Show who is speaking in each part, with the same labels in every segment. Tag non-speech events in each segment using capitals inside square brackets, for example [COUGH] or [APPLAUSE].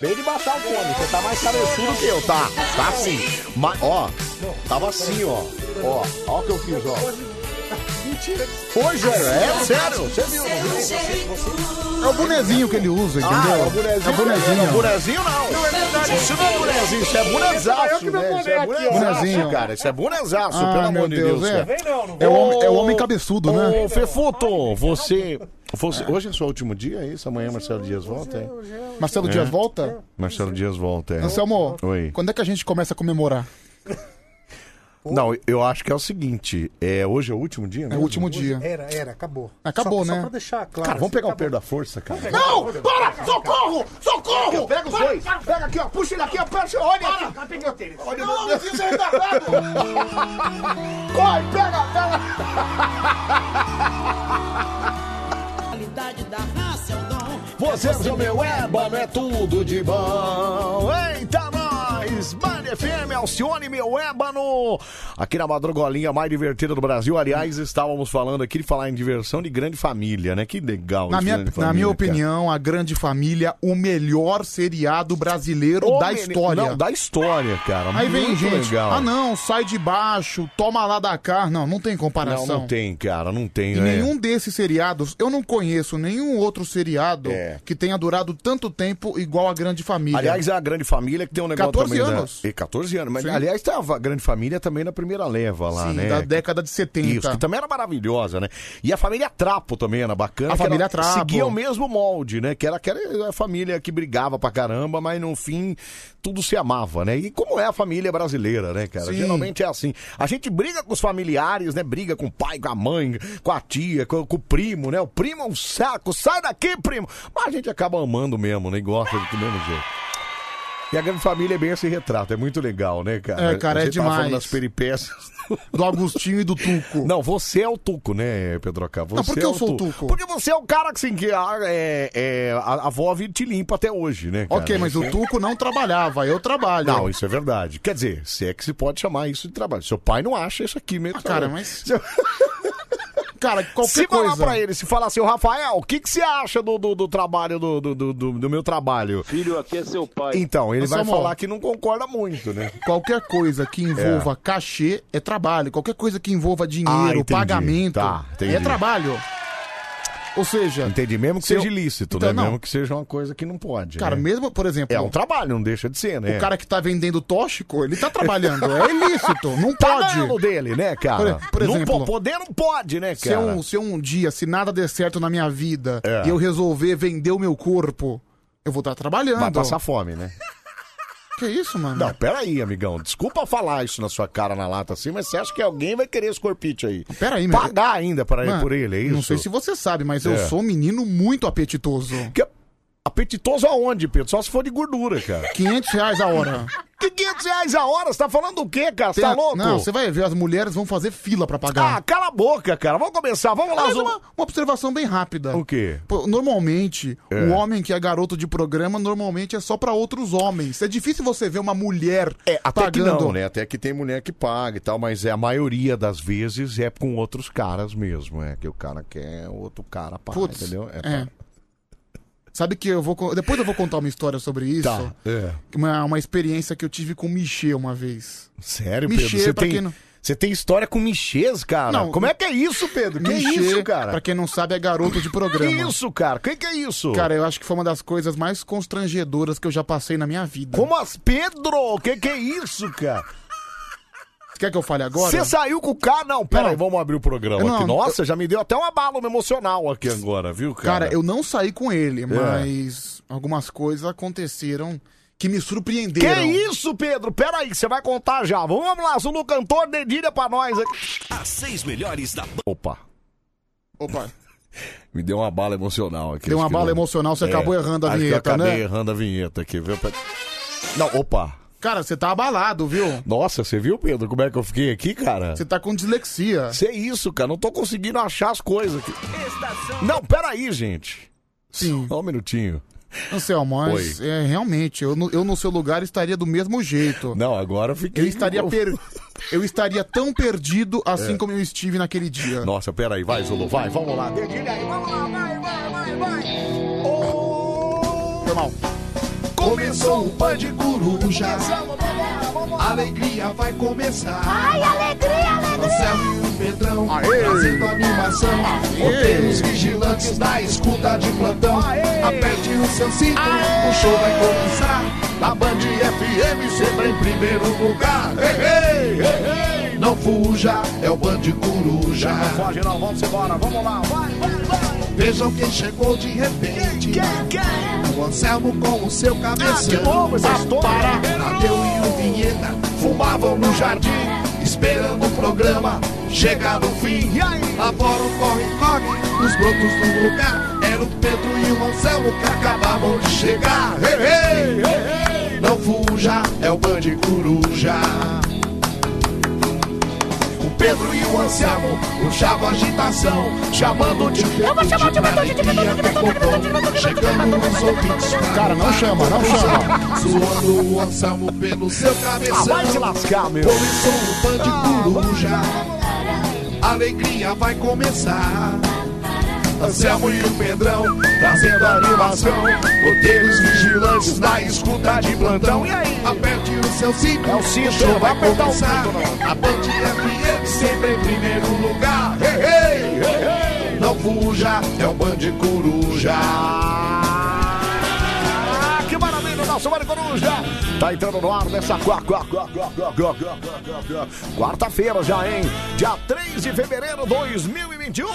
Speaker 1: Bem de baixar o fone, você tá mais cabeçudo que eu, tá? Tá assim. Ma- ó, tava assim, ó. Ó, ó o que eu fiz, ó.
Speaker 2: Mentira.
Speaker 1: Pois é, é sério. Você viu?
Speaker 3: É o bonezinho que ele usa, entendeu?
Speaker 1: Ah, é o bonezinho.
Speaker 3: É o bonezinho.
Speaker 1: Não, bonezinho não.
Speaker 3: Não, é verdade.
Speaker 1: Isso não é bonezinho, isso é bonezaço,
Speaker 3: Eu que não
Speaker 1: né? Isso
Speaker 3: boné
Speaker 1: é
Speaker 3: aqui, ó.
Speaker 1: bonezaço,
Speaker 3: Bonezinho.
Speaker 1: cara. Isso é bonezaço,
Speaker 3: Ah,
Speaker 1: pelo amor
Speaker 3: meu
Speaker 1: de
Speaker 3: Deus,
Speaker 1: Deus,
Speaker 3: é.
Speaker 1: cara.
Speaker 3: É o homem- é o homem cabeçudo, né?
Speaker 1: Ô, Fefuto, você... você Hoje é seu último dia, é isso? Amanhã Marcelo Dias volta, hein?
Speaker 3: Marcelo
Speaker 1: É.
Speaker 3: Dias volta?
Speaker 1: Marcelo Dias volta, é.
Speaker 3: Anselmo,
Speaker 1: Oi.
Speaker 3: quando é que a gente começa a comemorar?
Speaker 1: Não, eu acho que é o seguinte, é, hoje é o último dia?
Speaker 3: É o último dia.
Speaker 2: Era, era, acabou.
Speaker 3: Acabou,
Speaker 2: Só-
Speaker 3: né?
Speaker 2: Só pra deixar claro.
Speaker 1: Cara, vamos pegar o perda da força, cara.
Speaker 2: Não!
Speaker 1: Para! Socorro! Socorro! Pega os dois! Pega aqui, ó! Puxa ele aqui, ó! Puxa, olha! aqui. Olha não, meu Deus, é retardado! [LAUGHS] Corre, pega, pega! Vocês, o meu ébano, é tudo de bom! Eita, nós! Mane FM, Alcione, meu ébano! Aqui na madrugolinha mais divertida do Brasil. Aliás, estávamos falando aqui de falar em diversão de grande família, né? Que legal
Speaker 3: Na
Speaker 1: isso,
Speaker 3: minha,
Speaker 1: grande
Speaker 3: na
Speaker 1: família,
Speaker 3: minha
Speaker 1: cara.
Speaker 3: opinião, a Grande Família, o melhor seriado brasileiro
Speaker 1: Ô,
Speaker 3: da
Speaker 1: menino,
Speaker 3: história.
Speaker 1: Não, da história, cara.
Speaker 3: Aí vem
Speaker 1: Muito
Speaker 3: gente,
Speaker 1: legal.
Speaker 3: ah não, sai de baixo, toma lá da cá. Não, não tem comparação.
Speaker 1: Não, não tem, cara, não tem.
Speaker 3: E
Speaker 1: né?
Speaker 3: nenhum desses seriados, eu não conheço nenhum outro seriado que tenha durado tanto tempo igual a Grande Família.
Speaker 1: É. Aliás, é a grande família que tem um negócio
Speaker 3: 14
Speaker 1: também.
Speaker 3: anos.
Speaker 1: Da... E 14 anos. Mas,
Speaker 3: Sim.
Speaker 1: aliás, tava a grande família também na primeira leva lá,
Speaker 3: Sim,
Speaker 1: né?
Speaker 3: da década de 70.
Speaker 1: Isso, que também era maravilhosa, né? E a família Trapo também era bacana.
Speaker 3: A
Speaker 1: que
Speaker 3: família
Speaker 1: era-
Speaker 3: Trapo.
Speaker 1: Seguia o mesmo molde, né? Que era aquela família que brigava pra caramba, mas no fim tudo se amava, né? E como é a família brasileira, né, cara?
Speaker 3: Sim.
Speaker 1: Geralmente é assim. A gente briga com os familiares, né? Briga com o pai, com a mãe, com a tia, com, com o primo, né? O primo é um saco, sai daqui, primo! Mas a gente acaba amando mesmo, né? E gosta do mesmo jeito. E a grande família é bem esse retrato, é muito legal, né, cara?
Speaker 3: É, cara,
Speaker 1: a
Speaker 3: é
Speaker 1: gente tava falando
Speaker 3: demais.
Speaker 1: das peripécias
Speaker 3: do Agostinho e do Tuco.
Speaker 1: Não, você é o Tuco, né, Pedro K? Você
Speaker 3: Não, por que
Speaker 1: é
Speaker 3: eu sou o Tuco?
Speaker 1: Porque você é o cara que, assim, que a, é, é, a, a vó te limpa até hoje, né, cara?
Speaker 3: Ok, mas o Tuco não trabalhava, Ah, eu trabalho.
Speaker 1: Não, isso é verdade. Quer dizer, se é que se pode chamar isso de trabalho. Seu pai não acha isso aqui mesmo.
Speaker 3: Ah,
Speaker 1: né?
Speaker 3: cara, mas- [LAUGHS] Cara, qualquer
Speaker 1: se
Speaker 3: coisa.
Speaker 1: falar pra ele, se falar assim, "Ô, Rafael, o que, que você acha do, do, do trabalho, do, do, do, do- do meu trabalho?
Speaker 4: Filho, aqui é seu pai.
Speaker 1: Então, ele
Speaker 3: Mas,
Speaker 1: vai
Speaker 3: amor,
Speaker 1: falar que não concorda muito, né?
Speaker 3: Qualquer coisa que envolva cachê é trabalho. Qualquer coisa que envolva
Speaker 1: Ah,
Speaker 3: dinheiro,
Speaker 1: entendi.
Speaker 3: pagamento,
Speaker 1: Tá, entendi.
Speaker 3: é trabalho. Ou seja,
Speaker 1: Entendi, mesmo que
Speaker 3: se eu-
Speaker 1: seja ilícito,
Speaker 3: Então,
Speaker 1: né?
Speaker 3: não.
Speaker 1: Mesmo que seja uma coisa que não pode.
Speaker 3: Cara,
Speaker 1: né?
Speaker 3: mesmo, por exemplo,
Speaker 1: É um trabalho, não deixa de ser, né?
Speaker 3: o cara que tá vendendo tóxico, ele tá trabalhando. É ilícito, não
Speaker 1: Tá dando
Speaker 3: pode.
Speaker 1: dele, né, cara?
Speaker 3: Por- por exemplo-
Speaker 1: não, po- poder não pode, né,
Speaker 3: Se
Speaker 1: cara?
Speaker 3: eu, se eu um dia, se nada der certo na minha vida
Speaker 1: É.
Speaker 3: e eu resolver vender o meu corpo, eu vou estar trabalhando.
Speaker 1: Vai passar fome, né?
Speaker 3: Que isso, mano?
Speaker 1: Não, peraí, amigão. Desculpa falar isso na sua cara na lata assim, mas você acha que alguém vai querer esse corpite aí?
Speaker 3: Peraí, meu.
Speaker 1: Pagar ainda pra,
Speaker 3: Mano,
Speaker 1: por ele, é isso?
Speaker 3: Não sei se você sabe, mas
Speaker 1: É.
Speaker 3: eu sou um menino muito apetitoso.
Speaker 1: Que- Apetitoso aonde, Pedro? Só se for de gordura, cara.
Speaker 3: 500 reais a hora.
Speaker 1: Que 500 reais a hora? Você tá falando o quê, cara? Você
Speaker 3: Tem
Speaker 1: tá
Speaker 3: a-
Speaker 1: louco?
Speaker 3: Não, você vai ver, as mulheres vão fazer fila pra
Speaker 1: Ah,
Speaker 3: pagar.
Speaker 1: cala a boca, cara. Vamos começar, vamos lá.
Speaker 3: Mas
Speaker 1: zo-
Speaker 3: uma, uma observação bem rápida.
Speaker 1: O quê?
Speaker 3: Pô, Normalmente,
Speaker 1: É.
Speaker 3: o homem que é garoto de programa, normalmente é só pra outros homens. É difícil você ver uma mulher
Speaker 1: É, até
Speaker 3: pagando.
Speaker 1: que não, né? Até que tem mulher que paga e tal, mas é a maioria das vezes é com outros caras mesmo. É que o cara quer outro cara paga,
Speaker 3: Putz,
Speaker 1: entendeu?
Speaker 3: é.
Speaker 1: pra-
Speaker 3: Sabe que eu vou. con- Depois eu vou contar uma história sobre isso.
Speaker 1: Tá. É.
Speaker 3: Uma, uma experiência que eu tive com o Michê uma vez.
Speaker 1: Sério,
Speaker 3: Michê,
Speaker 1: Pedro? Você
Speaker 3: pra
Speaker 1: tem,
Speaker 3: quem não-
Speaker 1: você tem história com Michês, cara?
Speaker 3: Não,
Speaker 1: Como é que é isso, Pedro? Que
Speaker 3: Michê,
Speaker 1: isso,
Speaker 3: Pra
Speaker 1: cara?
Speaker 3: quem não sabe, é garoto de
Speaker 1: Que
Speaker 3: programa.
Speaker 1: isso, cara? Que que é isso?
Speaker 3: Cara, eu acho que foi uma das coisas mais constrangedoras que eu já passei na minha vida.
Speaker 1: Como as... Pedro, que que é isso, cara?
Speaker 3: Você quer que eu fale agora?
Speaker 1: Você saiu com o cara? Não, pera
Speaker 3: Não.
Speaker 1: aí, vamos abrir o programa
Speaker 3: Não,
Speaker 1: aqui.
Speaker 3: não,
Speaker 1: Nossa, já me deu até uma bala emocional aqui agora, viu, cara? É.
Speaker 3: Cara, eu não saí com ele, mas algumas coisas aconteceram que me
Speaker 1: Que
Speaker 3: surpreenderam.
Speaker 1: isso, Pedro? Pera aí, você vai contar já. Vamos lá, Zulu Cantor, dedilha pra nós aqui.
Speaker 4: As seis melhores da
Speaker 1: Opa,
Speaker 3: Opa,
Speaker 1: me deu uma bala emocional aqui.
Speaker 3: deu uma
Speaker 1: Acho que
Speaker 3: bala
Speaker 1: não-
Speaker 3: emocional, você
Speaker 1: É,
Speaker 3: acabou errando a
Speaker 1: acho que eu
Speaker 3: vinheta,
Speaker 1: acabei
Speaker 3: né?
Speaker 1: errando a vinheta aqui, viu? Pe- Não, opa.
Speaker 3: Cara, você tá abalado, viu?
Speaker 1: Nossa, você viu, Pedro, como é que eu fiquei aqui, cara?
Speaker 3: Você tá com dislexia.
Speaker 1: Isso é isso, cara. Não tô conseguindo achar as coisas aqui.
Speaker 4: estação.
Speaker 1: Não, peraí, gente.
Speaker 3: Sim.
Speaker 1: Só um minutinho.
Speaker 3: Anselmo, mas é, realmente, eu no, eu no seu lugar estaria do mesmo jeito.
Speaker 1: Não, agora eu fiquei.
Speaker 3: Eu estaria, per... eu estaria tão perdido assim
Speaker 1: É.
Speaker 3: como eu estive naquele dia.
Speaker 1: Nossa, peraí, vai, Zulu, vai, vamos lá. Dedilha aí, vamos lá, vai, vai, vai, vai. Ô,
Speaker 3: Foi mal.
Speaker 1: Começou,
Speaker 5: Começou o pão de coruja. Alegria vai começar. Ai, alegria, alegria. Anselmo e o Pedrão trazendo animação. Roteiros vigilantes da escuta de plantão. Aperte o seu cinto, o show vai começar. Na Band FM, sempre em primeiro lugar. Ei, ei, ei, ei. Não fuja, é o Band Coruja. Não
Speaker 1: foge não, vamos embora, vamos lá, vai, vai,
Speaker 5: vai. Vejam quem chegou de repente. O Anselmo com o seu cabeção.
Speaker 1: de novo essa história.
Speaker 5: Tadeu e o Vinheta fumavam no jardim, esperando o programa chegar no fim. E aí? Agora o corre-corre, os brotos do lugar. Era o Pedro e o Anselmo que acabavam de chegar. Ei, ei, ei, ei. Não fuja, é o Band Coruja. O Pedro e o Anselmo puxavam agitação, chamando de. Eu vou chamar de Pedro, de Pedro, de Pedro, de Chegando os ouvintes.
Speaker 3: Cara, não chama, não chama.
Speaker 5: Suando o Anselmo pelo seu cabeção.
Speaker 1: Ah, vai se lascar, meu.
Speaker 5: Começou o pão de coruja. Alegria vai começar. Anselmo e o Pedrão trazendo animação. Roteiros vigilantes na escuta de plantão. E aí? Aperte o seu cinto.
Speaker 1: É o cinto,
Speaker 5: show vai
Speaker 1: vai apertar o
Speaker 5: começar.
Speaker 1: cinto, não.
Speaker 5: A Band FM sempre em primeiro lugar. Ei, ei, ei, ei. Não fuja, é o Band Coruja.
Speaker 1: Ah, que maravilha, o nosso Mário Coruja. Tá entrando no ar nessa qua- qua- qua- qua- qua- qua- qua- qua- qua- quarta-feira já, hein? Dia 3 de fevereiro de 2021.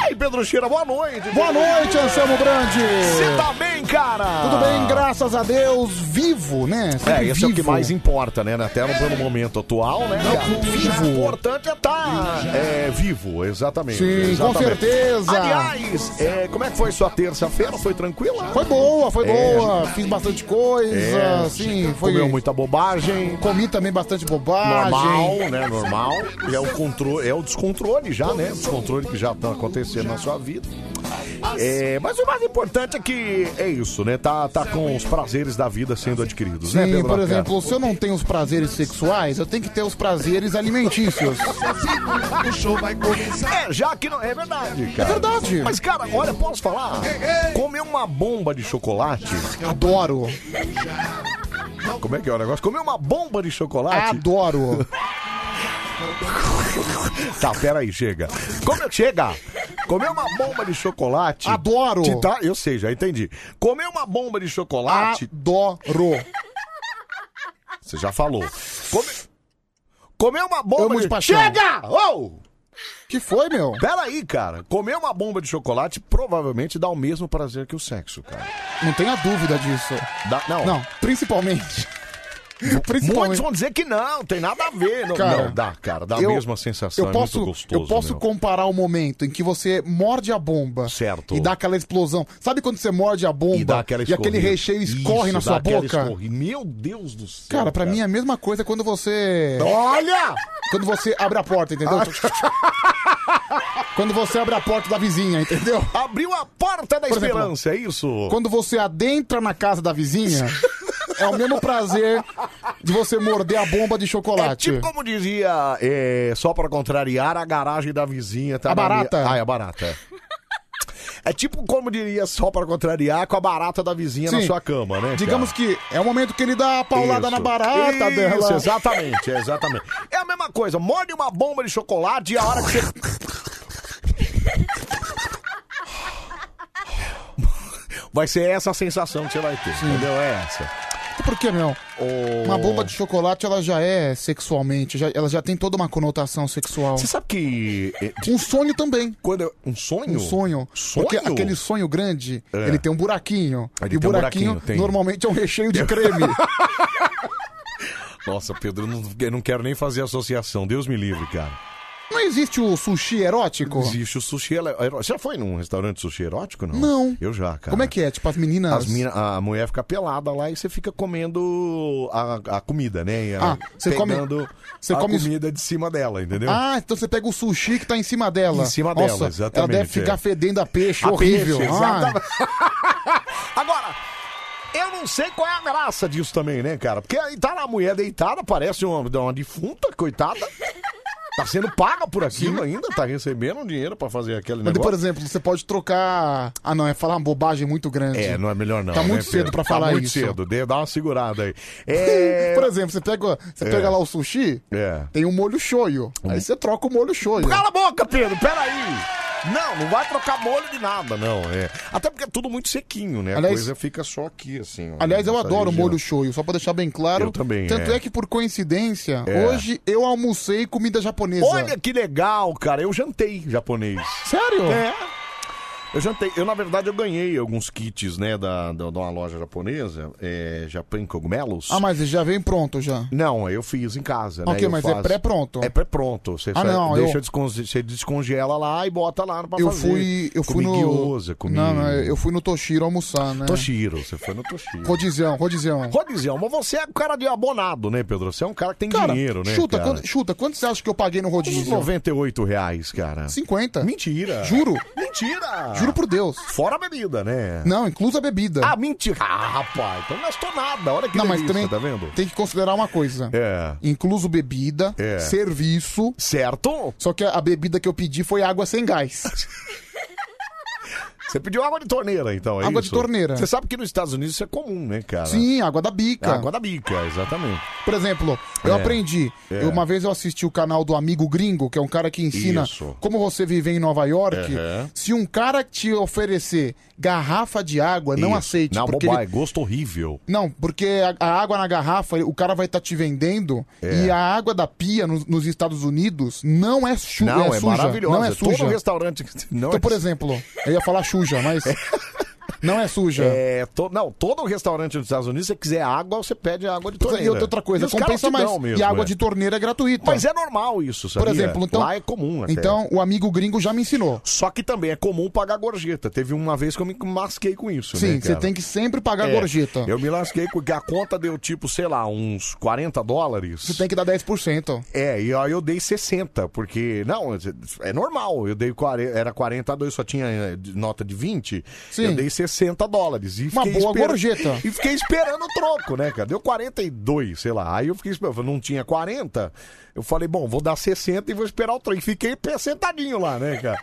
Speaker 1: Aí, um. Pedro Cheira, boa noite.
Speaker 3: Boa noite, Anselmo Grande.
Speaker 1: Você tá bem, cara?
Speaker 3: Tudo bem, graças a Deus, vivo, né?
Speaker 1: É,
Speaker 3: Sempre
Speaker 1: esse é o que
Speaker 3: vivo.
Speaker 1: mais importa, né? Até no pelo momento atual, né?
Speaker 3: Não,
Speaker 1: cara?
Speaker 3: vivo.
Speaker 1: O importante é estar vivo, exatamente.
Speaker 3: Sim, com
Speaker 1: exatamente.
Speaker 3: certeza.
Speaker 1: Aliás, é, como é que foi sua terça-feira? Foi tranquila?
Speaker 3: Foi boa, foi
Speaker 1: É.
Speaker 3: boa. Fiz bastante coisa,
Speaker 1: É,
Speaker 3: assim, foi...
Speaker 1: Comeu muita bobagem.
Speaker 3: Comi também bastante bobagem.
Speaker 1: Normal, né? Normal. É o, controle, é o descontrole já, né? O descontrole que já tá acontecendo na sua vida. É, mas o mais importante é que é isso, né? Tá, tá com os prazeres da vida sendo adquiridos, né,
Speaker 3: Sim,
Speaker 1: Pedro
Speaker 3: por
Speaker 1: Lacerda?
Speaker 3: exemplo, se eu não tenho os prazeres sexuais, eu tenho que ter os prazeres alimentícios.
Speaker 5: [LAUGHS] O show vai começar.
Speaker 1: É, já que não. É verdade, cara.
Speaker 3: É verdade.
Speaker 1: Mas, cara, olha, posso falar? Comer uma bomba de chocolate.
Speaker 3: Adoro,
Speaker 1: Como é que é o negócio? Comer uma bomba de chocolate.
Speaker 3: adoro.
Speaker 1: [LAUGHS] Tá, peraí, chega. Come- chega! Comer uma bomba de chocolate.
Speaker 3: Adoro.
Speaker 1: Te dá- eu sei, já entendi. Comer uma bomba de chocolate.
Speaker 3: Adoro.
Speaker 1: Você já falou. Come- Comer uma
Speaker 3: Amo
Speaker 1: bomba
Speaker 3: de
Speaker 1: de
Speaker 3: paixão.
Speaker 1: Chega! Oh!
Speaker 3: Que foi, meu?
Speaker 1: Peraí, cara. Comer uma bomba de chocolate provavelmente dá o mesmo prazer que o sexo, cara.
Speaker 3: Não tenha dúvida disso.
Speaker 1: Dá- não.
Speaker 3: Não, principalmente.
Speaker 1: Muitos
Speaker 3: Principalmente.
Speaker 1: vão dizer que não, tem nada a ver. Não,
Speaker 3: Cara,
Speaker 1: não, dá, cara, dá a mesma sensação,
Speaker 3: eu posso,
Speaker 1: é muito gostoso.
Speaker 3: eu posso
Speaker 1: meu.
Speaker 3: comparar o momento em que você morde a bomba
Speaker 1: Certo.
Speaker 3: e dá aquela explosão. Sabe quando você morde a bomba
Speaker 1: E dá aquela
Speaker 3: e aquele
Speaker 1: escorrida.
Speaker 3: recheio escorre
Speaker 1: Isso,
Speaker 3: na
Speaker 1: dá
Speaker 3: sua
Speaker 1: aquela
Speaker 3: boca?
Speaker 1: escorrida. Meu Deus do céu.
Speaker 3: Cara, pra mim é a mesma coisa quando você
Speaker 1: Olha! Ah,
Speaker 3: quando você abre a porta, entendeu? quando você abre a porta da vizinha, entendeu?
Speaker 1: Abriu a porta da
Speaker 3: Por exemplo,
Speaker 1: esperança, é isso?
Speaker 3: Quando você adentra na casa da vizinha, é o mesmo prazer de você morder a bomba de
Speaker 1: É
Speaker 3: chocolate.
Speaker 1: tipo como dizia, é, só pra contrariar, a garagem da vizinha tá
Speaker 3: A
Speaker 1: na minha-
Speaker 3: barata.
Speaker 1: Ah, é a barata. É tipo como diria, só pra contrariar, com a barata da vizinha na
Speaker 3: Sim.
Speaker 1: sua cama, né?
Speaker 3: Digamos que é o momento que ele dá a paulada
Speaker 1: Isso.
Speaker 3: na barata
Speaker 1: Isso,
Speaker 3: dela.
Speaker 1: Exatamente, exatamente. É a mesma coisa, morde uma bomba de chocolate e a hora que você. [LAUGHS] Vai ser essa a sensação que você vai ter, entendeu? É essa.
Speaker 3: Por que, meu?
Speaker 1: Ô,
Speaker 3: Uma bomba de chocolate, ela já é sexualmente, já- ela já tem toda uma conotação sexual.
Speaker 1: Você sabe que. eh, de-
Speaker 3: Um sonho também.
Speaker 1: Quando eu- Um sonho?
Speaker 3: Um sonho.
Speaker 1: Sonho?
Speaker 3: Porque aquele sonho grande,
Speaker 1: É.
Speaker 3: ele tem um buraquinho.
Speaker 1: Ele
Speaker 3: e o
Speaker 1: tem um
Speaker 3: buraquinho,
Speaker 1: buraquinho, tem.
Speaker 3: normalmente é um recheio de
Speaker 1: [LAUGHS]
Speaker 3: creme.
Speaker 1: Nossa, Pedro, eu não, eu não quero nem fazer associação. Deus me livre, cara.
Speaker 3: Não existe o sushi erótico?
Speaker 1: Existe o sushi. ela- eró- Você já foi num restaurante sushi erótico, não?
Speaker 3: Não.
Speaker 1: Eu já, cara.
Speaker 3: Como é que é? Tipo, as meninas.
Speaker 1: As mina- a mulher fica pelada lá e você fica comendo a, a comida, né? E a-
Speaker 3: Ah, você come-
Speaker 1: pegando
Speaker 3: você
Speaker 1: a
Speaker 3: come-
Speaker 1: comida de cima dela, entendeu?
Speaker 3: Ah, então você pega o sushi que tá em cima dela.
Speaker 1: Em cima
Speaker 3: Nossa,
Speaker 1: dela, exatamente,
Speaker 3: Ela deve
Speaker 1: é.
Speaker 3: ficar fedendo a peixe,
Speaker 1: A
Speaker 3: horrível.
Speaker 1: peixe,
Speaker 3: Ah,
Speaker 1: exatamente. [LAUGHS] Agora, eu não sei qual é a graça disso também, né, cara? Porque aí tá lá a mulher deitada, parece uma, uma defunta, coitada. Tá sendo paga por aquilo ainda, tá recebendo dinheiro pra fazer aquele
Speaker 3: Mas, por
Speaker 1: negócio.
Speaker 3: exemplo, você pode trocar. Ah, não, é falar uma bobagem muito grande. [LAUGHS]
Speaker 1: É, não é melhor não.
Speaker 3: Tá
Speaker 1: né,
Speaker 3: muito cedo
Speaker 1: Pedro?
Speaker 3: pra falar
Speaker 1: tá muito
Speaker 3: isso.
Speaker 1: cedo, dê- dá uma segurada aí.
Speaker 3: [LAUGHS] Por exemplo, você pega, você
Speaker 1: É.
Speaker 3: pega lá o sushi,
Speaker 1: É.
Speaker 3: tem um molho shoyu. Aí você troca o molho shoyu.
Speaker 1: Cala a boca, Pedro, peraí! Não, não vai trocar molho de nada, não. É. Até porque é tudo muito sequinho, né?
Speaker 3: Aliás-
Speaker 1: a coisa fica só aqui, assim. ó,
Speaker 3: Aliás, eu
Speaker 1: nessa
Speaker 3: adoro o
Speaker 1: região.
Speaker 3: molho shoyu, só pra deixar bem claro.
Speaker 1: Eu também,
Speaker 3: Tanto
Speaker 1: é.
Speaker 3: é, que, por coincidência,
Speaker 1: É.
Speaker 3: hoje eu almocei comida japonesa.
Speaker 1: Olha que legal, cara. Eu jantei japonês.
Speaker 3: Sério?
Speaker 1: É. Eu jantei. Eu, na verdade, eu ganhei alguns kits, né, da, da, de uma loja japonesa, é, Japan Cogumelos.
Speaker 3: Ah, mas já vem pronto já.
Speaker 1: Não, eu fiz em casa, né?
Speaker 3: Ok,
Speaker 1: Eu
Speaker 3: mas é pré-pronto.
Speaker 1: É pré-pronto. Você
Speaker 3: Ah,
Speaker 1: sai-
Speaker 3: não,
Speaker 1: deixa
Speaker 3: eu-
Speaker 1: desconge- você descongela lá e bota lá pra
Speaker 3: Eu
Speaker 1: fazer.
Speaker 3: fui, eu fui
Speaker 1: comi
Speaker 3: no.
Speaker 1: Gyoza, comi...
Speaker 3: Não, não, eu fui no Toshiro almoçar, né?
Speaker 1: Toshiro, você foi no Toshiro.
Speaker 3: Rodizão, rodizão.
Speaker 1: Rodizão, mas você é um cara de abonado, né, Pedro? Você é um cara que tem
Speaker 3: Cara,
Speaker 1: dinheiro, né,
Speaker 3: chuta,
Speaker 1: cara?
Speaker 3: Quanto, chuta, quanto você acha que eu paguei no
Speaker 1: Uns
Speaker 3: rodízio?
Speaker 1: 98 reais, cara.
Speaker 3: 50.
Speaker 1: Mentira. É.
Speaker 3: Juro.
Speaker 1: Mentira.
Speaker 3: Juro por Deus.
Speaker 1: Fora a bebida, né?
Speaker 3: Não, inclusa a bebida.
Speaker 1: Ah, mentira. Ah, rapaz, então não gastou nada. Olha que
Speaker 3: Não, mas também
Speaker 1: delícia, tá vendo?
Speaker 3: tem que considerar uma coisa.
Speaker 1: É.
Speaker 3: Incluso bebida,
Speaker 1: É.
Speaker 3: serviço.
Speaker 1: Certo?
Speaker 3: Só que a bebida que eu pedi foi água sem gás.
Speaker 1: [LAUGHS] Você pediu água de torneira, então, é
Speaker 3: Água de
Speaker 1: isso?
Speaker 3: torneira.
Speaker 1: Você sabe que nos Estados Unidos isso é comum, né, cara? É
Speaker 3: Sim, água da bica.
Speaker 1: Água da bica, exatamente.
Speaker 3: Por exemplo, eu
Speaker 1: É.
Speaker 3: aprendi.
Speaker 1: É.
Speaker 3: Eu- uma vez eu assisti o canal do Amigo Gringo, que é um cara que ensina
Speaker 1: Isso.
Speaker 3: como você viver em Nova York.
Speaker 1: Uhum.
Speaker 3: Se um cara te oferecer garrafa de água, não
Speaker 1: Isso.
Speaker 3: aceite.
Speaker 1: Não,
Speaker 3: porque
Speaker 1: bobagem,
Speaker 3: ele-
Speaker 1: gosto horrível.
Speaker 3: Não, porque a, a água na garrafa, o cara vai estar te vendendo.
Speaker 1: É.
Speaker 3: E a água da pia no- nos Estados Unidos não é, chu
Speaker 1: Não, é,
Speaker 3: é suja.
Speaker 1: maravilhosa.
Speaker 3: Não é suja.
Speaker 1: Todo restaurante... [LAUGHS] Não
Speaker 3: Então,
Speaker 1: é
Speaker 3: por exemplo, eu ia falar suja,
Speaker 1: [LAUGHS]
Speaker 3: mas. Não é suja.
Speaker 1: É, to- não, todo restaurante nos Estados Unidos, se você quiser água, você pede água de torneira.
Speaker 3: é, E outra outra coisa,
Speaker 1: os caras
Speaker 3: compensa
Speaker 1: te
Speaker 3: mais.
Speaker 1: dão mesmo,
Speaker 3: e água
Speaker 1: é.
Speaker 3: de torneira é gratuita.
Speaker 1: Mas é normal isso, sabia?
Speaker 3: Por exemplo, então.
Speaker 1: Lá é comum até.
Speaker 3: Então, o amigo gringo já me ensinou.
Speaker 1: Só que também é comum pagar gorjeta. Teve uma vez que eu me masquei com isso, né,
Speaker 3: Sim, você
Speaker 1: cara?
Speaker 3: tem que sempre pagar
Speaker 1: É,
Speaker 3: gorjeta.
Speaker 1: Eu me lasquei porque a conta deu tipo, sei lá, uns 40 dólares.
Speaker 3: Você tem que dar 10%.
Speaker 1: É, e aí eu dei 60, porque, não, é normal, eu dei 40, era 42, só tinha eh, de- nota de 20,
Speaker 3: Sim.
Speaker 1: eu dei 60 dólares. E
Speaker 3: Uma
Speaker 1: fiquei
Speaker 3: boa gorjeta.
Speaker 1: E fiquei esperando o troco, né, cara? Deu 42, sei lá, aí eu fiquei esperando, não tinha 40, eu falei, bom, vou dar 60 e vou esperar o troco. E fiquei pe- sentadinho lá, né, cara?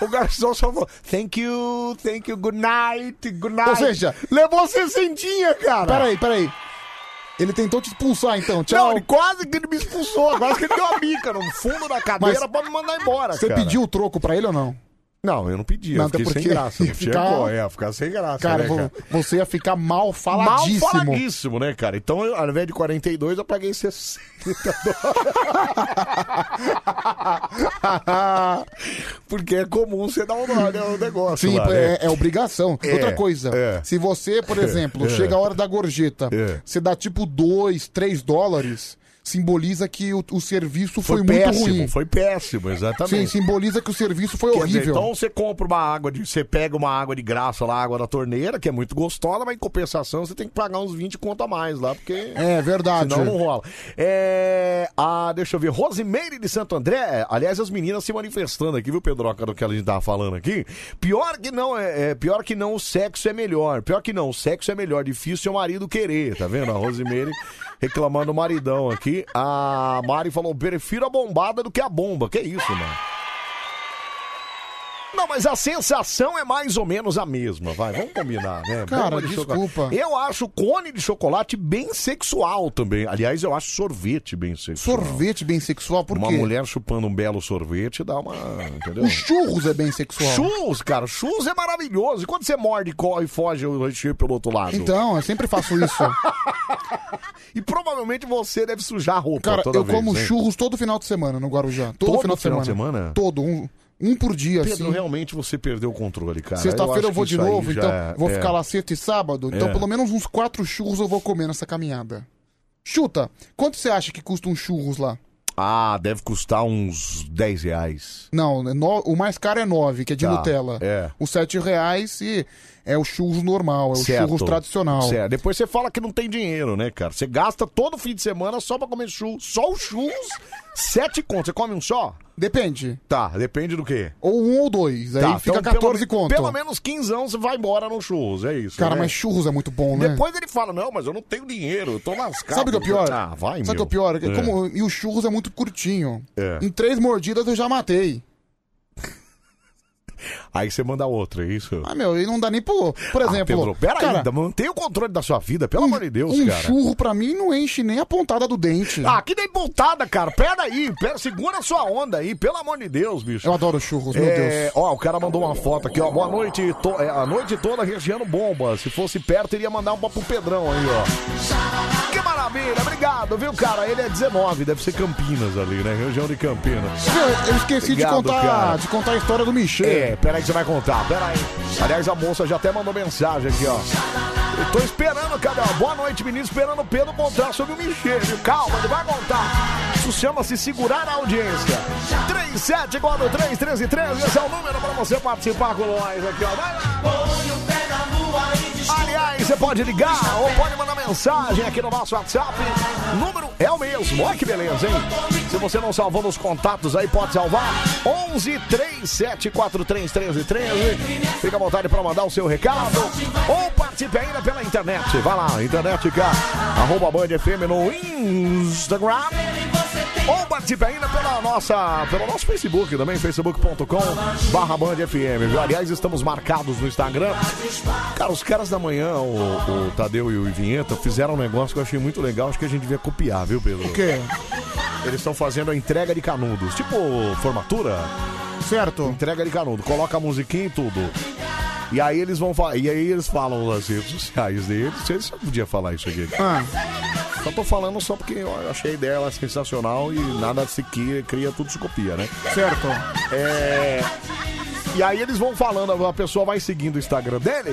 Speaker 1: O garçom só falou, thank you, thank you, good night, good night.
Speaker 3: Ou seja,
Speaker 1: levou 60, cara.
Speaker 3: Peraí, peraí. Ele tentou te expulsar, então.
Speaker 1: Não,
Speaker 3: Tchau.
Speaker 1: ele quase que ele me expulsou, quase que ele deu a bica no fundo da cadeira
Speaker 3: Mas
Speaker 1: pra me mandar embora.
Speaker 3: Você
Speaker 1: cara.
Speaker 3: pediu o troco pra ele ou não?
Speaker 1: Não, eu não pedi,
Speaker 3: Não,
Speaker 1: eu
Speaker 3: até
Speaker 1: fiquei
Speaker 3: porque
Speaker 1: sem
Speaker 3: [LAUGHS]
Speaker 1: graça. Não
Speaker 3: ia
Speaker 1: tinha
Speaker 3: ficar-
Speaker 1: como, é, ficar sem graça.
Speaker 3: Cara,
Speaker 1: né,
Speaker 3: vo-
Speaker 1: cara?
Speaker 3: você ia ficar mal
Speaker 1: Mal
Speaker 3: faladíssimo.
Speaker 1: faladíssimo, né, cara? Então, eu, ao invés de 42, eu paguei 60 dólares. [LAUGHS] Porque é comum você dar um dólar no negócio.
Speaker 3: Sim,
Speaker 1: lá, né?
Speaker 3: é, é obrigação.
Speaker 1: É,
Speaker 3: Outra coisa,
Speaker 1: é.
Speaker 3: se você, por exemplo,
Speaker 1: É.
Speaker 3: chega a hora da gorjeta,
Speaker 1: É.
Speaker 3: você dá tipo 2, 3 dólares, simboliza que o, o serviço foi,
Speaker 1: Foi,
Speaker 3: muito
Speaker 1: péssimo,
Speaker 3: ruim.
Speaker 1: foi péssimo,
Speaker 3: Sim,
Speaker 1: exatamente.
Speaker 3: simboliza que o serviço foi
Speaker 1: Quer dizer,
Speaker 3: horrível.
Speaker 1: então você compra uma água de. Você pega uma água de graça lá, água da torneira, que é muito gostosa, mas em compensação você tem que pagar uns 20 conto a mais lá, porque.
Speaker 3: É verdade.
Speaker 1: Senão não rola. É, a, deixa eu ver. Rosimeire de Santo André. Aliás, as meninas se manifestando aqui, viu, Pedroca, do que a gente tava falando aqui. Pior que não, é, é, pior que não, o sexo é melhor. Pior que não, o sexo é melhor. Difícil é o marido querer, tá vendo? A Rosimeire [LAUGHS] reclamando do maridão aqui. A Mari falou: prefiro a bombada do que a bomba. Que isso, mano? Não, mas a sensação é mais ou menos a mesma, vai. Vamos combinar, né?
Speaker 3: Cara,
Speaker 1: Bomba de chocolate.
Speaker 3: desculpa.
Speaker 1: Eu acho cone de chocolate bem sexual também. Aliás, eu acho sorvete bem sexual.
Speaker 3: Sorvete bem sexual, por
Speaker 1: Uma
Speaker 3: quê?
Speaker 1: mulher chupando um belo sorvete dá uma. Entendeu?
Speaker 3: O churros é bem sexual.
Speaker 1: Chus, cara, chus é maravilhoso. E quando você morde corre e foge o recheio pelo outro lado?
Speaker 3: Então, eu sempre faço isso.
Speaker 1: [LAUGHS] E provavelmente você deve sujar a roupa
Speaker 3: Cara,
Speaker 1: toda
Speaker 3: eu
Speaker 1: vez,
Speaker 3: como
Speaker 1: né?
Speaker 3: churros todo final de semana no Guarujá. Todo,
Speaker 1: Todo
Speaker 3: final, de,
Speaker 1: final
Speaker 3: semana.
Speaker 1: de semana?
Speaker 3: Todo, um, um por dia,
Speaker 1: Pedro,
Speaker 3: assim.
Speaker 1: realmente você perdeu o controle, cara.
Speaker 3: Sexta-feira eu,
Speaker 1: acho
Speaker 3: vou
Speaker 1: que
Speaker 3: de
Speaker 1: isso aí
Speaker 3: novo,
Speaker 1: já
Speaker 3: então
Speaker 1: é-
Speaker 3: vou
Speaker 1: é.
Speaker 3: ficar lá sexta e sábado. Então
Speaker 1: É.
Speaker 3: pelo menos uns quatro churros eu vou comer nessa caminhada. Chuta, quanto você acha que custa um churros lá?
Speaker 1: Ah, deve custar uns 10 reais.
Speaker 3: Não, é no- o mais caro é nove, que é de
Speaker 1: Tá,
Speaker 3: Nutella.
Speaker 1: é.
Speaker 3: Os sete reais e é o churros normal, é o
Speaker 1: Certo.
Speaker 3: churros tradicional.
Speaker 1: Certo. Depois você fala que não tem dinheiro, né,
Speaker 3: [LAUGHS]
Speaker 1: cara? Você gasta todo fim de semana só pra comer churros. Só os churros, sete contos. Você come um só?
Speaker 3: Depende.
Speaker 1: Tá, depende do quê?
Speaker 3: Ou um ou dois. Aí
Speaker 1: Tá,
Speaker 3: fica
Speaker 1: então,
Speaker 3: 14
Speaker 1: pelo,
Speaker 3: conto.
Speaker 1: Pelo menos 15 anos você vai embora no churros, é isso.
Speaker 3: Cara,
Speaker 1: né?
Speaker 3: mas churros é muito bom, né?
Speaker 1: Depois ele fala, não, mas eu não tenho dinheiro, eu tô lascado.
Speaker 3: Sabe o que é o pior?
Speaker 1: Ah,
Speaker 3: Sabe
Speaker 1: vai,
Speaker 3: o
Speaker 1: meu.
Speaker 3: que é o pior? É que
Speaker 1: É.
Speaker 3: como- e o churros é muito curtinho.
Speaker 1: É.
Speaker 3: Em três mordidas eu já matei.
Speaker 1: Aí você manda outra, é isso?
Speaker 3: Ah, meu, e não dá nem pro. Por exemplo.
Speaker 1: ah, Pedro, pera
Speaker 3: cara,
Speaker 1: ainda, mantém o controle da sua vida, pelo amor de Deus,
Speaker 3: um
Speaker 1: cara.
Speaker 3: churro pra mim não enche nem a pontada do dente.
Speaker 1: Ah, que nem pontada, cara. Pera aí, pera, segura a sua onda aí, pelo amor de Deus, bicho.
Speaker 3: Eu adoro churros, meu
Speaker 1: É,
Speaker 3: Deus.
Speaker 1: Ó, o cara mandou uma foto aqui, ó. Boa noite, to- é, a noite toda regiando bomba. Se fosse perto, iria mandar uma pro Pedrão aí, ó. Que maravilha, obrigado, viu, cara? Ele é 19, deve ser Campinas ali, né? Região de Campinas.
Speaker 3: Eu- Eu esqueci de
Speaker 1: Obrigado,
Speaker 3: contar,
Speaker 1: cara.
Speaker 3: de contar a história do Michel.
Speaker 1: É, peraí que você vai contar, peraí. Aliás, a moça já até mandou mensagem aqui, ó. Eu tô esperando, cara. ó. Boa noite, menino. Esperando o Pedro contar sobre o Michê, viu? Calma, ele vai contar. Isso chama-se segurar a audiência. 37 igual no 3, 13, 13. Esse é o número pra você participar com nós aqui, ó. Vai lá. Aliás, você pode ligar ou pode mandar mensagem aqui no nosso WhatsApp. Número é o mesmo. Olha que beleza, hein? Se você não salvou nos contatos aí, pode salvar. 11 37431313. Fica à vontade para mandar o seu recado. Ou participe ainda pela internet. Vai lá, internet cá. Arroba Band FM no Instagram. Ou participe ainda pela nossa, pelo nosso Facebook também, facebook.com barra Band FM. viu? Aliás, estamos marcados no Instagram. Cara, os caras da manhã, o, o Tadeu e o Vinheta, fizeram um negócio que eu achei muito legal, acho que a gente devia copiar, viu, Pedro? O
Speaker 3: quê?
Speaker 1: Eles estão fazendo a entrega de canudos, tipo formatura.
Speaker 3: Certo.
Speaker 1: Entrega de canudo, coloca a musiquinha e tudo. E aí eles vão fa- e aí eles falam nas redes sociais deles, vocês só podia falar isso aqui.
Speaker 3: Ah.
Speaker 1: Só tô falando só porque eu achei a ideia ela sensacional e nada se cria, cria, tudo se copia, né?
Speaker 3: Certo.
Speaker 1: É... E aí eles vão
Speaker 3: "Ah,
Speaker 1: falando, a pessoa vai seguindo o Instagram dele.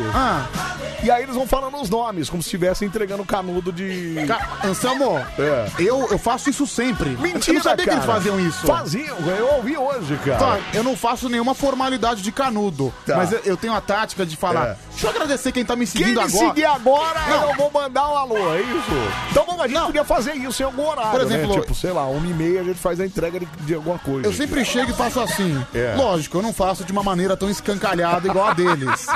Speaker 1: E aí eles vão falando os nomes, como se estivesse entregando canudo de.
Speaker 3: Ca- Anselmo, eu, eu faço isso sempre.
Speaker 1: Mentira,
Speaker 3: eu não sabia que eles
Speaker 1: cara.
Speaker 3: faziam isso.
Speaker 1: Faziam, eu ouvi hoje, cara.
Speaker 3: Tá, eu não faço nenhuma formalidade de canudo.
Speaker 1: Tá.
Speaker 3: Mas eu, eu tenho a tática de falar.
Speaker 1: É.
Speaker 3: Deixa eu agradecer quem tá me
Speaker 1: Quem
Speaker 3: seguindo
Speaker 1: me
Speaker 3: agora.
Speaker 1: seguir agora,
Speaker 3: Não.
Speaker 1: eu vou mandar um alô, é isso? Então vamos, a gente podia fazer isso em algum horário,
Speaker 3: Por exemplo,
Speaker 1: né? Tipo, sei lá, uma e meia a gente faz a entrega de, de alguma coisa.
Speaker 3: Eu sempre chego e faço assim.
Speaker 1: É.
Speaker 3: Lógico, eu não faço de uma maneira tão escancalhada igual a
Speaker 1: [LAUGHS]
Speaker 3: deles.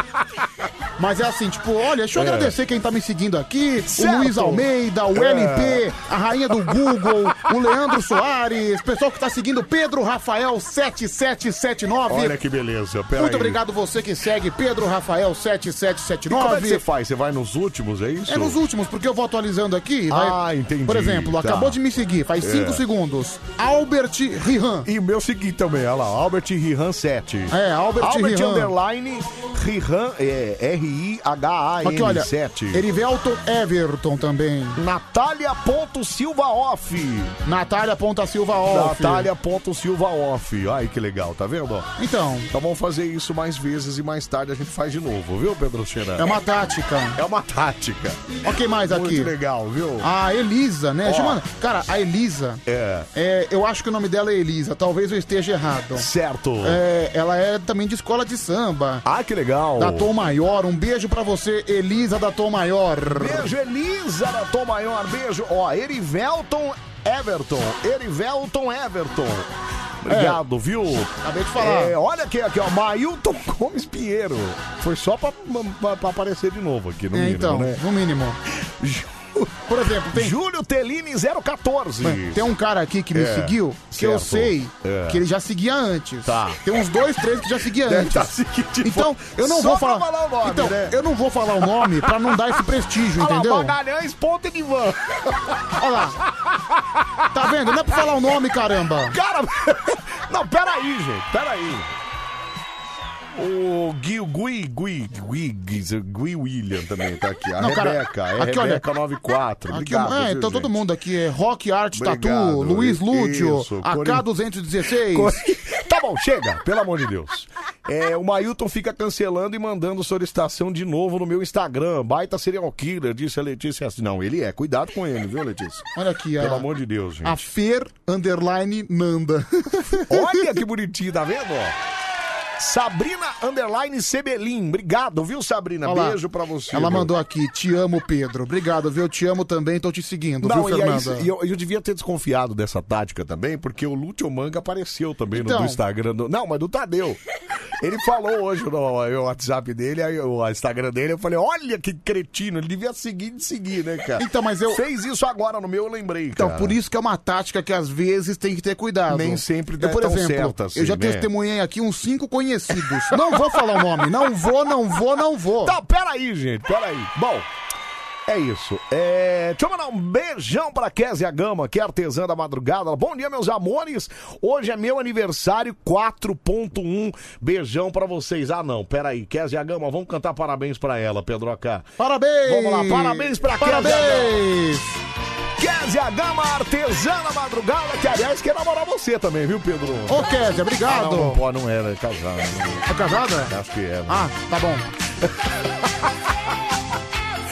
Speaker 3: Mas é assim, tipo, olha, deixa eu
Speaker 1: É.
Speaker 3: agradecer quem tá me seguindo aqui.
Speaker 1: Certo.
Speaker 3: O Luiz Almeida, o
Speaker 1: É.
Speaker 3: LP, a rainha do Google, o Leandro Soares, pessoal que tá seguindo Pedro Rafael 7779.
Speaker 1: Olha que beleza, peraí.
Speaker 3: Muito obrigado você que segue Pedro Rafael
Speaker 1: E como é que você
Speaker 3: 7779.
Speaker 1: faz? Você vai nos últimos, é isso?
Speaker 3: É nos últimos, porque eu vou atualizando aqui. vai-
Speaker 1: Ah, entendi,
Speaker 3: Por exemplo,
Speaker 1: tá.
Speaker 3: acabou de me seguir, faz
Speaker 1: É.
Speaker 3: 5 segundos. Albert Rihan.
Speaker 1: E o meu seguinte também, olha lá, Albert Rihan 7.
Speaker 3: É, Albert Rihan.
Speaker 1: Underline Rihan, é,
Speaker 3: Aqui, olha,
Speaker 1: R-I-H-A-N 7.
Speaker 3: Erivelton Everton também.
Speaker 1: Natália.silva off.
Speaker 3: Natália Ponta Silva Off.
Speaker 1: Natália.silva off. Ai, que legal, tá vendo? ó?
Speaker 3: Então,
Speaker 1: Então vamos fazer isso mais vezes e mais tarde a gente faz de novo, viu, Pedro Xeran?
Speaker 3: é uma tática.
Speaker 1: É uma tática.
Speaker 3: Ó, quem mais aqui?
Speaker 1: Muito legal, viu?
Speaker 3: A Elisa, né?
Speaker 1: Ó.
Speaker 3: Chama- Cara, a Elisa,
Speaker 1: É,
Speaker 3: é, eu acho que o nome dela é Elisa, talvez eu esteja errado.
Speaker 1: certo.
Speaker 3: É, ela é também de escola de samba.
Speaker 1: Ah, que legal.
Speaker 3: Da Tom Maior, um beijo pra você, Elisa da Tom Maior.
Speaker 1: Beijo, Elisa da Tom Maior. Beijo. Ó, Erivelton Everton. Erivelton Everton. Obrigado, viu?
Speaker 3: É. Acabei de falar.
Speaker 1: É, olha aqui, aqui, ó. Mailton [LAUGHS] Gomes Pinheiro. Foi só pra, pra- pra aparecer de novo aqui, no
Speaker 3: É,
Speaker 1: mínimo,
Speaker 3: então,
Speaker 1: né?
Speaker 3: no
Speaker 1: [LAUGHS]
Speaker 3: mínimo. Por exemplo, tem,
Speaker 1: Júlio Tellini 014.
Speaker 3: tem um cara aqui que me
Speaker 1: É,
Speaker 3: seguiu, que eu
Speaker 1: certo.
Speaker 3: sei
Speaker 1: É.
Speaker 3: que ele já seguia antes.
Speaker 1: Tá.
Speaker 3: Tem uns dois, três que já seguia
Speaker 1: Deve
Speaker 3: antes.
Speaker 1: tá seguindo,
Speaker 3: então, eu não
Speaker 1: só
Speaker 3: vou
Speaker 1: pra
Speaker 3: falar.
Speaker 1: falar o nome,
Speaker 3: então,
Speaker 1: né?
Speaker 3: eu não vou falar o nome pra não dar esse
Speaker 1: [LAUGHS]
Speaker 3: prestígio,
Speaker 1: Olha lá,
Speaker 3: entendeu?
Speaker 1: Magalhães Ponta de Van.
Speaker 3: Olha lá. Tá vendo? Não é pra falar o nome, caramba.
Speaker 1: Cara, [LAUGHS] não, peraí, gente, peraí. O Gui, Gui, Gui, Gui, Gui, Gui William também tá aqui. A
Speaker 3: Não, cara,
Speaker 1: Rebeca, é
Speaker 3: aqui, olha.
Speaker 1: Rebeca 94.
Speaker 3: Aqui,
Speaker 1: Obrigado.
Speaker 3: é,
Speaker 1: viu,
Speaker 3: então todo
Speaker 1: gente?
Speaker 3: mundo aqui é Rock Art Tatu,
Speaker 1: Obrigado,
Speaker 3: Luiz
Speaker 1: isso,
Speaker 3: Lúcio,
Speaker 1: Corin-
Speaker 3: AK216.
Speaker 1: [LAUGHS] Tá bom, chega, pelo amor de Deus. É, o Mailton fica cancelando e mandando solicitação de novo no meu Instagram. Baita serial killer, disse a Letícia. Não, ele é. Cuidado com ele, viu, Letícia?
Speaker 3: Olha aqui,
Speaker 1: Pelo
Speaker 3: a,
Speaker 1: amor de Deus, gente.
Speaker 3: a Fer Underline Nanda.
Speaker 1: Olha que bonitinho, tá vendo? ó? Sabrina Underline Sebelim. Obrigado, viu, Sabrina?
Speaker 3: Olha lá.
Speaker 1: Tá, Beijo pra você.
Speaker 3: Ela
Speaker 1: meu.
Speaker 3: mandou aqui, te amo, Pedro. Obrigado, viu? Te amo também, tô te seguindo,
Speaker 1: Não,
Speaker 3: viu,
Speaker 1: e aí,
Speaker 3: Fernanda?
Speaker 1: e eu, eu devia ter desconfiado dessa tática também, porque o Lúcio Manga apareceu também no-
Speaker 3: Então.
Speaker 1: no Instagram. do- não, mas do Tadeu. Ele falou hoje no, no WhatsApp dele, aí, o Instagram dele, eu falei, olha que cretino, ele devia seguir de seguir, né, cara?
Speaker 3: Então, mas eu-
Speaker 1: Fez isso agora no meu, eu lembrei,
Speaker 3: Então,
Speaker 1: cara.
Speaker 3: por isso que é uma tática que às vezes tem que ter cuidado.
Speaker 1: Nem sempre
Speaker 3: eu,
Speaker 1: é
Speaker 3: por
Speaker 1: tão
Speaker 3: exemplo,
Speaker 1: certa assim,
Speaker 3: Eu já
Speaker 1: né?
Speaker 3: testemunhei aqui uns cinco conhecidos. não vou falar o nome. Não vou, não vou, não vou.
Speaker 1: Tá, peraí, gente, peraí. Bom, é isso. É... Deixa eu mandar um beijão pra Kézia Gama, que é artesã da madrugada. Bom dia, meus amores. Hoje é meu aniversário 4.1. Beijão pra vocês. Ah, não, peraí. Kézia Gama, vamos cantar parabéns pra ela, Pedro AK.
Speaker 3: Parabéns!
Speaker 1: Vamos lá, parabéns pra
Speaker 3: Parabéns!
Speaker 1: Kézia Gama. Kézia Gama, artesã da madrugada, que aliás quer namorar você também, viu, Pedro?
Speaker 3: Ô, Kézia, obrigado.
Speaker 1: Ah, não, não, pode, não era, é casada. É
Speaker 3: casada?
Speaker 1: Acho que é. né?
Speaker 3: Ah, tá bom.
Speaker 1: [LAUGHS]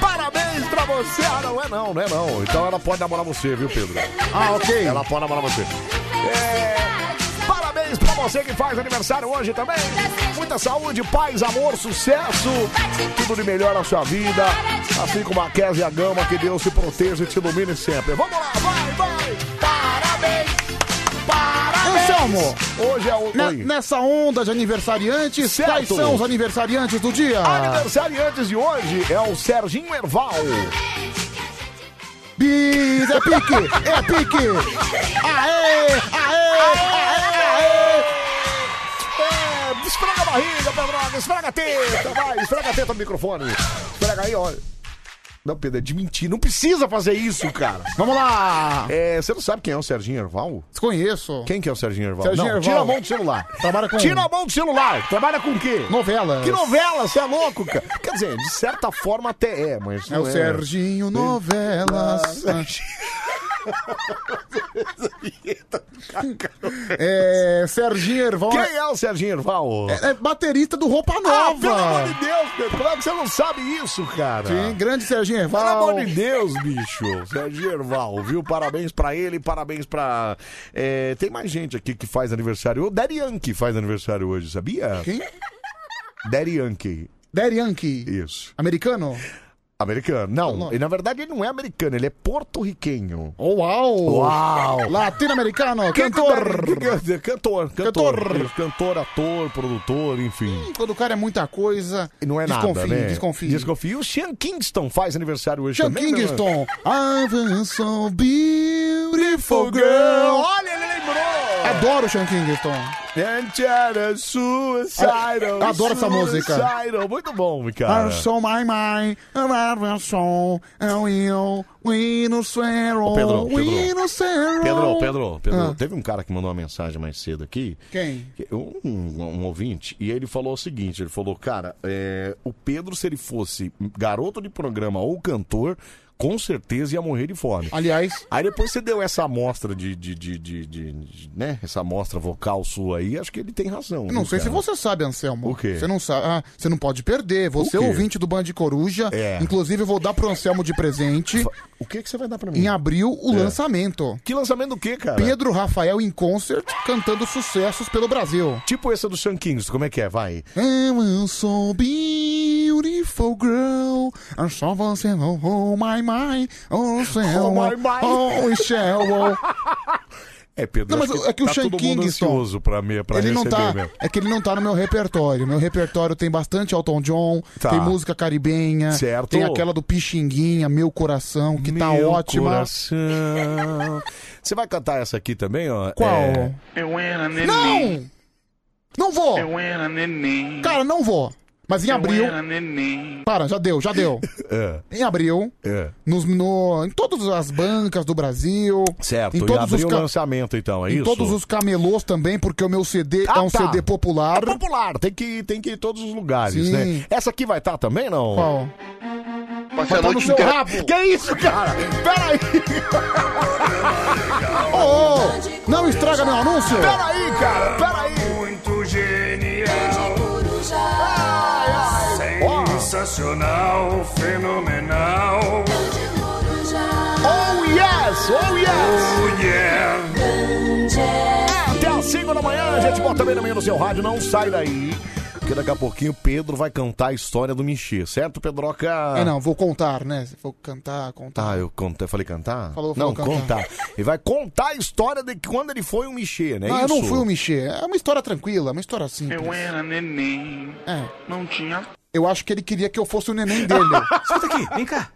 Speaker 1: Parabéns pra você! Ah, não é não, não é não. Então ela pode namorar você, viu, Pedro?
Speaker 3: Ah, ok.
Speaker 1: Ela pode namorar você. É, Parabéns pra você que faz aniversário hoje também. Muita saúde, paz, amor, sucesso. Tudo de melhor na sua vida. Assim como a Kézia Gama, que Deus te proteja e te ilumine sempre. Vamos lá, vai, vai. Parabéns. Parabéns.
Speaker 3: Anselmo,
Speaker 1: Hoje é o...
Speaker 3: Ne-
Speaker 1: Oi.
Speaker 3: nessa onda de aniversariantes,
Speaker 1: Certo.
Speaker 3: quais são os aniversariantes do dia?
Speaker 1: Aniversariantes de hoje é o Serginho Erval.
Speaker 3: Bis, é pique, é pique. Aê, aê, aê, aê.
Speaker 1: É, esfrega a barriga, Pedroga, esfrega a teta, vai, esfrega a teta no microfone. Esfrega aí, olha. Não, Pedro, é de mentir, não precisa fazer isso, cara.
Speaker 3: Vamos lá.
Speaker 1: É, você não sabe quem é o Serginho Erval?
Speaker 3: Desconheço.
Speaker 1: Quem que é o Serginho Erval?
Speaker 3: Serginho
Speaker 1: não,
Speaker 3: Erval.
Speaker 1: tira a mão do celular.
Speaker 3: Trabalha com...
Speaker 1: Tira a mão do celular, trabalha com o quê?
Speaker 3: Novela.
Speaker 1: Que novela, você é louco, cara? Quer dizer, de certa forma até é, mas
Speaker 3: É
Speaker 1: não
Speaker 3: o Serginho
Speaker 1: [LAUGHS]
Speaker 3: Novelas. [LAUGHS] É, Serginho Erval.
Speaker 1: Quem é o Serginho Erval?
Speaker 3: É baterista do Roupa
Speaker 1: Ah, pelo amor
Speaker 3: Nova.
Speaker 1: de Deus, Pedro, como é que você não sabe isso, cara?
Speaker 3: Sim, grande Serginho
Speaker 1: Pelo
Speaker 3: Erval.
Speaker 1: amor de Deus, bicho. Sérgio Erval, viu? Parabéns pra ele, parabéns pra. é, tem mais gente aqui que faz aniversário. O Daddy Yankee faz aniversário hoje, sabia?
Speaker 3: Quem?
Speaker 1: Daddy Yankee,
Speaker 3: Daddy Yankee.
Speaker 1: isso.
Speaker 3: Americano?
Speaker 1: Americano. Não, e na verdade ele não é americano, ele é porto-riquenho.
Speaker 3: Oh, uau!
Speaker 1: Uau!
Speaker 3: Latino-americano,
Speaker 1: Quem que o
Speaker 3: cantor.
Speaker 1: Daddy- que- que- Cantor, cantor,
Speaker 3: Cantor.
Speaker 1: Isso, cantor, ator, produtor, enfim.
Speaker 3: Quando o cara é muita coisa.
Speaker 1: E Não é nada,
Speaker 3: desconfie,
Speaker 1: né?
Speaker 3: Desconfie,
Speaker 1: Desconfie. E o Sean Kingston faz aniversário hoje
Speaker 3: Sean
Speaker 1: também. né, mano?
Speaker 3: Kingston. I've so beautiful girl.
Speaker 1: Olha, ele lembrou!
Speaker 3: Adoro o Sean Kingston.
Speaker 1: And Jared Suicidal.
Speaker 3: Ah, adoro essa música. Ah,
Speaker 1: Suicidal. Muito bom, cara.
Speaker 3: I'm so my mind, I'm so, and you, we no zero,
Speaker 1: Pedro,
Speaker 3: we
Speaker 1: Pedro.
Speaker 3: no zero.
Speaker 1: Pedro, Pedro, Pedro.
Speaker 3: Ah.
Speaker 1: Teve um cara que mandou uma mensagem mais cedo aqui.
Speaker 3: Quem?
Speaker 1: Um, um ouvinte, e ele falou o seguinte: ele falou, cara, é, o Pedro, se ele fosse garoto de programa ou cantor, com certeza ia morrer de fome.
Speaker 3: Aliás,
Speaker 1: Aí depois você deu essa amostra de, de, de, de- de- de- né? Essa amostra vocal sua aí, acho que ele tem razão.
Speaker 3: eu não
Speaker 1: viu,
Speaker 3: sei se
Speaker 1: cara?
Speaker 3: você sabe, Anselmo.
Speaker 1: O quê?
Speaker 3: Você não sabe. Ah, você não pode perder. Você é
Speaker 1: O quê?
Speaker 3: ouvinte do Band de Coruja.
Speaker 1: É.
Speaker 3: Inclusive, eu vou dar pro Anselmo de presente,
Speaker 1: O que, que você vai dar pra mim? É.
Speaker 3: em abril, o lançamento.
Speaker 1: Que lançamento do que, cara?
Speaker 3: Pedro Rafael em concert, cantando sucessos pelo Brasil.
Speaker 1: Tipo essa do Sean Kingston, como é que é? Vai.
Speaker 3: I'm so beautiful girl, I saw você no oh my my, oh céu,
Speaker 1: Oh, my, my.
Speaker 3: oh céu.
Speaker 1: É, Pedro,
Speaker 3: Não,
Speaker 1: acho
Speaker 3: mas é que o
Speaker 1: tá
Speaker 3: Sean
Speaker 1: todo mundo
Speaker 3: Kingston,
Speaker 1: ansioso pra, me, pra
Speaker 3: Ele não
Speaker 1: receber
Speaker 3: tá,
Speaker 1: mesmo.
Speaker 3: é que ele não tá no meu repertório. Meu repertório tem bastante Elton John,
Speaker 1: Tá.
Speaker 3: tem música caribenha,
Speaker 1: Certo.
Speaker 3: tem aquela do Pixinguinha, Meu Coração, que tá
Speaker 1: Meu
Speaker 3: ótima.
Speaker 1: coração. Ah, Você vai cantar essa aqui também, ó?
Speaker 3: Qual?
Speaker 1: É,
Speaker 6: Eu era neném.
Speaker 3: Não! Não vou!
Speaker 6: Eu era neném.
Speaker 3: Cara, não vou. Mas em abril,
Speaker 6: Eu era neném.
Speaker 3: para, já deu, já deu.
Speaker 1: é,
Speaker 3: Em abril,
Speaker 1: é.
Speaker 3: nos, no, em todas as bancas do Brasil.
Speaker 1: Certo,
Speaker 3: em
Speaker 1: e
Speaker 3: todos, os,
Speaker 1: abriu o
Speaker 3: ca-
Speaker 1: lançamento então, é
Speaker 3: em
Speaker 1: isso?
Speaker 3: todos os camelôs também, porque o meu CD
Speaker 1: Ah,
Speaker 3: é um
Speaker 1: tá.
Speaker 3: CD popular.
Speaker 1: É popular, tem que, ir- tem que ir em todos os lugares,
Speaker 3: Sim.
Speaker 1: né? Essa aqui vai estar também, não?
Speaker 3: Qual?
Speaker 6: Passei
Speaker 3: tá Vai
Speaker 6: a
Speaker 3: tá no
Speaker 6: noite
Speaker 3: seu
Speaker 6: inteira.
Speaker 3: rabo!
Speaker 1: Que isso, cara? Peraí,
Speaker 3: Ô, ô, não estraga meu anúncio!
Speaker 1: peraí, cara, peraí.
Speaker 7: Muito genial, sensacional, fenomenal.
Speaker 1: Oh yes, oh yes.
Speaker 7: Oh yeah!
Speaker 1: Até às 5 da manhã, gente bota bem na manhã no seu rádio, não sai daí. Porque daqui a pouquinho o Pedro vai cantar a história do Michê, certo, Pedroca?
Speaker 3: É, não, vou contar, né? Vou cantar, contar.
Speaker 1: Tá, eu conta, falei cantar?
Speaker 3: Falou,
Speaker 1: não,
Speaker 3: falou cantar.
Speaker 1: contar. Ele vai contar a história de quando ele foi um Michê, né?
Speaker 3: não, eu não
Speaker 1: Isso?
Speaker 3: fui o Michê. É uma história tranquila, uma história simples.
Speaker 6: Eu era neném.
Speaker 3: É.
Speaker 6: Não tinha.
Speaker 3: Eu acho que ele queria que eu fosse o neném
Speaker 1: [LAUGHS]
Speaker 3: dele. tá-
Speaker 6: Escuta aqui, vem cá.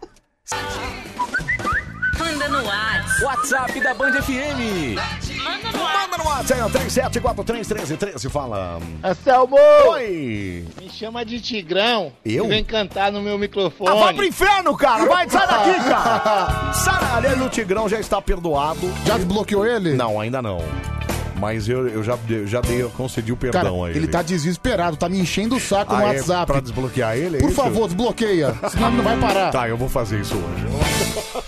Speaker 8: Manda no ar.
Speaker 1: WhatsApp da Band FM.
Speaker 8: Manda no ar.
Speaker 1: Manda no WhatsApp, ó, 37431313, fala.
Speaker 9: Anselmo!
Speaker 1: Oi!
Speaker 9: Me chama de Tigrão.
Speaker 1: Eu?
Speaker 9: E vem cantar no meu microfone.
Speaker 1: Ah, vai pro inferno, cara! Vai, sai daqui, cara! Sai, aliás, o Tigrão já está perdoado.
Speaker 3: Já desbloqueou ele?
Speaker 1: Não, ainda não. Mas eu, eu já, eu já dei, eu concedi o
Speaker 3: Cara,
Speaker 1: perdão a ele.
Speaker 3: ele tá desesperado, tá me enchendo o saco
Speaker 1: Ah,
Speaker 3: no
Speaker 1: é
Speaker 3: WhatsApp.
Speaker 1: pra desbloquear ele? é
Speaker 3: Por
Speaker 1: isso?
Speaker 3: favor, desbloqueia, senão ele não vai parar.
Speaker 1: Tá, eu vou fazer isso
Speaker 3: [LAUGHS]
Speaker 1: hoje.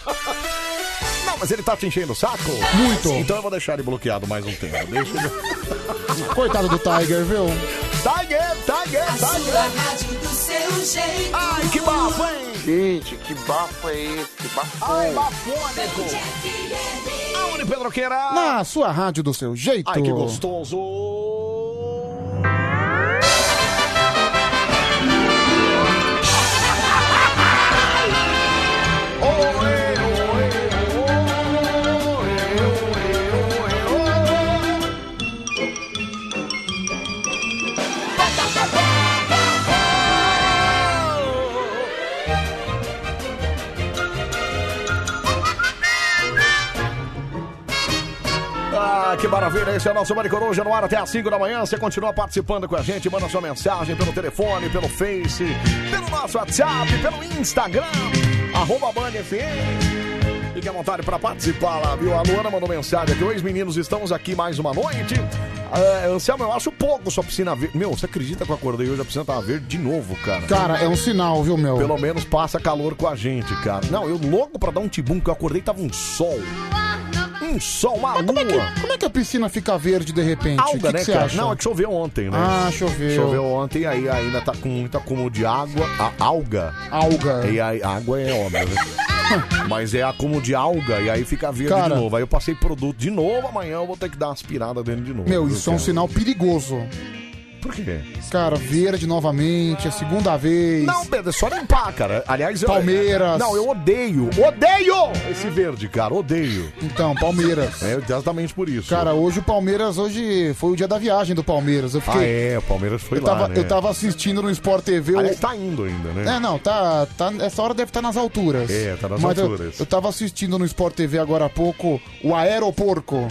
Speaker 1: Não, mas ele tá te enchendo o saco? Muito. Então eu vou deixar ele bloqueado mais um tempo. Deixa eu...
Speaker 3: [LAUGHS] Coitado do Tiger, viu?
Speaker 1: Tiger, Tiger,
Speaker 8: Tiger. do seu jeito.
Speaker 1: tá Ai, que bafo, hein?
Speaker 6: Gente, que bafo é esse? Bafo.
Speaker 1: Ai, bafônico. Aonde, Pedroqueira?
Speaker 3: Na sua rádio do seu jeito.
Speaker 1: Ai, que gostoso. Ah, que maravilha, esse é o nosso Mari Coruja no ar até às 5 da manhã. Você continua participando com a gente, manda sua mensagem pelo telefone, pelo Face, pelo nosso WhatsApp, pelo Instagram, arroba Band FM. Fique à vontade para participar lá, viu? A Luana mandou mensagem aqui. Oi, meninos, estamos aqui mais uma noite. Ah, Anselmo, eu acho pouco sua piscina verde. Meu, você acredita que eu acordei hoje a piscina tava verde de novo, cara?
Speaker 3: Cara, é um sinal, viu, meu?
Speaker 1: Pelo menos passa calor com a gente, cara. Não, eu louco pra dar um tibum, que eu acordei e tava um sol. Um sol, uma lua.
Speaker 3: Como é, que, como é que a piscina fica verde de repente?
Speaker 1: Alga,
Speaker 3: o que, que
Speaker 1: né,
Speaker 3: você
Speaker 1: cara?
Speaker 3: acha?
Speaker 1: Não, é que choveu ontem, né?
Speaker 3: Ah, choveu.
Speaker 1: Choveu ontem, aí ainda tá com muito acúmulo de água. A, alga.
Speaker 3: Alga.
Speaker 1: E aí, água é
Speaker 3: [LAUGHS]
Speaker 1: óbvio, né? Mas é acúmulo de alga e aí fica verde
Speaker 3: Cara.
Speaker 1: de novo. Aí eu passei produto de novo, amanhã eu vou ter que dar uma aspirada dentro de novo.
Speaker 3: Meu,
Speaker 1: viu,
Speaker 3: isso é um
Speaker 1: cara?
Speaker 3: sinal perigoso.
Speaker 1: Por quê?
Speaker 3: Cara, verde novamente, é a segunda vez.
Speaker 1: Não, Pedro, é só limpar, cara. Aliás, eu...
Speaker 3: Palmeiras.
Speaker 1: Não, eu odeio, odeio esse verde, cara, odeio.
Speaker 3: Então, Palmeiras.
Speaker 1: É exatamente por isso.
Speaker 3: Cara, hoje o Palmeiras, hoje foi o dia da viagem do Palmeiras. Eu fiquei.
Speaker 1: Ah, é, o Palmeiras foi
Speaker 3: eu,
Speaker 1: lá,
Speaker 3: tava,
Speaker 1: né?
Speaker 3: eu tava assistindo no Sport TV. o-
Speaker 1: Aliás, tá indo ainda, né?
Speaker 3: É, não, tá, tá. Essa hora deve estar nas alturas.
Speaker 1: É, tá nas
Speaker 3: Mas eu-
Speaker 1: alturas.
Speaker 3: Eu, tava assistindo no Sport TV agora há pouco o Aeroporco.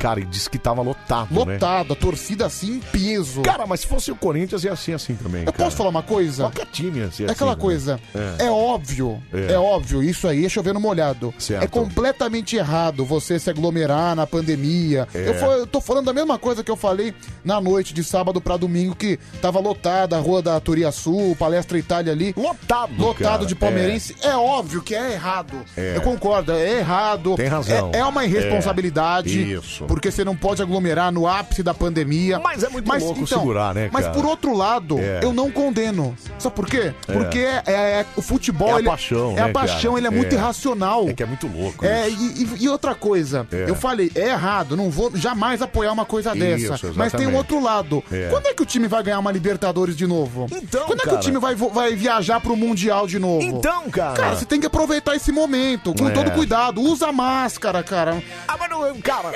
Speaker 1: Cara, e disse que tava lotado, né?
Speaker 3: Lotado, a torcida assim em peso.
Speaker 1: Cara, mas se fosse o Corinthians ia ser assim também,
Speaker 3: eu
Speaker 1: cara.
Speaker 3: posso falar uma coisa?
Speaker 1: Qualquer time ia ser
Speaker 3: É
Speaker 1: assim,
Speaker 3: aquela
Speaker 1: né?
Speaker 3: coisa,
Speaker 1: É.
Speaker 3: é. óbvio,
Speaker 1: É.
Speaker 3: é. óbvio, isso aí é chovendo molhado.
Speaker 1: Certo.
Speaker 3: É completamente errado você se aglomerar na pandemia.
Speaker 1: É.
Speaker 3: Eu, fa- eu tô falando da mesma coisa que eu falei na noite de sábado pra domingo, que tava lotada a rua da Turiaçu, Palestra Itália ali.
Speaker 1: Lotado,
Speaker 3: Lotado
Speaker 1: cara,
Speaker 3: de palmeirense. É. óbvio que é errado.
Speaker 1: É.
Speaker 3: Eu concordo, é errado.
Speaker 1: Tem razão.
Speaker 3: É, é uma irresponsabilidade.
Speaker 1: É. Isso.
Speaker 3: Porque você não pode aglomerar no ápice da pandemia. então,
Speaker 1: Mas é muito louco segurar, né,
Speaker 3: Mas
Speaker 1: cara?
Speaker 3: por outro lado,
Speaker 1: É.
Speaker 3: eu não condeno. Sabe por quê?
Speaker 1: É.
Speaker 3: Porque é, é- o futebol.
Speaker 1: É a
Speaker 3: ele-
Speaker 1: paixão,
Speaker 3: É
Speaker 1: né,
Speaker 3: a paixão,
Speaker 1: cara?
Speaker 3: ele é muito
Speaker 1: É.
Speaker 3: irracional.
Speaker 1: É que é muito louco.
Speaker 3: É,
Speaker 1: isso.
Speaker 3: e, e- e outra coisa,
Speaker 1: É.
Speaker 3: eu falei, é errado, não vou jamais apoiar uma coisa
Speaker 1: Isso,
Speaker 3: dessa. mas tem um
Speaker 1: exatamente.
Speaker 3: outro lado.
Speaker 1: É.
Speaker 3: Quando é que o time vai ganhar uma Libertadores de novo?
Speaker 1: Então,
Speaker 3: Quando é que
Speaker 1: cara.
Speaker 3: o time vai, vo- vai viajar pro Mundial de novo?
Speaker 1: Então, cara.
Speaker 3: Cara, você tem que aproveitar esse momento, com
Speaker 1: É.
Speaker 3: todo cuidado. Usa máscara, cara.
Speaker 1: Ah, mas não, cara.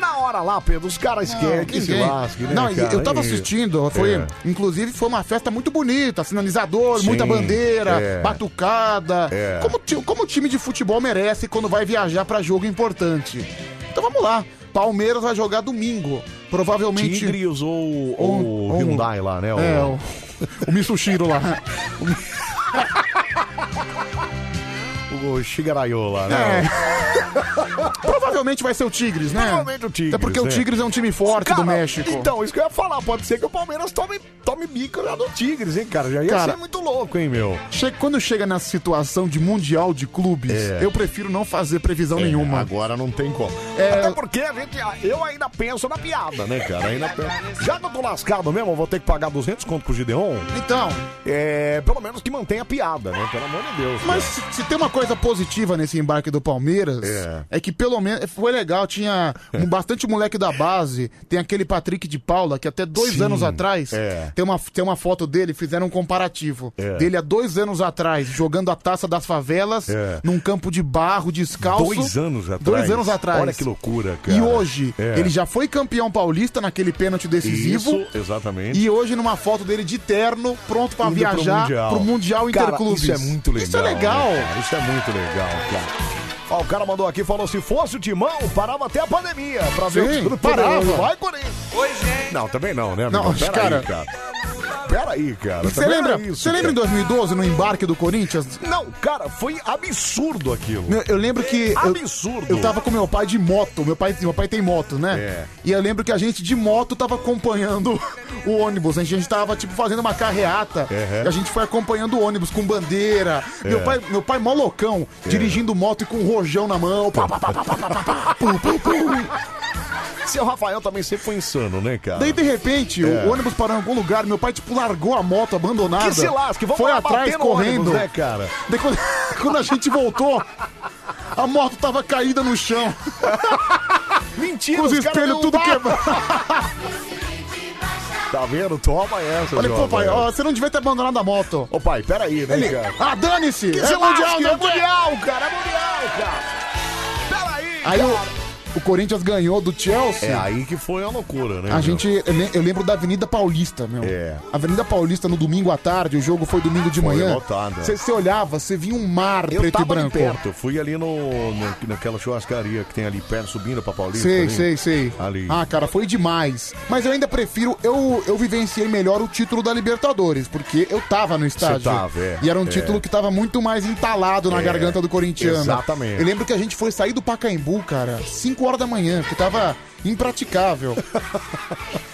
Speaker 1: Na hora lá, Pedro, os caras querem que se
Speaker 3: Ninguém.
Speaker 1: lasque, né?
Speaker 3: Não, e
Speaker 1: cara?
Speaker 3: eu tava
Speaker 1: E-
Speaker 3: assistindo, foi,
Speaker 1: É.
Speaker 3: inclusive foi uma festa muito bonita, sinalizador,
Speaker 1: Sim,
Speaker 3: muita bandeira,
Speaker 1: é.
Speaker 3: batucada.
Speaker 1: É.
Speaker 3: Como, ti- como o time de futebol merece quando vai viajar pra jogo importante. Então vamos lá. Palmeiras vai jogar domingo. Provavelmente.
Speaker 1: Tigre usou
Speaker 3: Um-
Speaker 1: o
Speaker 3: um-
Speaker 1: Hyundai lá, né? O-
Speaker 3: É, o, [LAUGHS] o Missushiro lá.
Speaker 1: O Shigaraiô lá, né?
Speaker 3: É. Provavelmente vai ser o Tigres, né?
Speaker 1: Provavelmente o Tigres,
Speaker 3: Até porque
Speaker 1: né?
Speaker 3: o Tigres é um time forte
Speaker 1: Cara,
Speaker 3: do México.
Speaker 1: Então, isso que eu ia falar. Pode ser que o Palmeiras tome, tome bico lá do Tigres, hein, cara? Já ia
Speaker 3: Cara.
Speaker 1: ser muito louco, hein, meu?
Speaker 3: Che- Quando chega nessa situação de mundial de clubes,
Speaker 1: É.
Speaker 3: eu prefiro não fazer previsão
Speaker 1: É,
Speaker 3: nenhuma.
Speaker 1: Agora não tem como.
Speaker 3: É.
Speaker 1: Até porque a gente, eu ainda penso na piada, né, cara? Ainda penso. Já que eu tô lascado mesmo, eu vou ter que pagar 200 conto pro Gideon.
Speaker 3: Então,
Speaker 1: É, pelo menos que mantenha a piada, né? Pelo amor de Deus.
Speaker 3: mas
Speaker 1: cara.
Speaker 3: se, se tem uma coisa positiva nesse embarque do Palmeiras, mas é que pelo menos foi legal. Tinha um
Speaker 1: [LAUGHS]
Speaker 3: bastante moleque da base. Tem aquele Patrick de Paula, que até dois
Speaker 1: Sim,
Speaker 3: anos atrás
Speaker 1: é.
Speaker 3: tem, uma, tem uma foto dele, fizeram um comparativo.
Speaker 1: É.
Speaker 3: Dele há dois anos atrás, jogando a taça das favelas,
Speaker 1: É.
Speaker 3: num campo de barro, descalço.
Speaker 1: Dois anos atrás.
Speaker 3: Dois anos atrás.
Speaker 1: Olha que loucura, cara.
Speaker 3: E hoje,
Speaker 1: É.
Speaker 3: ele já foi campeão paulista naquele pênalti decisivo.
Speaker 1: Isso, exatamente.
Speaker 3: E hoje numa foto dele de terno, pronto pra
Speaker 1: Indo
Speaker 3: viajar pro Mundial,
Speaker 1: Cara,
Speaker 3: Interclubes.
Speaker 1: Isso é muito legal.
Speaker 3: Isso é legal.
Speaker 1: né, cara? Isso é muito legal, cara. Ó, o cara mandou aqui, falou, se fosse o Timão, parava até a pandemia. Pra ver
Speaker 3: Sim,
Speaker 1: o time parava.
Speaker 3: parava.
Speaker 1: Vai, Corinthians. Não, também não, né, amigo?
Speaker 3: Não,
Speaker 1: Pera
Speaker 3: cara.
Speaker 1: aí, cara. Pera aí, cara.
Speaker 3: Você
Speaker 1: Também
Speaker 3: lembra,
Speaker 1: era isso,
Speaker 3: você lembra em
Speaker 1: cara.
Speaker 3: 2012, no embarque do Corinthians?
Speaker 1: Não, cara, foi absurdo aquilo.
Speaker 3: Meu, Eu lembro que. eu-
Speaker 1: Absurdo.
Speaker 3: Eu, tava com meu pai de moto. Meu pai, meu pai tem moto, né?
Speaker 1: É.
Speaker 3: E eu lembro que a gente de moto tava acompanhando [LAUGHS] o ônibus. A gente, a gente tava, tipo, fazendo uma carreata.
Speaker 1: Uhum.
Speaker 3: E a gente foi acompanhando o ônibus com bandeira.
Speaker 1: É.
Speaker 3: Meu pai, meu pai mó loucão, dirigindo moto e com um rojão na mão. Pá, pá, pá, pá, pá, pá, pá, pá, pum, pum, pum.
Speaker 1: Seu Rafael também sempre foi insano, né, cara?
Speaker 3: Daí, de repente,
Speaker 1: É.
Speaker 3: o ônibus parou em algum lugar, meu pai, tipo, largou a moto abandonada.
Speaker 1: Que se lasque, vamos
Speaker 3: Foi
Speaker 1: lá
Speaker 3: atrás,
Speaker 1: bater no
Speaker 3: correndo.
Speaker 1: ônibus, né, cara?
Speaker 3: Daí, quando, [LAUGHS] quando a gente voltou, a moto tava caída no chão.
Speaker 1: Mentira,
Speaker 3: Com os
Speaker 1: os caras
Speaker 3: espelhos tudo
Speaker 1: derrubaram.
Speaker 3: quebrados.
Speaker 1: [LAUGHS] Tá vendo? Toma essa,
Speaker 3: Falei, pô,
Speaker 1: jovem.
Speaker 3: pai, ó, você não devia ter abandonado a moto.
Speaker 1: Ô, pai, peraí, né,
Speaker 3: Ele,
Speaker 1: cara?
Speaker 3: ah, dane-se!
Speaker 1: Que
Speaker 3: É
Speaker 1: se
Speaker 3: mundial,
Speaker 1: lasque,
Speaker 3: não
Speaker 1: é
Speaker 3: é
Speaker 1: mundial, cara, é mundial, cara. Peraí,
Speaker 3: Aí
Speaker 1: cara.
Speaker 3: o, o Corinthians ganhou do Chelsea.
Speaker 1: É aí que foi a loucura, né?
Speaker 3: A
Speaker 1: meu?
Speaker 3: gente, eu lem- eu lembro da Avenida Paulista, meu.
Speaker 1: É.
Speaker 3: Avenida Paulista no domingo à tarde, o jogo foi domingo de
Speaker 1: Foi
Speaker 3: manhã.
Speaker 1: lotada.
Speaker 3: Você você olhava, você via um mar
Speaker 1: Eu
Speaker 3: preto e
Speaker 1: tava ali
Speaker 3: branco.
Speaker 1: perto, eu fui ali no, no- naquela churrascaria que tem ali perto, subindo pra Paulista.
Speaker 3: Sei,
Speaker 1: ali.
Speaker 3: sei, sei.
Speaker 1: Ali.
Speaker 3: Ah, cara, foi demais. Mas eu ainda prefiro, eu, eu vivenciei melhor o título da Libertadores, porque eu tava no estádio.
Speaker 1: tava, é.
Speaker 3: E era um
Speaker 1: É.
Speaker 3: título que tava muito mais entalado na
Speaker 1: É,
Speaker 3: garganta do corintiano.
Speaker 1: exatamente.
Speaker 3: Eu lembro que a gente foi sair do Pacaembu, cara, 5 horas da manhã, que tava impraticável.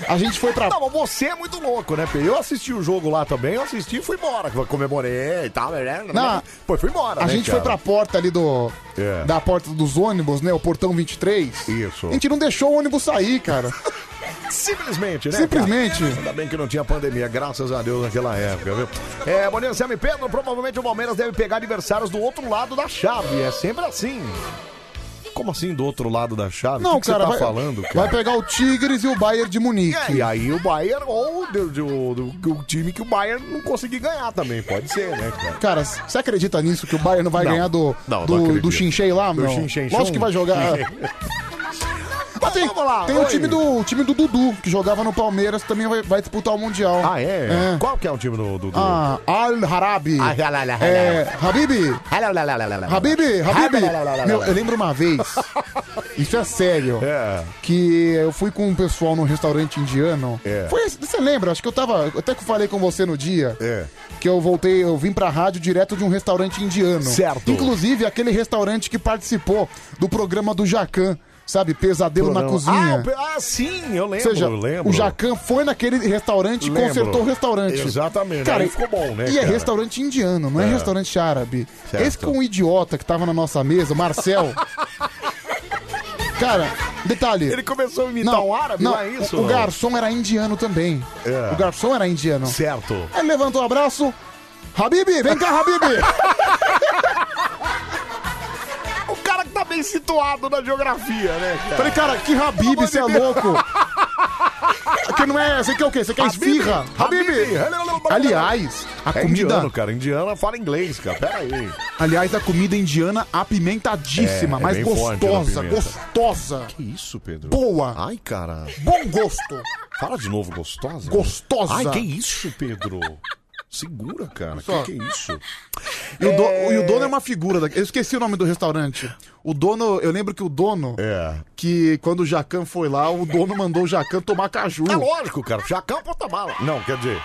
Speaker 3: A gente foi pra
Speaker 1: Não, mas você é muito louco, né, Pê? Eu assisti o jogo lá também, eu assisti e fui embora. que eu Comemorei e tal, né?
Speaker 3: Não.
Speaker 1: Pô, fui embora,
Speaker 3: A
Speaker 1: né,
Speaker 3: gente
Speaker 1: cara?
Speaker 3: foi pra porta ali do.
Speaker 1: É.
Speaker 3: Da porta dos ônibus, né? O portão 23.
Speaker 1: Isso.
Speaker 3: A gente não deixou o ônibus sair, cara.
Speaker 1: Simplesmente, né?
Speaker 3: Simplesmente.
Speaker 1: cara? Ainda bem que não tinha pandemia, graças a Deus naquela época, viu? É, bom dia, Sam e Pedro. Provavelmente o Palmeiras deve pegar adversários do outro lado da chave. É sempre assim. Como assim do outro lado da chave?
Speaker 3: Não,
Speaker 1: o que
Speaker 3: cara, vai,
Speaker 1: você tá falando, cara?
Speaker 3: vai pegar o Tigres e o Bayern de Munique.
Speaker 1: É, e aí o Bayern ou do, do- do- do- o time que o Bayern não conseguir ganhar também, pode ser, né, cara?
Speaker 3: Cara, você acredita nisso que o Bayern não vai
Speaker 1: Não.
Speaker 3: ganhar do
Speaker 1: Não, não
Speaker 3: do,
Speaker 1: acredito.
Speaker 3: do Xinchei lá,
Speaker 1: Do
Speaker 3: meu?
Speaker 1: Xinchei
Speaker 3: Lógico
Speaker 1: Chum?
Speaker 3: que vai
Speaker 1: [LAUGHS]
Speaker 3: jogar. Mas tem
Speaker 1: [LAUGHS] vamos lá,
Speaker 3: tem
Speaker 1: oi.
Speaker 3: o time do o time do Dudu, que jogava no Palmeiras, também vai, vai disputar o Mundial.
Speaker 1: Ah, é?
Speaker 3: É.
Speaker 1: Qual que é o time do... do, do...
Speaker 3: Ah, Al Harabi.
Speaker 1: Ah, lá, lá, É lá, lá.
Speaker 3: É, Habibi. Habibi, Habibi. Meu, eu lembro uma
Speaker 1: [LAUGHS]
Speaker 3: vez. Isso é sério.
Speaker 1: É.
Speaker 3: Que eu fui com um pessoal num restaurante indiano.
Speaker 1: É.
Speaker 3: Foi, você lembra? Acho que eu tava. eu Até que eu falei com você no dia.
Speaker 1: É.
Speaker 3: Que eu voltei, eu vim pra rádio direto de um restaurante indiano.
Speaker 1: Certo.
Speaker 3: Inclusive aquele restaurante que participou do programa do Jacan, sabe? Pesadelo na
Speaker 1: Ah,
Speaker 3: cozinha.
Speaker 1: o pe- Ah, sim, eu lembro,
Speaker 3: Ou seja,
Speaker 1: eu lembro.
Speaker 3: o Jacan foi naquele restaurante e
Speaker 1: Lembro.
Speaker 3: consertou o restaurante.
Speaker 1: Exatamente, aí ficou bom, né,
Speaker 3: E é
Speaker 1: cara?
Speaker 3: restaurante indiano, não é,
Speaker 1: É.
Speaker 3: restaurante árabe.
Speaker 1: Certo.
Speaker 3: Esse com um idiota que tava na nossa mesa, o Marcel. cara, detalhe.
Speaker 1: Ele começou a imitar um árabe, não, é isso?
Speaker 3: O, o garçom era indiano também.
Speaker 1: É.
Speaker 3: O garçom era indiano.
Speaker 1: Certo.
Speaker 3: Ele levantou o abraço. Habibi, vem cá, Habibi!
Speaker 1: O cara que tá bem situado na geografia, né, cara?
Speaker 3: Falei, cara, que Habib,
Speaker 1: Tá
Speaker 3: você é louco! Que não é. Você quer o quê? Você quer esfirra? Habibi! Aliás, a
Speaker 1: É
Speaker 3: comida.
Speaker 1: indiano, cara. Indiana fala inglês, cara. Pera aí.
Speaker 3: Aliás, a comida indiana apimentadíssima,
Speaker 1: É, é
Speaker 3: mas
Speaker 1: bem forte
Speaker 3: gostosa,
Speaker 1: na pimenta.
Speaker 3: gostosa,
Speaker 1: Que isso, Pedro?
Speaker 3: boa,
Speaker 1: Ai, cara.
Speaker 3: bom gosto,
Speaker 1: Fala de novo, gostosa?
Speaker 3: gostosa.
Speaker 1: Ai, que isso, Pedro? Segura, cara.
Speaker 3: Só.
Speaker 1: Que que é isso?
Speaker 3: E, o do- e o dono é uma figura, da- eu esqueci o nome do restaurante. O dono, eu lembro que o dono,
Speaker 1: É.
Speaker 3: que quando o Jacan foi lá, o dono mandou o Jacan tomar caju.
Speaker 1: É lógico, cara. Jacão é porta-mala. Não, quer dizer.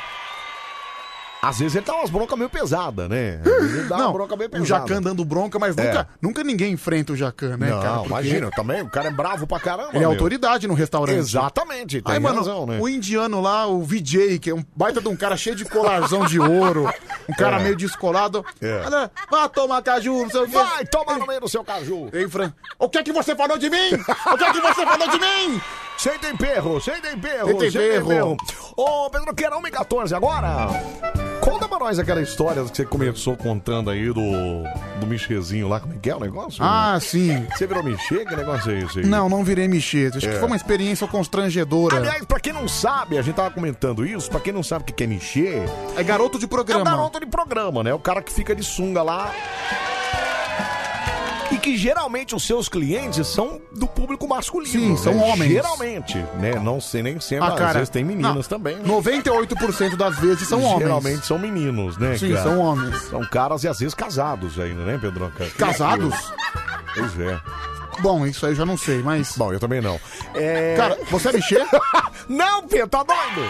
Speaker 1: Às vezes ele dá umas broncas meio pesadas, né? Às vezes ele dá uma
Speaker 3: Não,
Speaker 1: bronca meio pesada. É.
Speaker 3: o Jacan dando bronca, mas nunca, nunca ninguém enfrenta o Jacan, né,
Speaker 1: Não,
Speaker 3: cara? Porque
Speaker 1: imagina, também. O cara é bravo pra caramba.
Speaker 3: Ele é
Speaker 1: meu.
Speaker 3: autoridade no restaurante.
Speaker 1: Exatamente. Tem
Speaker 3: Aí, mano,
Speaker 1: razão, né?
Speaker 3: o indiano lá, o VJ, que é um baita de um cara cheio de colarzão de ouro, um cara
Speaker 1: É.
Speaker 3: meio descolado.
Speaker 1: É.
Speaker 3: Olha, Vá né, tomar caju, não sei o quê.
Speaker 1: Vai tomar no meio do seu caju.
Speaker 3: Ei, Fran, o que é que você falou de mim? O que é que você falou de mim?
Speaker 1: Sem tem perro, sem tem perro,
Speaker 3: Sem tem
Speaker 1: sem tem
Speaker 3: perro.
Speaker 1: perro. Ô, Pedro Queira, 1 14 agora. Conta pra pra nós aquela história que você começou contando aí do, do Michezinho lá, como é que é o negócio?
Speaker 3: Ah, sim.
Speaker 1: Você virou Michê? Que negócio é esse aí?
Speaker 3: Não, não virei mexer. Acho
Speaker 1: É.
Speaker 3: que foi uma experiência constrangedora.
Speaker 1: Aliás, pra quem não sabe, a gente tava comentando isso, pra quem não sabe o que que é Michê...
Speaker 3: É garoto de programa.
Speaker 1: É o garoto de programa, né? O cara que fica de sunga lá... E que geralmente os seus clientes são do público masculino.
Speaker 3: Sim,
Speaker 1: né?
Speaker 3: são homens.
Speaker 1: Geralmente, né? Não sei nem sempre,
Speaker 3: Ah,
Speaker 1: às
Speaker 3: cara,
Speaker 1: vezes tem meninas
Speaker 3: não,
Speaker 1: também. né?
Speaker 3: 98% das vezes são homens.
Speaker 1: Geralmente são meninos, né?
Speaker 3: Sim, são homens.
Speaker 1: São caras e às vezes casados ainda, né, Pedro?
Speaker 3: Casados?
Speaker 1: Pois é.
Speaker 3: Bom, isso aí eu já não sei, mas.
Speaker 1: Bom, eu também não.
Speaker 3: Cara, você é mexer? [LAUGHS]
Speaker 1: não, Pedro, tá doido?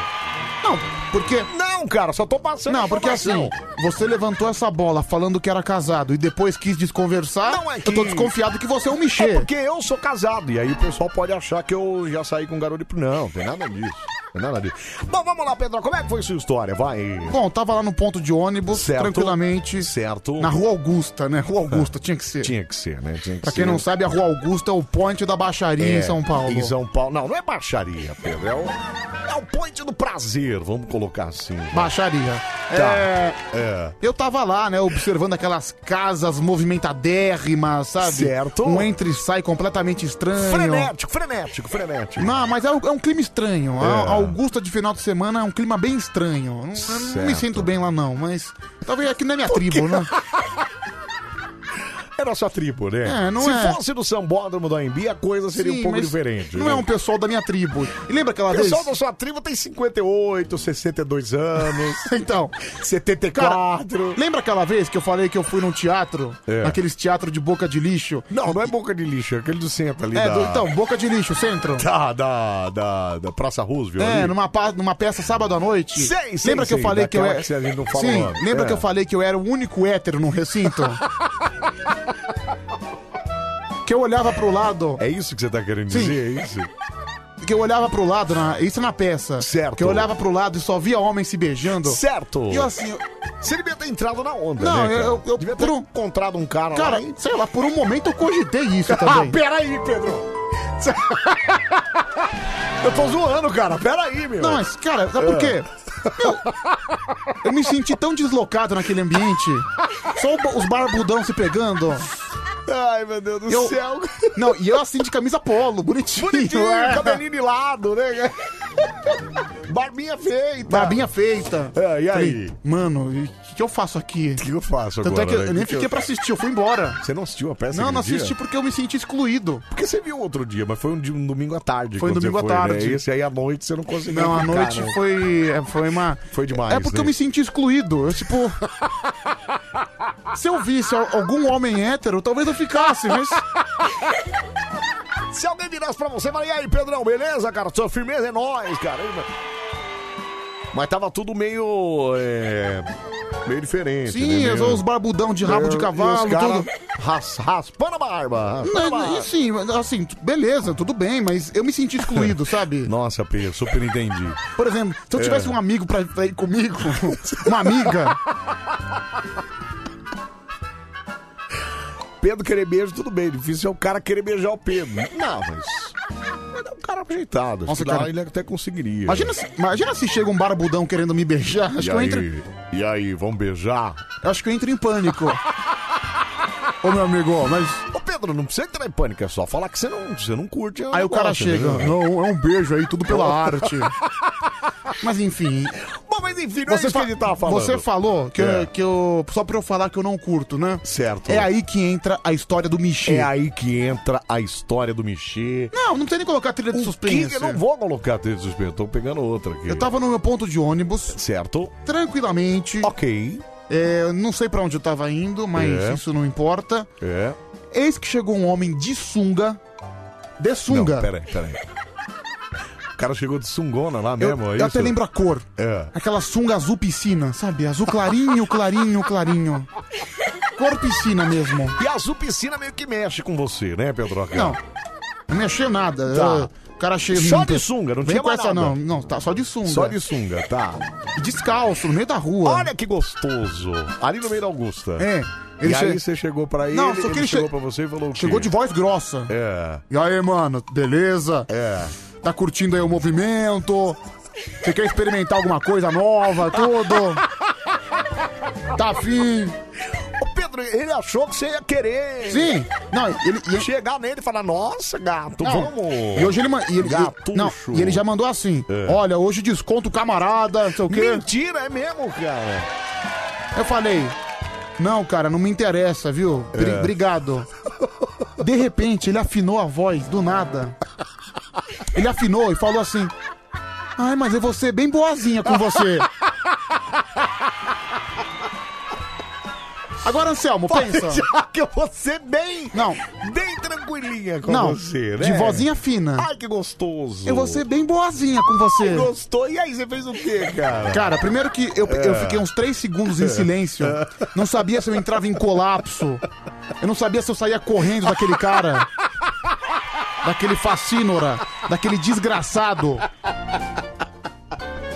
Speaker 3: Não, porque.
Speaker 1: Não, cara, só tô passando.
Speaker 3: Não, porque assim,
Speaker 1: informação.
Speaker 3: você levantou essa bola falando que era casado e depois quis desconversar.
Speaker 1: Não é que-
Speaker 3: Eu tô desconfiado que você é um mexer.
Speaker 1: É porque eu sou casado, e aí o pessoal pode achar que eu já saí com um garoto. de- Não, tem nada disso. Tem nada disso. Bom, vamos lá, Pedro, como é que foi sua história? Vai.
Speaker 3: Bom, tava lá no ponto de ônibus,
Speaker 1: Certo.
Speaker 3: tranquilamente.
Speaker 1: Certo.
Speaker 3: Na Rua Augusta, né? Rua Augusta, tinha que ser.
Speaker 1: Tinha que ser, né? Tinha que
Speaker 3: Pra quem não sabe, a Rua Augusta é o ponte da Baixaria
Speaker 1: É,
Speaker 3: em São Paulo.
Speaker 1: Em São Paulo. Não, não é baixaria, Pedro. É o, é o point do prazer, vamos colocar assim. né?
Speaker 3: Baixaria.
Speaker 1: Tá.
Speaker 3: É,
Speaker 1: É.
Speaker 3: Eu tava lá, né, observando aquelas casas movimentadérrimas, sabe?
Speaker 1: Certo.
Speaker 3: Um entra e sai completamente estranho.
Speaker 1: Frenético, frenético, frenético.
Speaker 3: Não, mas é um, é um clima estranho. A-
Speaker 1: É.
Speaker 3: A Augusta de final de semana é um clima bem estranho. Eu não- Eu não
Speaker 1: Certo.
Speaker 3: me sinto bem lá, não, mas. Talvez aqui não é minha tribo,
Speaker 1: [LAUGHS]
Speaker 3: né?
Speaker 1: É nossa tribo, né?
Speaker 3: É, não
Speaker 1: Se
Speaker 3: é.
Speaker 1: fosse do sambódromo da Embi, a coisa seria
Speaker 3: Sim,
Speaker 1: um pouco
Speaker 3: mas
Speaker 1: diferente.
Speaker 3: Não é um pessoal da minha tribo. E lembra aquela
Speaker 1: O pessoal
Speaker 3: vez?
Speaker 1: da sua tribo tem 58, 62 anos.
Speaker 3: [LAUGHS] Então,
Speaker 1: 74.
Speaker 3: lembra aquela vez que eu falei que eu fui num teatro?
Speaker 1: É.
Speaker 3: Naqueles teatro de boca de lixo?
Speaker 1: Não, não é boca de lixo, é aquele do centro ali.
Speaker 3: É,
Speaker 1: da...
Speaker 3: do- então, boca de lixo, centro.
Speaker 1: Da, da, da, da Praça Roosevelt.
Speaker 3: É,
Speaker 1: ali.
Speaker 3: numa, pa- numa peça sábado à noite.
Speaker 1: Sei, sei,
Speaker 3: Lembra que
Speaker 1: sei,
Speaker 3: eu falei que eu
Speaker 1: daquela
Speaker 3: era.
Speaker 1: que a gente não fala o
Speaker 3: Sim,
Speaker 1: nome.
Speaker 3: lembra
Speaker 1: É.
Speaker 3: que eu falei que eu era o único hétero no
Speaker 1: [LAUGHS]
Speaker 3: recinto? que eu olhava pro lado.
Speaker 1: É isso que você tá querendo
Speaker 3: Sim.
Speaker 1: dizer? É isso?
Speaker 3: Que eu olhava pro lado, na- isso é na peça.
Speaker 1: Certo.
Speaker 3: Que eu olhava pro lado e só via homens se beijando.
Speaker 1: Certo.
Speaker 3: E eu assim. eu-
Speaker 1: Você devia ter entrado na onda,
Speaker 3: Não,
Speaker 1: né, cara?
Speaker 3: eu- eu-
Speaker 1: devia ter
Speaker 3: por um-
Speaker 1: encontrado um cara,
Speaker 3: Cara,
Speaker 1: lá. e-
Speaker 3: sei lá, por um momento eu cogitei isso
Speaker 1: [LAUGHS]
Speaker 3: [LAUGHS]
Speaker 1: Ah,
Speaker 3: também.
Speaker 1: peraí, Pedro. eu tô zoando, cara. Peraí, meu. É.
Speaker 3: Não, mas, cara, sabe por quê? Meu, eu me senti tão deslocado naquele ambiente. Só o ba- os barbudão se pegando.
Speaker 1: Ai, meu Deus do
Speaker 3: Eu-
Speaker 1: céu.
Speaker 3: Não, e eu assim de camisa polo, bonitinho.
Speaker 1: Bonitinho,
Speaker 3: é.
Speaker 1: cabelinho de lado, né? Barbinha feita.
Speaker 3: Barbinha feita.
Speaker 1: É, e aí?
Speaker 3: Mano, e o que, que eu faço aqui?
Speaker 1: O que eu faço
Speaker 3: Tanto
Speaker 1: agora?
Speaker 3: é que eu,
Speaker 1: né?
Speaker 3: eu
Speaker 1: Que
Speaker 3: nem
Speaker 1: que eu-
Speaker 3: fiquei pra assistir, eu fui embora.
Speaker 1: Você não assistiu a peça
Speaker 3: Não,
Speaker 1: aquele
Speaker 3: não
Speaker 1: dia?
Speaker 3: assisti porque eu me senti excluído.
Speaker 1: Porque você viu outro dia, mas foi um, dia- um domingo à tarde.
Speaker 3: Foi um
Speaker 1: quando você
Speaker 3: domingo à
Speaker 1: né?
Speaker 3: tarde.
Speaker 1: Esse aí à noite você não conseguiu.
Speaker 3: Não, a
Speaker 1: ficar,
Speaker 3: noite
Speaker 1: né?
Speaker 3: foi. é, Foi uma.
Speaker 1: Foi demais,
Speaker 3: É porque
Speaker 1: né?
Speaker 3: eu me senti excluído. Eu, tipo. Se eu visse al- algum homem hétero, talvez eu ficasse,
Speaker 1: [LAUGHS]
Speaker 3: mas.
Speaker 1: Se alguém virasse pra você, falaria, e aí, Pedrão, beleza, cara? Sua firmeza é nóis, caramba. Mas tava tudo meio. é, meio diferente.
Speaker 3: Sim,
Speaker 1: né?
Speaker 3: eu sou os barbudão de rabo de
Speaker 1: É,
Speaker 3: cavalo,
Speaker 1: e os cara
Speaker 3: tudo.
Speaker 1: ras- raspando a barba. raspando a
Speaker 3: Não,
Speaker 1: barba.
Speaker 3: não, né, e sim, assim, t- beleza, tudo bem, mas eu me senti excluído, sabe?
Speaker 1: Nossa, Pedro, super entendi.
Speaker 3: Por exemplo, se eu
Speaker 1: É.
Speaker 3: tivesse um amigo pra, pra ir comigo, uma amiga,
Speaker 1: Pedro querer beijo, tudo bem. Difícil é o cara querer beijar o Pedro. né? Não, mas. Mas é um cara
Speaker 3: Nossa,
Speaker 1: ajeitado. Nossa, cara.
Speaker 3: cara.
Speaker 1: ele até conseguiria.
Speaker 3: imagina se, imagina se chega um barbudão querendo me beijar, acho
Speaker 1: E
Speaker 3: que, eu
Speaker 1: aí,
Speaker 3: entro,
Speaker 1: e aí, vamos beijar?
Speaker 3: acho que eu entro em
Speaker 1: [LAUGHS]
Speaker 3: pânico. Ô meu amigo, mas.
Speaker 1: Ô Pedro, não precisa entrar em pânico, é só falar que você não, você não curte.
Speaker 3: Aí o cara
Speaker 1: negócio,
Speaker 3: chega,
Speaker 1: entendeu?
Speaker 3: não, é um beijo aí, tudo pela [LAUGHS] arte. Mas
Speaker 1: [LAUGHS]
Speaker 3: enfim, né,
Speaker 1: Bom, mas enfim, não é isso
Speaker 3: fa-
Speaker 1: que ele tava falando.
Speaker 3: você falou que,
Speaker 1: É.
Speaker 3: eu, que eu. Só pra eu falar que eu não curto, né?
Speaker 1: Certo.
Speaker 3: É aí que entra a história do Michê.
Speaker 1: [LAUGHS] É aí que entra a história do Michê.
Speaker 3: Não, não precisa nem colocar trilha de suspense.
Speaker 1: Que é? eu não vou colocar trilha de suspense, tô pegando outra aqui.
Speaker 3: Eu tava no meu ponto de ônibus,
Speaker 1: Certo?
Speaker 3: tranquilamente.
Speaker 1: Ok.
Speaker 3: É, eu não sei pra onde eu tava indo, mas
Speaker 1: É.
Speaker 3: isso não importa.
Speaker 1: É.
Speaker 3: Eis que chegou um homem de sunga. De sunga.
Speaker 1: Não, peraí, peraí. O cara chegou de sungona lá
Speaker 3: eu,
Speaker 1: mesmo, é
Speaker 3: eu
Speaker 1: isso?
Speaker 3: até lembro a cor.
Speaker 1: É.
Speaker 3: Aquela sunga azul piscina, sabe? Azul clarinho, clarinho, clarinho. Cor piscina mesmo.
Speaker 1: E a azul piscina meio que mexe com você, né, Pedro?
Speaker 3: Não. Não mexia nada.
Speaker 1: Tá.
Speaker 3: Eu- É, o cara cheio
Speaker 1: Só de sunga, não
Speaker 3: Vem
Speaker 1: tinha
Speaker 3: com
Speaker 1: mais
Speaker 3: essa,
Speaker 1: nada.
Speaker 3: não. Não, tá só de sunga.
Speaker 1: Só de sunga, tá.
Speaker 3: Descalço, no meio da rua.
Speaker 1: Olha que gostoso. Ali no meio da Augusta.
Speaker 3: É.
Speaker 1: e
Speaker 3: Ele che-
Speaker 1: aí você chegou pra ele,
Speaker 3: Não, só que
Speaker 1: ele
Speaker 3: ele
Speaker 1: chegou
Speaker 3: che-
Speaker 1: pra você e falou o quê?
Speaker 3: Chegou de voz grossa.
Speaker 1: É,
Speaker 3: E aí, mano, beleza?
Speaker 1: é.
Speaker 3: Tá curtindo aí o
Speaker 1: [LAUGHS]
Speaker 3: movimento? Você quer experimentar alguma coisa nova, tudo? Tá afim.
Speaker 1: Ô Pedro, ele achou que você ia querer.
Speaker 3: Sim. Não, ele,
Speaker 1: Chegar nele e falar, nossa, gato,
Speaker 3: Não,
Speaker 1: vamos.
Speaker 3: E hoje ele, ma- e ele,
Speaker 1: Gatucho.
Speaker 3: não, e ele já mandou assim: Olha, hoje desconto camarada, não sei o quê.
Speaker 1: É. Mentira, é mesmo, cara.
Speaker 3: Eu falei: Não, cara, não me interessa, viu? Bri-
Speaker 10: É.
Speaker 3: Obrigado. De repente, ele afinou a voz, do nada. Ele afinou e falou assim: Ai, mas eu vou ser bem boazinha com você. Agora, Anselmo,
Speaker 1: Pode
Speaker 3: pensa.
Speaker 1: [LAUGHS] deixar que eu vou ser bem.
Speaker 3: Não.
Speaker 1: Bem tranquilinha com
Speaker 3: Não,
Speaker 1: você, né?
Speaker 3: de vozinha fina.
Speaker 1: Ai, que gostoso.
Speaker 3: Eu vou ser bem boazinha com você.
Speaker 1: Gostou? E aí, você fez o quê, cara?
Speaker 3: Cara, primeiro que eu,
Speaker 1: É.
Speaker 3: eu fiquei uns 3 segundos em silêncio. Não sabia se eu entrava em colapso. Eu não sabia se eu saía correndo daquele cara. Daquele facínora. Daquele desgraçado.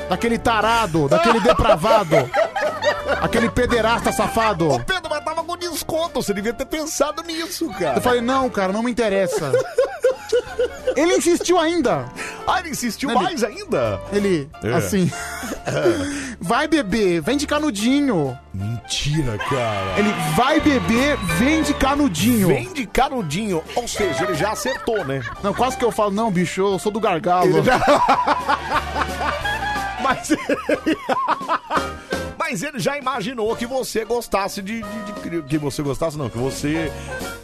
Speaker 3: Daquele tarado. Daquele depravado. Aquele pederasta safado.
Speaker 1: Pedro, mas tava com desconto. Você devia ter pensado nisso, cara.
Speaker 3: Eu falei, não, cara, não me interessa. Ele insistiu ainda.
Speaker 1: Ah, ele insistiu mais ainda?
Speaker 3: Ele,
Speaker 1: É.
Speaker 3: assim.
Speaker 1: É.
Speaker 3: Vai beber, vende canudinho.
Speaker 1: Mentira, cara.
Speaker 3: Ele vai beber, vende canudinho.
Speaker 1: Vende canudinho. Ou seja, ele já acertou, né?
Speaker 3: Não, quase que eu falo, não, bicho, eu sou do gargalo. [LAUGHS]
Speaker 1: Ele já- Tá Mas... Mas ele já imaginou que você gostasse de, de- de- Que você gostasse, não. Que você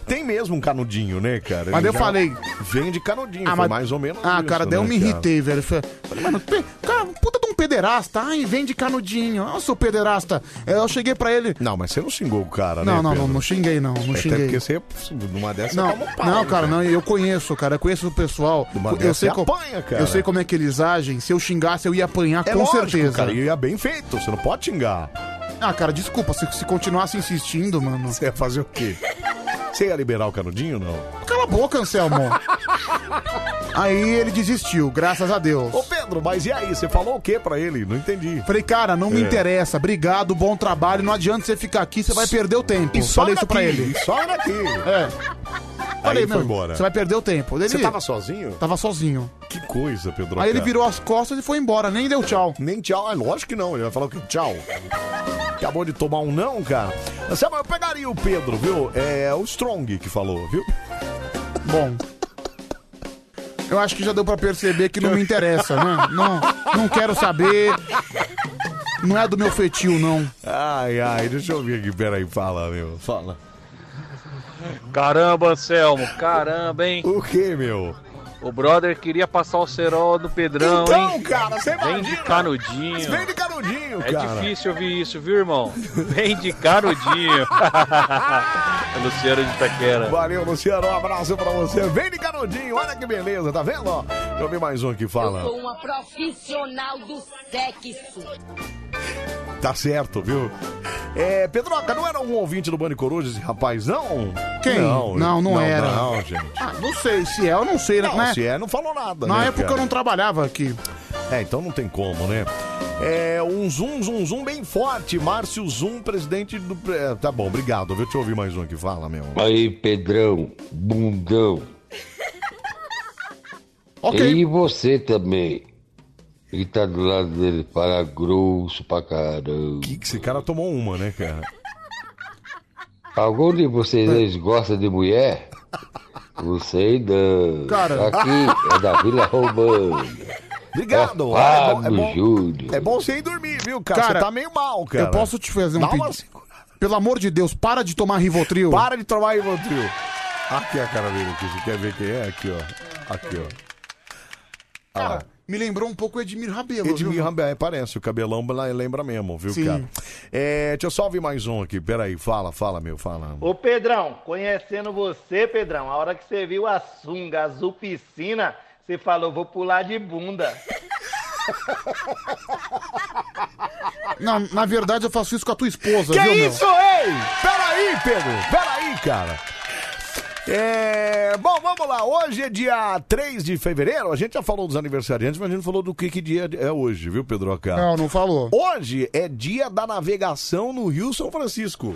Speaker 1: tem mesmo um canudinho, né, cara?
Speaker 3: Mas
Speaker 1: Ele
Speaker 3: eu
Speaker 1: já
Speaker 3: falei-
Speaker 1: Vende canudinho. foi
Speaker 3: mas-
Speaker 1: mais ou menos
Speaker 3: Ah,
Speaker 1: isso,
Speaker 3: cara, daí eu
Speaker 1: né,
Speaker 3: me
Speaker 1: cara?
Speaker 3: irritei, velho. Falei, mano, pe- cara, um puta de um pederasta. Ai, vende canudinho. Ah, Eu sou pederasta. Eu cheguei pra ele.
Speaker 1: Não, mas você não xingou o cara, né,
Speaker 3: Não, não, não,
Speaker 1: Pedro?
Speaker 3: não xinguei, não. Não
Speaker 1: Até
Speaker 3: xinguei.
Speaker 1: porque assim, você, numa dessa,
Speaker 3: Não,
Speaker 1: toma um pau,
Speaker 3: não, cara, não, eu conheço, cara, eu conheço o pessoal.
Speaker 1: Uma
Speaker 3: eu
Speaker 1: dessa
Speaker 3: sei,
Speaker 1: você
Speaker 3: co-
Speaker 1: apanha, cara.
Speaker 3: eu sei como é que eles agem. Se eu xingasse, eu ia apanhar
Speaker 1: É
Speaker 3: com
Speaker 1: lógico,
Speaker 3: certeza.
Speaker 1: cara, e é bem feito, você não pode xingar.
Speaker 3: Ah, cara, desculpa, se, se continuasse insistindo, mano.
Speaker 1: Você ia fazer o quê? Você ia liberar o canudinho, não?
Speaker 3: Cala a boca,
Speaker 1: [LAUGHS]
Speaker 3: Anselmo. Aí ele desistiu, graças a Deus.
Speaker 1: Ô, Pedro, mas e aí? Você falou o quê pra ele? Não entendi.
Speaker 3: Falei, cara, não me
Speaker 1: É.
Speaker 3: interessa. Obrigado, bom trabalho. Não adianta você ficar aqui, você vai perder o tempo.
Speaker 1: E só
Speaker 3: Falei isso
Speaker 1: daqui,
Speaker 3: pra ele.
Speaker 1: e só daqui.
Speaker 3: É. [LAUGHS] Falei,
Speaker 1: aí
Speaker 3: meu,
Speaker 1: foi embora.
Speaker 3: Você vai perder o tempo. Ele
Speaker 1: Você tava sozinho?
Speaker 3: Tava sozinho.
Speaker 1: Que coisa, Pedro.
Speaker 3: Aí ele
Speaker 1: cara.
Speaker 3: virou as costas e foi embora, nem deu tchau.
Speaker 1: Nem tchau, é lógico que não. Ele vai falar o quê? Tchau. Acabou de tomar um não, cara. Você, mas eu pegaria o Pedro, viu? É o Strong que falou, viu?
Speaker 3: Bom. Eu acho que já deu pra perceber que não me interessa, né? Não, não quero saber. Não é do meu fetil, não.
Speaker 1: Ai, ai, deixa eu ver aqui. Peraí, fala, meu. Fala.
Speaker 11: Caramba, Anselmo, caramba, hein?
Speaker 1: O que, meu?
Speaker 11: O brother queria passar o cerol do Pedrão,
Speaker 1: Então,
Speaker 11: hein?
Speaker 1: cara, você
Speaker 11: Vem de canudinho.
Speaker 1: Vem de canudinho,
Speaker 11: É
Speaker 1: cara.
Speaker 11: difícil ouvir isso, viu, irmão? Vem de canudinho. É Luciano de Itaquera.
Speaker 1: Valeu, Luciano. Um abraço pra você. Vem de canudinho. Olha que beleza, tá vendo? ó? Deixa eu ver mais um que fala.
Speaker 8: Sou uma profissional do sexo.
Speaker 1: Tá certo, viu? É, Pedroca, não era um ouvinte do Bande Coruja esse rapaz, não?
Speaker 3: Quem? Não, não era.
Speaker 1: Não, gente.
Speaker 3: Ah, não sei, se é, eu não sei, né?
Speaker 1: Não,
Speaker 3: né?
Speaker 1: se é, não falou nada.
Speaker 3: Na
Speaker 1: né,
Speaker 3: época
Speaker 1: cara?
Speaker 3: eu não trabalhava aqui.
Speaker 1: É, então não tem como, né? É, um zoom, zoom, zoom bem forte. Márcio Zoom, presidente do. é, tá bom, obrigado. Viu? Deixa eu ouvir mais um que fala, meu.
Speaker 12: Aí, Pedrão,
Speaker 1: [LAUGHS]
Speaker 12: bundão. E você também. Que tá do lado dele, para grosso pra caramba.
Speaker 1: Que, que esse cara tomou uma, né, cara?
Speaker 12: Algum de vocês dois gosta de mulher? Não sei não.
Speaker 1: Cara.
Speaker 12: Aqui é da Vila Romana.
Speaker 1: [LAUGHS]
Speaker 12: É
Speaker 1: Obrigado.
Speaker 12: Fábio
Speaker 1: É bom- é bom-
Speaker 12: Júnior.
Speaker 1: É bom você ir dormir, viu, cara?
Speaker 3: Cara,
Speaker 1: você tá meio mal, cara.
Speaker 3: Eu posso te fazer um
Speaker 1: Dá uma
Speaker 3: pedido? Pelo amor de Deus, para de tomar Rivotril.
Speaker 1: Para de tomar Rivotril. Aqui é a cara dele, aqui. Você quer ver quem é? Aqui, ó. Aqui, ó. Ah, lá.
Speaker 3: Me lembrou um pouco o Edmir Rabelo.
Speaker 1: Edmir
Speaker 3: viu?
Speaker 1: Rambert, é, parece, o cabelão lá lembra mesmo, viu,
Speaker 3: Sim.
Speaker 1: cara? É, deixa eu só ouvir mais um aqui, peraí, fala, fala, meu, fala.
Speaker 9: Ô Pedrão, conhecendo você, Pedrão, a hora que você viu a sunga azul piscina, você falou, vou pular de bunda.
Speaker 3: Não, na verdade eu faço isso com a tua esposa,
Speaker 1: Que
Speaker 3: viu, meu?
Speaker 1: isso, ei? Peraí, Pedro, peraí, cara. É, bom, vamos lá. Hoje é dia 3 de fevereiro. A gente já falou dos aniversariantes, mas a gente não falou do que, que dia é hoje, viu, Pedro Acá?
Speaker 3: Não, não falou.
Speaker 1: Hoje é dia da navegação no Rio São Francisco.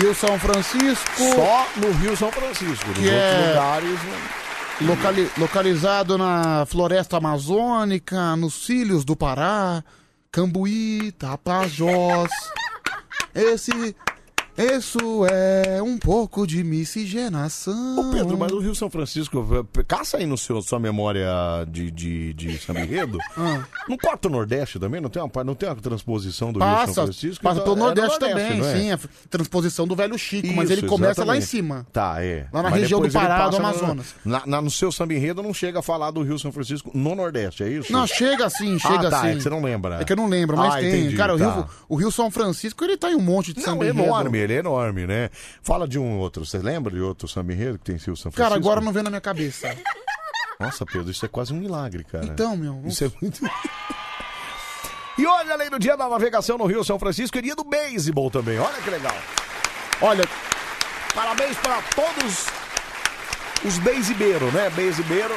Speaker 3: Rio São Francisco.
Speaker 1: Só no Rio São Francisco. Nos
Speaker 3: Que
Speaker 1: outros
Speaker 3: é-
Speaker 1: lugares. não-
Speaker 3: Locali- localizado na floresta amazônica, nos cílios do Pará. Cambuí, Tapajós. Esse. Isso é um pouco de miscigenação.
Speaker 1: Ô, Pedro, mas o Rio São Francisco, eh, caça aí no seu, sua memória de, de, de
Speaker 3: [LAUGHS]
Speaker 1: samba enredo.
Speaker 3: Ah.
Speaker 1: Não corta o Nordeste também? Não tem uma, pa- não tem uma transposição do Rio
Speaker 3: passa,
Speaker 1: São Francisco?
Speaker 3: passa
Speaker 1: Então,
Speaker 3: pelo
Speaker 1: é do
Speaker 3: Nordeste, também,
Speaker 1: não é?
Speaker 3: sim. A f- transposição do velho Chico, mas
Speaker 1: Isso,
Speaker 3: ele começa lá em
Speaker 1: exatamente.
Speaker 3: cima.
Speaker 1: Tá, é.
Speaker 3: Lá na região do
Speaker 1: depois ele
Speaker 3: Pará,
Speaker 1: passa
Speaker 3: do
Speaker 1: na-
Speaker 3: Amazonas.
Speaker 1: na- na- no seu samba enredo não chega a falar do Rio São Francisco no Nordeste, é isso?
Speaker 3: Não, chega assim, chega
Speaker 1: ah, tá,
Speaker 3: assim.
Speaker 1: É que você não lembra.
Speaker 3: É que eu não lembro, mas
Speaker 1: Ah,
Speaker 3: tem.
Speaker 1: entendi,
Speaker 3: Cara, o,
Speaker 1: tá.
Speaker 3: Rio, o Rio São Francisco, ele tá em um monte de
Speaker 1: Não,
Speaker 3: samba
Speaker 1: é
Speaker 3: enredo.
Speaker 1: enorme, ele é enorme, né? Fala de um outro. Você lembra de outro samba enredo que tem Rio São Francisco?
Speaker 3: Cara, agora não vem na minha cabeça.
Speaker 1: Nossa, Pedro, isso é quase um milagre, cara.
Speaker 3: Então, meu,
Speaker 1: Isso é muito. [LAUGHS] E olha, além do dia da navegação no Rio São Francisco, é dia do beisebol também. Olha que legal. Olha, parabéns para todos os beisebeiros, né? Beisebeiro.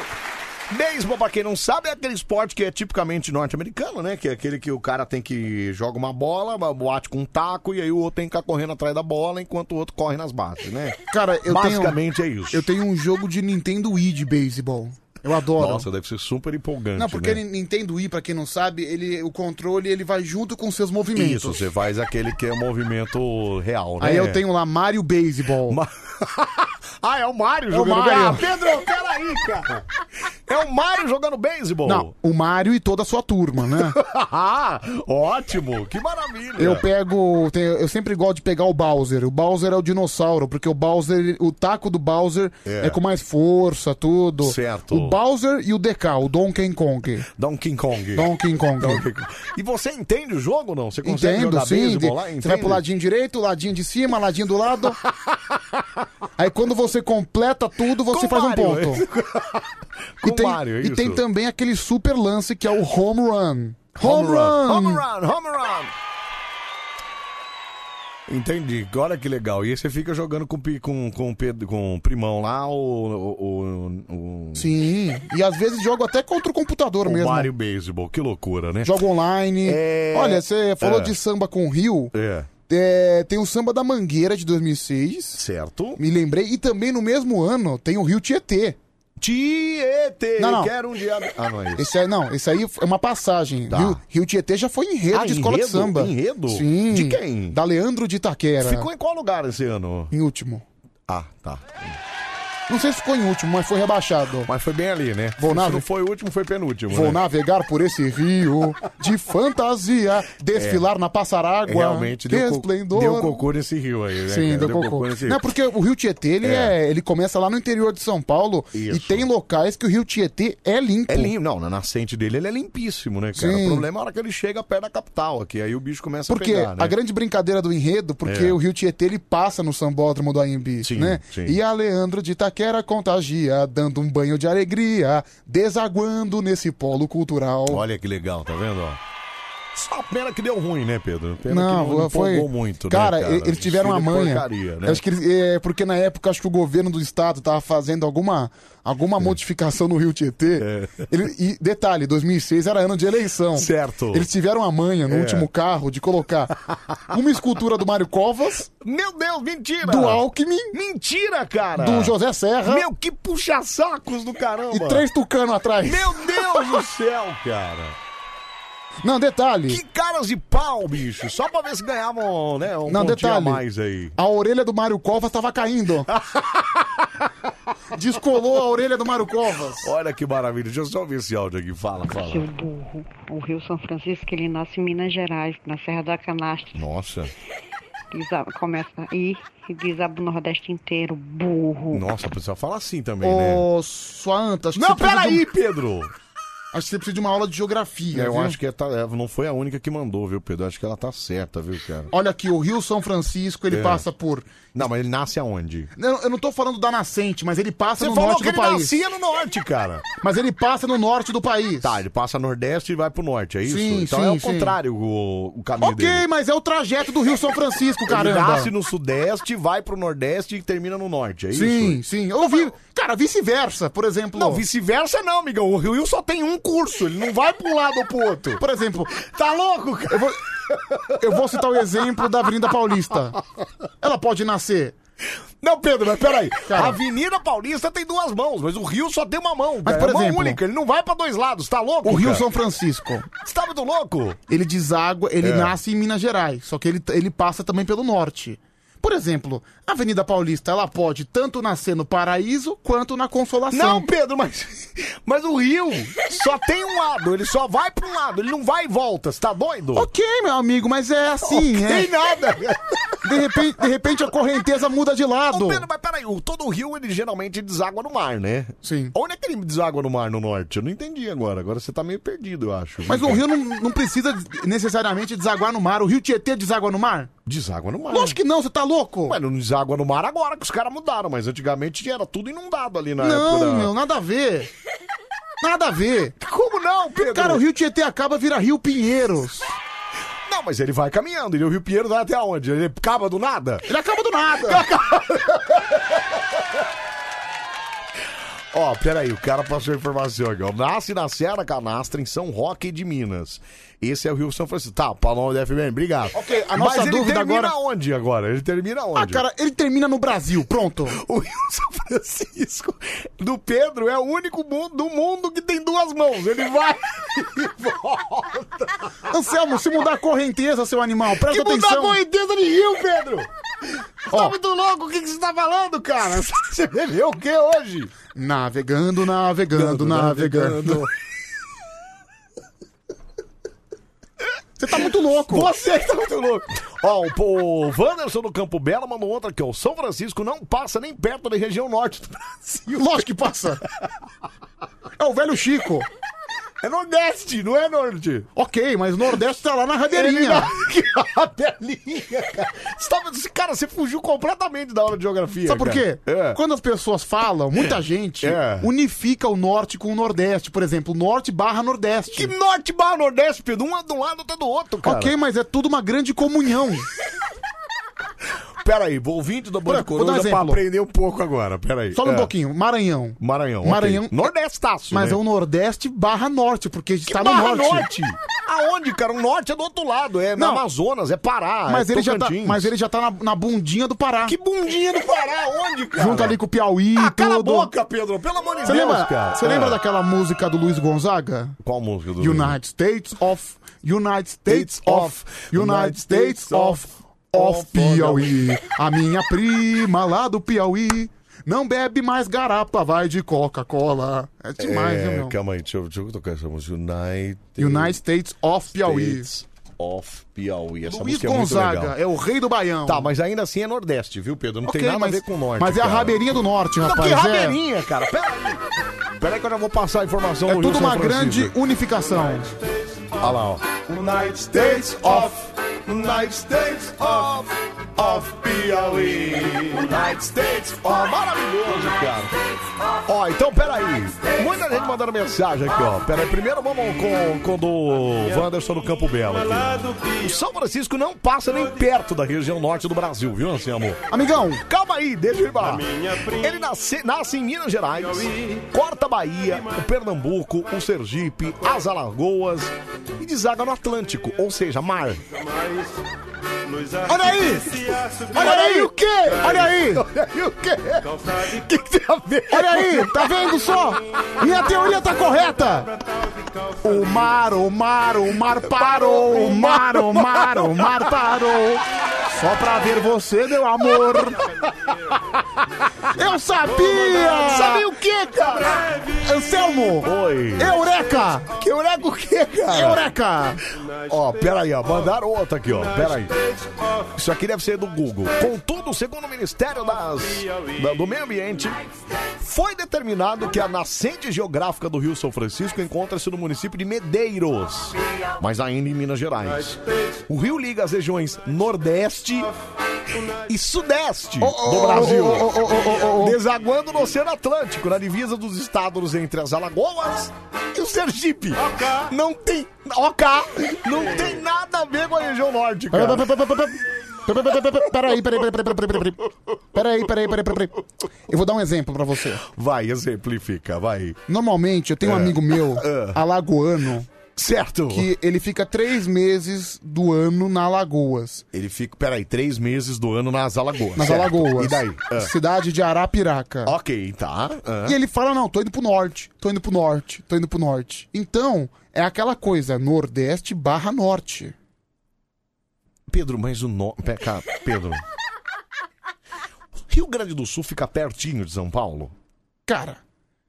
Speaker 1: Beisebol, pra quem não sabe, é aquele esporte que é tipicamente norte-americano, né? Que é aquele que o cara tem que joga uma bola, bate com um taco, e aí o outro tem que ficar correndo atrás da bola, enquanto o outro corre nas bases, né?
Speaker 3: Cara, eu tenho-
Speaker 1: Basicamente é isso.
Speaker 3: Eu tenho um jogo de Nintendo Wii de beisebol. Eu adoro.
Speaker 1: Nossa, deve ser super empolgante,
Speaker 3: Não, porque
Speaker 1: né?
Speaker 3: ele- Nintendo Wii, pra quem não sabe, ele, o controle ele vai junto com seus movimentos.
Speaker 1: Isso, você faz aquele que é o movimento real, né?
Speaker 3: Aí eu tenho lá Mario Baseball. [LAUGHS]
Speaker 1: Ah, é o Mário
Speaker 3: É o
Speaker 1: jogando
Speaker 3: Mário.
Speaker 1: Ah, Pedro, peraí, cara. É o Mário jogando beisebol.
Speaker 3: Não, o Mario e toda a sua turma, né?
Speaker 1: Ah, [LAUGHS] ótimo, que maravilha.
Speaker 3: Eu pego. tem- eu sempre gosto de pegar o Bowser. O Bowser é o dinossauro, porque o Bowser. O taco do Bowser
Speaker 1: É.
Speaker 3: é, com mais força, tudo.
Speaker 1: Certo.
Speaker 3: O Bowser e o DK, o Donkey Kong.
Speaker 1: Donkey Kong.
Speaker 3: Donkey Kong.
Speaker 1: Donkey Kong. Então, E você entende o jogo ou não? Você consegue
Speaker 3: Entendo,
Speaker 1: jogar
Speaker 3: sim.
Speaker 1: beisebol
Speaker 3: de-
Speaker 1: lá?
Speaker 3: Você vai
Speaker 1: Entende?
Speaker 3: pro ladinho direito, ladinho de cima, ladinho do
Speaker 1: [LAUGHS]
Speaker 3: lado. Aí quando você completa tudo, você
Speaker 1: [LAUGHS] Com
Speaker 3: faz um
Speaker 1: Mario,
Speaker 3: ponto.
Speaker 1: Com
Speaker 3: e tem,
Speaker 1: Mario, é
Speaker 3: e tem
Speaker 1: isso.
Speaker 3: também aquele super lance que é o home run. Home, run!
Speaker 1: Home run, home run. Entendi, olha que legal. E aí você fica jogando com, pi- com, com, o Pedro- com o primão lá, o, o, o, o,
Speaker 3: Sim, e às vezes jogo até contra o computador
Speaker 1: o
Speaker 3: mesmo.
Speaker 1: Mario Baseball. Que loucura, né?
Speaker 3: Jogo online.
Speaker 1: É.
Speaker 3: Olha, você falou
Speaker 1: É.
Speaker 3: de samba com o Rio.
Speaker 1: É.
Speaker 3: É, tem o samba da Mangueira de 2006.
Speaker 1: Certo.
Speaker 3: Me lembrei. E também no mesmo ano tem o Rio Tietê.
Speaker 1: Tietê,
Speaker 3: não, não.
Speaker 1: quero um diabo. Ah, não é isso.
Speaker 3: Esse aí, não, esse aí é uma passagem. Rio, Rio Tietê já foi enredo
Speaker 1: Ah,
Speaker 3: de escola de
Speaker 1: enredo?
Speaker 3: samba.
Speaker 1: Enredo?
Speaker 3: Sim.
Speaker 1: De quem?
Speaker 3: Da Leandro de Itaquera.
Speaker 1: Ficou em qual lugar esse ano?
Speaker 3: Em último.
Speaker 1: Ah, tá.
Speaker 3: Não sei se ficou em último, mas foi rebaixado.
Speaker 1: Mas foi bem ali, né?
Speaker 3: Vou
Speaker 1: Se
Speaker 3: nave-
Speaker 1: não foi o último, foi penúltimo.
Speaker 3: Vou
Speaker 1: né?
Speaker 3: navegar por esse rio de
Speaker 1: [LAUGHS]
Speaker 3: fantasia, desfilar na passarada
Speaker 1: É. Realmente deu, co...
Speaker 3: resplendor.
Speaker 1: deu um cocô nesse rio aí, né?
Speaker 3: Sim,
Speaker 1: cara?
Speaker 3: do cocô.
Speaker 1: nesse rio.
Speaker 3: Não, é porque o Rio Tietê, ele,
Speaker 1: É.
Speaker 3: é. ele começa lá no interior de São Paulo e tem locais que o Rio Tietê é limpo.
Speaker 1: É limpo, não, na nascente dele ele é limpíssimo, né, cara?
Speaker 3: Sim.
Speaker 1: O problema é a hora que ele chega perto da capital aqui, aí o bicho começa
Speaker 3: Porque
Speaker 1: a pegar, né?
Speaker 3: a grande brincadeira do enredo, porque
Speaker 1: É.
Speaker 3: o Rio Tietê ele passa no sambódromo do AMB, né?
Speaker 1: sim.
Speaker 3: E a Leandro de Itaquera contagia, dando um banho de alegria, desaguando nesse polo cultural.
Speaker 1: Olha que legal, tá vendo, ó? Só pena que deu ruim, né, Pedro? Pena que não
Speaker 3: foi.
Speaker 1: empolgou muito,
Speaker 3: cara,
Speaker 1: né,
Speaker 3: e- eles tiveram uma
Speaker 1: Desfile
Speaker 3: manha.
Speaker 1: Porcaria, né?
Speaker 3: Acho que eles- é, porque na época acho que o governo do estado tava fazendo alguma, alguma
Speaker 1: É.
Speaker 3: modificação no Rio Tietê. Ele- e detalhe, 2006 era ano de eleição.
Speaker 1: Certo.
Speaker 3: Eles tiveram a manha no
Speaker 1: É.
Speaker 3: último carro de colocar uma escultura do Mário Covas,
Speaker 1: Meu Deus, mentira!
Speaker 3: do Alckmin,
Speaker 1: Mentira, cara!
Speaker 3: do José Serra
Speaker 1: Meu, que puxa-sacos do caramba!
Speaker 3: e três tucanos atrás.
Speaker 1: Meu Deus do céu, cara!
Speaker 3: Não, detalhe.
Speaker 1: Que caras de pau, bicho! Só pra ver se ganhavam, né, um
Speaker 3: Não,
Speaker 1: pontinho a
Speaker 3: detalhe.
Speaker 1: mais aí.
Speaker 3: A orelha do Mário Covas tava
Speaker 1: [LAUGHS]
Speaker 3: caindo. Descolou a orelha do Mário Covas.
Speaker 1: Olha que maravilha, deixa eu só ouvir esse áudio aqui, fala, fala.
Speaker 13: Seu burro. O Rio São Francisco, ele nasce em Minas Gerais, na Serra da Canastra.
Speaker 1: Nossa,
Speaker 13: Desa- Começa a ir e desaba o Nordeste inteiro. Burro.
Speaker 1: nossa, a pessoa fala assim também, né?
Speaker 3: Ô, sua anta, acho que
Speaker 1: Não,
Speaker 3: você precisa de
Speaker 1: peraí,
Speaker 3: um-
Speaker 1: Pedro!
Speaker 3: Acho que você precisa de uma aula de geografia.
Speaker 1: Eu
Speaker 3: viu?
Speaker 1: acho que é- tá- é, não foi a única que mandou, viu, Pedro? Eu Acho que ela tá certa, viu, cara?
Speaker 3: Olha aqui, o Rio São Francisco, ele
Speaker 1: É.
Speaker 3: passa por.
Speaker 1: Não, mas ele nasce aonde?
Speaker 3: Eu, eu não tô falando da nascente, mas ele passa
Speaker 1: Você
Speaker 3: no
Speaker 1: falou
Speaker 3: norte
Speaker 1: que
Speaker 3: do
Speaker 1: ele
Speaker 3: país.
Speaker 1: nascia no norte, cara.
Speaker 3: Mas ele passa no norte do país.
Speaker 1: Tá, ele passa nordeste e vai pro norte, é isso?
Speaker 3: Sim,
Speaker 1: então
Speaker 3: sim,
Speaker 1: é o
Speaker 3: sim.
Speaker 1: contrário o, o caminho
Speaker 3: Ok,
Speaker 1: dele.
Speaker 3: mas é o trajeto do Rio São Francisco,
Speaker 1: Ele
Speaker 3: caramba.
Speaker 1: nasce no sudeste, vai pro nordeste e termina no norte, é
Speaker 3: Sim,
Speaker 1: isso?
Speaker 3: sim. Eu vi. Cara, vice-versa, por exemplo.
Speaker 1: Não, vice-versa não, amigão. O Rio só tem um curso, ele não vai pro lado ou pro outro.
Speaker 3: Por exemplo,
Speaker 1: tá louco, cara?
Speaker 3: Eu vou, eu vou citar o exemplo da Avenida Paulista. Ela pode nascer
Speaker 1: Não, Pedro, mas peraí.
Speaker 3: Cara.
Speaker 1: A Avenida Paulista tem duas mãos, mas o Rio só tem uma mão.
Speaker 3: Mas,
Speaker 1: cara.
Speaker 3: por
Speaker 1: é mão
Speaker 3: exemplo,
Speaker 1: única, ele não vai pra dois lados, tá louco?
Speaker 3: O Rio
Speaker 1: cara?
Speaker 3: São Francisco.
Speaker 1: Você tá muito louco?
Speaker 3: Ele deságua, ele
Speaker 1: É.
Speaker 3: nasce em Minas Gerais, só que ele, ele passa também pelo norte. Por exemplo, a Avenida Paulista, ela pode tanto nascer no Paraíso quanto na Consolação.
Speaker 1: Não, Pedro, mas, mas o Rio só tem um lado, ele só vai pra um lado, ele não vai e volta, você tá doido?
Speaker 3: Ok, meu amigo, mas é assim,
Speaker 1: Ok,
Speaker 3: é.
Speaker 1: nada.
Speaker 3: De repente, de repente a correnteza muda de lado.
Speaker 1: Pedro, mas peraí, o- todo o rio ele geralmente deságua no mar, né?
Speaker 3: Sim.
Speaker 1: Onde é que ele deságua no mar no norte? Eu não entendi agora. Agora você tá meio perdido, eu acho.
Speaker 3: Mas o rio não, não precisa necessariamente desaguar no mar. O rio Tietê deságua no mar?
Speaker 1: Deságua no mar.
Speaker 3: Lógico que não, você tá louco?
Speaker 1: Ué, não deságua no mar agora, que os caras mudaram, mas antigamente era tudo inundado ali na
Speaker 3: não,
Speaker 1: época. da-
Speaker 3: meu, nada a ver. Nada a ver.
Speaker 1: [LAUGHS] Como não, Pedro?
Speaker 3: Cara, o rio Tietê acaba vira rio Pinheiros.
Speaker 1: Não, mas ele vai caminhando, ele, o Rio Pinheiro vai até onde? Ele acaba do nada?
Speaker 3: Ele acaba do
Speaker 1: [LAUGHS]
Speaker 3: nada.
Speaker 1: Ó, peraí, o cara passou a informação aqui, ó. Nasce na Serra Canastra, em São Roque de Minas. Esse é o Rio São Francisco. Tá, Paloma da FBN, obrigado.
Speaker 3: Ok, a
Speaker 1: Mas
Speaker 3: nossa
Speaker 1: ele
Speaker 3: dúvida
Speaker 1: termina
Speaker 3: agora-
Speaker 1: onde agora? Ele termina onde?
Speaker 3: Ah, cara, ele termina no Brasil, pronto.
Speaker 1: [LAUGHS] O Rio São Francisco do Pedro é o único mundo do mundo que tem duas mãos. Ele vai [LAUGHS] e volta.
Speaker 3: Anselmo, se mudar a correnteza, seu animal, presta
Speaker 1: Que mudar
Speaker 3: atenção.
Speaker 1: a correnteza de rio, Pedro! Você
Speaker 3: Ó.
Speaker 1: tá muito louco? O que, que você tá
Speaker 3: [LAUGHS]
Speaker 1: falando, cara? Você bebeu o que hoje?
Speaker 3: Navegando, navegando,
Speaker 1: [LAUGHS]
Speaker 3: navegando. Você tá muito louco.
Speaker 1: [LAUGHS] Você que tá muito louco. Ó, o, po- o Wanderson do Campo Belo mandou outra aqui, ó. O São Francisco não passa nem perto da região norte do Brasil.
Speaker 3: Lógico que
Speaker 1: [LAUGHS]
Speaker 3: passa. É o velho Chico.
Speaker 1: É nordeste, não é norte.
Speaker 3: Ok, mas o Nordeste tá lá na radeirinha.
Speaker 1: Que rabelinha, cara. Você tá- esse cara, você fugiu completamente da aula de geografia.
Speaker 3: Sabe por
Speaker 1: cara.
Speaker 3: quê?
Speaker 1: É.
Speaker 3: Quando as pessoas falam, muita gente
Speaker 1: É.
Speaker 3: unifica o norte com o nordeste. Por exemplo, norte barra nordeste.
Speaker 1: Que norte barra nordeste, Pedro? Um é de um lado, outro é do outro, cara.
Speaker 3: Ok, mas é tudo uma grande comunhão.
Speaker 1: Pera aí, vou ouvinte da Banda
Speaker 3: Por- vou dar um
Speaker 1: Coruja pra
Speaker 3: exemplo.
Speaker 1: aprender um pouco agora, pera aí.
Speaker 3: Só um
Speaker 1: É.
Speaker 3: pouquinho. Maranhão.
Speaker 1: Maranhão. ok.
Speaker 3: Maranhão.
Speaker 1: Nordestaço,
Speaker 3: Mas
Speaker 1: né?
Speaker 3: é o nordeste barra norte, porque está no
Speaker 1: Barra
Speaker 3: norte.
Speaker 1: norte. Aonde, cara? O norte é do outro lado, é no
Speaker 3: Não.
Speaker 1: Amazonas, é Pará,
Speaker 3: Mas,
Speaker 1: é
Speaker 3: ele já tá,
Speaker 1: Tocantins.
Speaker 3: mas ele já tá na, na bundinha do Pará.
Speaker 1: Que bundinha do Pará, onde, cara?
Speaker 3: Junto ali com o Piauí
Speaker 1: Ah,
Speaker 3: e
Speaker 1: cala a
Speaker 3: tudo.
Speaker 1: boca, Pedro, pelo amor de
Speaker 3: Você
Speaker 1: Deus,
Speaker 3: lembra,
Speaker 1: cara.
Speaker 3: você
Speaker 1: Ah.
Speaker 3: lembra daquela música do Luiz Gonzaga?
Speaker 1: Qual música do
Speaker 3: United States of United States of United States of of Piauí. A minha prima lá do Piauí não bebe mais garapa, vai de Coca-Cola. É demais,
Speaker 1: é,
Speaker 3: viu, meu?
Speaker 1: Calma aí, deixa eu, deixa eu tocar essa música. United,
Speaker 3: United States of Piauí.
Speaker 1: States of Piauí. Essa
Speaker 3: Luiz
Speaker 1: música é muito
Speaker 3: Gonzaga
Speaker 1: legal.
Speaker 3: é o rei do Baião.
Speaker 1: Tá, mas ainda assim é Nordeste, viu, Pedro? Não
Speaker 3: Ok,
Speaker 1: tem nada
Speaker 3: mas-
Speaker 1: a ver com o Norte.
Speaker 3: Mas é a
Speaker 1: cara.
Speaker 3: rabeirinha do norte,
Speaker 1: Não,
Speaker 3: rapaz.
Speaker 1: que
Speaker 3: é-
Speaker 1: rabeirinha, cara. Pera aí. Pera aí que eu já vou passar a informação
Speaker 3: É,
Speaker 1: do Rio
Speaker 3: tudo
Speaker 1: São
Speaker 3: uma
Speaker 1: Francisco.
Speaker 3: grande unificação.
Speaker 1: Olha lá, ó.
Speaker 7: United States of United States of of Piauí. United States
Speaker 1: Ó,
Speaker 7: of
Speaker 1: maravilhoso, cara. Ó, então peraí. Muita gente mandando mensagem aqui, ó. Peraí, primeiro vamos com, com o do Wanderson do Campo Belo. Aqui. O São Francisco não passa nem perto da região norte do Brasil, viu, Anselmo?
Speaker 3: Amigão,
Speaker 1: Calma aí, deixa eu ir pra lá. Ele nasce, nasce em Minas Gerais, corta a Bahia, o Pernambuco, o Sergipe, as Alagoas e desaga no Atlântico, ou seja, mar.
Speaker 7: Olha aí! Olha aí o quê? Olha aí!
Speaker 1: Olha aí o quê?
Speaker 7: O
Speaker 1: que, que [LAUGHS] tem a [LAUGHS] ver?
Speaker 3: Olha aí, tá vendo só? Minha teoria tá correta. O mar, o mar, o mar parou, o mar, o mar, o mar parou. Só pra ver você, meu amor. Eu sabia!
Speaker 1: Sabe o quê, cara?
Speaker 3: Anselmo!
Speaker 1: Oi.
Speaker 3: Eureka!
Speaker 1: Que eureka o quê, cara?
Speaker 3: Eureka!
Speaker 1: Ó, peraí, ó. Mandaram outra aqui, ó. Peraí. Isso aqui deve ser do Google. Contudo, segundo o Ministério das, da- do Meio Ambiente, foi determinado que a nascente geográfica do Rio São Francisco encontra-se no município de Medeiros, mas ainda em Minas Gerais. O rio liga as regiões Nordeste e Sudeste do Brasil, desaguando no Oceano Atlântico, na divisa dos estados entre as Alagoas e o Sergipe. Não tem. Ok! Não tem nada a ver com a região norte, cara.
Speaker 3: Peraí, peraí, peraí, peraí, peraí, peraí, peraí, peraí, peraí, peraí, peraí. Eu vou dar um exemplo pra você.
Speaker 1: Vai, exemplifica, vai.
Speaker 3: Normalmente, eu tenho um
Speaker 1: É.
Speaker 3: amigo meu,
Speaker 1: É.
Speaker 3: alagoano,
Speaker 1: Certo.
Speaker 3: Que ele fica três meses do ano na Alagoas.
Speaker 1: Ele fica, peraí, três meses do ano nas Alagoas.
Speaker 3: Nas
Speaker 1: Certo.
Speaker 3: Alagoas.
Speaker 1: E daí? Ah.
Speaker 3: Cidade de Arapiraca.
Speaker 1: Ok, tá. Ah.
Speaker 3: E ele fala: não, tô indo pro norte, tô indo pro norte, tô indo pro norte. Então, é aquela coisa, nordeste barra norte.
Speaker 1: Pedro, mas o nome. Cá, Pedro. Rio Grande do Sul fica pertinho de São Paulo?
Speaker 3: Cara.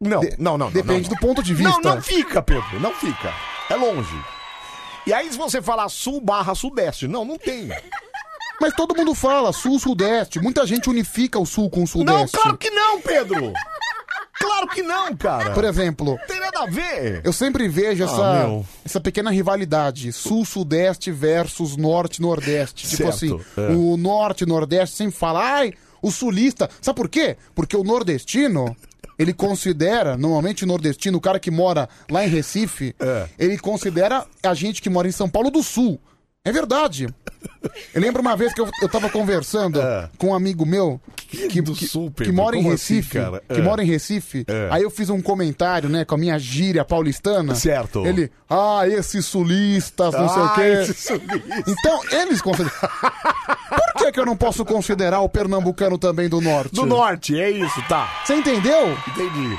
Speaker 1: Não, não, não, não.
Speaker 3: depende
Speaker 1: não, não.
Speaker 3: do ponto de vista.
Speaker 1: Não, não fica, Pedro, não fica. É longe. E aí, se você falar sul barra sudeste, não, não tem.
Speaker 3: Mas todo mundo fala sul-sudeste, muita gente unifica o sul com o sudeste.
Speaker 1: claro que não, Pedro! Claro que não, cara!
Speaker 3: Por exemplo,
Speaker 1: Não tem nada a ver!
Speaker 3: eu sempre vejo
Speaker 1: Ah,
Speaker 3: essa,
Speaker 1: meu.
Speaker 3: essa pequena rivalidade: sul-sudeste versus norte-nordeste. Tipo assim,
Speaker 1: Certo, é.
Speaker 3: o norte-nordeste sempre fala, ai, o sulista. Sabe por quê? Porque o nordestino. Ele considera, normalmente o nordestino, o cara que mora lá em Recife,
Speaker 1: É.
Speaker 3: ele considera a gente que mora em São Paulo do Sul. É verdade. Eu lembro uma vez que eu, eu tava conversando
Speaker 1: É.
Speaker 3: com um amigo meu que, que- que
Speaker 1: Pedro?
Speaker 3: mora em
Speaker 1: Como assim,
Speaker 3: Recife.
Speaker 1: cara?
Speaker 3: que
Speaker 1: É.
Speaker 3: mora em Recife. Aí eu fiz um comentário, né, com a minha gíria paulistana.
Speaker 1: Certo.
Speaker 3: Ele, ah, esses sulistas, não sei o
Speaker 1: Ah,
Speaker 3: quê.
Speaker 1: esses sulistas.
Speaker 3: Então, eles
Speaker 1: [LAUGHS]
Speaker 3: consideram. Por que, que eu não posso considerar o pernambucano também do norte?
Speaker 1: Do norte, é isso, tá.
Speaker 3: Você entendeu?
Speaker 1: Entendi.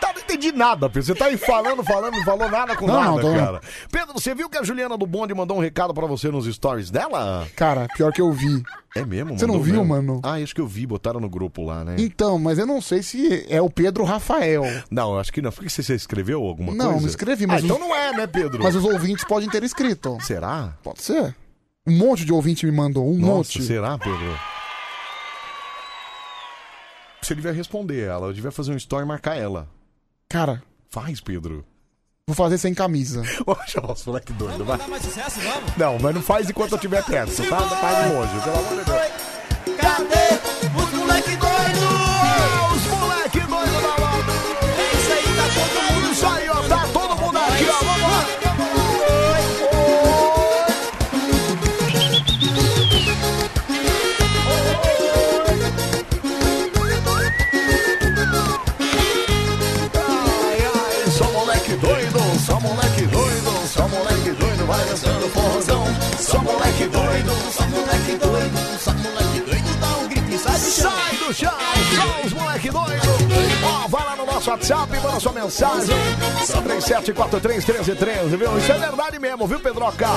Speaker 1: Tá, não entendi nada, Pedro. Você tá aí falando, falando, não falou nada com
Speaker 3: Não,
Speaker 1: nada,
Speaker 3: não, tô-
Speaker 1: cara. Pedro, você viu que a Juliana do Bonde mandou um recado pra você nos stories dela?
Speaker 3: Cara, pior que eu vi.
Speaker 1: É mesmo?
Speaker 3: Você não
Speaker 1: Mandou
Speaker 3: viu,
Speaker 1: mesmo?
Speaker 3: mano?
Speaker 1: Ah, acho que eu vi, botaram no grupo lá, né?
Speaker 3: Então, mas eu não sei se é o Pedro Rafael.
Speaker 1: Não, acho que não. Por que você você escreveu alguma
Speaker 3: Não,
Speaker 1: coisa?
Speaker 3: não escrevi, mas
Speaker 1: Ah,
Speaker 3: os-
Speaker 1: então não é, né, Pedro?
Speaker 3: Mas os ouvintes podem ter escrito.
Speaker 1: Será?
Speaker 3: Pode ser. Um monte de ouvinte me mandou, um
Speaker 1: Nossa,
Speaker 3: monte.
Speaker 1: será, Pedro? Se ele vai responder ela, eu devia fazer um story e marcar ela.
Speaker 3: Cara.
Speaker 1: Faz, Pedro.
Speaker 3: Vou fazer sem
Speaker 1: [LAUGHS]
Speaker 3: camisa.
Speaker 1: Poxa, nossa, moleque doido, vai. Não, mas não faz enquanto eu tiver perto. Faz, faz hoje, pelo amor de Deus.
Speaker 7: Cadê os moleque doido?
Speaker 1: Os moleque doido da
Speaker 7: mão. É isso aí, tá todo mundo
Speaker 1: isso aí, ó. Tá todo mundo aqui, ó. Vamos lá.
Speaker 7: Só moleque doido, só moleque doido, só moleque doido, vai dançando forrozão. Só moleque doido, só moleque doido, só moleque doido, dá um grito e sai do chão.
Speaker 1: Sai do chão, só os moleque doido. Ó, vai lá no nosso WhatsApp, manda sua mensagem. 37431313, viu? Isso é verdade mesmo, viu, Pedroca?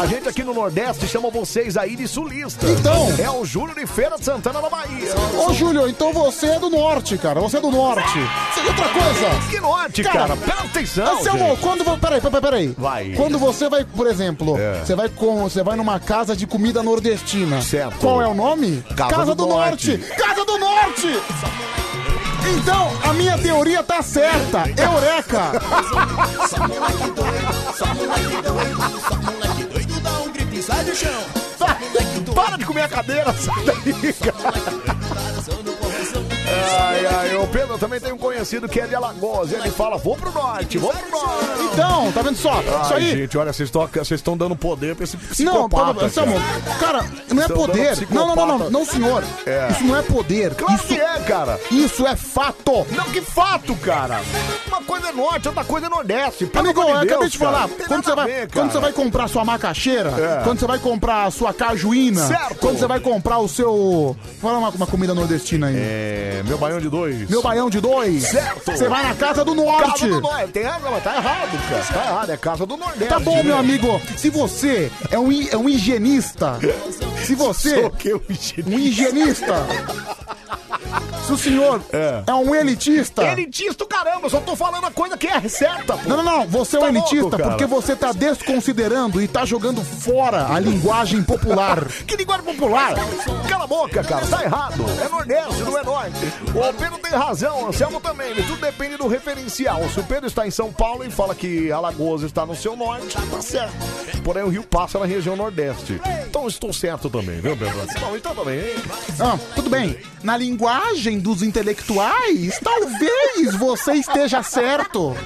Speaker 1: A gente aqui no Nordeste chama vocês aí de sulistas.
Speaker 3: Então.
Speaker 1: É o Júlio de Feira de Santana da Bahia.
Speaker 3: Ô, Júlio, então você é do norte, cara. Você é do norte. Você é outra coisa.
Speaker 1: Que norte, cara. Presta atenção,
Speaker 3: Anselmo,
Speaker 1: gente.
Speaker 3: quando vo- peraí, peraí, peraí.
Speaker 1: Vai.
Speaker 3: Quando você vai, por exemplo,
Speaker 1: É.
Speaker 3: você vai com, você vai numa casa de comida nordestina. Certo. Qual é o nome?
Speaker 1: Casa do Norte.
Speaker 3: Casa do Norte. Então, a minha teoria tá certa. Eureka.
Speaker 1: [LAUGHS]
Speaker 7: Só moleque doido, só moleque doido, só moleque doido, dá um grito e sai do chão.
Speaker 1: Para de comer a cadeira, sai daí, cara. Ai, ai, o Pedro também tem um conhecido que é de Alagoas. e Ele fala: vou pro norte, vou pro norte.
Speaker 3: Então, tá vendo só? Isso
Speaker 1: Ai,
Speaker 3: aí.
Speaker 1: gente, olha, vocês estão- vocês estão dando poder pra esse
Speaker 3: Não, tá
Speaker 1: psicopata.
Speaker 3: pera- Anselmo, cara, não é
Speaker 1: Estão dando
Speaker 3: poder. Não, não, não, não, não, senhor.
Speaker 1: É.
Speaker 3: Isso não é poder.
Speaker 1: Claro
Speaker 3: isso
Speaker 1: que é, cara.
Speaker 3: Isso é fato.
Speaker 1: Não, que fato, cara. Uma coisa é norte, outra coisa é nordeste. Pelo
Speaker 3: Amigo,
Speaker 1: amor
Speaker 3: eu
Speaker 1: de Deus,
Speaker 3: acabei de
Speaker 1: cara.
Speaker 3: falar.
Speaker 1: Não tem
Speaker 3: Quando
Speaker 1: nada
Speaker 3: você,
Speaker 1: a
Speaker 3: vai,
Speaker 1: ver, cara.
Speaker 3: quando você vai comprar sua macaxeira,
Speaker 1: É.
Speaker 3: quando você vai comprar sua cajuína,
Speaker 1: Certo.
Speaker 3: quando você vai comprar o seu. Fala uma, uma comida nordestina aí.
Speaker 1: É, meu baião de dois.
Speaker 3: Meu baião de dois.
Speaker 1: Certo.
Speaker 3: Você vai na casa do norte.
Speaker 1: Casa do norte. Tem água, mas tá errado, cara. Tá errado, é casa do nordeste.
Speaker 3: Tá bom, meu
Speaker 1: né?
Speaker 3: amigo. Se você é um, hi- é um higienista,
Speaker 1: [LAUGHS]
Speaker 3: se você.
Speaker 1: Sou o quê, um higienista?
Speaker 3: Um higienista. Se o senhor é, um elitista.
Speaker 1: Tá. Elitista, caramba, eu só tô falando a coisa que é certa, pô.
Speaker 3: Não, não, não. Você é
Speaker 1: Tá
Speaker 3: um elitista
Speaker 1: louco, cara.
Speaker 3: porque você tá desconsiderando e tá jogando fora a linguagem popular.
Speaker 1: Que linguagem popular! Cala a boca, cara, tá errado. É Nordeste, não é Norte. O Pedro tem razão, o Anselmo também. Tudo depende do referencial. Se o Pedro está em São Paulo e fala que Alagoas está no seu Norte, tá certo. Porém, o Rio passa na região Nordeste. Então, eu estou certo também, viu, Pedro? [LAUGHS] Não, então também. hein?
Speaker 3: Ah, tudo bem. Na linguagem dos intelectuais, talvez você esteja certo.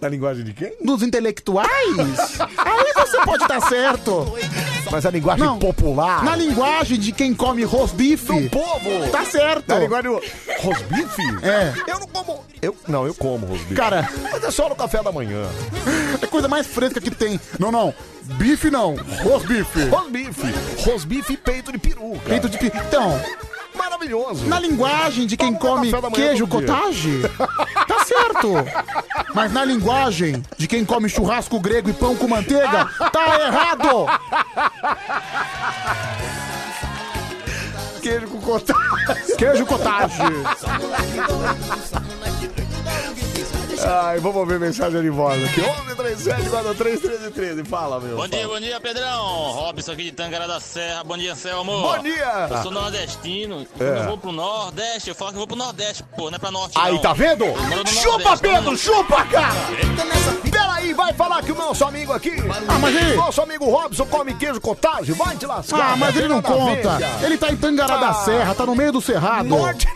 Speaker 1: Na linguagem de quem?
Speaker 3: Dos intelectuais? Aí você pode estar tá certo.
Speaker 1: Mas a linguagem popular.
Speaker 3: Na linguagem de quem come rosbife.
Speaker 1: Do povo.
Speaker 3: Tá certo.
Speaker 1: Na linguagem do rosbife?
Speaker 3: É.
Speaker 1: Eu não como. Eu, não, eu como rosbife.
Speaker 3: Cara.
Speaker 1: Mas é só no café da manhã.
Speaker 3: É a coisa mais fresca que tem. Não, não. Bife não. Rosbife.
Speaker 1: Rosbife. Rosbife e peito de peru. cara.
Speaker 3: Peito de pi... Então,
Speaker 1: Maravilhoso. um
Speaker 3: na linguagem de quem come
Speaker 1: café da manhã
Speaker 3: queijo
Speaker 1: todo dia.
Speaker 3: cottage, tá certo. Mas na linguagem de quem come churrasco grego e pão com manteiga, tá errado.
Speaker 1: Queijo com cottage.
Speaker 3: Queijo
Speaker 1: [LAUGHS]
Speaker 3: cottage.
Speaker 1: Ai, vamos ver mensagem de voz aqui. 1137 43 13 13. Fala, meu.
Speaker 14: Bom dia, bom dia, Pedrão. Robson aqui de Tangará da Serra. Bom dia, Selmo.
Speaker 1: Bom dia.
Speaker 14: Eu sou nordestino. Quando
Speaker 1: É.
Speaker 14: eu vou pro Nordeste, eu falo que eu vou pro Nordeste, pô. Não é pra Norte,
Speaker 1: Aí,
Speaker 14: não.
Speaker 1: tá vendo?
Speaker 14: Eu moro no
Speaker 1: Chupa,
Speaker 14: Nordeste,
Speaker 1: Pedro,
Speaker 14: não.
Speaker 1: chupa, cara! Peraí, vai falar que o nosso amigo aqui,
Speaker 3: Ah, mas ele-
Speaker 1: nosso amigo Robson come queijo cottage, vai te lascar.
Speaker 3: Ah, mas ele não
Speaker 1: Nada a ver,
Speaker 3: conta.
Speaker 1: cara.
Speaker 3: Ele tá em Tangará da
Speaker 1: Ah.
Speaker 3: Serra, tá no meio do Cerrado.
Speaker 1: Norte.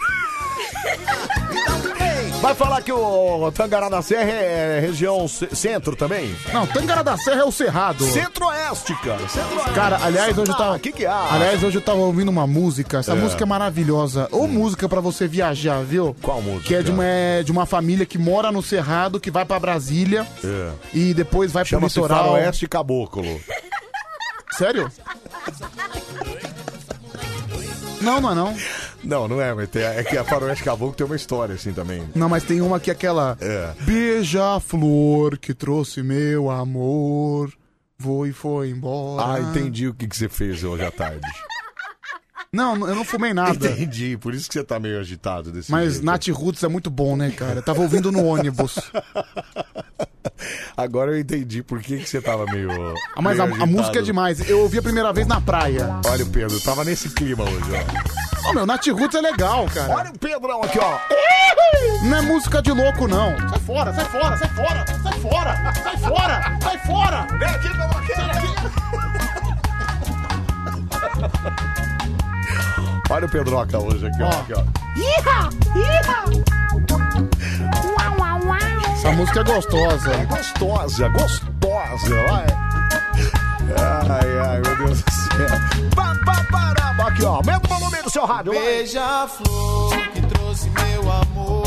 Speaker 1: Vai falar que o Tangará da Serra é região ce- centro também?
Speaker 3: Não, Tangará da Serra é o Cerrado.
Speaker 1: Centro-oeste, cara. Centro-oeste.
Speaker 3: Cara, aliás, hoje eu tava.
Speaker 1: Ah, que que há?
Speaker 3: Aliás, hoje eu tava ouvindo uma música. Essa
Speaker 1: É. Hum.
Speaker 3: música é maravilhosa. Ou música pra você viajar, viu?
Speaker 1: Qual música?
Speaker 3: Que é de uma, é de uma família que mora no Cerrado, que vai pra Brasília
Speaker 1: É.
Speaker 3: e depois vai pro
Speaker 1: Chama-se
Speaker 3: litoral.
Speaker 1: Faroeste Caboclo.
Speaker 3: Sério? Não, não é não.
Speaker 1: Não, não é, mas tem- é que a Faroeste Caboclo tem uma história assim também.
Speaker 3: Não, mas tem uma que é aquela.
Speaker 1: É.
Speaker 3: Beija a flor que trouxe meu amor. Vou e foi embora.
Speaker 1: Ah, entendi o que, que você fez hoje à tarde.
Speaker 3: Não, eu não fumei nada.
Speaker 1: Entendi, por isso que você tá meio agitado desse
Speaker 3: Mas
Speaker 1: jeito.
Speaker 3: Nath Roots é muito bom, né, cara? Eu Tava ouvindo no ônibus.
Speaker 1: Agora eu entendi por que, que você tava meio.
Speaker 3: Ah, mas a,
Speaker 1: meio
Speaker 3: a
Speaker 1: agitado.
Speaker 3: música é demais. Eu ouvi a primeira vez na praia.
Speaker 1: Olha o Pedro, tava nesse clima hoje, ó.
Speaker 3: Ô, meu, Nath Roots é legal, cara.
Speaker 1: Olha o Pedrão aqui, ó.
Speaker 3: Não é música de louco, não. Sai fora, sai fora, sai fora, sai fora, sai fora, sai fora.
Speaker 1: Vem aqui, Pedro. Olha o Pedroca hoje aqui, ó. Aqui, ó.
Speaker 7: Iha! Iha! Uau, uau, uau!
Speaker 3: Essa música é gostosa.
Speaker 1: É gostosa, gostosa, vai. Ai, ai, meu Deus do céu. Pá, pá, pará, pá, Tá Aqui, ó. Mesmo volume do seu rádio, vai.
Speaker 10: Beija a flor que trouxe meu amor.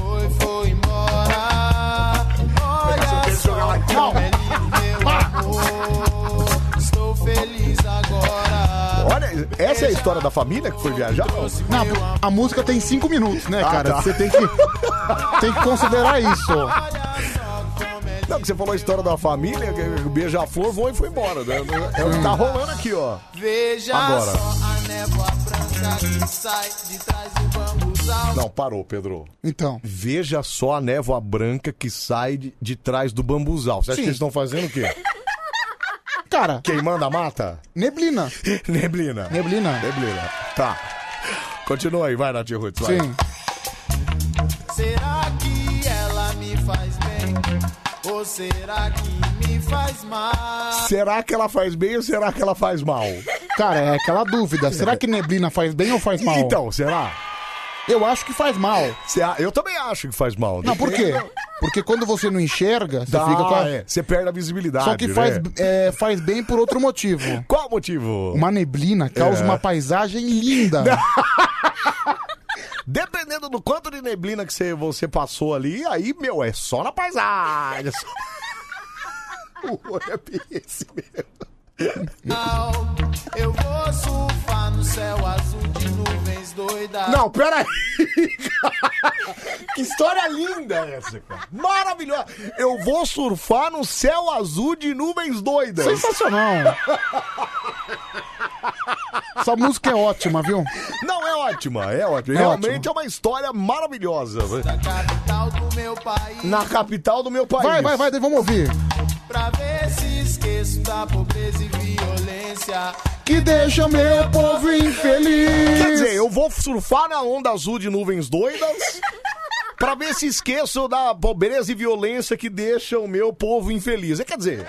Speaker 10: Foi, foi embora. Olha só como é lindo
Speaker 1: [LAUGHS]
Speaker 10: meu amor. Estou feliz agora.
Speaker 1: Olha, essa é a história da família que foi viajar? não?
Speaker 3: Não, a música tem cinco minutos, né,
Speaker 1: Ah,
Speaker 3: cara?
Speaker 1: tá.
Speaker 3: Você tem que, tem que considerar isso.
Speaker 1: Não, que você falou a história da família, que o beija-flor voou e foi embora. né? É o que tá rolando aqui, ó.
Speaker 10: Veja
Speaker 1: Agora.
Speaker 10: só a névoa branca que sai de trás do bambuzal.
Speaker 1: Não, parou, Pedro.
Speaker 3: Então.
Speaker 1: Veja só a névoa branca que sai de, de trás do bambuzal. Você acha
Speaker 3: Sim.
Speaker 1: que eles estão fazendo o quê?
Speaker 3: Cara,
Speaker 1: Queimando a mata?
Speaker 3: neblina.
Speaker 1: [LAUGHS] Neblina.
Speaker 3: Neblina.
Speaker 1: Neblina. Tá. Continua aí, vai, Nath Roots, vai.
Speaker 3: Sim.
Speaker 10: Será que ela me faz bem? Ou será que me faz mal?
Speaker 1: Será que ela faz bem ou será que ela faz mal?
Speaker 3: Cara, é aquela dúvida. Será
Speaker 1: [LAUGHS]
Speaker 3: que neblina faz bem ou faz mal?
Speaker 1: Então, será?
Speaker 3: Eu acho que faz mal.
Speaker 1: Cê a- Eu também acho que faz mal.
Speaker 3: Não, por quê? Porque quando você não enxerga, você
Speaker 1: Dá,
Speaker 3: fica com a...
Speaker 1: é. Você perde a visibilidade.
Speaker 3: Só que faz,
Speaker 1: né?
Speaker 3: é, faz bem por outro motivo.
Speaker 1: [LAUGHS] Qual o motivo?
Speaker 3: Uma neblina causa
Speaker 1: É.
Speaker 3: uma paisagem linda.
Speaker 1: [LAUGHS] Dependendo do quanto de neblina que você, você passou ali, aí, meu, é só na paisagem. [LAUGHS] é só- O olho é bem esse mesmo.
Speaker 10: Eu vou surfar no céu azul de nuvens doidas.
Speaker 1: Não, peraí! [LAUGHS] que história linda é essa, cara! Maravilhosa! Eu vou surfar no céu azul de nuvens doidas!
Speaker 3: Sensacional. Essa música é ótima, viu?
Speaker 1: Não, é ótima, é ótima.
Speaker 3: É
Speaker 1: Realmente
Speaker 3: ótima.
Speaker 1: é uma história maravilhosa.
Speaker 10: Capital do meu país.
Speaker 1: Na capital do meu país.
Speaker 3: Vai, vai, vai, vamos ouvir.
Speaker 10: Pra ver se esqueço da pobreza e violência.
Speaker 3: Que deixa meu povo infeliz.
Speaker 1: Quer dizer, eu vou surfar na onda azul de nuvens doidas pra ver se esqueço da pobreza e violência que deixa o meu povo infeliz. É, Quer dizer,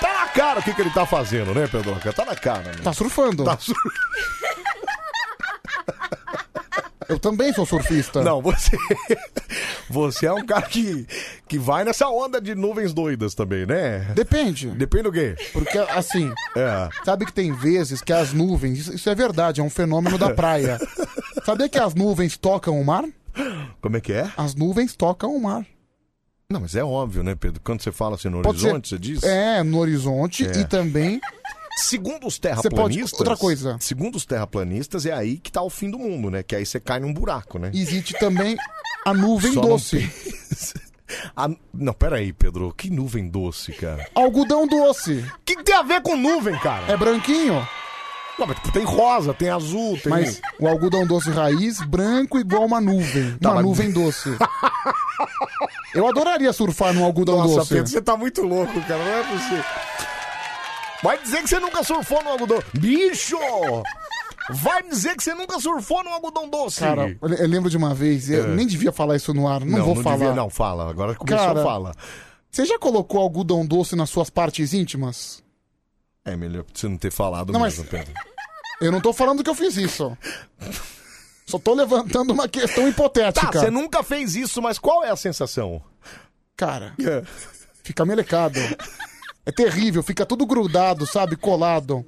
Speaker 1: tá na cara o que, que ele tá fazendo, né, Pedro? Tá na cara. Né?
Speaker 3: Tá surfando.
Speaker 1: Tá sur-
Speaker 3: Eu também sou surfista.
Speaker 1: Não, você. Você é um cara que, Que vai nessa onda de nuvens doidas também, né?
Speaker 3: Depende.
Speaker 1: Depende do quê?
Speaker 3: Porque, assim,
Speaker 1: É.
Speaker 3: sabe que tem vezes que as nuvens. Isso, isso é verdade, é um fenômeno da
Speaker 1: [LAUGHS]
Speaker 3: praia. Sabia que as nuvens tocam o mar?
Speaker 1: Como é que é?
Speaker 3: As nuvens tocam o mar.
Speaker 1: Não, mas é óbvio, né, Pedro? Quando você fala assim no
Speaker 3: Pode ser-
Speaker 1: horizonte, você diz.
Speaker 3: É, no horizonte
Speaker 1: É.
Speaker 3: e também.
Speaker 1: Segundo os
Speaker 3: Você pode.
Speaker 1: terraplanistas.
Speaker 3: Outra coisa.
Speaker 1: Segundo os terraplanistas, é aí que tá o fim do mundo, né? Que aí você cai num buraco, né?
Speaker 3: Existe também a nuvem
Speaker 1: Só não
Speaker 3: doce.
Speaker 1: [LAUGHS] A... Não, peraí, Pedro. Que nuvem doce, cara.
Speaker 3: Algodão doce. O
Speaker 1: que tem a ver com nuvem, cara?
Speaker 3: É branquinho?
Speaker 1: Não, mas tem rosa, tem azul, tem.
Speaker 3: Mas o algodão doce raiz, branco igual uma nuvem.
Speaker 1: Tá,
Speaker 3: uma
Speaker 1: mas-
Speaker 3: nuvem
Speaker 1: [LAUGHS]
Speaker 3: doce. Eu adoraria surfar num algodão
Speaker 1: Nossa,
Speaker 3: doce.
Speaker 1: Pedro, você tá muito louco, cara. Não é possível. Vai dizer que você nunca surfou no algodão. Bicho! Vai dizer que você nunca surfou no algodão doce.
Speaker 3: Cara, eu eu lembro de uma vez, eu
Speaker 1: É.
Speaker 3: nem devia falar isso no ar, não, vou falar.
Speaker 1: devia, não, fala. Agora começou
Speaker 3: Cara,
Speaker 1: a falar.
Speaker 3: Você já colocou algodão doce nas suas partes íntimas?
Speaker 1: É melhor você não ter falado
Speaker 3: Não, mas-
Speaker 1: mesmo, Pedro.
Speaker 3: Eu não tô falando que eu fiz isso. Só tô levantando uma questão hipotética.
Speaker 1: Tá, você nunca fez isso, mas qual é a sensação? É.
Speaker 3: Cara, fica melecado. É terrível, fica tudo grudado, sabe? Colado.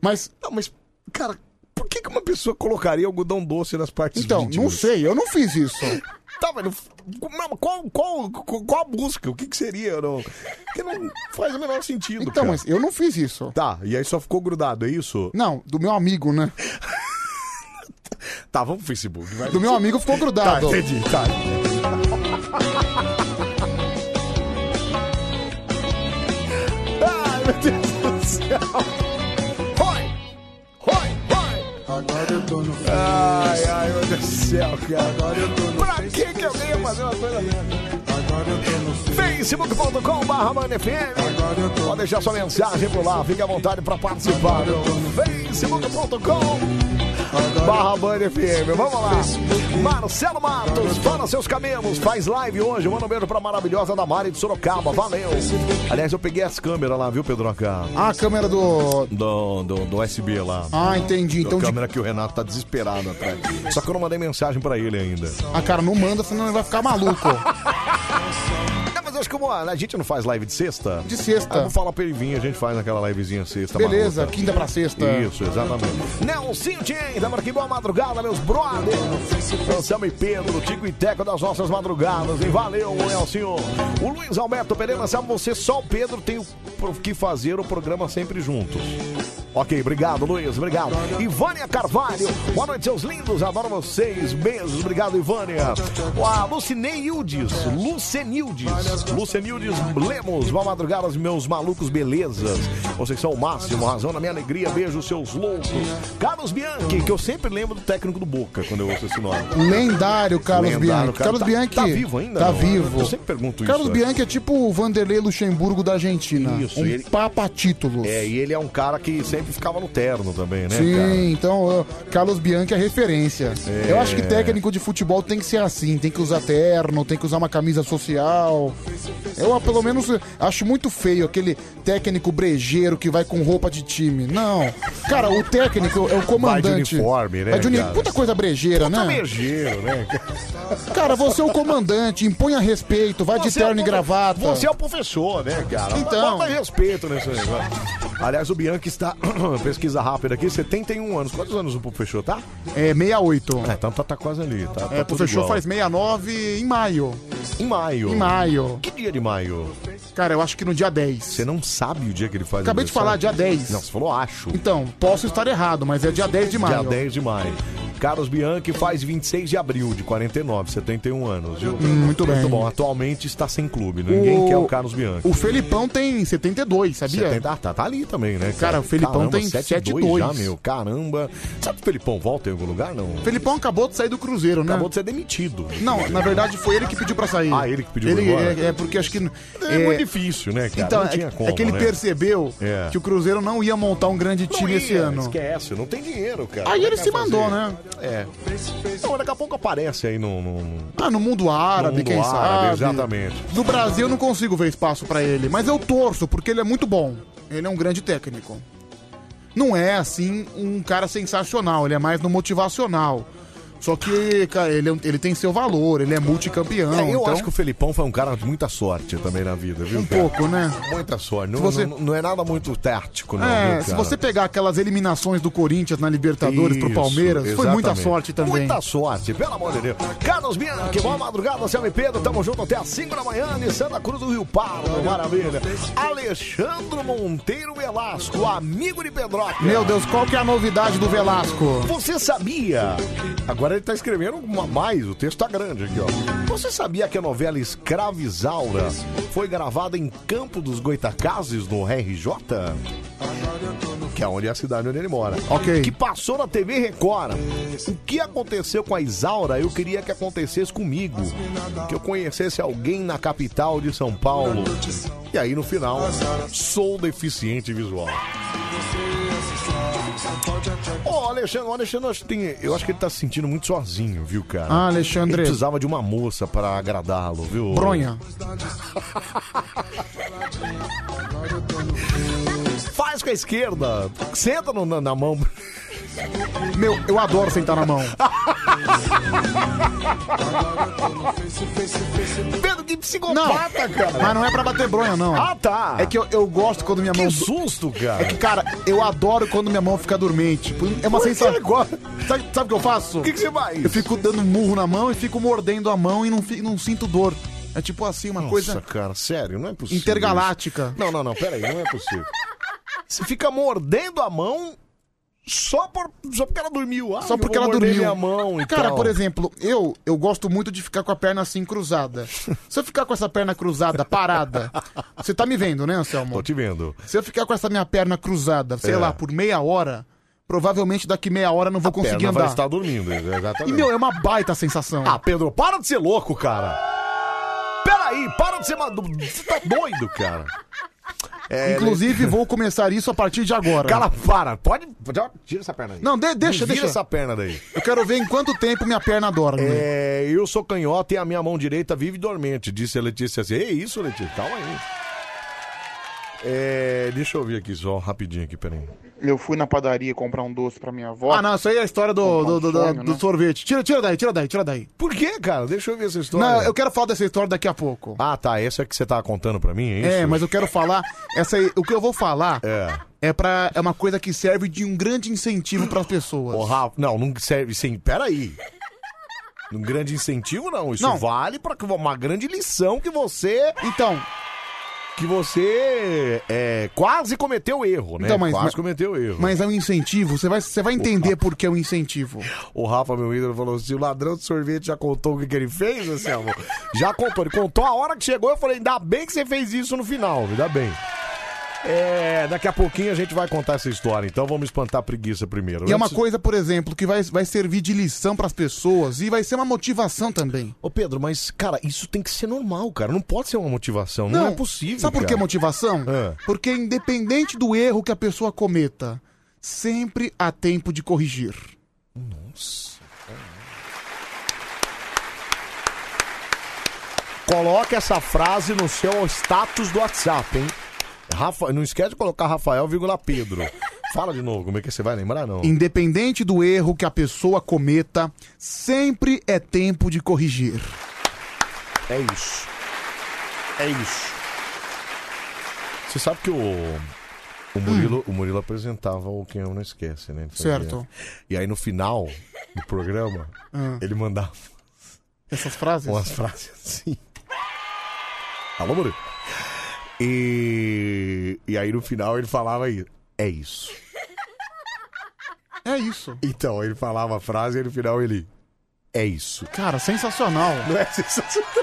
Speaker 3: Mas.
Speaker 1: Não, mas, cara, por que, que uma pessoa colocaria algodão doce nas partes
Speaker 3: Então, não
Speaker 1: íntimas?
Speaker 3: sei, eu não fiz isso.
Speaker 1: [LAUGHS] Tá, mas não- não, qual, qual, qual a busca? O que, que seria? Não, que não faz o menor sentido.
Speaker 3: Então, mas eu não fiz isso.
Speaker 1: Tá, e aí só ficou grudado, é isso?
Speaker 3: Não, do meu amigo, né?
Speaker 1: Tá, vamos pro Facebook. vai.
Speaker 3: Do meu amigo ficou grudado.
Speaker 1: Tá, entendi, tá. Ai, meu Deus do céu. Vai! Vai, vai! Agora eu tô no Ai, ai, meu Deus do céu, cara. Agora eu tô no Pra que que alguém ia fazer uma coisa dessa? Agora eu tô no Facebook.com barra Pode deixar sua mensagem por lá, fique à vontade pra participar. Facebook.com barra BandFM. Vamos lá. Marcelo Matos, fala seus camelos. Faz live hoje. Manda um beijo pra maravilhosa da Mari de Sorocaba. Valeu. Aliás, eu peguei as câmeras lá, viu, Pedroca?
Speaker 3: Ah, a câmera do.
Speaker 1: Do, do, do USB lá.
Speaker 3: Ah, entendi. Então,
Speaker 1: a
Speaker 3: de-
Speaker 1: câmera que o Renato tá desesperado atrás. Só que eu não mandei mensagem pra ele ainda.
Speaker 3: Ah, cara, não manda, senão ele vai ficar maluco.
Speaker 1: Ah, mas eu acho que eu- a gente não faz live de sexta?
Speaker 3: De sexta.
Speaker 1: Ah, Eu vou falar pra ele vir, a gente faz naquela livezinha sexta.
Speaker 3: Beleza,
Speaker 1: marota.
Speaker 3: quinta pra sexta.
Speaker 1: Isso, exatamente. Nelsinho Tien, da Marquinhos Boa Madrugada, meus brothers. Anselmo e Pedro, Tico e Teco das nossas madrugadas, hein? Valeu, Nelsinho. O Luiz Alberto Pereira, sabe você, só o Pedro tem o pro- que fazer o programa sempre juntos. Ok, obrigado, Luiz, obrigado. Ivânia Carvalho, boa noite, seus lindos, adoro vocês, beijos, obrigado, Ivânia. Uau, Lucineildes, Lucenildes, Lucenildes Lemos, boa madrugada, meus malucos, belezas. Vocês são o máximo, razão na minha alegria, beijo, seus loucos. Carlos Bianchi, que eu sempre lembro do técnico do Boca quando eu ouço esse nome.
Speaker 3: Lendário Carlos
Speaker 1: Lendário,
Speaker 3: Bianchi.
Speaker 1: cara.
Speaker 3: Carlos
Speaker 1: Tá-
Speaker 3: Bianchi.
Speaker 1: tá vivo ainda,
Speaker 3: Tá
Speaker 1: não?
Speaker 3: vivo.
Speaker 1: Eu sempre pergunto isso,
Speaker 3: Carlos
Speaker 1: né?
Speaker 3: Bianchi é tipo o Vanderlei Luxemburgo da Argentina.
Speaker 1: Isso,
Speaker 3: um
Speaker 1: ele-
Speaker 3: papa títulos.
Speaker 1: É, e ele é um cara que sempre ficava no terno também, né,
Speaker 3: Sim,
Speaker 1: cara?
Speaker 3: então ó, Carlos Bianchi é referência.
Speaker 1: É.
Speaker 3: Eu acho que técnico de futebol tem que ser assim, tem que usar terno, tem que usar uma camisa social. Eu ah, pelo menos acho muito feio aquele técnico brejeiro que vai com roupa de time. Não. Cara, o técnico é o comandante.
Speaker 1: uniforme, né,
Speaker 3: Vai de uni-
Speaker 1: cara?
Speaker 3: Puta coisa brejeira,
Speaker 1: Puta
Speaker 3: né?
Speaker 1: brejeiro, né? cara?
Speaker 3: Cara, você é o comandante, imponha respeito, vai de
Speaker 1: Você é o
Speaker 3: terno e
Speaker 1: profe-
Speaker 3: gravata.
Speaker 1: Você é o professor, né, cara?
Speaker 3: Então.
Speaker 1: Bota respeito nesse negócio. Aliás, o Bianchi está. [CLEARS THROAT] Pesquisa rápida aqui, 71 anos. Quantos anos o professor tá?
Speaker 3: É 68.
Speaker 1: É, então tá, tá quase ali. Tá,
Speaker 3: É, professor faz 69 em maio.
Speaker 1: Em maio.
Speaker 3: Em maio.
Speaker 1: Que dia de maio?
Speaker 3: Cara, eu acho que no dia 10.
Speaker 1: Você não sabe o dia que ele faz
Speaker 3: Acabei de falar, dia
Speaker 1: aniversário?
Speaker 3: 10.
Speaker 1: Não, você falou acho.
Speaker 3: Então, posso estar errado, mas é dia 10 de maio.
Speaker 1: Dia 10 de maio. Carlos Bianchi faz 26 de abril de 49, 71 anos, viu?
Speaker 3: Hum, muito bem.
Speaker 1: Muito bom. Atualmente está sem clube. né? Ninguém quer o Carlos Bianchi.
Speaker 3: O Felipão tem 72, sabia?
Speaker 1: 70, ah, tá, tá ali também, né?
Speaker 3: Cara, o Felipão tem
Speaker 1: 72 já,
Speaker 3: 72.
Speaker 1: meu. Caramba. Sabe que o Felipão volta em algum lugar, não?
Speaker 3: Felipão acabou de sair do Cruzeiro, né?
Speaker 1: Acabou de ser demitido.
Speaker 3: Não, na verdade foi ele que pediu pra sair. Ah, ele que
Speaker 1: pediu pra ir embora?
Speaker 3: É, é porque acho que...
Speaker 1: É, muito difícil, né, cara?
Speaker 3: Então,
Speaker 1: não tinha
Speaker 3: é,
Speaker 1: como,
Speaker 3: é que ele
Speaker 1: né?
Speaker 3: percebeu
Speaker 1: É.
Speaker 3: que o Cruzeiro não ia montar um grande
Speaker 1: Não
Speaker 3: time
Speaker 1: ia,
Speaker 3: esse ano.
Speaker 1: Esquece, não tem dinheiro, cara.
Speaker 3: Aí
Speaker 1: Como é
Speaker 3: ele
Speaker 1: que
Speaker 3: se
Speaker 1: vai
Speaker 3: mandou,
Speaker 1: fazer?
Speaker 3: né?
Speaker 1: É. Então, daqui a pouco aparece aí no... no- no-
Speaker 3: Ah, no mundo árabe,
Speaker 1: No mundo
Speaker 3: quem
Speaker 1: árabe,
Speaker 3: sabe?
Speaker 1: exatamente.
Speaker 3: No Brasil eu não consigo ver espaço pra ele, mas eu torço porque ele é muito bom. Ele é um grande técnico. Não é assim um cara sensacional, ele é mais no motivacional. Só que, cara, ele, é um- ele tem seu valor, ele é multicampeão.
Speaker 1: É, eu
Speaker 3: então...
Speaker 1: acho que o Felipão foi um cara de muita sorte também na vida, viu?
Speaker 3: Um
Speaker 1: cara?
Speaker 3: pouco, né?
Speaker 1: Muita sorte. Não,
Speaker 3: Se você-
Speaker 1: não, não é nada muito tático, não.
Speaker 3: É,
Speaker 1: viu,
Speaker 3: se
Speaker 1: cara?
Speaker 3: você pegar aquelas eliminações do Corinthians na Libertadores pro
Speaker 1: Isso,
Speaker 3: Palmeiras, foi muita
Speaker 1: exatamente.
Speaker 3: sorte também.
Speaker 1: Muita sorte, pelo amor de Deus. Carlos Bianchi, boa madrugada, Selma e Pedro. Tamo junto até às 5 da manhã em Santa Cruz do Rio Pardo. Maravilha. Alexandre Monteiro Velasco, amigo de Pedroca.
Speaker 3: Meu Deus, qual que é a novidade do Velasco?
Speaker 1: Você sabia? Agora ele tá escrevendo uma mais, o texto tá grande aqui, ó. Você sabia que a novela Escravizaura foi gravada em Campo dos Goitacazes, no RJ? Que é onde é a cidade onde ele mora.
Speaker 3: Ok.
Speaker 1: Que passou na TV Record. O que aconteceu com a Isaura, eu queria que acontecesse comigo. Que eu conhecesse alguém na capital de São Paulo. E aí, no final, sou deficiente visual. Ô, Alexandre, o Alexandre, eu acho, que tem- eu acho que ele tá se sentindo muito sozinho, viu, cara?
Speaker 3: Ah, Alexandre.
Speaker 1: Ele precisava de uma moça pra agradá-lo, viu?
Speaker 3: Bronha.
Speaker 1: Faz com a esquerda. Senta no- na, na mão.
Speaker 3: Meu, eu adoro sentar na mão.
Speaker 1: [LAUGHS] Pedro, que psicopata, cara.
Speaker 3: Mas não é pra bater bronha, não.
Speaker 1: Ah, tá.
Speaker 3: É que eu, eu gosto quando minha mão. Que
Speaker 1: susto, cara.
Speaker 3: É que, cara, eu adoro quando minha mão fica dormente. Tipo, É uma
Speaker 1: Por que
Speaker 3: sensação.
Speaker 1: agora?
Speaker 3: Sabe, sabe o que eu faço? O
Speaker 1: que que você faz?
Speaker 3: Eu fico dando murro na mão e fico mordendo a mão e não, fi- não sinto dor. É tipo assim, uma
Speaker 1: Nossa,
Speaker 3: coisa.
Speaker 1: cara, sério, não é possível.
Speaker 3: Intergaláctica.
Speaker 1: isso. Não, não, não, peraí, não é
Speaker 3: [LAUGHS]
Speaker 1: possível. Você fica mordendo a mão só, por, só porque ela dormiu. Ah,
Speaker 3: Só
Speaker 1: eu
Speaker 3: porque
Speaker 1: vou
Speaker 3: ela
Speaker 1: morder
Speaker 3: dormiu.
Speaker 1: minha mão e
Speaker 3: Cara,
Speaker 1: tal.
Speaker 3: por exemplo, eu eu gosto muito de ficar com a perna assim
Speaker 1: [LAUGHS]
Speaker 3: cruzada. Se eu ficar com essa perna cruzada, parada, você tá me vendo, né, Anselmo?
Speaker 1: Tô te vendo.
Speaker 3: Se eu ficar com essa minha perna cruzada, sei
Speaker 1: É.
Speaker 3: lá, por meia hora, provavelmente daqui meia hora eu não vou conseguir
Speaker 1: Perna
Speaker 3: andar.
Speaker 1: vai estar dormindo, exatamente.
Speaker 3: E, meu, é uma baita sensação.
Speaker 1: Ah, Pedro, para de ser louco, cara. Peraí, para de ser maduro. Você tá doido, cara. É,
Speaker 3: Inclusive, vou começar isso a partir de agora.
Speaker 1: Cara, para. Pode. já Tira essa perna aí.
Speaker 3: Não, de- deixa,
Speaker 1: Me vira
Speaker 3: deixa.
Speaker 1: essa perna daí.
Speaker 3: Eu quero ver em quanto tempo minha perna dorme.
Speaker 1: É, eu sou canhota e a minha mão direita vive dormente, disse a Letícia assim. É isso, Letícia, calma aí. É, deixa eu ver aqui só, rapidinho aqui, peraí.
Speaker 6: Eu fui na padaria comprar um doce pra minha avó.
Speaker 3: Ah, não, isso aí é a história do, do, do- do-
Speaker 6: Sonho, né?
Speaker 3: do sorvete. Tira, tira daí, tira daí, tira daí.
Speaker 1: Por quê, cara? Deixa eu ver essa história.
Speaker 3: Não, eu quero falar dessa história daqui a pouco.
Speaker 1: Ah, tá, essa é que você tava contando pra mim, é isso?
Speaker 3: É, mas eu quero falar. Essa aí, o que eu vou falar
Speaker 1: É.
Speaker 3: é para é uma coisa que serve de um grande incentivo pras pessoas.
Speaker 1: Ô, Rafa, não, não serve sem... Peraí. Um grande incentivo, não. Isso
Speaker 3: Não.
Speaker 1: vale pra que- uma grande lição que você...
Speaker 3: Então...
Speaker 1: Que você é, quase cometeu erro, né?
Speaker 3: Então, mas-
Speaker 1: quase
Speaker 3: mas-
Speaker 1: cometeu erro.
Speaker 3: Mas é um incentivo, você vai, você vai entender por que é um incentivo.
Speaker 1: O Rafa, meu ídolo, falou assim: o ladrão de sorvete já contou o que, que ele fez, Anselmo? [LAUGHS] Já contou. Ele contou a hora que chegou. Eu falei: ainda bem que você fez isso no final, ainda bem. É, daqui a pouquinho a gente vai contar essa história, então vamos espantar a preguiça primeiro.
Speaker 3: E é uma
Speaker 1: Antes-
Speaker 3: coisa, por exemplo, que vai, vai servir de lição pras pessoas e vai ser uma motivação também.
Speaker 1: Ô Pedro, mas, cara, isso tem que ser normal, cara. Não pode ser uma motivação. Não, é possível.
Speaker 3: Sabe por que
Speaker 1: cara.
Speaker 3: motivação?
Speaker 1: É.
Speaker 3: Porque independente do erro que a pessoa cometa, sempre há tempo de corrigir.
Speaker 1: Nossa. Coloque essa frase no seu status do WhatsApp, hein? Rafa, não esquece de colocar Rafael, vírgula Pedro. Fala de novo, como é que você vai lembrar, não?
Speaker 3: Independente do erro que a pessoa cometa, sempre é tempo de corrigir.
Speaker 1: É isso. É isso. Você sabe que o, o, Murilo, o Murilo apresentava o Quem Eu Não Esquece, né? Ele fazia.
Speaker 3: Certo.
Speaker 1: E aí no final do programa,
Speaker 3: [LAUGHS] Ah.
Speaker 1: ele mandava
Speaker 3: Essas frases?
Speaker 1: umas frases assim. Alô, Murilo? E, e aí no final ele falava aí, é isso.
Speaker 3: É isso.
Speaker 1: Então, ele falava a frase e no final ele, é isso.
Speaker 3: Cara, sensacional.
Speaker 1: Não é sensacional? [LAUGHS]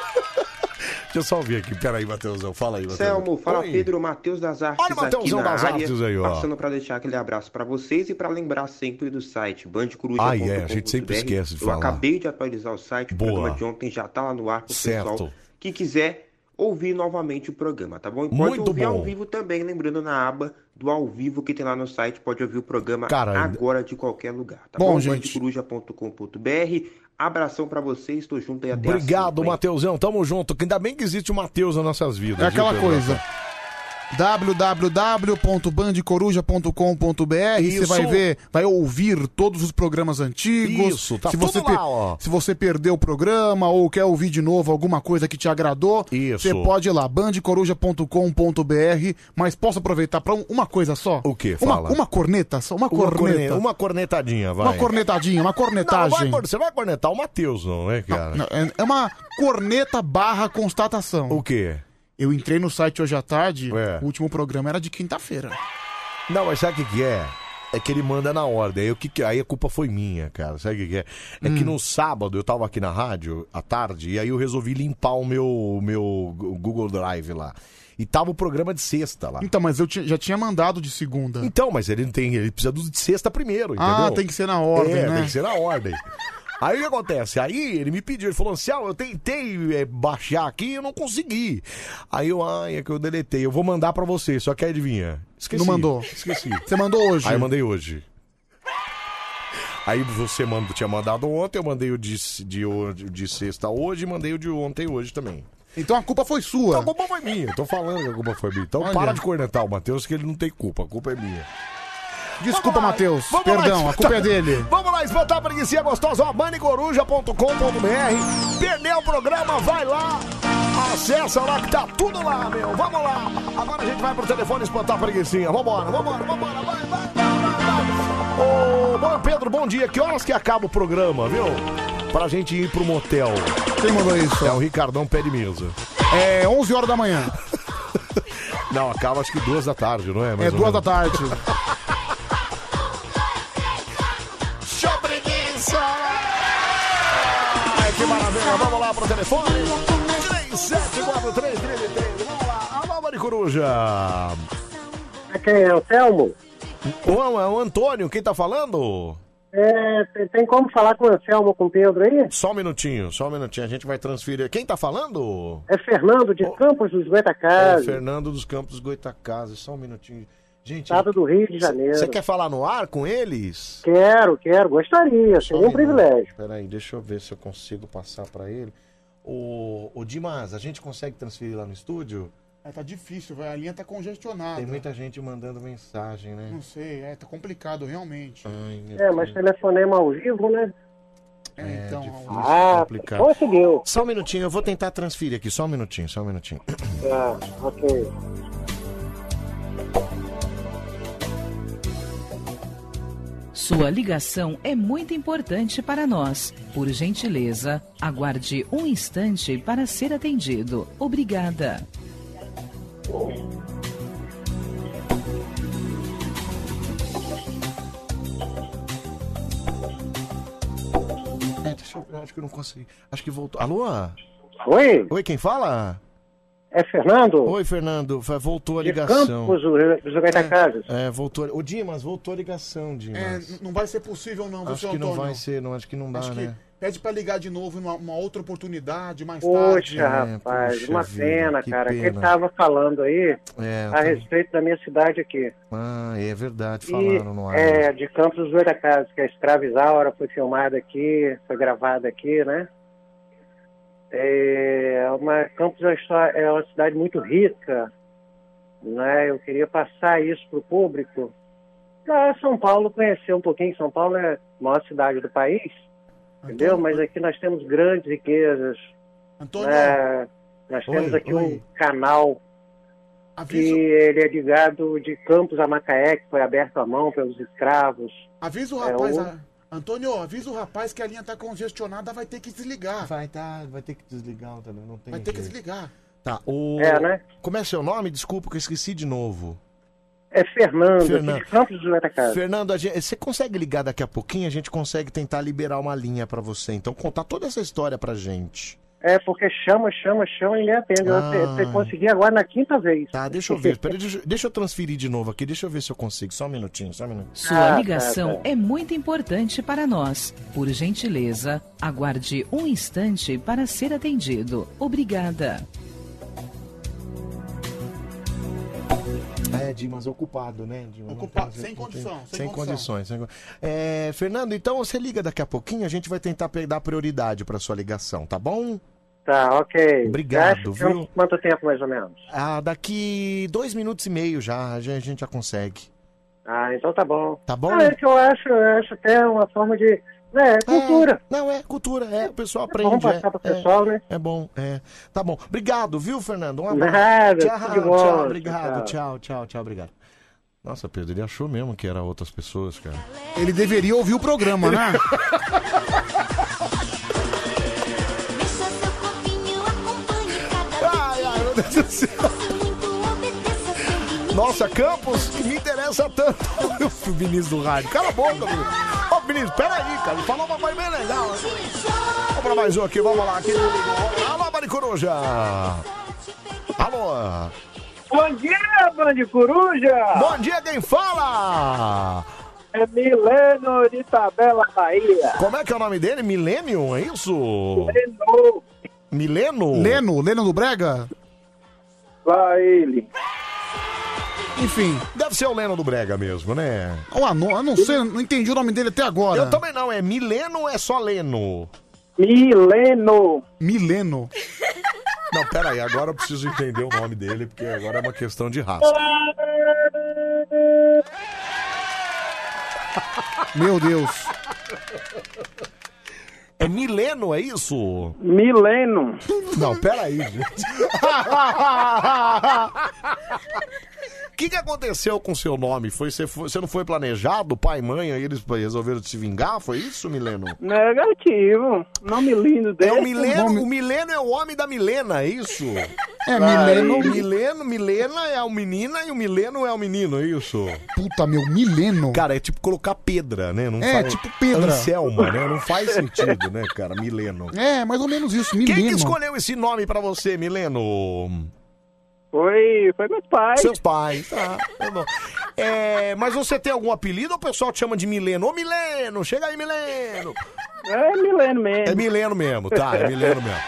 Speaker 1: Deixa eu só ouvir aqui. Peraí, Matheusão. Fala aí, Matheusão.
Speaker 15: Selmo, fala
Speaker 1: Oi.
Speaker 15: Pedro, Matheus das Artes
Speaker 1: Olha o
Speaker 15: aqui
Speaker 1: Matheusão
Speaker 15: na
Speaker 1: das
Speaker 15: área,
Speaker 1: Artes aí, ó.
Speaker 15: passando para deixar aquele abraço para vocês e para lembrar sempre do site bandicoruja.com.br.
Speaker 1: Ah, é, a gente sempre esquece de
Speaker 15: Eu
Speaker 1: falar.
Speaker 15: acabei de atualizar o site, o
Speaker 1: Boa.
Speaker 15: programa de ontem já tá lá no ar pro
Speaker 1: Certo.
Speaker 15: pessoal que quiser ouvir novamente o programa, tá bom? E pode
Speaker 1: Muito
Speaker 15: ouvir ao
Speaker 1: bom.
Speaker 15: vivo também, lembrando na aba do ao vivo que tem lá no site, pode ouvir o programa
Speaker 1: Cara, ainda-
Speaker 15: agora de qualquer lugar, tá
Speaker 1: Bom,
Speaker 15: bom?
Speaker 1: gente.
Speaker 15: bandicoruja.com.br. Abração para vocês, tô junto aí até às
Speaker 1: Obrigado, Matheusão. Tamo junto. Ainda bem que existe o Matheus nas nossas vidas.
Speaker 3: É
Speaker 1: viu,
Speaker 3: aquela
Speaker 1: Pedro?
Speaker 3: coisa. www.bandecoruja.com.br É Você
Speaker 1: Isso.
Speaker 3: vai ver, vai ouvir todos os programas antigos.
Speaker 1: Isso, tá
Speaker 3: se
Speaker 1: tudo
Speaker 3: você
Speaker 1: lá,
Speaker 3: per-
Speaker 1: ó.
Speaker 3: Se você perdeu o programa ou quer ouvir de novo alguma coisa que te agradou, você pode ir lá, bandecoruja.com.br, mas posso aproveitar pra um- uma coisa só? O quê? Uma,
Speaker 1: Fala.
Speaker 3: uma corneta só, uma
Speaker 1: Uma,
Speaker 3: corneta.
Speaker 1: corne- uma cornetadinha, vai.
Speaker 3: Uma cornetadinha, uma
Speaker 1: Não, vai
Speaker 3: cornetagem.
Speaker 1: cor- você vai cornetar o Matheus, não, né, cara?
Speaker 3: Não, é- é uma corneta barra constatação. O
Speaker 1: quê? É.
Speaker 3: Eu entrei no site hoje à tarde, o último programa era de quinta-feira.
Speaker 1: Não, mas sabe o que, que é? É que ele manda na ordem. Aí, o que que- aí a culpa foi minha, cara. Sabe o que, que é? É que
Speaker 3: Hum.
Speaker 1: no sábado eu tava aqui na rádio à tarde e aí eu resolvi limpar o meu, o meu Google Drive lá. E tava o programa de sexta lá.
Speaker 3: Então, mas eu ti- já tinha mandado de segunda.
Speaker 1: Então, mas ele não tem. Ele precisa do de sexta primeiro, entendeu?
Speaker 3: Ah, tem que ser na ordem,
Speaker 1: é,
Speaker 3: né?
Speaker 1: Tem que ser na
Speaker 3: [LAUGHS]
Speaker 1: ordem. Aí o que acontece? Aí ele me pediu, ele falou, Anselmo, eu tentei eh, baixar aqui e eu não consegui. Aí eu, ai, é que eu deletei, eu vou mandar pra você, só que adivinha? Esqueci.
Speaker 3: Não mandou.
Speaker 1: Esqueci.
Speaker 3: Você mandou hoje?
Speaker 1: Aí eu mandei hoje. Aí você manda, tinha mandado ontem, eu mandei o de, de, hoje- de sexta hoje e mandei o de ontem hoje também.
Speaker 3: Então a culpa foi sua.
Speaker 1: a culpa foi minha. Tô falando que a culpa foi minha. Então
Speaker 3: Olha.
Speaker 1: para de cornetar o Matheus que ele não tem culpa. A culpa é minha.
Speaker 3: Desculpa, Matheus. Perdão, a culpa é dele.
Speaker 1: Vamos lá, espantar a preguiça gostosa. ó, manicoruja.com.br Perdeu o programa, vai lá. Acessa lá que tá tudo lá, meu. Vamos lá. Agora a gente vai pro telefone espantar a preguiçinha. Vambora, vambora, vambora. Vai, vai, vai, vai. Ô, bom, Pedro, bom dia. Que horas que acaba o programa, viu? Pra gente ir pro motel.
Speaker 3: Quem mandou isso?
Speaker 1: É o Ricardão Pé de Mesa.
Speaker 3: É 11 horas da manhã.
Speaker 1: [LAUGHS] Não, acaba acho que duas da tarde, não é?
Speaker 3: É
Speaker 1: Mais ou
Speaker 3: duas da
Speaker 1: menos.
Speaker 3: tarde.
Speaker 1: Show preguiça! Ai, que maravilha! Vamos lá pro telefone! 374333, vamos lá! Alô, Maricoruja!
Speaker 16: Quem é? O Selmo?
Speaker 1: O, é o Antônio, quem tá falando?
Speaker 16: É, tem- tem como falar com o Anselmo, com o Pedro aí?
Speaker 1: Só um minutinho, só um minutinho, a gente vai transferir. Quem tá falando?
Speaker 16: É Fernando de Campos dos
Speaker 1: É o
Speaker 16: Goitacazes.
Speaker 1: Fernando dos Campos Goitacazes, só um minutinho. Gente,
Speaker 16: Estado do Rio de Janeiro.
Speaker 1: Você quer falar no ar com eles?
Speaker 16: Quero, quero, gostaria, seria
Speaker 1: né?
Speaker 16: um privilégio.
Speaker 1: Peraí, deixa eu ver se eu consigo passar pra ele. Ô, ô Dimas, a gente consegue transferir lá no estúdio?
Speaker 3: É, tá difícil, velho. A linha tá congestionada.
Speaker 1: Tem muita gente mandando mensagem, né?
Speaker 3: Não sei, é, tá complicado realmente.
Speaker 16: É, mas telefonema ao vivo, né?
Speaker 3: É, então, Raul.
Speaker 16: Ah,
Speaker 1: complicado.
Speaker 16: conseguiu.
Speaker 1: Só um minutinho, eu vou tentar transferir aqui, só um minutinho, só um minutinho.
Speaker 16: Ah, ok.
Speaker 17: Sua ligação é muito importante para nós. Por gentileza, aguarde um instante para ser atendido. Obrigada.
Speaker 1: É, deixa eu, eu acho que eu não consegui. Acho que voltou. Alô?
Speaker 16: Oi?
Speaker 1: Oi, quem fala?
Speaker 16: É Fernando?
Speaker 1: Oi, Fernando. Fa- Voltou a
Speaker 16: De
Speaker 1: ligação.
Speaker 16: Campos do- dos Goitacazes.
Speaker 1: É, voltou. a- Ô, Dimas, voltou a ligação,
Speaker 3: É,
Speaker 1: Dimas.
Speaker 3: n- não vai ser possível não, viu,
Speaker 1: acho
Speaker 3: seu
Speaker 1: que não
Speaker 3: Antônio?
Speaker 1: vai ser, não, acho que não dá,
Speaker 3: Acho que
Speaker 1: né?
Speaker 3: pede pra ligar de novo numa uma outra oportunidade, mais tarde.
Speaker 16: Poxa, rapaz,
Speaker 1: É, poxa
Speaker 16: uma
Speaker 1: vida,
Speaker 16: pena,
Speaker 1: que
Speaker 16: cara.
Speaker 1: pena.
Speaker 16: Quem tava falando aí
Speaker 1: É,
Speaker 16: a
Speaker 1: tá-
Speaker 16: respeito da minha cidade aqui.
Speaker 1: Ah, é verdade,
Speaker 16: E,
Speaker 1: falaram no ar.
Speaker 16: é, de Campos dos Goitacazes, que a Escravizaura foi filmada aqui, foi gravada aqui, né? É, uma, Campos é uma histó- é uma cidade muito rica, né? Eu queria passar isso para o público. Pra São Paulo, conhecer um pouquinho. São Paulo é a maior cidade do país, entendeu? Mas aqui nós temos grandes riquezas. né? Nós
Speaker 5: Oi,
Speaker 16: temos aqui um
Speaker 5: oi.
Speaker 16: canal que
Speaker 3: Avisa-
Speaker 16: ele é ligado de Campos a Macaé, que foi aberto à mão pelos escravos.
Speaker 3: Avisa o
Speaker 16: É,
Speaker 3: rapaz,
Speaker 16: o-
Speaker 3: a-
Speaker 1: ah.
Speaker 3: Antônio, avisa o rapaz que a linha tá congestionada, vai ter que desligar.
Speaker 1: Vai, tá, vai ter que desligar, Antônio, não tem
Speaker 3: Vai ter que
Speaker 1: jeito.
Speaker 3: desligar.
Speaker 1: Tá, o...
Speaker 16: É, né?
Speaker 1: Como é seu nome? Desculpa que eu esqueci de novo.
Speaker 16: É Fernando,
Speaker 1: Fernando.
Speaker 16: de Campos do Atacado.
Speaker 1: Fernando, a gente- você consegue ligar daqui a pouquinho? A gente consegue tentar liberar uma linha pra você. Então, contar toda essa história pra gente.
Speaker 16: É, porque chama, chama, chama e ele atende. Eu
Speaker 1: Ah.
Speaker 16: te- te consegui agora na quinta vez.
Speaker 1: Tá, deixa eu ver. Peraí, deixa, eu- deixa eu transferir de novo aqui. Deixa eu ver se eu consigo. Só um minutinho, só um minutinho.
Speaker 16: Ah,
Speaker 17: Sua ligação
Speaker 16: tá,
Speaker 17: é muito importante para nós. Por gentileza, aguarde um instante para ser atendido. Obrigada.
Speaker 16: tá,
Speaker 1: É, Dimas, ocupado, né? Dimas?
Speaker 3: Ocupado,
Speaker 1: Não tem-
Speaker 3: sem
Speaker 1: não tem-
Speaker 3: condição, sem
Speaker 1: Sem
Speaker 3: condição.
Speaker 1: condições. sem con- É, Fernando, então você liga daqui a pouquinho. A gente vai tentar pe- dar prioridade pra sua ligação, tá bom?
Speaker 16: Tá, ok.
Speaker 5: Obrigado,
Speaker 16: Acho que uns-
Speaker 5: viu?
Speaker 16: Quanto tempo, mais ou menos?
Speaker 5: Ah, daqui dois minutos e meio já, já- a gente já consegue.
Speaker 16: Ah, então tá bom.
Speaker 5: Tá bom?
Speaker 16: Ah, é que eu acho, eu acho até uma forma de... Né, é cultura.
Speaker 5: não, é cultura, é. O pessoal aprende.
Speaker 16: Vamos
Speaker 5: é,
Speaker 16: passar pro
Speaker 5: é,
Speaker 16: pessoal, né?
Speaker 5: É bom, é. Tá bom. Obrigado, viu, Fernando? Um abraço.
Speaker 16: Nada,
Speaker 5: tchau,
Speaker 16: tudo de bom.
Speaker 5: tchau, obrigado.
Speaker 16: Tchau.
Speaker 5: Tchau, tchau, tchau, obrigado. Nossa, Pedro, ele achou mesmo que era outras pessoas, cara.
Speaker 3: Ele deveria ouvir o programa,
Speaker 1: [LAUGHS]
Speaker 3: né?
Speaker 1: Ai, ai, meu Deus do céu. Nossa, Campos, que me interessa tanto. [LAUGHS] Olha o Vinícius do rádio. Cala a boca, Vinícius. Ô, Vinícius, peraí, cara. Ele falou uma coisa bem legal. né? Vamos pra mais um aqui, vamos lá. Aqui. Alô, Maricoruja. Ah. Alô.
Speaker 18: Bom dia, Bande Coruja!
Speaker 1: Bom dia,
Speaker 18: [LAUGHS]
Speaker 1: quem fala?
Speaker 18: É Mileno de Tabela, Bahia.
Speaker 1: Como é que é o nome dele? Milênio, é isso?
Speaker 18: Mileno.
Speaker 1: Mileno?
Speaker 3: Leno, Leno do Brega?
Speaker 18: Lá ele.
Speaker 3: Enfim.
Speaker 1: Deve ser o Leno do Brega mesmo, né?
Speaker 3: Ou a no- eu não sei, não entendi o nome dele até agora.
Speaker 1: Eu também não, é Mileno ou é só Leno?
Speaker 18: Mileno.
Speaker 3: Mileno.
Speaker 1: Não, peraí, agora eu preciso entender o nome dele, porque agora é uma questão de raça.
Speaker 3: Meu Deus.
Speaker 1: É Mileno, é isso?
Speaker 18: Mileno.
Speaker 1: Não, peraí, gente. O que, que aconteceu com o seu nome? Foi, você, foi- você não foi planejado, pai e mãe, aí eles resolveram se vingar? Foi isso, Mileno?
Speaker 18: Negativo. Nome lindo dele.
Speaker 1: É o Mileno, o Mileno é o homem da Milena, é isso?
Speaker 3: [LAUGHS]
Speaker 1: Ah,
Speaker 3: É, Mileno-
Speaker 1: Mileno, Milena é o menina e o Mileno é o menino, é isso?
Speaker 3: Puta, meu, Mileno.
Speaker 1: Cara, é tipo colocar pedra, né? Não
Speaker 3: É,
Speaker 1: faz-
Speaker 3: tipo pedra.
Speaker 1: Anselma, né? Não faz sentido, né, cara? Mileno.
Speaker 3: É, mais ou menos isso, Mileno.
Speaker 1: Quem que escolheu esse nome pra você, Mileno?
Speaker 18: Foi, foi meus pais.
Speaker 1: Seus pais, tá. tá bom. É, mas você tem algum apelido ou o pessoal te chama de Mileno? Ô, Mileno, chega aí, Mileno.
Speaker 18: É Mileno mesmo.
Speaker 1: É Mileno mesmo, tá, é Mileno mesmo.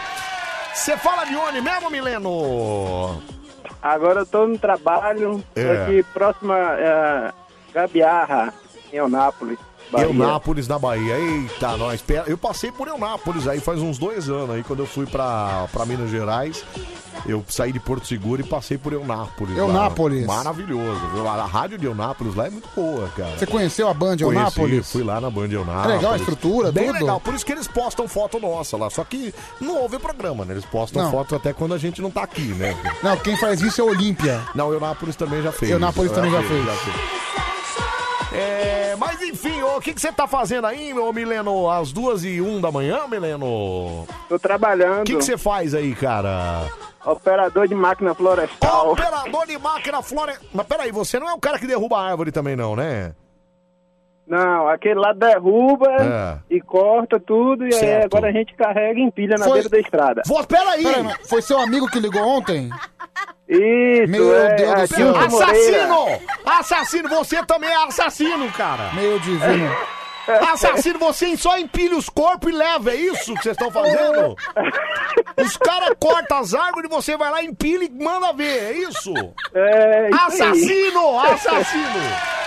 Speaker 1: Você fala de onde mesmo, Mileno?
Speaker 18: Agora eu tô no trabalho.
Speaker 1: É.
Speaker 18: Tô aqui próxima é, Gabiarra, em Eunápolis. Bahia.
Speaker 1: Eunápolis, na Bahia. Eita, nós. pe- Eu passei por Eunápolis aí faz uns dois anos. Aí quando eu fui pra, pra Minas Gerais, eu saí de Porto Seguro e passei por Eunápolis. lá.
Speaker 3: Eunápolis.
Speaker 1: Maravilhoso. viu? A rádio de Eunápolis lá é muito boa, cara.
Speaker 3: Você conheceu a Band
Speaker 1: Conheci,
Speaker 3: Eunápolis?
Speaker 1: Fui lá na Band Eunápolis.
Speaker 3: É legal a estrutura,
Speaker 1: Bem
Speaker 3: tudo?
Speaker 1: legal, por isso que eles postam foto nossa lá. Só que não houve programa, né? Eles postam
Speaker 3: Não.
Speaker 1: foto até quando a gente não tá aqui, né?
Speaker 3: Não, quem faz isso é o Olímpia.
Speaker 1: Não, o Eunápolis também já fez.
Speaker 3: Eunápolis também já fez.
Speaker 1: É, mas enfim, ô, o que que você tá fazendo aí, ô Mileno? Às duas e um da manhã, Mileno?
Speaker 18: Tô trabalhando.
Speaker 1: O que que você faz aí, cara?
Speaker 18: Operador de máquina florestal.
Speaker 1: Operador de máquina florestal. Mas peraí, você não é o cara que derruba a árvore também, não, né?
Speaker 18: Não, aquele lá derruba e corta tudo. E aí
Speaker 1: Certo.
Speaker 18: agora a gente carrega e empilha na beira da estrada.
Speaker 1: Pô, peraí!
Speaker 3: Peraí, mas foi seu amigo que ligou ontem?
Speaker 18: Isso,
Speaker 3: Meu
Speaker 18: é,
Speaker 3: Deus do céu.
Speaker 18: Adilson Moreira.
Speaker 1: Assassino! Assassino, você também é assassino, cara!
Speaker 3: Meu divino.
Speaker 1: [LAUGHS] Assassino, você só empilha os corpos e leva, é isso que vocês estão fazendo? Os caras cortam as árvores e você vai lá, empilha e manda ver, é isso?
Speaker 18: É, isso aí.
Speaker 1: assassino! Assassino!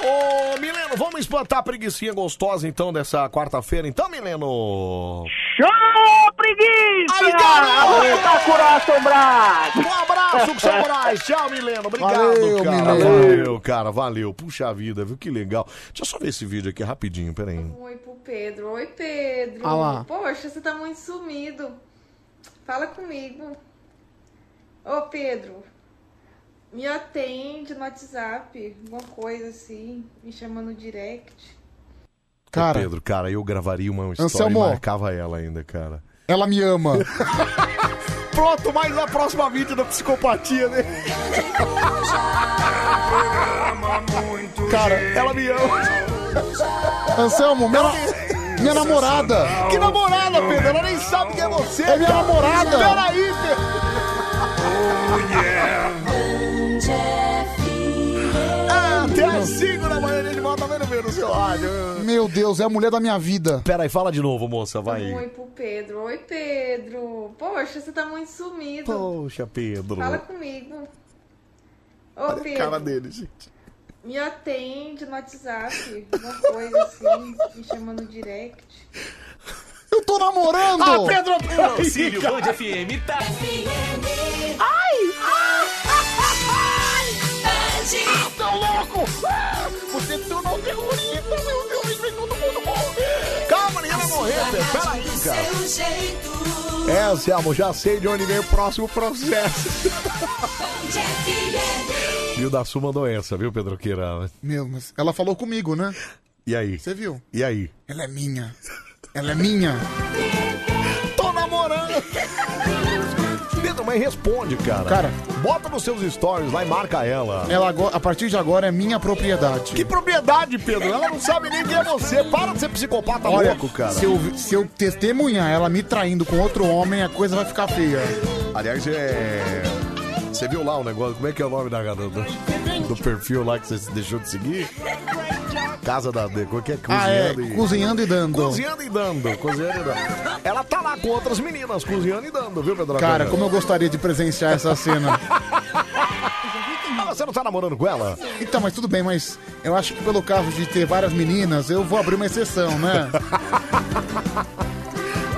Speaker 1: Ô, Mileno, vamos espantar a preguiçinha gostosa então dessa quarta-feira, então, Mileno?
Speaker 18: Show, preguiça! tá
Speaker 1: Aí, garoto!
Speaker 18: Aguenta curar assombrado!
Speaker 1: Um abraço, que Moraes. Tchau, Mileno. Obrigado,
Speaker 18: Valeu,
Speaker 1: cara.
Speaker 18: Mileno.
Speaker 1: Valeu, cara. Valeu. Puxa vida, viu? Que legal. Deixa eu só ver esse vídeo aqui rapidinho, peraí.
Speaker 19: Um Oi pro Pedro. Oi, Pedro.
Speaker 1: Ah lá.
Speaker 19: Poxa, você tá muito sumido. Fala comigo. Ô, Pedro. Me atende no WhatsApp, alguma coisa assim, me chama no direct.
Speaker 1: Cara, Pedro, cara, eu gravaria uma história
Speaker 3: Anselmo.
Speaker 1: e marcava ela ainda, cara.
Speaker 3: Ela me ama.
Speaker 1: [LAUGHS] Pronto, mais uma próxima vídeo da psicopatia, né?
Speaker 3: Cara,
Speaker 1: ela me ama.
Speaker 3: Anselmo, minha, minha namorada.
Speaker 1: Que namorada, Pedro? Ela nem sabe quem é você.
Speaker 3: É minha
Speaker 1: cara.
Speaker 3: namorada.
Speaker 1: Peraí, Pedro. Até as 5 da manhã ele volta tá vendo ver no seu rádio.
Speaker 3: Meu Deus, é a mulher da minha vida.
Speaker 1: Peraí, fala de novo, moça,
Speaker 19: Um Oi pro Pedro. Oi, Pedro. Poxa, você tá muito sumido.
Speaker 1: Poxa, Pedro.
Speaker 19: Fala comigo. Ô,
Speaker 1: Olha a
Speaker 19: Pedro.
Speaker 1: cara dele, gente.
Speaker 19: Me atende no WhatsApp, alguma coisa assim, me chama no direct.
Speaker 3: Eu tô namorando!
Speaker 7: Ah, Pedro,
Speaker 3: Ai,
Speaker 7: Auxílio
Speaker 3: cara.
Speaker 7: Band FM tá.
Speaker 10: Ai! Ah, tão louco! Ah, você se tornou um terrorista, meu Deus, vem todo mundo morrer!
Speaker 1: Calma, ninguém vai morrer, Pedro, peraí, cara. É, Selmo, já sei de onde vem o
Speaker 19: [LAUGHS]
Speaker 1: próximo processo. E o da Su mandou essa, viu, Pedro Queira?
Speaker 3: Meu, mas ela falou comigo, né?
Speaker 1: E aí?
Speaker 3: Você viu?
Speaker 1: E aí?
Speaker 3: Ela é minha. Ela é minha.
Speaker 1: Tô namorando!
Speaker 3: É
Speaker 1: Pedro, mas responde, cara.
Speaker 3: Cara.
Speaker 1: Bota nos seus stories lá e marca ela.
Speaker 3: Ela agora, a partir de agora é minha propriedade.
Speaker 1: Que propriedade, Pedro? Ela não sabe nem quem é você. Para de ser psicopata
Speaker 3: Olha,
Speaker 1: louco, cara.
Speaker 3: Se eu, se eu testemunhar ela me traindo com outro homem, a coisa vai ficar feia.
Speaker 1: Aliás, é. Você viu lá o negócio? Como é que é o nome da, do, do perfil lá que você deixou de seguir? Casa da Deco, que é cozinhando
Speaker 3: Ah, é,
Speaker 1: e.
Speaker 3: cozinhando e dando.
Speaker 1: Cozinhando e dando, cozinhando e dando. Ela tá lá com outras meninas, cozinhando e dando, viu, Pedro?
Speaker 3: Cara, como eu gostaria de presenciar essa cena.
Speaker 1: Ah, [LAUGHS] você não tá namorando com ela?
Speaker 3: Então, mas tudo bem, mas eu acho que pelo caso de ter várias meninas, eu vou abrir uma exceção, né?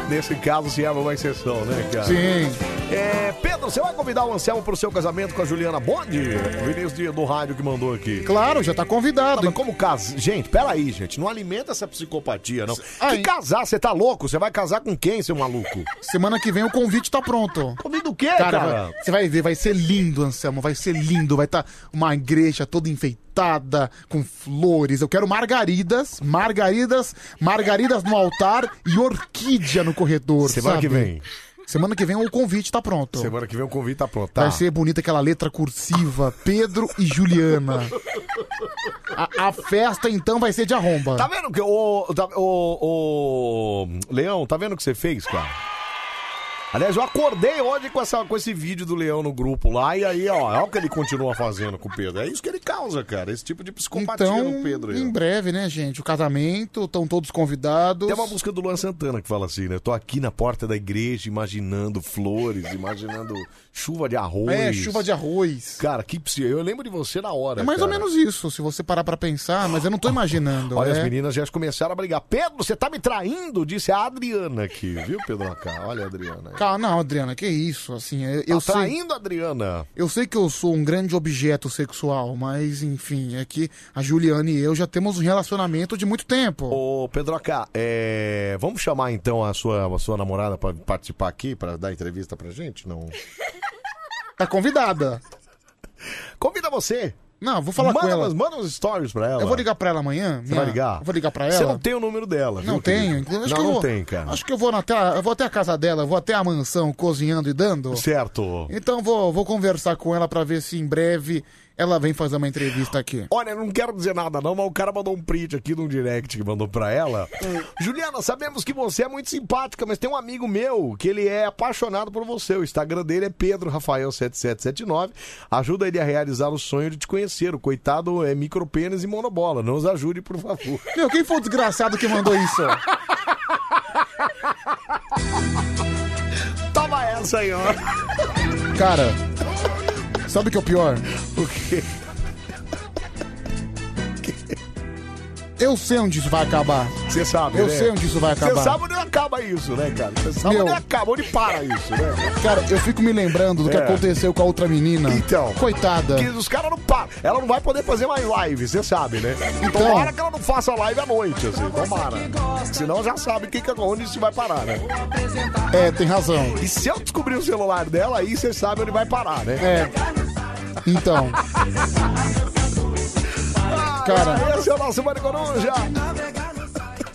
Speaker 1: Nesse caso, se abre uma exceção, né, cara?
Speaker 3: Sim.
Speaker 1: É, Pedro, você vai convidar o Anselmo pro seu casamento com a Juliana Bond? O Vinícius de- do rádio que mandou aqui.
Speaker 3: Claro, já tá convidado.
Speaker 1: mas como casa? Gente, peraí, gente. Não alimenta essa psicopatia, não. Que casar? Você tá louco? Você vai casar com quem, seu maluco?
Speaker 3: Semana que vem o convite tá pronto.
Speaker 1: [LAUGHS] Convite do quê, cara?
Speaker 3: vai- Você vai ver, vai ser lindo, Anselmo, vai ser lindo. Vai estar uma igreja toda enfeitada, com flores. Eu quero margaridas, margaridas, margaridas no altar e orquídea no corredor,
Speaker 1: Semana
Speaker 3: sabe?
Speaker 1: que vem.
Speaker 3: Semana que vem o convite tá pronto.
Speaker 1: Semana que vem o convite tá pronto, tá?
Speaker 3: Vai ser bonita aquela letra cursiva, Pedro e Juliana. A, a festa, então, vai ser de arromba.
Speaker 1: Tá vendo que o, tá- o, o- Leão, tá vendo o que você fez, cara? Aliás, eu acordei hoje com, essa, com esse vídeo do Leão no grupo lá, e aí, ó, é o que ele continua fazendo com o Pedro. É isso que ele causa, cara, esse tipo de psicopatia
Speaker 3: Então,
Speaker 1: no Pedro. aí, ó.
Speaker 3: em breve, né, gente? O casamento, estão todos convidados.
Speaker 1: Tem uma música do Luan Santana que fala assim, né? Tô aqui na porta da igreja imaginando flores, imaginando chuva de arroz.
Speaker 3: É, chuva de arroz.
Speaker 1: Cara, que psi- eu lembro de você na hora.
Speaker 3: É mais ou
Speaker 1: cara.
Speaker 3: menos isso, se você parar pra pensar, mas eu não tô imaginando.
Speaker 1: Olha,
Speaker 3: é.
Speaker 1: as meninas já começaram a brigar. Pedro, você tá me traindo? Disse a Adriana aqui, viu, Pedro? Acá? Olha a Adriana. aí.
Speaker 3: Calma, não, Adriana, que isso, assim, eu, eu
Speaker 1: tá
Speaker 3: sei...
Speaker 1: traindo a Adriana?
Speaker 3: Eu sei que eu sou um grande objeto sexual, mas enfim, é que a Juliana e eu já temos um relacionamento de muito tempo.
Speaker 1: Ô, Pedroca, é... vamos chamar então a sua, a sua namorada pra participar aqui, pra dar entrevista pra gente? Não.
Speaker 3: Tá convidada.
Speaker 1: Convida você.
Speaker 3: Não, vou falar
Speaker 1: manda,
Speaker 3: com ela.
Speaker 1: umas- Manda uns stories pra ela.
Speaker 3: Eu vou ligar pra ela amanhã.
Speaker 1: Você vai ligar?
Speaker 3: Eu Vou ligar pra ela.
Speaker 1: Você não tem o número dela, viu,
Speaker 3: Não tenho.
Speaker 1: querido?
Speaker 3: inclusive, Acho
Speaker 1: não,
Speaker 3: que eu
Speaker 1: não
Speaker 3: vou,
Speaker 1: tem, cara.
Speaker 3: Acho que eu vou, na, tela- eu vou até a casa dela, vou até a mansão cozinhando e dando.
Speaker 1: Certo.
Speaker 3: Então vou, vou conversar com ela pra ver se em breve ela vem fazer uma entrevista aqui.
Speaker 1: Olha, não quero dizer nada não, mas o cara mandou um print aqui num direct que mandou pra ela.
Speaker 3: Hum.
Speaker 1: Juliana, sabemos que você é muito simpática, mas tem um amigo meu que ele é apaixonado por você. O Instagram dele é Pedro Rafael 7779. Ajuda ele a realizar o sonho de te conhecer. O coitado é micropênis e monobola. Não os ajude, por favor. Ah,
Speaker 3: Meu, quem foi o desgraçado que mandou isso?
Speaker 1: Toma essa aí, ó.
Speaker 3: Cara, sabe o que é o pior?
Speaker 1: O quê?
Speaker 3: Eu sei onde isso vai acabar.
Speaker 1: Você sabe,
Speaker 3: Eu
Speaker 1: né?
Speaker 3: sei onde isso vai acabar.
Speaker 1: Você sabe onde acaba isso, né, cara? Você sabe
Speaker 3: Meu.
Speaker 1: onde acaba, onde para isso, né?
Speaker 3: Cara, eu fico me lembrando do que
Speaker 1: É.
Speaker 3: aconteceu com a outra menina.
Speaker 1: Então.
Speaker 3: Coitada.
Speaker 1: Que os caras não param. Ela não vai poder fazer mais live, você sabe, né?
Speaker 3: Então.
Speaker 1: Tomara que ela não faça live à noite, assim. Tomara. Senão já sabe que, que- onde isso vai parar, né?
Speaker 3: É, tem razão.
Speaker 1: E se eu descobrir o celular dela, aí você sabe onde vai parar, né?
Speaker 3: É. Então. Cara,
Speaker 1: Esse é o nosso Maricoruja.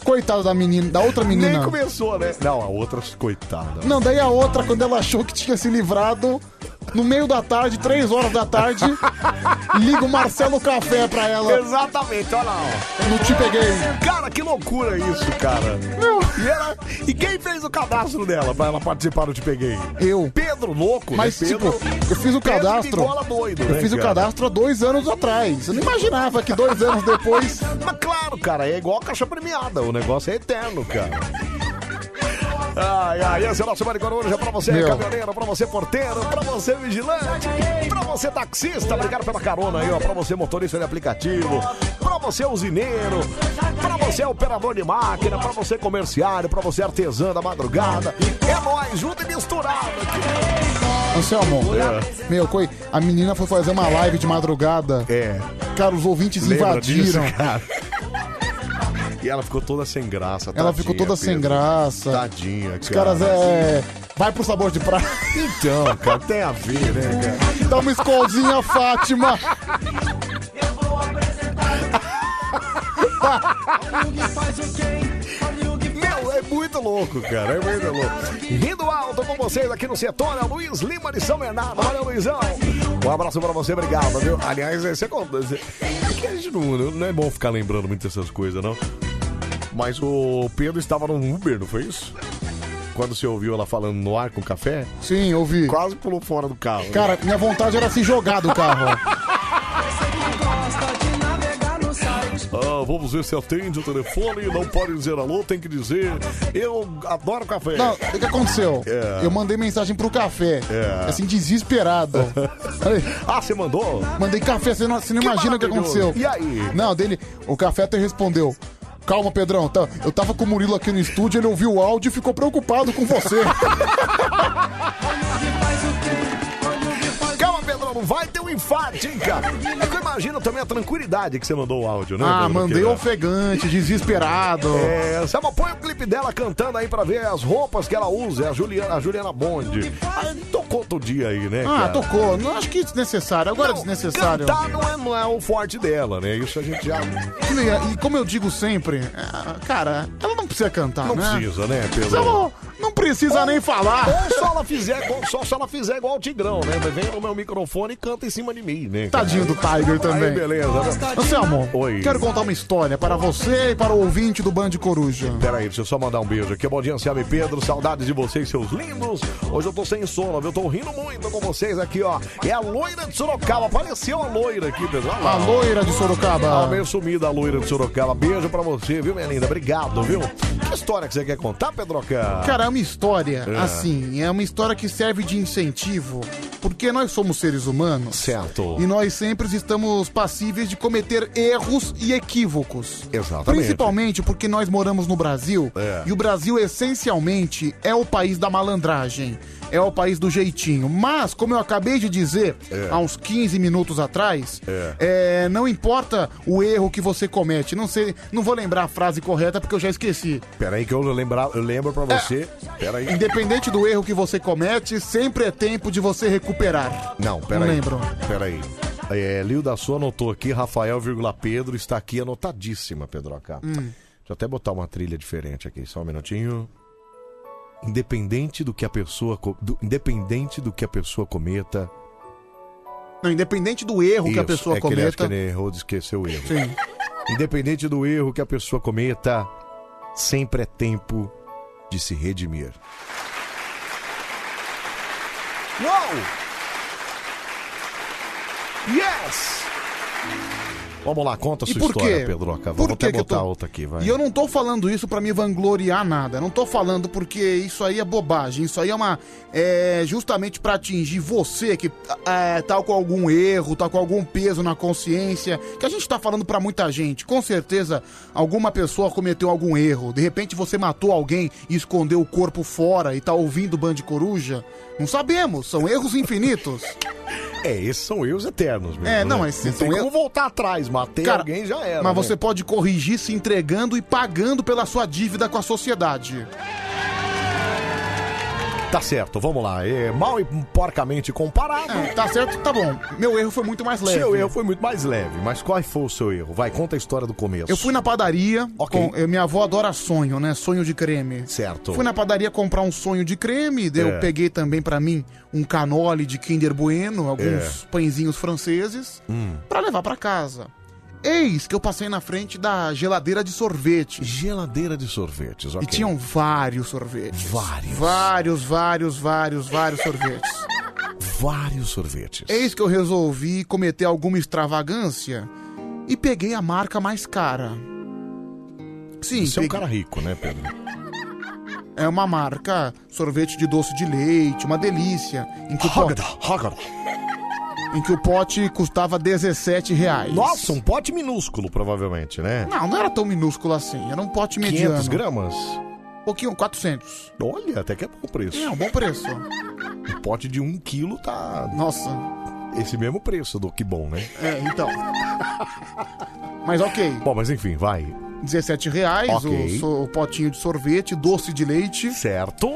Speaker 3: coitada da menina, da outra
Speaker 1: Nem
Speaker 3: menina.
Speaker 1: começou, né? Não, a outra, coitada.
Speaker 3: Não, daí a outra, quando ela achou que tinha se livrado, no meio da tarde, três horas da tarde,
Speaker 1: [LAUGHS]
Speaker 3: liga o Marcelo Café pra ela.
Speaker 1: Exatamente, olha lá, ó.
Speaker 3: Não te peguei.
Speaker 1: Cara, que loucura isso, cara. E, ela- e quem fez o cadastro dela pra ela participar do Te Peguei?
Speaker 3: Eu.
Speaker 1: Pedro louco,
Speaker 3: Mas,
Speaker 1: né?
Speaker 3: tipo, eu fiz o
Speaker 1: Pedro
Speaker 3: cadastro.
Speaker 1: Bigola doido,
Speaker 3: eu
Speaker 1: né,
Speaker 3: fiz o
Speaker 1: cara?
Speaker 3: cadastro há dois anos atrás. Eu não imaginava que dois anos depois.
Speaker 1: Mas claro, cara, é igual a caixa premiada. O negócio é eterno, cara. Ai, ai, esse é o nosso Mário Coruja pra você,
Speaker 7: Meu.
Speaker 1: caminhoneiro, pra você, porteiro, pra você, vigilante, pra você, taxista. Obrigado pela carona aí, ó, pra você, motorista de aplicativo, pra você usineiro, pra você operador de máquina, pra você comerciário, pra você artesã da madrugada. É nóis, junto e misturado.
Speaker 3: Anselmo,
Speaker 1: É.
Speaker 3: meu, coi, a menina foi fazer uma live de madrugada.
Speaker 1: É.
Speaker 3: Cara, os ouvintes
Speaker 1: Lembra disso,
Speaker 3: invadiram.
Speaker 1: cara? E ela ficou toda sem graça,
Speaker 3: Ela ficou
Speaker 1: tadinha,
Speaker 3: toda sem
Speaker 1: Pedro.
Speaker 3: graça.
Speaker 1: Tadinha, cara.
Speaker 3: Os caras é. Vai pro sabor de praia.
Speaker 1: Então, cara, tem a ver, né, cara?
Speaker 3: Dá uma
Speaker 1: [LAUGHS]
Speaker 3: escolzinha, Fátima.
Speaker 1: Meu, é muito louco, cara. É muito louco. Rindo alto com vocês aqui no setor, é o Luiz Lima de São Bernardo. Valeu, Luizão. Um abraço pra você, obrigado, viu? Aliás, você conta. Você... que a gente não, não é bom ficar lembrando muito dessas coisas, não. Mas o Pedro estava num Uber, não foi isso? Quando você ouviu ela falando no ar com café?
Speaker 3: Sim, ouvi.
Speaker 1: Quase pulou fora do carro. né?
Speaker 3: Cara, minha vontade era se jogar do carro.
Speaker 1: Ah, vamos ver se atende o telefone. Não pode dizer alô, tem que dizer. Eu adoro café.
Speaker 3: Não, o que aconteceu?
Speaker 1: É.
Speaker 3: Eu mandei mensagem pro café.
Speaker 1: É.
Speaker 3: Assim, desesperado. Falei,
Speaker 1: Ah, você mandou?
Speaker 3: Mandei café, você não, você não
Speaker 1: [LAUGHS] Que
Speaker 3: imagina o que aconteceu.
Speaker 1: maravilhoso. E aí?
Speaker 3: Não, dele. O café até respondeu. Calma, Pedrão. tá- eu tava com o Murilo aqui no estúdio, ele ouviu o áudio e ficou preocupado com
Speaker 1: [LAUGHS]
Speaker 3: você.
Speaker 1: Calma, Pedro, não vai ter um infarte, hein, cara? É que eu imagino também a tranquilidade que você mandou o áudio, né?
Speaker 3: ah,
Speaker 1: Pedro?
Speaker 3: mandei
Speaker 1: Que-
Speaker 3: ofegante, desesperado.
Speaker 1: É, Selma, põe o clipe dela cantando aí pra ver as roupas que ela usa. É a Juliana, a Juliana Bond. Ah, tocou outro dia aí, né?
Speaker 3: Ah,
Speaker 1: cara?
Speaker 3: tocou. Não acho que é desnecessário. Agora é desnecessário.
Speaker 1: Cantar não é, não é o forte dela, né? Isso a gente já.
Speaker 3: E, e como eu digo sempre, ah, cara, ela não precisa cantar,
Speaker 1: Não
Speaker 3: né?
Speaker 1: precisa, né, Pedro?
Speaker 3: Ela não precisa nem falar.
Speaker 1: Ou só ela fizer, ou só se ela fizer igual o Tigrão, né? Vem no meu microfone e canta em cima de mim, né?
Speaker 3: [LAUGHS]
Speaker 1: cara?
Speaker 3: Tadinho do Tiger também.
Speaker 1: Aí, beleza. né?
Speaker 3: Anselmo,
Speaker 1: Oi.
Speaker 3: quero contar uma história para você e para o ouvinte do Band Coruja.
Speaker 1: Pera aí, deixa eu só mandar um beijo aqui. Bom dia, Anselmo e Pedro. Saudades de vocês, seus lindos. Hoje eu tô sem sono, viu? Eu tô rindo muito com vocês aqui, ó. É a loira de Sorocaba. Apareceu a loira aqui, pessoal.
Speaker 3: A loira de Sorocaba.
Speaker 1: Ah, meio sumida a loira de Sorocaba. Beijo pra você, viu, minha linda? Obrigado, viu? Que história que você quer contar, Pedroca?
Speaker 3: Cara, é uma história,
Speaker 1: É.
Speaker 3: assim, é uma história que serve de incentivo, porque nós somos seres humanos.
Speaker 1: Certo.
Speaker 3: E nós sempre estamos passíveis de cometer erros e equívocos.
Speaker 1: Exatamente.
Speaker 3: Principalmente porque nós moramos no Brasil
Speaker 1: É.
Speaker 3: e o Brasil essencialmente é o país da malandragem, é o país do jeitinho. Mas, como eu acabei de dizer
Speaker 1: É.
Speaker 3: há uns 15 minutos atrás,
Speaker 1: É.
Speaker 3: é, não importa o erro que você comete. Não sei, não vou lembrar a frase correta porque eu já esqueci. É.
Speaker 1: Pera aí que eu, lembrar, eu lembro pra você. Pera aí.
Speaker 3: Independente do erro que você comete, sempre é tempo de você recuperar.
Speaker 1: Não, pera
Speaker 3: Não
Speaker 1: aí.
Speaker 3: lembro.
Speaker 1: Pera aí. É, Lio da Sua anotou aqui, Rafael, vírgula, Pedro, está aqui anotadíssima, Pedroca.
Speaker 3: Hum.
Speaker 1: Deixa eu até botar uma trilha diferente aqui, só um minutinho. Independente do que a pessoa, co- do- independente do que a pessoa cometa,
Speaker 3: Não, independente do erro que a
Speaker 1: Isso,
Speaker 3: pessoa
Speaker 1: é Que ele, acha que
Speaker 3: cometa.
Speaker 1: ele errou de esquecer o erro.
Speaker 3: Sim.
Speaker 1: Independente do erro que a pessoa cometa, sempre é tempo de se redimir. Uou! Yes! Vamos lá, conta a
Speaker 3: E
Speaker 1: sua
Speaker 3: por
Speaker 1: história,
Speaker 3: quê?
Speaker 1: Pedroca.
Speaker 3: Por
Speaker 1: Vamos até
Speaker 3: que que eu
Speaker 1: botar
Speaker 3: tô-
Speaker 1: outra aqui, vai.
Speaker 3: E eu não tô falando isso pra me vangloriar nada. Não tô falando porque isso aí é bobagem. Isso aí é uma. É justamente pra atingir você que é, tá com algum erro, tá com algum peso na consciência. Que a gente tá falando pra muita gente. Com certeza, alguma pessoa cometeu algum erro. De repente você matou alguém e escondeu o corpo fora e tá ouvindo o Band Coruja. Não sabemos, são erros infinitos.
Speaker 1: É, esses são erros eternos mesmo.
Speaker 3: É, não,
Speaker 1: né?
Speaker 3: mas
Speaker 1: não tem
Speaker 3: são
Speaker 1: como
Speaker 3: erros-
Speaker 1: voltar atrás. Matei
Speaker 3: Cara,
Speaker 1: alguém, já era.
Speaker 3: Mas
Speaker 1: né?
Speaker 3: você pode corrigir se entregando e pagando pela sua dívida com a sociedade.
Speaker 1: Tá certo, vamos lá. É, mal e porcamente comparado.
Speaker 3: É, tá certo, tá bom. Meu erro foi muito mais leve.
Speaker 1: Seu erro foi muito mais leve, mas qual foi o seu erro? Vai, conta a história do começo.
Speaker 3: Eu fui na padaria.
Speaker 1: Ok.
Speaker 3: com- eh, minha avó adora sonho, né? Sonho de creme.
Speaker 1: Certo.
Speaker 3: Fui na padaria comprar um sonho de creme. daí
Speaker 1: É.
Speaker 3: Eu peguei também pra mim um canole de Kinder Bueno, alguns
Speaker 1: É.
Speaker 3: pãezinhos franceses,
Speaker 1: Hum.
Speaker 3: pra levar pra casa. Eis que eu passei na frente da geladeira de sorvete.
Speaker 1: Geladeira de sorvetes, ok.
Speaker 3: E tinham vários sorvetes.
Speaker 1: Vários.
Speaker 3: Vários, vários, vários,
Speaker 1: [LAUGHS]
Speaker 3: vários sorvetes.
Speaker 1: vários sorvetes.
Speaker 3: Eis que eu resolvi cometer alguma extravagância e peguei a marca mais cara. Sim,
Speaker 1: Você é um
Speaker 3: peguei-
Speaker 1: cara rico, né, Pedro?
Speaker 3: é uma marca sorvete de doce de leite, uma delícia. Em que o, po-
Speaker 1: Haggadah, Haggadah.
Speaker 3: em que o pote custava 17 reais.
Speaker 1: Nossa, um pote minúsculo, provavelmente, né?
Speaker 3: Não, não era tão minúsculo assim. Era um pote mediano.
Speaker 1: 500 gramas?
Speaker 3: Pouquinho, 400.
Speaker 1: Olha, até que é bom preço.
Speaker 3: É, um bom preço.
Speaker 1: O pote de 1 um quilo tá...
Speaker 3: Nossa.
Speaker 1: Esse mesmo preço do que bom, né?
Speaker 3: É, então. Mas ok.
Speaker 1: Bom, mas enfim, vai.
Speaker 3: 17 reais
Speaker 1: Ok.
Speaker 3: o, so- o potinho de sorvete, doce de leite.
Speaker 1: Certo.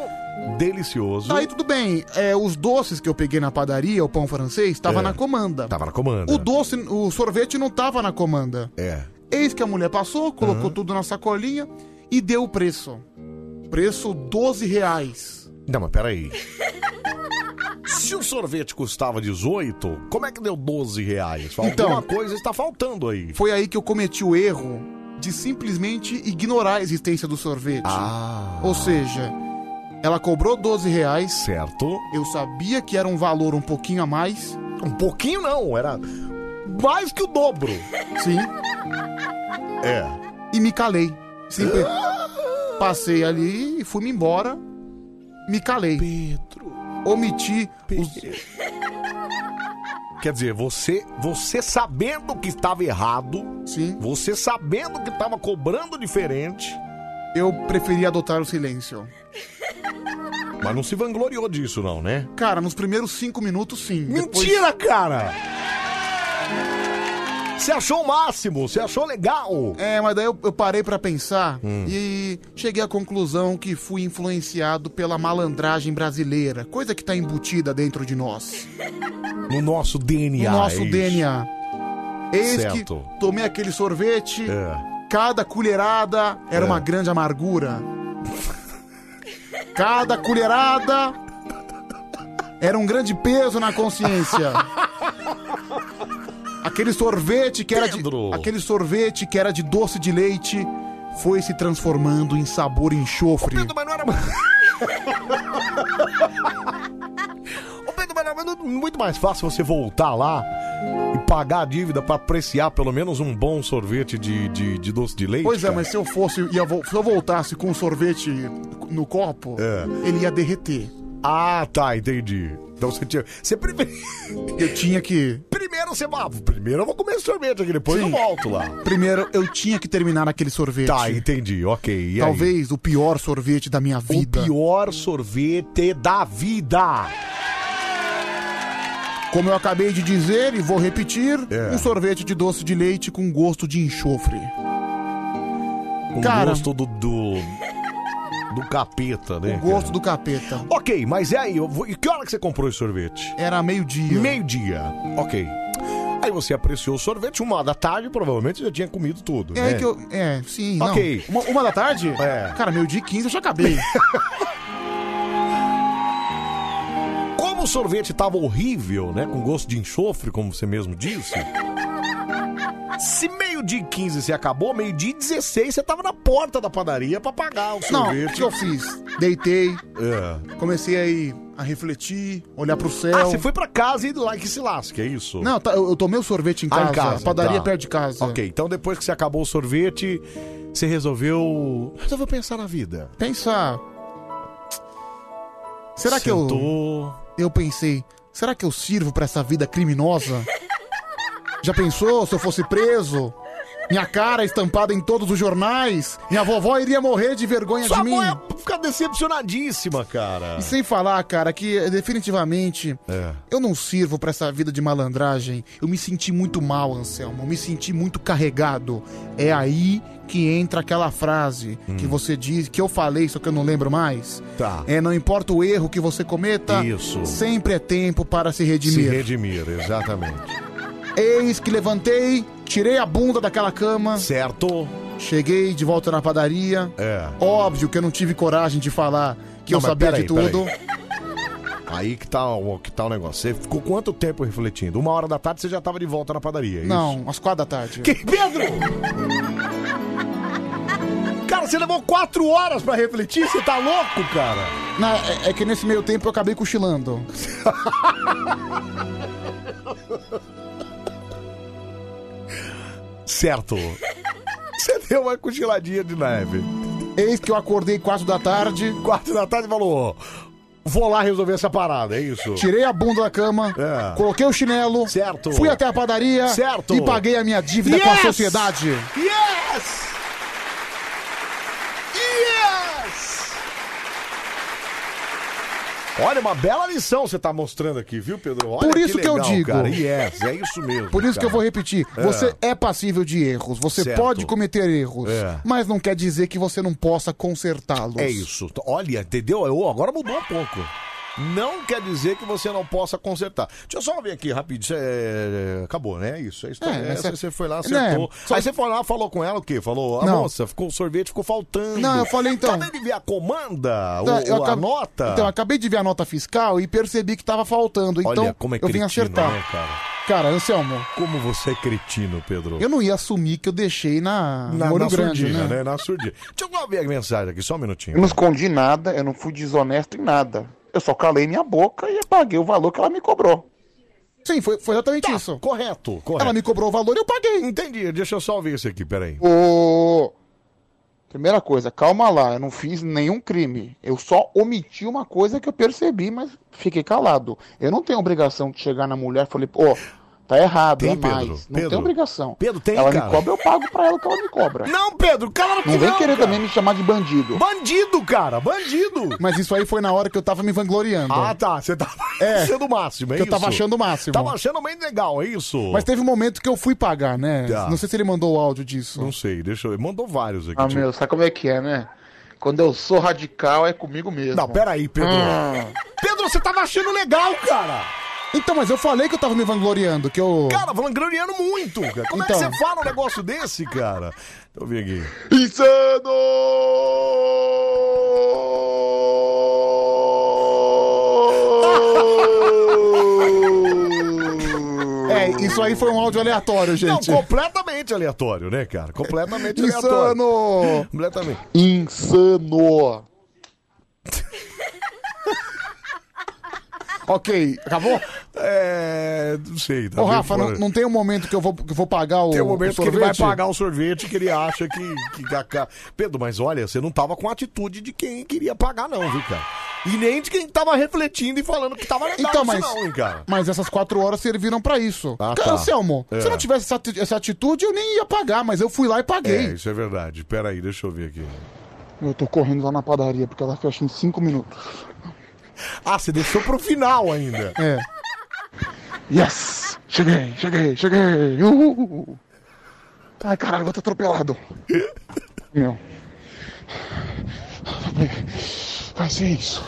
Speaker 1: Delicioso.
Speaker 3: Daí tudo bem. É, os doces que eu peguei na padaria, o pão francês, tava
Speaker 1: É.
Speaker 3: na comanda.
Speaker 1: Tava na comanda.
Speaker 3: O doce, o sorvete não tava na comanda.
Speaker 1: É.
Speaker 3: Eis que a mulher passou, colocou
Speaker 1: Uhum.
Speaker 3: tudo na sacolinha e deu o preço. Preço 12 reais.
Speaker 1: Não, mas peraí. [LAUGHS] Se o sorvete custava 18, como é que deu 12 reais?
Speaker 3: Então.
Speaker 1: Alguma coisa está faltando aí.
Speaker 3: Foi aí que eu cometi o erro de simplesmente ignorar a existência do sorvete.
Speaker 1: Ah.
Speaker 3: Ou seja, ela cobrou 12 reais.
Speaker 1: Certo.
Speaker 3: Eu sabia que era um valor um pouquinho a mais.
Speaker 1: Um pouquinho não, era mais que o dobro.
Speaker 3: Sim.
Speaker 1: É.
Speaker 3: E me calei. Simple- Passei ali e fui-me embora. Me calei.
Speaker 1: Pedro.
Speaker 3: Omiti os...
Speaker 1: Quer dizer, você, você sabendo que estava errado,
Speaker 3: Sim.
Speaker 1: você sabendo que estava cobrando diferente,
Speaker 3: Eu preferi adotar o silêncio.
Speaker 1: mas não se vangloriou disso não, né?
Speaker 3: Cara, nos primeiros cinco minutos, sim.
Speaker 1: Mentira, cara! Você achou o máximo, você achou legal. Hum.
Speaker 3: É, mas daí eu, eu parei pra pensar e cheguei à conclusão que fui influenciado pela malandragem brasileira, coisa que tá embutida dentro de nós.
Speaker 1: No nosso DNA.
Speaker 3: No nosso
Speaker 1: é isso.
Speaker 3: DNA. Eis
Speaker 1: Certo.
Speaker 3: que tomei aquele sorvete, cada colherada era
Speaker 1: É.
Speaker 3: uma grande amargura. Cada colherada era um grande peso na consciência. Aquele sorvete que era de aquele sorvete que era de doce de leite foi se transformando em sabor enxofre.
Speaker 1: Ô, Pedro, mas não é muito mais fácil você voltar lá e pagar a dívida pra apreciar pelo menos um bom sorvete de, de, de doce de leite.
Speaker 3: Pois é,
Speaker 1: cara.
Speaker 3: mas se eu fosse ia vo- se eu voltasse com um sorvete no copo, ele ia derreter.
Speaker 1: É. Ah, tá, entendi. Então você tinha. Você primeiro.
Speaker 3: [LAUGHS] Eu tinha que.
Speaker 1: Primeiro você. Ah, primeiro eu vou comer esse sorvete aqui, depois eu
Speaker 3: Sim.
Speaker 1: volto lá.
Speaker 3: Primeiro, eu tinha que terminar aquele sorvete.
Speaker 1: Tá, entendi, ok. E aí?
Speaker 3: Talvez o pior sorvete da minha vida.
Speaker 1: O pior sorvete da vida.
Speaker 3: Como eu acabei de dizer e vou repetir,
Speaker 1: É.
Speaker 3: um sorvete de doce de leite com gosto de enxofre.
Speaker 1: O
Speaker 3: Cara.
Speaker 1: gosto do, do. do capeta, né?
Speaker 3: O gosto do capeta.
Speaker 1: cara? Ok, mas e aí? eu vou- E que hora que você comprou esse sorvete?
Speaker 3: Era meio-dia.
Speaker 1: Meio-dia, ok. Aí você apreciou o sorvete, uma da tarde, provavelmente já tinha comido tudo.
Speaker 3: É
Speaker 1: né?
Speaker 3: aí que eu. É, sim. não.
Speaker 1: Ok.
Speaker 3: Uma, uma da tarde?
Speaker 1: É.
Speaker 3: Cara, meu dia 15 eu já
Speaker 1: [LAUGHS]
Speaker 3: acabei.
Speaker 1: Como o sorvete tava horrível, né? Com gosto de enxofre, como você mesmo disse. Se meio-dia e 15 você acabou, meio-dia e 16 você tava na porta da padaria pra pagar o
Speaker 3: Não,
Speaker 1: sorvete.
Speaker 3: o que eu fiz? Deitei,
Speaker 1: É.
Speaker 3: comecei aí a refletir, olhar pro céu.
Speaker 1: Ah, você foi pra casa e lá que se lasque, é isso?
Speaker 3: Não, tá, eu, eu tomei o sorvete em
Speaker 1: Ah,
Speaker 3: casa. padaria
Speaker 1: tá.
Speaker 3: perto de casa.
Speaker 1: Ok, então depois que você acabou o sorvete, você resolveu. Resolveu pensar na vida.
Speaker 3: Pensar. Será que
Speaker 1: Sentou.
Speaker 3: eu. Eu pensei, será que eu sirvo pra essa vida criminosa? Já pensou se eu fosse preso? Minha cara estampada em todos os jornais? Minha vovó iria morrer de vergonha
Speaker 1: Sua
Speaker 3: de mim?
Speaker 1: avó ia ficar decepcionadíssima, cara.
Speaker 3: E sem falar, cara, que eh, definitivamente
Speaker 1: É.
Speaker 3: eu não sirvo pra essa vida de malandragem. Eu me senti muito mal, Anselmo. Eu me senti muito carregado. É aí que entra aquela frase que você diz, que eu falei, só que eu não lembro mais.
Speaker 1: Hum. Tá.
Speaker 3: É, não importa o erro que você cometa,
Speaker 1: Isso.
Speaker 3: sempre é tempo para se
Speaker 1: Se
Speaker 3: redimir.
Speaker 1: redimir, exatamente.
Speaker 3: Eis que levantei, tirei a bunda daquela cama.
Speaker 1: Certo.
Speaker 3: Cheguei de volta na padaria.
Speaker 1: É.
Speaker 3: Óbvio que eu não tive coragem de falar que eu
Speaker 1: Não, mas
Speaker 3: sabia
Speaker 1: peraí,
Speaker 3: de tudo.
Speaker 1: peraí. Aí que tá, o- que tá o negócio. Você ficou quanto tempo refletindo? Uma hora da tarde você já tava de volta na padaria, é
Speaker 3: Não, às quatro da tarde.
Speaker 1: Que- Pedro! isso? Cara, você levou quatro horas pra refletir? Você tá louco, cara?
Speaker 3: Não, é, é que nesse meio tempo eu acabei
Speaker 1: [LAUGHS]
Speaker 3: cochilando.
Speaker 1: Certo. Você deu uma cochiladinha de neve.
Speaker 3: Eis que eu acordei quatro da tarde.
Speaker 1: Quatro da tarde e falou... Vou lá resolver essa parada, é isso?
Speaker 3: Tirei a bunda da cama, coloquei o chinelo, fui até a padaria
Speaker 1: [LAUGHS] É. Certo.
Speaker 3: e paguei a minha dívida com a
Speaker 1: Yes!
Speaker 3: sociedade.
Speaker 1: Yes! Yes! Olha, uma bela lição você tá mostrando aqui, viu, Pedro? Olha
Speaker 3: Por isso que, eu
Speaker 1: legal,
Speaker 3: digo.
Speaker 1: Cara. Yes, é isso mesmo.
Speaker 3: Por isso que eu
Speaker 1: cara.
Speaker 3: vou repetir.
Speaker 1: É.
Speaker 3: Você é passível de erros. Você
Speaker 1: Certo.
Speaker 3: pode cometer erros.
Speaker 1: É.
Speaker 3: Mas não quer dizer que você não possa consertá-los.
Speaker 1: É isso. Olha, entendeu? Eu, agora mudou um pouco. Não quer dizer que você não possa consertar. Deixa eu só ver aqui rapidinho. É, Acabou, né? Isso. É isso
Speaker 3: É, mas
Speaker 1: Essa
Speaker 3: é-
Speaker 1: Você foi lá, acertou.
Speaker 3: Né? Só-
Speaker 1: Aí você foi lá, falou com ela o quê? Falou, a
Speaker 3: Não.
Speaker 1: moça, ficou o sorvete, ficou faltando.
Speaker 3: Não, eu falei, então-
Speaker 1: Também devia a comanda,
Speaker 3: Tá,
Speaker 1: o, o- a
Speaker 3: acab-
Speaker 1: nota.
Speaker 3: Então, eu acabei de ver a nota fiscal e percebi que tava faltando. Então,
Speaker 1: Olha como é
Speaker 3: eu vim
Speaker 1: cretino,
Speaker 3: acertar.
Speaker 1: né, cara?
Speaker 3: Cara, Anselmo,
Speaker 1: Como você é cretino, Pedro.
Speaker 3: eu não ia assumir que eu deixei na,
Speaker 1: Na,
Speaker 3: no olho
Speaker 1: na
Speaker 3: grande,
Speaker 1: surdina,
Speaker 3: né?
Speaker 1: né? Na surdina. Deixa eu ver a mensagem aqui, só um minutinho.
Speaker 6: Eu não escondi nada, eu não fui desonesto em nada. Eu só calei minha boca e paguei o valor que ela me cobrou. Tá,
Speaker 3: Sim, foi, foi exatamente
Speaker 1: isso. Correto, correto.
Speaker 3: Ela me cobrou o valor e eu paguei.
Speaker 1: Entendi, deixa eu só ouvir isso aqui, peraí.
Speaker 6: Ô, Primeira coisa, calma lá, eu não fiz nenhum crime. Eu só omiti uma coisa que eu percebi, mas fiquei calado. Eu não tenho obrigação de chegar na mulher e falar, pô, tá errado,
Speaker 1: Tem,
Speaker 6: é mais.
Speaker 1: Pedro,
Speaker 6: não
Speaker 1: Pedro.
Speaker 6: tem obrigação.
Speaker 1: Pedro, tem,
Speaker 6: ela
Speaker 1: cara.
Speaker 6: me cobra, eu pago pra ela o que ela me cobra.
Speaker 1: Não, Pedro, cala
Speaker 6: Não vem querer também me chamar de bandido.
Speaker 1: Bandido, cara, bandido.
Speaker 3: Mas isso aí foi na hora que eu tava me vangloriando.
Speaker 1: Ah, tá. Você tava
Speaker 3: É.
Speaker 1: [LAUGHS] achando o máximo, é
Speaker 3: Que eu
Speaker 1: isso?
Speaker 3: tava achando o máximo.
Speaker 1: Tava achando bem legal, é isso?
Speaker 3: Mas teve um momento que eu fui pagar, né?
Speaker 1: Tá.
Speaker 3: Não sei se ele mandou o áudio disso.
Speaker 1: Não sei, deixa eu... Mandou vários aqui.
Speaker 6: Ah,
Speaker 1: tipo-
Speaker 6: meu, sabe como é que é, né? Quando eu sou radical, é comigo mesmo.
Speaker 1: Não, peraí, Pedro.
Speaker 6: Ah.
Speaker 1: Pedro, você tava achando legal, cara.
Speaker 3: Então, mas eu falei que eu tava me vangloriando, que eu...
Speaker 1: Cara, vangloriando muito, cara. Como
Speaker 3: Então.
Speaker 1: é que você fala um negócio desse, cara? Deixa eu ver aqui.
Speaker 3: É, isso aí foi um áudio aleatório, gente.
Speaker 1: Não, completamente aleatório, né, cara? Completamente aleatório.
Speaker 3: Insano!
Speaker 1: [LAUGHS] Completamente. [LAUGHS]
Speaker 6: Insano!
Speaker 3: ok, acabou?
Speaker 1: É. Não sei, tá
Speaker 3: Ô,
Speaker 1: meio
Speaker 3: Rafa, não,
Speaker 1: fora.
Speaker 3: não tem um momento que eu vou, que eu vou pagar o
Speaker 1: Tem um momento
Speaker 3: o
Speaker 1: que ele vai
Speaker 3: sorvete?
Speaker 1: pagar o sorvete que ele acha que, que, que- que- Pedro, mas olha, você não tava com a atitude de quem queria pagar, não, viu, cara? E nem de quem tava refletindo e falando que tava legal
Speaker 3: Então,
Speaker 1: isso
Speaker 3: mas,
Speaker 1: não, hein, cara?
Speaker 3: mas essas quatro horas serviram pra isso.
Speaker 1: tá.
Speaker 3: Cara, Anselmo,
Speaker 1: É.
Speaker 3: se eu não tivesse essa, ati- essa atitude, eu nem ia pagar, mas eu fui lá e
Speaker 1: É,
Speaker 3: paguei.
Speaker 1: isso é verdade. Pera aí, deixa eu ver aqui.
Speaker 6: Eu tô correndo lá na padaria, porque ela fecha em 5 minutos.
Speaker 1: Ah, você deixou pro final ainda.
Speaker 3: É.
Speaker 6: Yes! Cheguei, cheguei, cheguei! Uhul. Ai, caralho, vou estar atropelado. Meu. Vai ser é isso.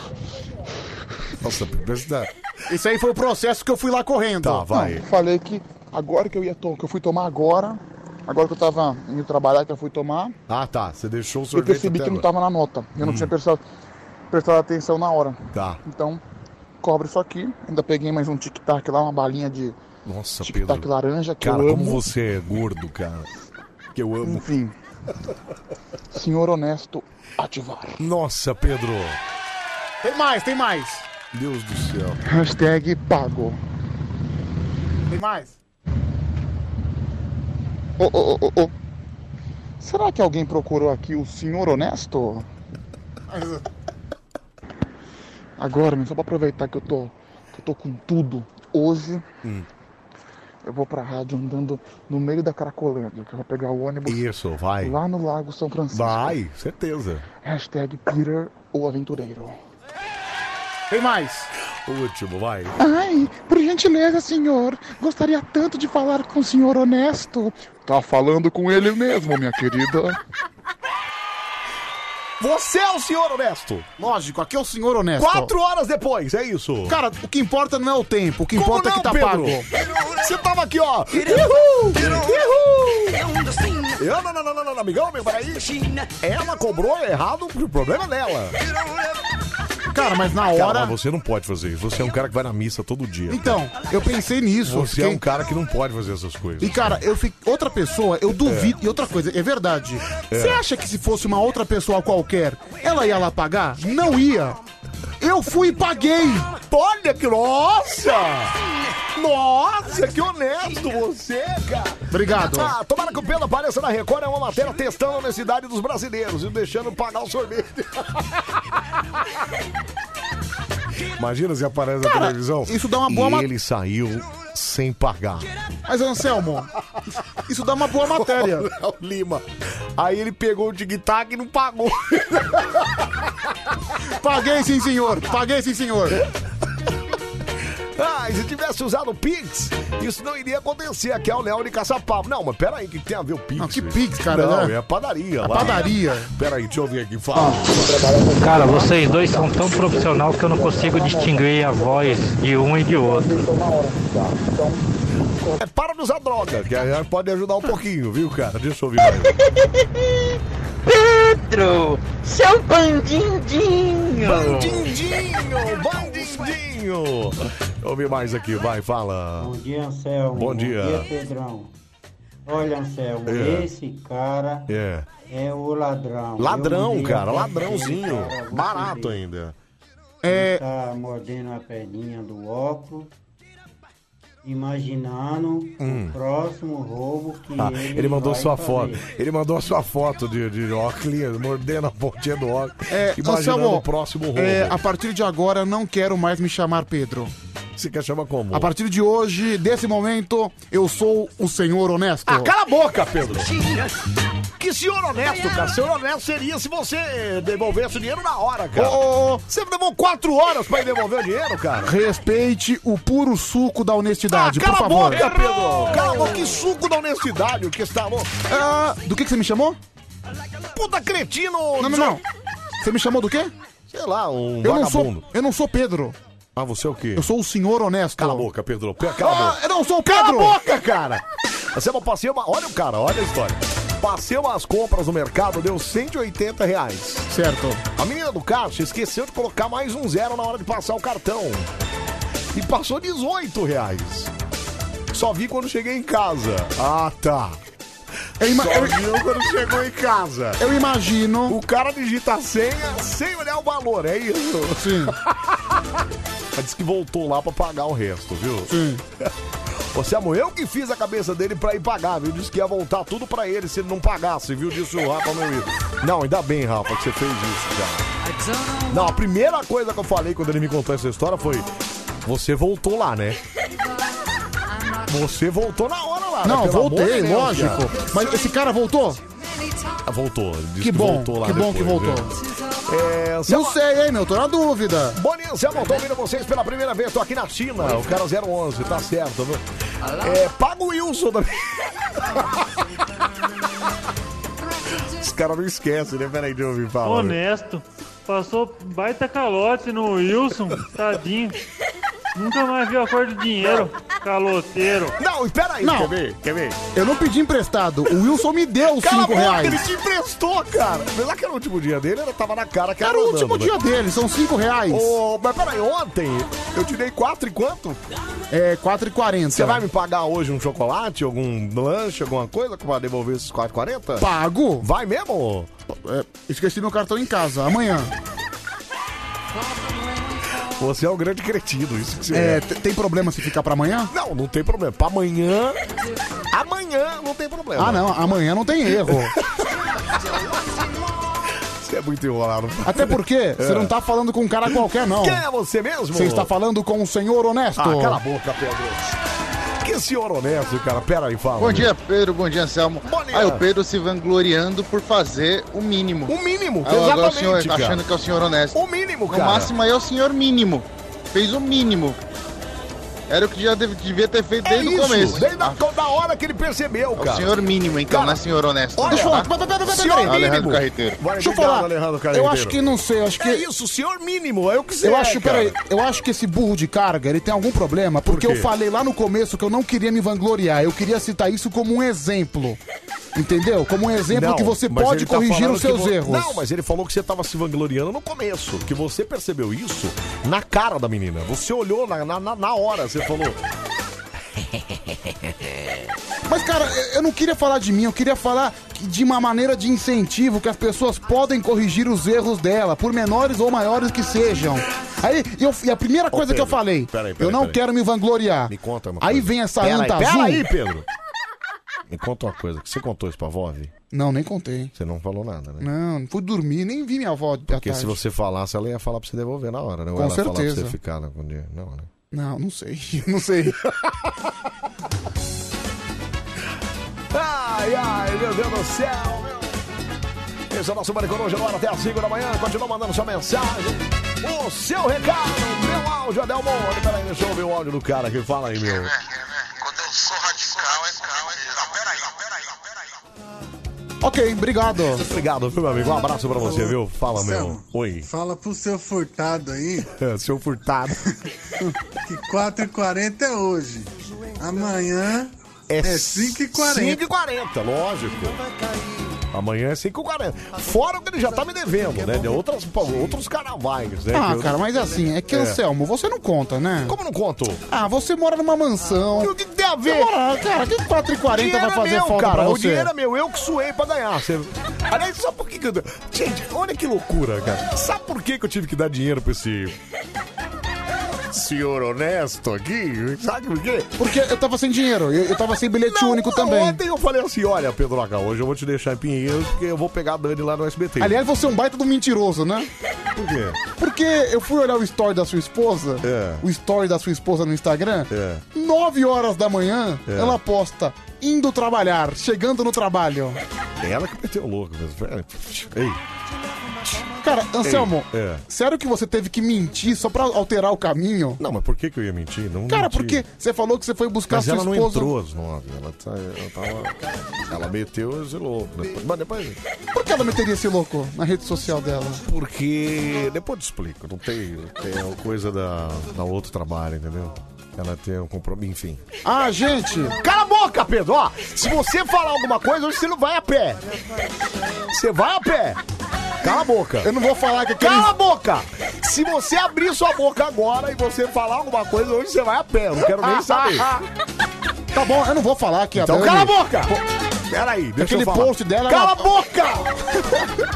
Speaker 1: Nossa, pensa.
Speaker 3: Isso aí foi o processo que eu fui lá correndo.
Speaker 1: Tá, vai.
Speaker 6: Não, falei que agora que eu ia to- que eu fui tomar agora, agora que eu tava indo trabalhar, que eu fui tomar,
Speaker 1: Ah, tá. Você deixou o
Speaker 6: eu
Speaker 1: sorvete.
Speaker 6: percebi
Speaker 1: até
Speaker 6: que não
Speaker 1: agora.
Speaker 6: tava na nota. Eu não
Speaker 1: Hum.
Speaker 6: tinha prestado, prestado atenção na hora.
Speaker 1: Tá.
Speaker 6: Então, cobre isso aqui. Ainda peguei mais um tic-tac lá, uma balinha de
Speaker 1: Nossa,
Speaker 6: tic-tac
Speaker 1: Pedro.
Speaker 6: tipo, laranja que
Speaker 1: Cara,
Speaker 6: eu
Speaker 1: como
Speaker 6: amo.
Speaker 1: você é gordo, cara. Que eu amo.
Speaker 6: Enfim. Senhor honesto, ativar.
Speaker 1: Nossa, Pedro.
Speaker 3: Tem mais, tem mais.
Speaker 1: Deus do céu.
Speaker 6: Hashtag pago.
Speaker 3: Tem mais.
Speaker 6: Ô, ô, ô, ô, ô. Será que alguém procurou aqui o senhor honesto? Agora, meu, só pra aproveitar que eu tô, que eu tô com tudo. Hoje
Speaker 1: Hum.
Speaker 6: eu vou pra rádio andando no meio da Cracolândia, que eu vou pegar o ônibus
Speaker 1: Isso, vai.
Speaker 6: lá no Lago São Francisco.
Speaker 1: Vai, certeza.
Speaker 6: Hashtag Peter o Aventureiro.
Speaker 3: Tem mais.
Speaker 1: Último, vai.
Speaker 6: Ai, por gentileza, senhor, gostaria tanto de falar com o senhor honesto. Tá falando com ele mesmo, minha querida.
Speaker 1: Você é o senhor honesto.
Speaker 3: Lógico, aqui é o senhor honesto.
Speaker 1: Quatro horas depois, é isso.
Speaker 3: Cara, o que importa não é o tempo, o que importa é que tá pago.
Speaker 1: Você tava aqui, ó. Uhul! É um Uhul! Eu, não, não, não, não, não, amigão, meu, peraí. Ela cobrou errado, o problema é dela.
Speaker 3: Cara, mas na
Speaker 1: Cara,
Speaker 3: hora.
Speaker 1: mas você não pode fazer isso. Você é um cara que vai na missa todo dia.
Speaker 3: Então, eu pensei nisso.
Speaker 1: Você é um cara que não pode fazer essas coisas.
Speaker 3: E cara, eu fico. Outra pessoa, eu duvido. E outra coisa, é verdade.
Speaker 1: É.
Speaker 3: Você acha que se fosse uma outra pessoa qualquer, ela ia lá pagar? Não ia. Eu fui e paguei.
Speaker 1: Olha que nossa! Nossa, que honesto você, cara!
Speaker 3: Obrigado.
Speaker 1: Ah, tomara que o Pedro apareça na Record, é uma matéria testando a honestidade dos brasileiros e deixando pagar o sorvete. Imagina se aparece na
Speaker 3: Cara,
Speaker 1: televisão.
Speaker 3: isso dá uma boa
Speaker 1: E
Speaker 3: ma-
Speaker 1: ele saiu sem pagar.
Speaker 3: Mas, Anselmo, isso dá uma boa matéria.
Speaker 1: Léo Lima. Aí ele pegou o tic-tac e não pagou.
Speaker 3: Paguei sim, senhor. Paguei sim, senhor.
Speaker 1: Ah, e se tivesse usado o Pix, isso não iria acontecer. Aqui é o Léo de Caçapava. Não, mas peraí, o que tem a ver o Pix? Não, que
Speaker 3: Pix, cara,
Speaker 1: Não,
Speaker 3: né?
Speaker 1: é a padaria.
Speaker 3: A
Speaker 1: lá.
Speaker 3: padaria.
Speaker 1: Peraí, deixa eu ver aqui. Fala.
Speaker 20: Cara, vocês dois são tão profissional que eu não consigo distinguir a voz de um e de outro.
Speaker 1: É, para de usar droga, que aí pode ajudar um pouquinho, viu, cara? Deixa eu ouvir mais.
Speaker 7: Pedro, seu bandindinho.
Speaker 1: Bandindinho, bandindinho. Deixa eu ouvir mais aqui, vai, fala.
Speaker 21: Bom dia, Anselmo.
Speaker 1: Bom dia.
Speaker 21: Pedrão. Olha, Anselmo,
Speaker 1: É.
Speaker 21: esse cara
Speaker 1: É.
Speaker 21: é o ladrão. Eu
Speaker 1: Ladrão,
Speaker 21: vi
Speaker 1: cara,
Speaker 21: até
Speaker 1: ladrãozinho.
Speaker 21: aquele cara, você
Speaker 1: Barato
Speaker 21: vê.
Speaker 1: ainda. É,
Speaker 21: Ele Tá mordendo a perninha do óculos, imaginando
Speaker 1: Hum.
Speaker 21: o próximo roubo que
Speaker 1: Ah,
Speaker 21: ele,
Speaker 1: ele mandou
Speaker 21: vai
Speaker 1: sua
Speaker 21: fazer.
Speaker 1: foto. Ele mandou a sua foto de, de óculos, mordendo a pontinha do óculos.
Speaker 3: É,
Speaker 1: imaginando
Speaker 3: Anselmo,
Speaker 1: o próximo roubo.
Speaker 3: é, a partir de agora não quero mais me chamar Pedro.
Speaker 1: Você quer chamar como?
Speaker 3: A partir de hoje, desse momento, eu sou o senhor honesto. Ah,
Speaker 1: cala a boca, Pedro! Que senhor honesto, cara. Senhor honesto seria se você devolvesse o dinheiro na hora, cara.
Speaker 3: Ô, ô, ô.
Speaker 1: Você levou quatro horas pra ir devolver o dinheiro, cara.
Speaker 3: Respeite o puro suco da honestidade,
Speaker 1: Ah, Cala
Speaker 3: por
Speaker 1: a
Speaker 3: favor.
Speaker 1: boca, Pedro! Cala a boca, que suco da honestidade, o que está louco?
Speaker 3: Ah, do que, que você me chamou?
Speaker 1: Puta cretino!
Speaker 3: Não, não, não. Você me chamou do quê?
Speaker 1: Sei lá, um
Speaker 3: eu não
Speaker 1: vagabundo.
Speaker 3: sou, Eu não sou Pedro.
Speaker 1: Ah, você é o quê?
Speaker 3: Eu sou o senhor honesto.
Speaker 1: Cala a boca, Pedro. Pe- Cala a
Speaker 3: Ah,
Speaker 1: boca.
Speaker 3: eu não sou o
Speaker 1: Cala a
Speaker 3: Pedro!
Speaker 1: boca, cara! Você não passei uma. Olha o cara, olha a história. Passei umas compras no mercado, deu 180 reais.
Speaker 3: Certo.
Speaker 1: A menina do caixa esqueceu de colocar mais um zero na hora de passar o cartão. E passou 18 reais. Só vi quando cheguei em casa. Ah, tá. Só viu quando chegou em casa.
Speaker 3: Eu imagino.
Speaker 1: O cara digita a senha sem olhar o valor, é isso?
Speaker 3: Sim.
Speaker 1: Mas disse que voltou lá pra pagar o resto, viu? [LAUGHS]
Speaker 3: Sim.
Speaker 1: Você amor, eu que fiz a cabeça dele pra ir pagar, viu? Disse que ia voltar tudo pra ele se ele não pagasse, viu? Disse o Rafa, meu ídolo. Não, ainda bem, Rafa, que você fez isso, cara. Não, a primeira coisa que eu falei quando ele me contou essa história foi: Você voltou lá, né? Você voltou na hora lá, né?
Speaker 3: Não,
Speaker 1: Pelo amor
Speaker 3: voltei,
Speaker 1: de Deus,
Speaker 3: lógico.
Speaker 1: cara.
Speaker 3: Mas esse cara voltou?
Speaker 1: Ah, Voltou. Disse
Speaker 3: Que bom,
Speaker 1: voltou lá
Speaker 3: que bom que
Speaker 1: depois,
Speaker 3: voltou.
Speaker 1: viu? É,
Speaker 3: Não sei, hein, meu? Tô na dúvida.
Speaker 1: Boninho, Zé Montão, ouvindo vocês pela primeira vez. Tô aqui na China, o cara 011, tá certo, viu? É, paga o Wilson também. Os caras não esquecem, né? Peraí, deixa eu ouvir falar.
Speaker 22: Honesto. Passou baita calote no Wilson, tadinho. Nunca mais viu a cor do dinheiro, caloteiro.
Speaker 1: Não, espera
Speaker 22: aí,
Speaker 3: Não.
Speaker 1: Quer ver?
Speaker 3: Eu não pedi emprestado. O Wilson me deu
Speaker 1: Cala a
Speaker 3: 5
Speaker 1: boca, ele
Speaker 3: reais.
Speaker 1: te emprestou, cara. Apesar que era o último dia dele, ele tava na cara que né?
Speaker 3: Era o último dia dele, são 5 reais.
Speaker 1: Ô, mas peraí, ontem eu te dei 4 e quanto?
Speaker 3: É, 4,40.
Speaker 1: Você vai me pagar hoje um chocolate, algum lanche, alguma coisa pra devolver esses 4,40?
Speaker 3: Pago. É,
Speaker 1: Vai mesmo?
Speaker 3: esqueci meu cartão em casa, amanhã.
Speaker 1: Você é um grande cretino, isso que você é.
Speaker 3: É, t- tem problema se ficar pra amanhã?
Speaker 1: Não, não tem problema. Pra amanhã. Amanhã não tem problema.
Speaker 3: Ah, não, amanhã não tem
Speaker 1: [LAUGHS]
Speaker 3: erro.
Speaker 1: Você é muito enrolado. É.
Speaker 3: Até
Speaker 1: [LAUGHS]
Speaker 3: porque você não tá falando com um cara qualquer, não.
Speaker 1: Quem é você mesmo?
Speaker 3: Você está falando com um senhor honesto.
Speaker 1: Ah, cala a boca, Pedro. Que senhor honesto, cara. Pera aí, fala.
Speaker 23: Bom dia, Pedro. Bom dia, Anselmo.
Speaker 1: dia.
Speaker 23: Aí o Pedro se vangloriando por fazer o mínimo.
Speaker 1: O mínimo,
Speaker 23: Aí, agora o senhor
Speaker 3: tá
Speaker 1: exatamente, cara.
Speaker 23: achando que é o senhor honesto.
Speaker 1: O mínimo,
Speaker 23: No
Speaker 1: cara.
Speaker 23: máximo aí é o senhor mínimo. Fez o mínimo. Era o que já deve- devia ter feito
Speaker 1: É
Speaker 23: desde
Speaker 1: isso,
Speaker 23: o começo. Ah.
Speaker 1: Desde a da hora que ele percebeu,
Speaker 23: É
Speaker 1: cara.
Speaker 23: o senhor mínimo, então,
Speaker 1: Cara,
Speaker 23: não é senhor honesto.
Speaker 1: olha,
Speaker 23: Deixa eu falar.
Speaker 1: pera, pera, pera, pera,
Speaker 23: Senhor
Speaker 1: pera.
Speaker 23: Alejandro
Speaker 1: um mínimo.
Speaker 23: Carreteiro.
Speaker 1: Vai,
Speaker 3: Deixa eu
Speaker 1: obrigado,
Speaker 3: falar.
Speaker 1: Alejandro
Speaker 3: eu
Speaker 1: Carreteiro.
Speaker 3: acho que não sei, eu acho que.
Speaker 1: É isso, senhor mínimo, é o que você
Speaker 3: Eu
Speaker 1: é,
Speaker 3: acho,
Speaker 1: cara.
Speaker 3: peraí, eu acho que esse burro de carga, ele tem algum problema, porque
Speaker 1: quê?
Speaker 3: eu falei lá no começo que eu não queria me vangloriar, eu queria citar isso como um exemplo. Entendeu? Como um exemplo
Speaker 1: Não,
Speaker 3: que você
Speaker 1: mas
Speaker 3: pode
Speaker 1: ele tá
Speaker 3: corrigir
Speaker 1: falando
Speaker 3: os seus
Speaker 1: que vo-
Speaker 3: erros.
Speaker 1: Não, mas ele falou que você tava se vangloriando no começo, que você percebeu isso na cara da menina. Você olhou na, na, na- na hora, você falou.
Speaker 3: [LAUGHS] Mas, cara, eu- eu não queria falar de mim, eu queria falar que- de uma maneira de incentivo que as pessoas podem corrigir os erros dela, por menores ou maiores que sejam. Aí, eu, e a primeira coisa que eu
Speaker 1: Pedro,
Speaker 3: falei,
Speaker 1: peraí, peraí,
Speaker 3: eu não
Speaker 1: peraí.
Speaker 3: quero me vangloriar.
Speaker 1: Me conta uma
Speaker 3: Ah, Aí
Speaker 1: coisa.
Speaker 3: vem essa
Speaker 1: Pera aí,
Speaker 3: anta
Speaker 1: pera
Speaker 3: azul.
Speaker 1: aí, Pedro. Me conta uma coisa, que você contou isso pra Vov?
Speaker 3: Não, nem contei.
Speaker 1: Você não falou nada, né?
Speaker 3: Não, não fui dormir, nem vi minha avó à
Speaker 1: Porque
Speaker 3: tarde.
Speaker 1: se você falasse, ela ia falar pra você devolver na hora, né? Ou
Speaker 3: Com
Speaker 1: ela falar pra
Speaker 3: certeza.
Speaker 1: você ficar né, com o dinheiro. Não, né?
Speaker 3: Não, não sei, [LAUGHS] não sei.
Speaker 5: Ai, ai, meu Deus do céu, meu. Esse é o nosso Bande Coruja no ar até as 5 da manhã. Continua mandando sua mensagem, o seu recado, meu áudio, Adelmo. Peraí, deixa eu ouvir o áudio do cara aqui. Fala aí, meu.
Speaker 3: Ok, obrigado.
Speaker 5: Obrigado, viu, meu amigo. Um abraço pra você, viu? Fala, meu.
Speaker 14: Marcelo.
Speaker 5: Oi.
Speaker 14: Fala pro seu furtado
Speaker 1: [LAUGHS]
Speaker 14: aí
Speaker 5: Seu furtado.
Speaker 14: que 4h40 é hoje. Amanhã é, 5h40.
Speaker 5: 5h40, lógico. Amanhã é 5h40. Fora o que ele já tá me devendo, né? De outras, outros carnavais, né?
Speaker 3: Ah,
Speaker 5: Que eu-
Speaker 3: cara, mas assim, é que, Anselmo, você não conta, né?
Speaker 5: Como não conto?
Speaker 3: Ah, você mora numa mansão.
Speaker 5: O que tem a ver?
Speaker 3: cara, que 4 e
Speaker 5: O
Speaker 3: 40
Speaker 5: dinheiro
Speaker 3: vai
Speaker 5: é
Speaker 3: fazer
Speaker 5: meu,
Speaker 3: falta
Speaker 5: cara.
Speaker 3: pra
Speaker 5: O
Speaker 3: você?
Speaker 5: dinheiro é meu, eu que suei pra ganhar. Você... Aliás, só por que que eu... Gente, olha que loucura, cara. Sabe por que que eu tive que dar dinheiro pra esse... Senhor honesto aqui? Sabe por quê?
Speaker 3: Porque eu tava sem dinheiro, eu, eu tava sem bilhete único também.
Speaker 5: Ontem eu falei assim, olha, Pedroca, hoje eu vou te deixar em Pinheiros porque eu vou pegar a Dani lá no SBT.
Speaker 3: Aliás, você é um baita do mentiroso,
Speaker 1: [LAUGHS]
Speaker 3: né?
Speaker 5: por quê?
Speaker 3: Porque eu fui olhar o story da sua esposa,
Speaker 1: É.
Speaker 3: o story da sua esposa no Instagram, nove 9 horas da manhã,
Speaker 1: É.
Speaker 3: ela posta indo trabalhar, chegando no trabalho.
Speaker 1: Ela que meteu o louco mesmo. Ei.
Speaker 3: Cara, Anselmo,
Speaker 1: Ei, é.
Speaker 3: sério que você teve que mentir só pra alterar o caminho?
Speaker 1: Não, mas por que, que eu ia mentir? Não
Speaker 3: Cara,
Speaker 1: menti.
Speaker 3: porque você falou que você foi buscar
Speaker 1: Mas
Speaker 3: sua
Speaker 1: ela não
Speaker 3: esposa.
Speaker 1: entrou às nove. Ela, tá, ela tava. Ela meteu e zelou. Depois- Mas depois.
Speaker 3: Por que ela meteria esse louco na rede social dela?
Speaker 1: Porque. Depois eu te explico. Não tem. Tem a coisa da, da outro trabalho, entendeu? Ela tem um compromisso. Enfim.
Speaker 3: Ah, gente!
Speaker 5: Cala a boca, Pedro! Ó, se você falar alguma coisa, hoje você não vai a pé. Você vai a pé. Cala a boca. Eu
Speaker 3: não vou falar que
Speaker 5: Cala a boca! Se você abrir sua boca agora e você falar alguma coisa, hoje você vai a pé. Eu não quero nem
Speaker 3: [LAUGHS]
Speaker 5: saber.
Speaker 3: Tá bom, eu não vou falar que
Speaker 5: Então
Speaker 3: a
Speaker 5: cala a
Speaker 3: Dani...
Speaker 5: boca! Peraí, deixa
Speaker 3: Aquele
Speaker 5: eu falar.
Speaker 3: post dela...
Speaker 5: Cala
Speaker 3: ela-
Speaker 5: a boca!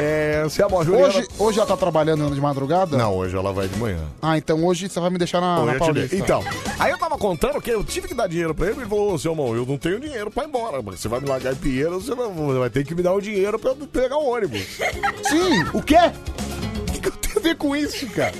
Speaker 5: É, você é a Juliana...
Speaker 3: Hoje, hoje ela tá trabalhando de madrugada?
Speaker 1: Não, hoje ela vai de manhã.
Speaker 3: Ah, então hoje você vai me deixar na,
Speaker 1: Bom,
Speaker 3: na
Speaker 1: eu te
Speaker 3: Paulista.
Speaker 1: dei. Então, aí eu tava contando que eu tive que dar dinheiro pra ele e ele falou, ô, seu irmão, eu não tenho dinheiro pra ir embora. mas Você vai me largar em Pinheiros, você vai- você vai ter que me dar o dinheiro pra eu pegar o ônibus.
Speaker 3: Sim!
Speaker 5: O quê? O que, que eu tenho a ver com isso, cara?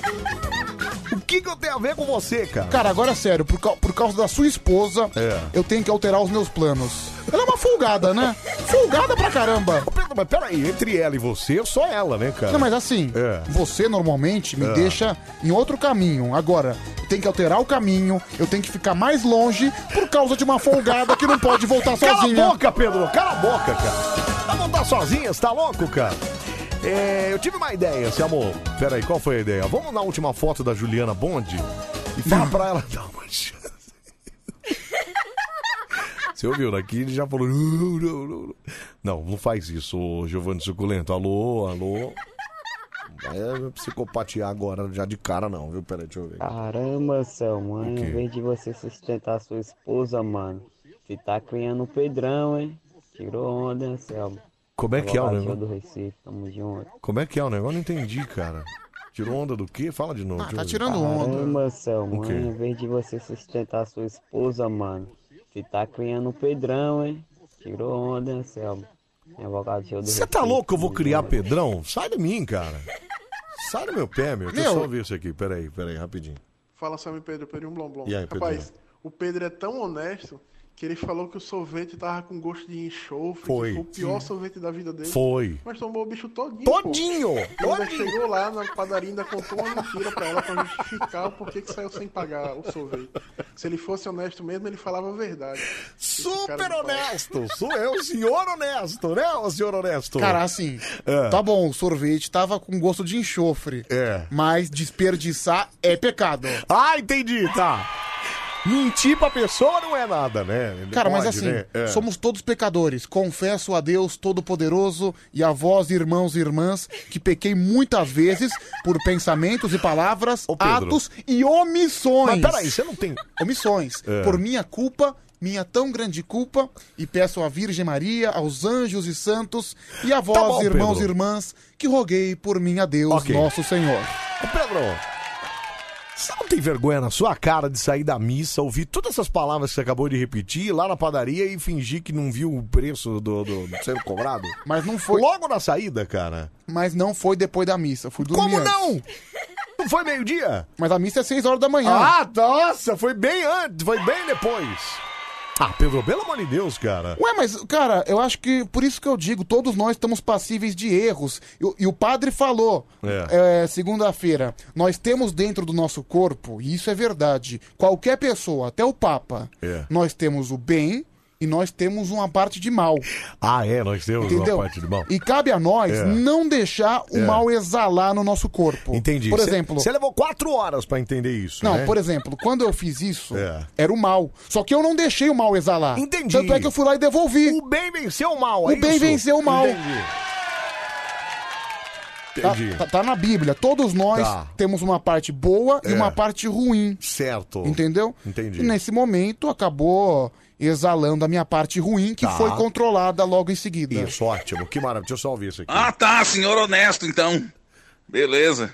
Speaker 5: O que, que eu tenho a ver com você, cara? É.
Speaker 3: Cara, agora é sério, por, cau- por causa da sua esposa, eu tenho que alterar os meus planos. Ela é uma folgada, né? Folgada pra caramba!
Speaker 5: Pedro, mas peraí, entre ela e você, só ela, né, cara?
Speaker 3: Não, mas assim,
Speaker 5: É.
Speaker 3: você normalmente me
Speaker 1: É.
Speaker 3: deixa em outro caminho. Agora, tem que alterar o caminho, eu tenho que ficar mais longe por causa de uma folgada que não pode voltar
Speaker 5: [LAUGHS]
Speaker 3: sozinha.
Speaker 5: Cala a boca, Pedro! Cala a boca, cara! Tá montar sozinha, você tá louco, cara? É, eu tive uma ideia, seu amor. Peraí, qual foi a ideia? Vamos na última foto da Juliana Bonde e fala pra ela [LAUGHS] dar uma chance. Você ouviu daqui? Ele já falou. Não, não, não. não, não faz isso, ô, Giovanni Suculento. Alô, alô. Não vai é, psicopatear agora já de cara, não, viu? Peraí, deixa eu ver.
Speaker 9: Caramba, Anselmo, mano, em vez de você sustentar sua esposa, mano, você tá criando um Pedrão, hein? Tirou onda, Anselmo.
Speaker 1: Como é que é o
Speaker 9: Salgadinho
Speaker 1: negócio?
Speaker 9: do Recife, tamo junto.
Speaker 1: Como é que é o negócio? Eu não entendi, cara. Tirou onda do quê? Fala de novo. deixa
Speaker 9: tá
Speaker 1: eu ver.
Speaker 9: Caramba, Anselmo,
Speaker 1: O quê?
Speaker 9: mano, em vez de você sustentar sua esposa, mano, você tá criando um Pedrão, hein? Tirou onda, Anselmo. Salgadinho do
Speaker 1: Você tá louco que eu vou criar Pedrão? Sai de mim, cara. Sai do meu pé, meu. Deixa eu
Speaker 14: Meu.
Speaker 1: só ver isso aqui. Peraí, peraí, rapidinho.
Speaker 14: Fala, Sam Pedro, Pedrinho Blom Blom.
Speaker 1: E aí,
Speaker 14: Rapaz, o Pedro é tão honesto que ele falou que o sorvete tava com gosto de enxofre.
Speaker 1: Foi.
Speaker 14: que foi o pior
Speaker 1: Sim.
Speaker 14: sorvete da vida dele.
Speaker 1: Foi.
Speaker 14: Mas tomou o bicho todinho.
Speaker 1: Todinho,
Speaker 14: Pô. Ainda
Speaker 1: todinho.
Speaker 14: chegou lá na padaria, ainda contou uma mentira pra ela pra justificar o porquê que saiu sem pagar o sorvete. Se ele fosse honesto mesmo, ele falava a verdade. Esse cara
Speaker 5: Super
Speaker 14: de pau.
Speaker 5: honesto! Sou eu, senhor honesto, né, ô senhor honesto?
Speaker 3: Cara, assim,
Speaker 5: É.
Speaker 3: tá bom, o sorvete tava com gosto de enxofre.
Speaker 5: É.
Speaker 3: Mas desperdiçar é pecado.
Speaker 5: Ah, entendi, tá. Mentir pra pessoa não é nada, né? Ele
Speaker 3: Cara, mas
Speaker 5: pode,
Speaker 3: assim,
Speaker 5: né? É.
Speaker 3: somos todos pecadores. Confesso a Deus Todo-Poderoso e a vós, irmãos e irmãs, que pequei muitas vezes por pensamentos e palavras,
Speaker 1: Pedro.
Speaker 3: atos e omissões.
Speaker 1: Mas peraí, você não tem-
Speaker 3: Omissões.
Speaker 1: É.
Speaker 3: Por minha culpa, minha tão grande culpa, e peço à Virgem Maria, aos anjos e santos, e a vós,
Speaker 1: Tá bom,
Speaker 3: irmãos
Speaker 1: Pedro.
Speaker 3: e irmãs, que roguei por mim a Deus,
Speaker 1: Ok.
Speaker 3: nosso Senhor.
Speaker 1: Ô, Pedro, Você não tem vergonha na sua cara de sair da missa, ouvir todas essas palavras que você acabou de repetir ir lá na padaria e fingir que não viu o preço do, do, do sendo cobrado?
Speaker 3: [LAUGHS] Mas não foi.
Speaker 1: Logo na saída, cara.
Speaker 3: Mas não foi depois da missa. Fui dormir
Speaker 1: Como
Speaker 3: antes.
Speaker 1: não? Não foi meio-dia?
Speaker 3: Mas a missa é 6 horas da manhã.
Speaker 1: Ah, nossa, foi bem antes, foi bem depois. Ah, Pedro, pelo amor de Deus, cara.
Speaker 3: Ué, mas, cara, eu acho que por isso que eu digo, todos nós estamos passíveis de erros. E, o- e o padre falou, é, segunda-feira, nós temos dentro do nosso corpo, e isso é verdade, qualquer pessoa, até o Papa,
Speaker 1: É.
Speaker 3: nós temos o bem e nós temos uma parte de mal.
Speaker 1: Ah, é, nós temos
Speaker 3: Entendeu?
Speaker 1: uma parte de mal.
Speaker 3: E cabe a nós
Speaker 1: É.
Speaker 3: não deixar o
Speaker 1: É.
Speaker 3: mal exalar no nosso corpo.
Speaker 1: Entendi.
Speaker 3: Por
Speaker 1: Você-
Speaker 3: exemplo.
Speaker 1: Você levou quatro horas pra entender isso.
Speaker 3: Não,
Speaker 1: né?
Speaker 3: por exemplo, quando eu fiz isso,
Speaker 1: É.
Speaker 3: era o mal. Só que eu não deixei o mal exalar.
Speaker 1: Entendi.
Speaker 3: Tanto é que eu fui lá e devolvi.
Speaker 1: O bem venceu o mal,
Speaker 3: O
Speaker 1: é
Speaker 3: bem
Speaker 1: isso?
Speaker 3: venceu o mal.
Speaker 1: Entendi.
Speaker 3: Tá,
Speaker 1: Entendi.
Speaker 3: tá- tá na Bíblia. Todos nós
Speaker 1: Tá.
Speaker 3: temos uma parte boa e
Speaker 1: É.
Speaker 3: uma parte ruim.
Speaker 1: Certo.
Speaker 3: Entendeu?
Speaker 1: Entendi.
Speaker 3: E nesse momento acabou exalando a minha parte ruim, que
Speaker 1: Tá.
Speaker 3: foi controlada logo em seguida.
Speaker 1: Isso, ótimo. Que maravilha. Deixa eu só ouvir isso aqui.
Speaker 8: Ah, tá, senhor honesto, então. Beleza.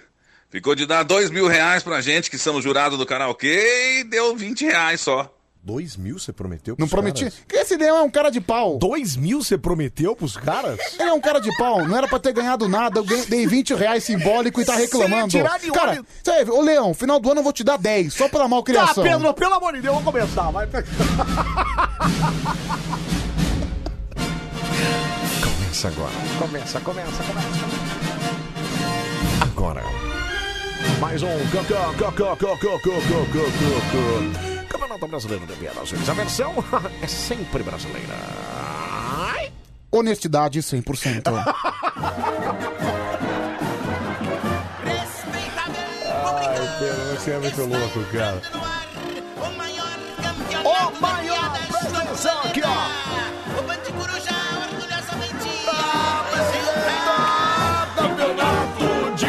Speaker 8: Ficou de dar dois mil reais pra gente que somos jurados do karaokê e deu 20 reais só.
Speaker 1: Dois mil você prometeu
Speaker 3: Não prometi. Que Esse Leão é um cara de pau.
Speaker 1: Dois mil você prometeu pros caras?
Speaker 3: Ele é um cara de pau. Não era pra ter ganhado nada. Eu ganhei- dei 20 reais simbólico e tá
Speaker 1: Se
Speaker 3: reclamando.
Speaker 1: tirar de
Speaker 3: cara,
Speaker 1: olho-
Speaker 3: sério, ô Leão, final do ano eu vou te dar 10, só pela malcriação.
Speaker 1: Tá, Pedro, pelo amor de Deus, vamos começar. Vai Começa agora. Começa, começa, começa. Agora. Mais um co- co- co- co- co- co- co- co- co- co- Campeonato Brasileiro de Viagens. A versão [LAUGHS] é sempre brasileira. Ai.
Speaker 3: Honestidade
Speaker 1: [LAUGHS]
Speaker 3: 100%.
Speaker 1: Ai, Pedro, você é muito louco, cara.
Speaker 7: O maior, presta atenção aqui, ó. Campeonato de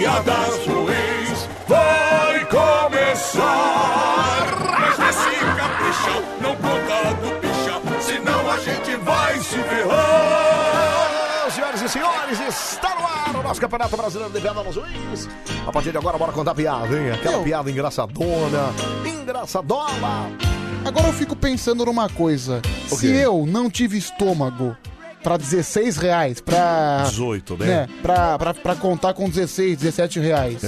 Speaker 7: piadas ruins vai começar. Mas nesse caprichão não conta do pichão, senão a gente vai se ferrar.
Speaker 1: Senhoras e senhores, está no ar o nosso Campeonato Brasileiro de Piadas Ruins. A partir de agora, bora contar piada, hein? Aquela piada engraçadona, engraçadola.
Speaker 3: Agora eu fico pensando numa coisa.
Speaker 1: O
Speaker 3: Se
Speaker 1: quê?
Speaker 3: eu não tive estômago pra 16 reais, pra.
Speaker 1: 18, né?
Speaker 3: pra, pra, pra contar com 16, 17 reais.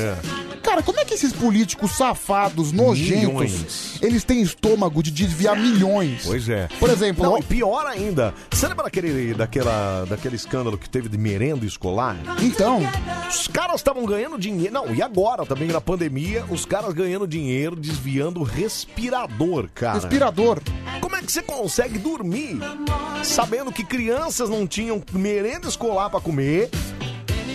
Speaker 3: Cara, como é que esses políticos safados, nojentos,
Speaker 1: Milhões.
Speaker 3: eles têm estômago de desviar milhões?
Speaker 1: Pois é.
Speaker 3: Por exemplo,
Speaker 1: Não,
Speaker 3: ó-
Speaker 1: e pior ainda, você lembra daquele, daquela, daquele escândalo que teve de merenda escolar?
Speaker 3: Então.
Speaker 1: Os caras estavam ganhando dinheiro. Não, e agora também na pandemia, os caras ganhando dinheiro desviando respirador, cara.
Speaker 3: Respirador.
Speaker 1: Como é que você consegue dormir sabendo que crianças não tinham merenda escolar pra comer?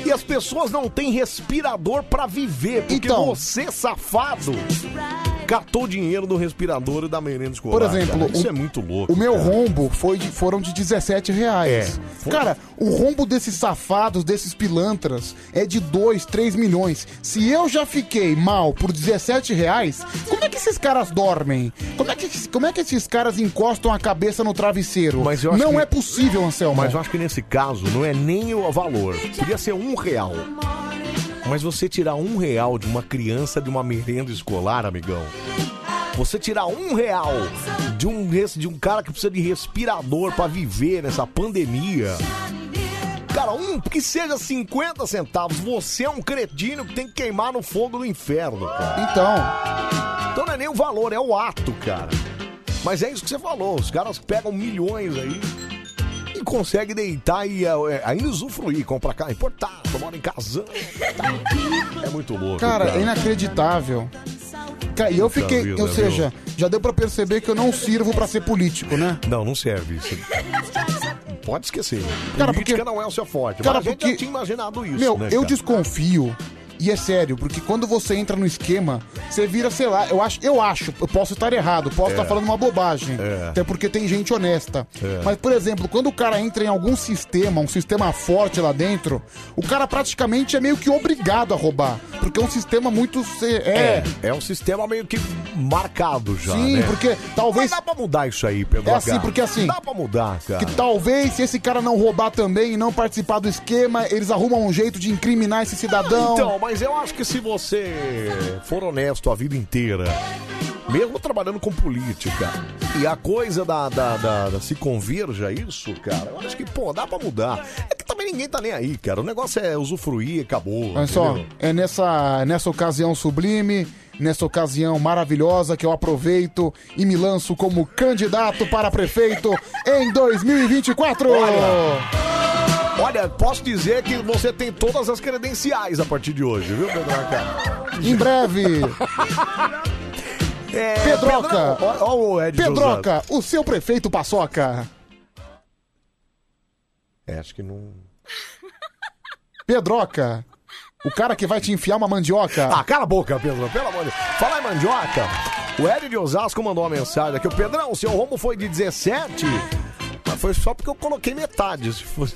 Speaker 1: E as pessoas não têm respirador pra viver, porque
Speaker 3: Então.
Speaker 1: você, safado, catou dinheiro do respirador e da merenda escolar.
Speaker 3: Por exemplo,
Speaker 1: cara. isso
Speaker 3: o-
Speaker 1: é muito louco.
Speaker 3: O meu
Speaker 1: cara.
Speaker 3: rombo foi de- foram de 17 reais.
Speaker 1: É.
Speaker 3: Cara, o rombo desses safados, desses pilantras, é de 2, 3 milhões. Se eu já fiquei mal por 17 reais, como é que esses caras dormem? Como é que, como é que esses caras encostam a cabeça no travesseiro?
Speaker 1: Mas eu acho
Speaker 3: Não
Speaker 1: que-
Speaker 3: é possível, Anselmo.
Speaker 1: Mas eu acho que nesse caso não é nem o valor. Podia ser um real. Mas você tirar um real de uma criança de uma merenda escolar, amigão. Você tirar um real de um, res- de um cara que precisa de respirador pra viver nessa pandemia. Cara, um que seja 50 centavos, você é um cretino que tem que queimar no fogo do inferno, cara.
Speaker 3: Então.
Speaker 1: Então não é nem o valor, é o ato, cara. Mas é isso que você falou, os caras pegam milhões aí e conseguem deitar e é, é, ainda usufruir, comprar carro importado, mora em casão. É muito louco.
Speaker 3: Cara, é inacreditável. Cara, e eu
Speaker 1: Puta
Speaker 3: fiquei,
Speaker 1: vida,
Speaker 3: ou seja,
Speaker 1: viu?
Speaker 3: já deu pra perceber que eu não sirvo pra ser político, né?
Speaker 1: Não, não serve isso. Pode esquecer.
Speaker 3: Cara,
Speaker 1: Política
Speaker 3: porque-
Speaker 1: não é o seu forte.
Speaker 3: Cara,
Speaker 1: mas a gente
Speaker 3: porque-
Speaker 1: já tinha imaginado isso,
Speaker 3: Meu,
Speaker 1: né,
Speaker 3: eu
Speaker 1: cara?
Speaker 3: desconfio. E é sério, porque quando você entra no esquema, você vira, sei lá, eu acho, eu acho, eu posso estar errado, posso
Speaker 1: É.
Speaker 3: estar falando uma bobagem.
Speaker 1: É.
Speaker 3: Até porque tem gente honesta.
Speaker 1: É.
Speaker 3: Mas, por exemplo, quando o cara entra em algum sistema, um sistema forte lá dentro, o cara praticamente é meio que obrigado a roubar. Porque é um sistema muito. se- É.
Speaker 1: É, é um sistema meio que marcado já,
Speaker 3: Sim,
Speaker 1: né?
Speaker 3: porque talvez.
Speaker 1: Mas dá pra mudar isso aí, Pedro
Speaker 3: É assim,
Speaker 1: H.
Speaker 3: porque assim-
Speaker 1: Dá pra mudar, cara.
Speaker 3: Que talvez, se esse cara não roubar também e não participar do esquema, eles arrumam um jeito de incriminar esse cidadão.
Speaker 1: Então, mas eu acho que se você for honesto a vida inteira, mesmo trabalhando com política, e a coisa da, da, da- da- se converja a isso, cara, eu acho que, pô, dá pra mudar. É que também ninguém tá nem aí, cara. O negócio é usufruir, e acabou.
Speaker 3: Olha só,
Speaker 1: entendeu?
Speaker 3: é nessa, nessa ocasião sublime, nessa ocasião maravilhosa que eu aproveito e me lanço como candidato para prefeito em 2024.
Speaker 1: Olha, posso dizer que você tem todas as credenciais a partir de hoje, viu, Pedroca?
Speaker 3: Em breve.
Speaker 1: [LAUGHS] É,
Speaker 3: Pedroca.
Speaker 1: Pedrão, ó- ó o Ed
Speaker 3: Pedroca, o seu prefeito paçoca.
Speaker 1: É, acho que não.
Speaker 3: Pedroca, o cara que vai te enfiar uma mandioca.
Speaker 1: Ah, cala a boca, Pedro, pelo amor de Deus. Fala em mandioca. O Hélio de Osasco mandou uma mensagem aqui. O Pedrão, seu rumo foi de 17. Mas foi só porque eu coloquei metade. Se fosse.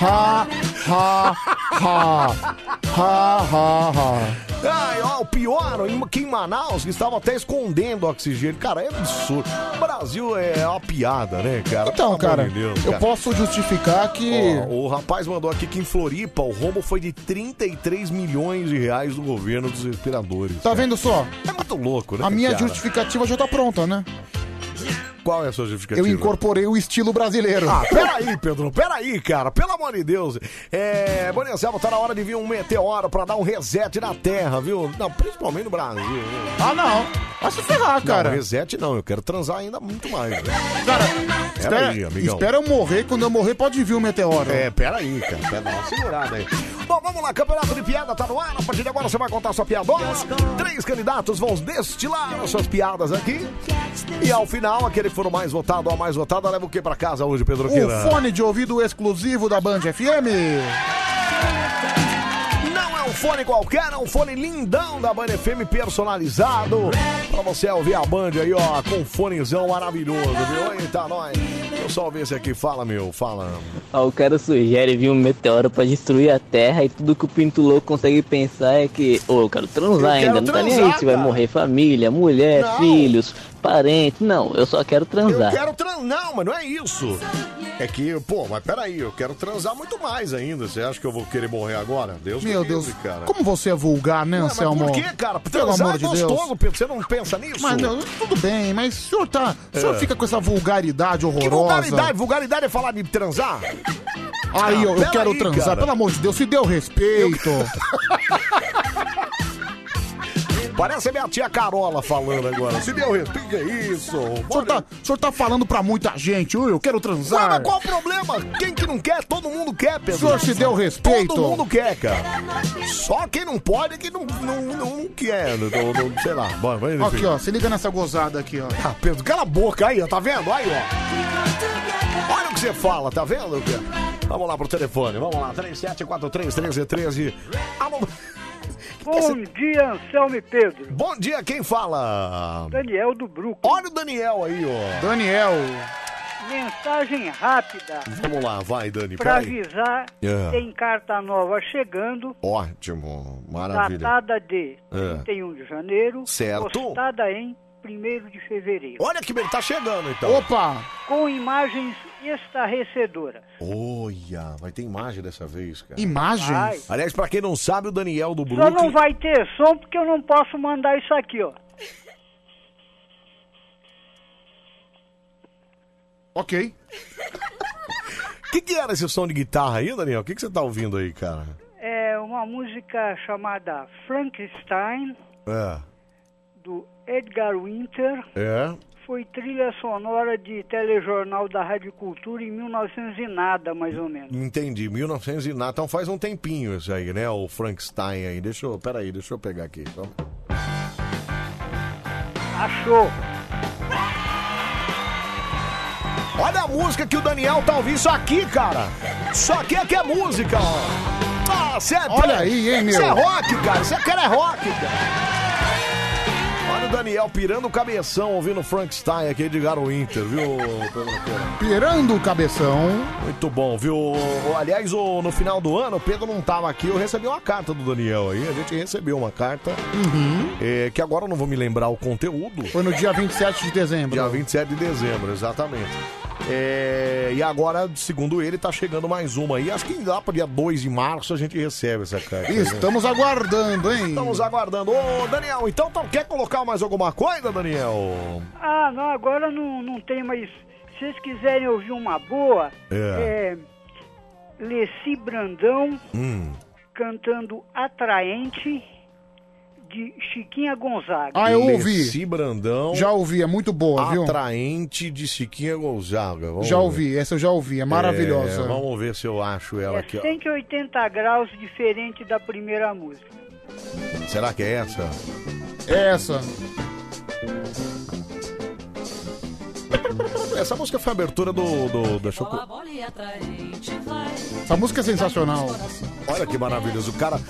Speaker 3: Ha, ha, ha. Ha, ha, ha.
Speaker 1: Ai, ó, o pior, em- que em Manaus que estavam até escondendo o oxigênio. Cara, é absurdo. O Brasil é uma piada, né, cara? Pelo
Speaker 3: Então,
Speaker 1: amor
Speaker 3: cara,
Speaker 1: de Deus,
Speaker 3: eu
Speaker 1: cara.
Speaker 3: posso justificar que.
Speaker 1: Ó, o rapaz mandou aqui que em Floripa o rombo foi de 33 milhões de reais do governo dos respiradores.
Speaker 3: Tá vendo só?
Speaker 1: É muito louco, né?
Speaker 3: A minha
Speaker 1: cara?
Speaker 3: justificativa já tá pronta, né?
Speaker 1: Qual é a sua justificativa?
Speaker 3: Eu incorporei o estilo brasileiro.
Speaker 1: Ah, peraí, Pedro, peraí, cara, pelo amor de Deus. É, Bonezelmo, tá na hora de vir um meteoro pra dar um reset na Terra, viu? Não, principalmente no Brasil. né?
Speaker 3: Ah, não. Vai se ferrar, cara.
Speaker 1: Não, reset não, eu quero transar ainda muito mais. né?
Speaker 3: Cara,
Speaker 1: peraí,
Speaker 3: espera,
Speaker 1: amigão.
Speaker 3: espera eu morrer, quando eu morrer pode vir o meteoro.
Speaker 1: É, peraí, cara, pera, dá uma segurada aí. Bom, vamos lá, campeonato de piada tá no ar. A partir de agora você vai contar sua piadona. Três candidatos vão destilar as suas piadas aqui. E ao final, aquele que for o mais votado ou a mais votada leva o que pra casa hoje, Pedro Queira?
Speaker 3: O fone de ouvido exclusivo da Band FM.
Speaker 1: Não é um fone qualquer, é um fone lindão da Band FM personalizado. Pra você ouvir a Band aí, ó, com um fonezão maravilhoso, viu? Eita, nós. Deixa eu só ver esse aqui. Fala, meu, fala.
Speaker 9: Ó, o cara sugere vir um meteoro pra destruir a Terra e tudo que o Pinto Louco consegue pensar é que, ô, eu quero transar Eu quero ainda, não tá nem aí transar, se vai cara. morrer família, mulher, filhos, parentes. Não, eu só quero
Speaker 1: Eu
Speaker 9: transar.
Speaker 1: quero transar. Não, mas não é isso. É que, pô, mas peraí, eu quero transar muito mais ainda. Você acha que eu vou querer morrer agora? Deus me
Speaker 3: Meu
Speaker 1: livre,
Speaker 3: Deus,
Speaker 1: cara.
Speaker 3: como você é vulgar, né,
Speaker 1: Ué, mas
Speaker 3: Anselmo?
Speaker 1: por que, cara?
Speaker 3: Pelo
Speaker 1: Transar
Speaker 3: amor
Speaker 1: é
Speaker 3: de
Speaker 1: gostoso,
Speaker 3: Deus.
Speaker 1: Pedro. Você não pensa nisso?
Speaker 3: Mas não, tudo bem, mas o senhor tá. O senhor
Speaker 1: É.
Speaker 3: fica com essa vulgaridade horrorosa.
Speaker 1: Que vulgaridade, vulgaridade é falar de transar?
Speaker 3: Aí, eu, eu
Speaker 1: Peraí,
Speaker 3: quero transar,
Speaker 1: cara.
Speaker 3: pelo amor de Deus, se deu respeito.
Speaker 1: Parece a minha tia Carola falando agora. Se deu respeito, que é isso?
Speaker 3: O senhor, tá, o senhor tá falando pra muita gente, ui, eu quero transar.
Speaker 1: Mas qual o problema? Quem que não quer, todo mundo quer, Pedro.
Speaker 3: O senhor se deu respeito.
Speaker 1: Todo mundo quer, cara. Só quem não pode é que não, não, não quer. Não, não- não- sei lá. Bom, mas enfim. Tá
Speaker 3: Aqui, ó, se liga nessa gozada aqui, ó.
Speaker 1: Ah, Pedro, cala a boca aí, ó, tá vendo? Aí, ó. Olha o que você fala, tá vendo? cara? Vamos lá pro telefone, vamos lá. 37431313. Alô, [LAUGHS]
Speaker 11: Bom dia, Anselmo e Pedro.
Speaker 1: bom dia, quem fala?
Speaker 5: é
Speaker 11: Daniel É do Bruco.
Speaker 1: Olha o Daniel aí, ó.
Speaker 3: Daniel.
Speaker 11: Mensagem rápida
Speaker 1: Vamos lá, vai, Dani,
Speaker 11: para
Speaker 1: peraí.
Speaker 11: avisar.
Speaker 1: É.
Speaker 11: Tem carta nova chegando,
Speaker 1: Ótimo, maravilha.
Speaker 11: datada de
Speaker 1: É.
Speaker 11: 31 de janeiro,
Speaker 1: Certo.
Speaker 11: postada em 1 de fevereiro,
Speaker 1: Olha que bem, tá chegando então.
Speaker 3: Opa!
Speaker 11: com imagens estarrecedoras.
Speaker 1: Olha, vai ter imagem dessa vez, cara.
Speaker 11: Imagens? Vai.
Speaker 1: Aliás, pra quem não sabe, o Daniel do
Speaker 11: Só
Speaker 1: Brooklyn.
Speaker 11: não vai ter som porque eu não posso mandar isso aqui, ó.
Speaker 3: Ok.
Speaker 1: O que, que era esse som de guitarra aí, Daniel? O que, que você tá ouvindo aí, cara?
Speaker 11: É uma música chamada Frankenstein,
Speaker 1: É.
Speaker 11: do Edgar Winter.
Speaker 1: É.
Speaker 11: Foi trilha sonora de telejornal da Rádio Cultura em 1900 e nada, mais ou menos.
Speaker 1: Entendi, 1900 e nada. Então faz um tempinho isso aí, né? O Frankenstein aí. Deixa eu. Peraí, deixa eu pegar aqui. Vamos-
Speaker 11: Achou!
Speaker 1: Olha a música que o Daniel tá ouvindo. Isso aqui, cara. Isso aqui é que é música, ó. Ah, cê é
Speaker 3: Olha aí, hein, meu?
Speaker 1: Isso é rock, cara. Isso aqui é rock, cara. Olha o Daniel pirando o cabeção ouvindo o Frankenstein aqui de Garo Inter, viu, Pedro?
Speaker 3: Pirando o cabeção.
Speaker 1: Muito bom, viu? Aliás, o- no final do ano, o Pedro não tava aqui, eu recebi uma carta do Daniel aí. A gente recebeu uma carta. é, que agora eu não vou me lembrar o conteúdo.
Speaker 3: Foi no dia 27 de dezembro.
Speaker 1: Dia 27 de dezembro, exatamente. É, e agora, segundo ele, tá chegando mais uma aí. Acho que lá para dia 2 de março a gente recebe essa carta. né?
Speaker 3: Estamos aguardando, hein?
Speaker 1: Estamos aguardando. Ô, Daniel, então tu quer colocar mais alguma coisa, Daniel?
Speaker 11: Ah, não, agora não, não tem mais. Se vocês quiserem ouvir uma boa,
Speaker 1: É. Hum.
Speaker 11: é, Leci Brandão cantando Atraente de Chiquinha Gonzaga.
Speaker 3: Ah, eu ouvi.
Speaker 1: Leci Brandão.
Speaker 3: Já ouvi, é muito boa, viu?
Speaker 1: Atraente de Chiquinha Gonzaga. Vamos
Speaker 3: Já
Speaker 1: ver.
Speaker 3: ouvi, essa eu já ouvi, é maravilhosa.
Speaker 1: É, vamos ver se eu acho ela
Speaker 11: É
Speaker 1: aqui. ó.
Speaker 11: 180 graus diferente da primeira música.
Speaker 1: Será que é essa?
Speaker 3: É essa.
Speaker 1: Essa música foi a abertura do, do da Choco.
Speaker 3: Essa música é sensacional.
Speaker 1: Olha que maravilhoso. O cara.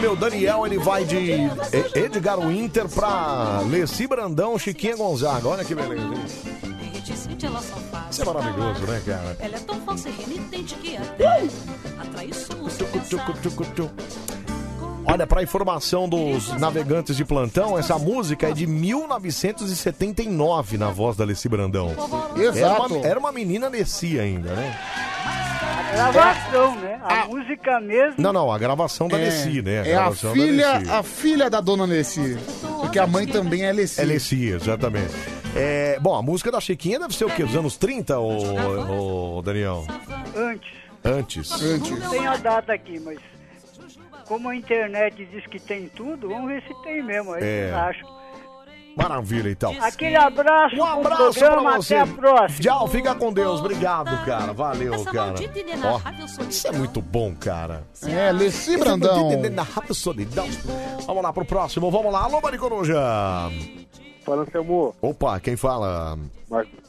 Speaker 1: Meu, Daniel, ele vai de E- Edgar Winter pra Leci Brandão, Chiquinha Gonzaga. Olha que beleza. hein? Isso é maravilhoso, né, cara?
Speaker 12: Ela é tão falsa e renitente que até
Speaker 1: Uh!
Speaker 12: atrai soluço
Speaker 1: Tchucu, tchucu, tchucu. Olha, pra informação dos navegantes de plantão, essa música é de 1979 na voz da Leci Brandão. Era
Speaker 11: Exato.
Speaker 1: uma, era uma menina Leci ainda, né?
Speaker 11: A gravação, né? A
Speaker 3: Ah.
Speaker 11: música mesmo.
Speaker 1: Não, não, a gravação da
Speaker 3: É,
Speaker 1: Leci, né?
Speaker 3: é a
Speaker 1: gravação da Leci.
Speaker 3: filha, a filha da dona Nessi. Porque a mãe também é Lessi.
Speaker 1: É Leci, exatamente. É, bom, a música da Chiquinha deve ser o quê? Os anos 30, ô, ô, Daniel?
Speaker 11: Antes.
Speaker 1: Antes.
Speaker 11: Não tem a data aqui, mas como a internet diz que tem tudo, vamos ver se tem mesmo. Aí
Speaker 1: É.
Speaker 11: vocês acham.
Speaker 1: Maravilha, então.
Speaker 11: Aquele abraço,
Speaker 1: Um
Speaker 11: bom
Speaker 1: abraço
Speaker 11: programa,
Speaker 1: pra você.
Speaker 11: até a próxima.
Speaker 1: Tchau, fica com Deus.
Speaker 3: Ah.
Speaker 1: Obrigado, cara. Valeu, cara. Ó, isso é muito bom, cara.
Speaker 3: É, Leci Brandão.
Speaker 1: Na rádio solidão. Vamos lá pro próximo. Vamos lá. Alô, Mari Coruja.
Speaker 13: Fala, seu amor.
Speaker 1: Opa, quem fala?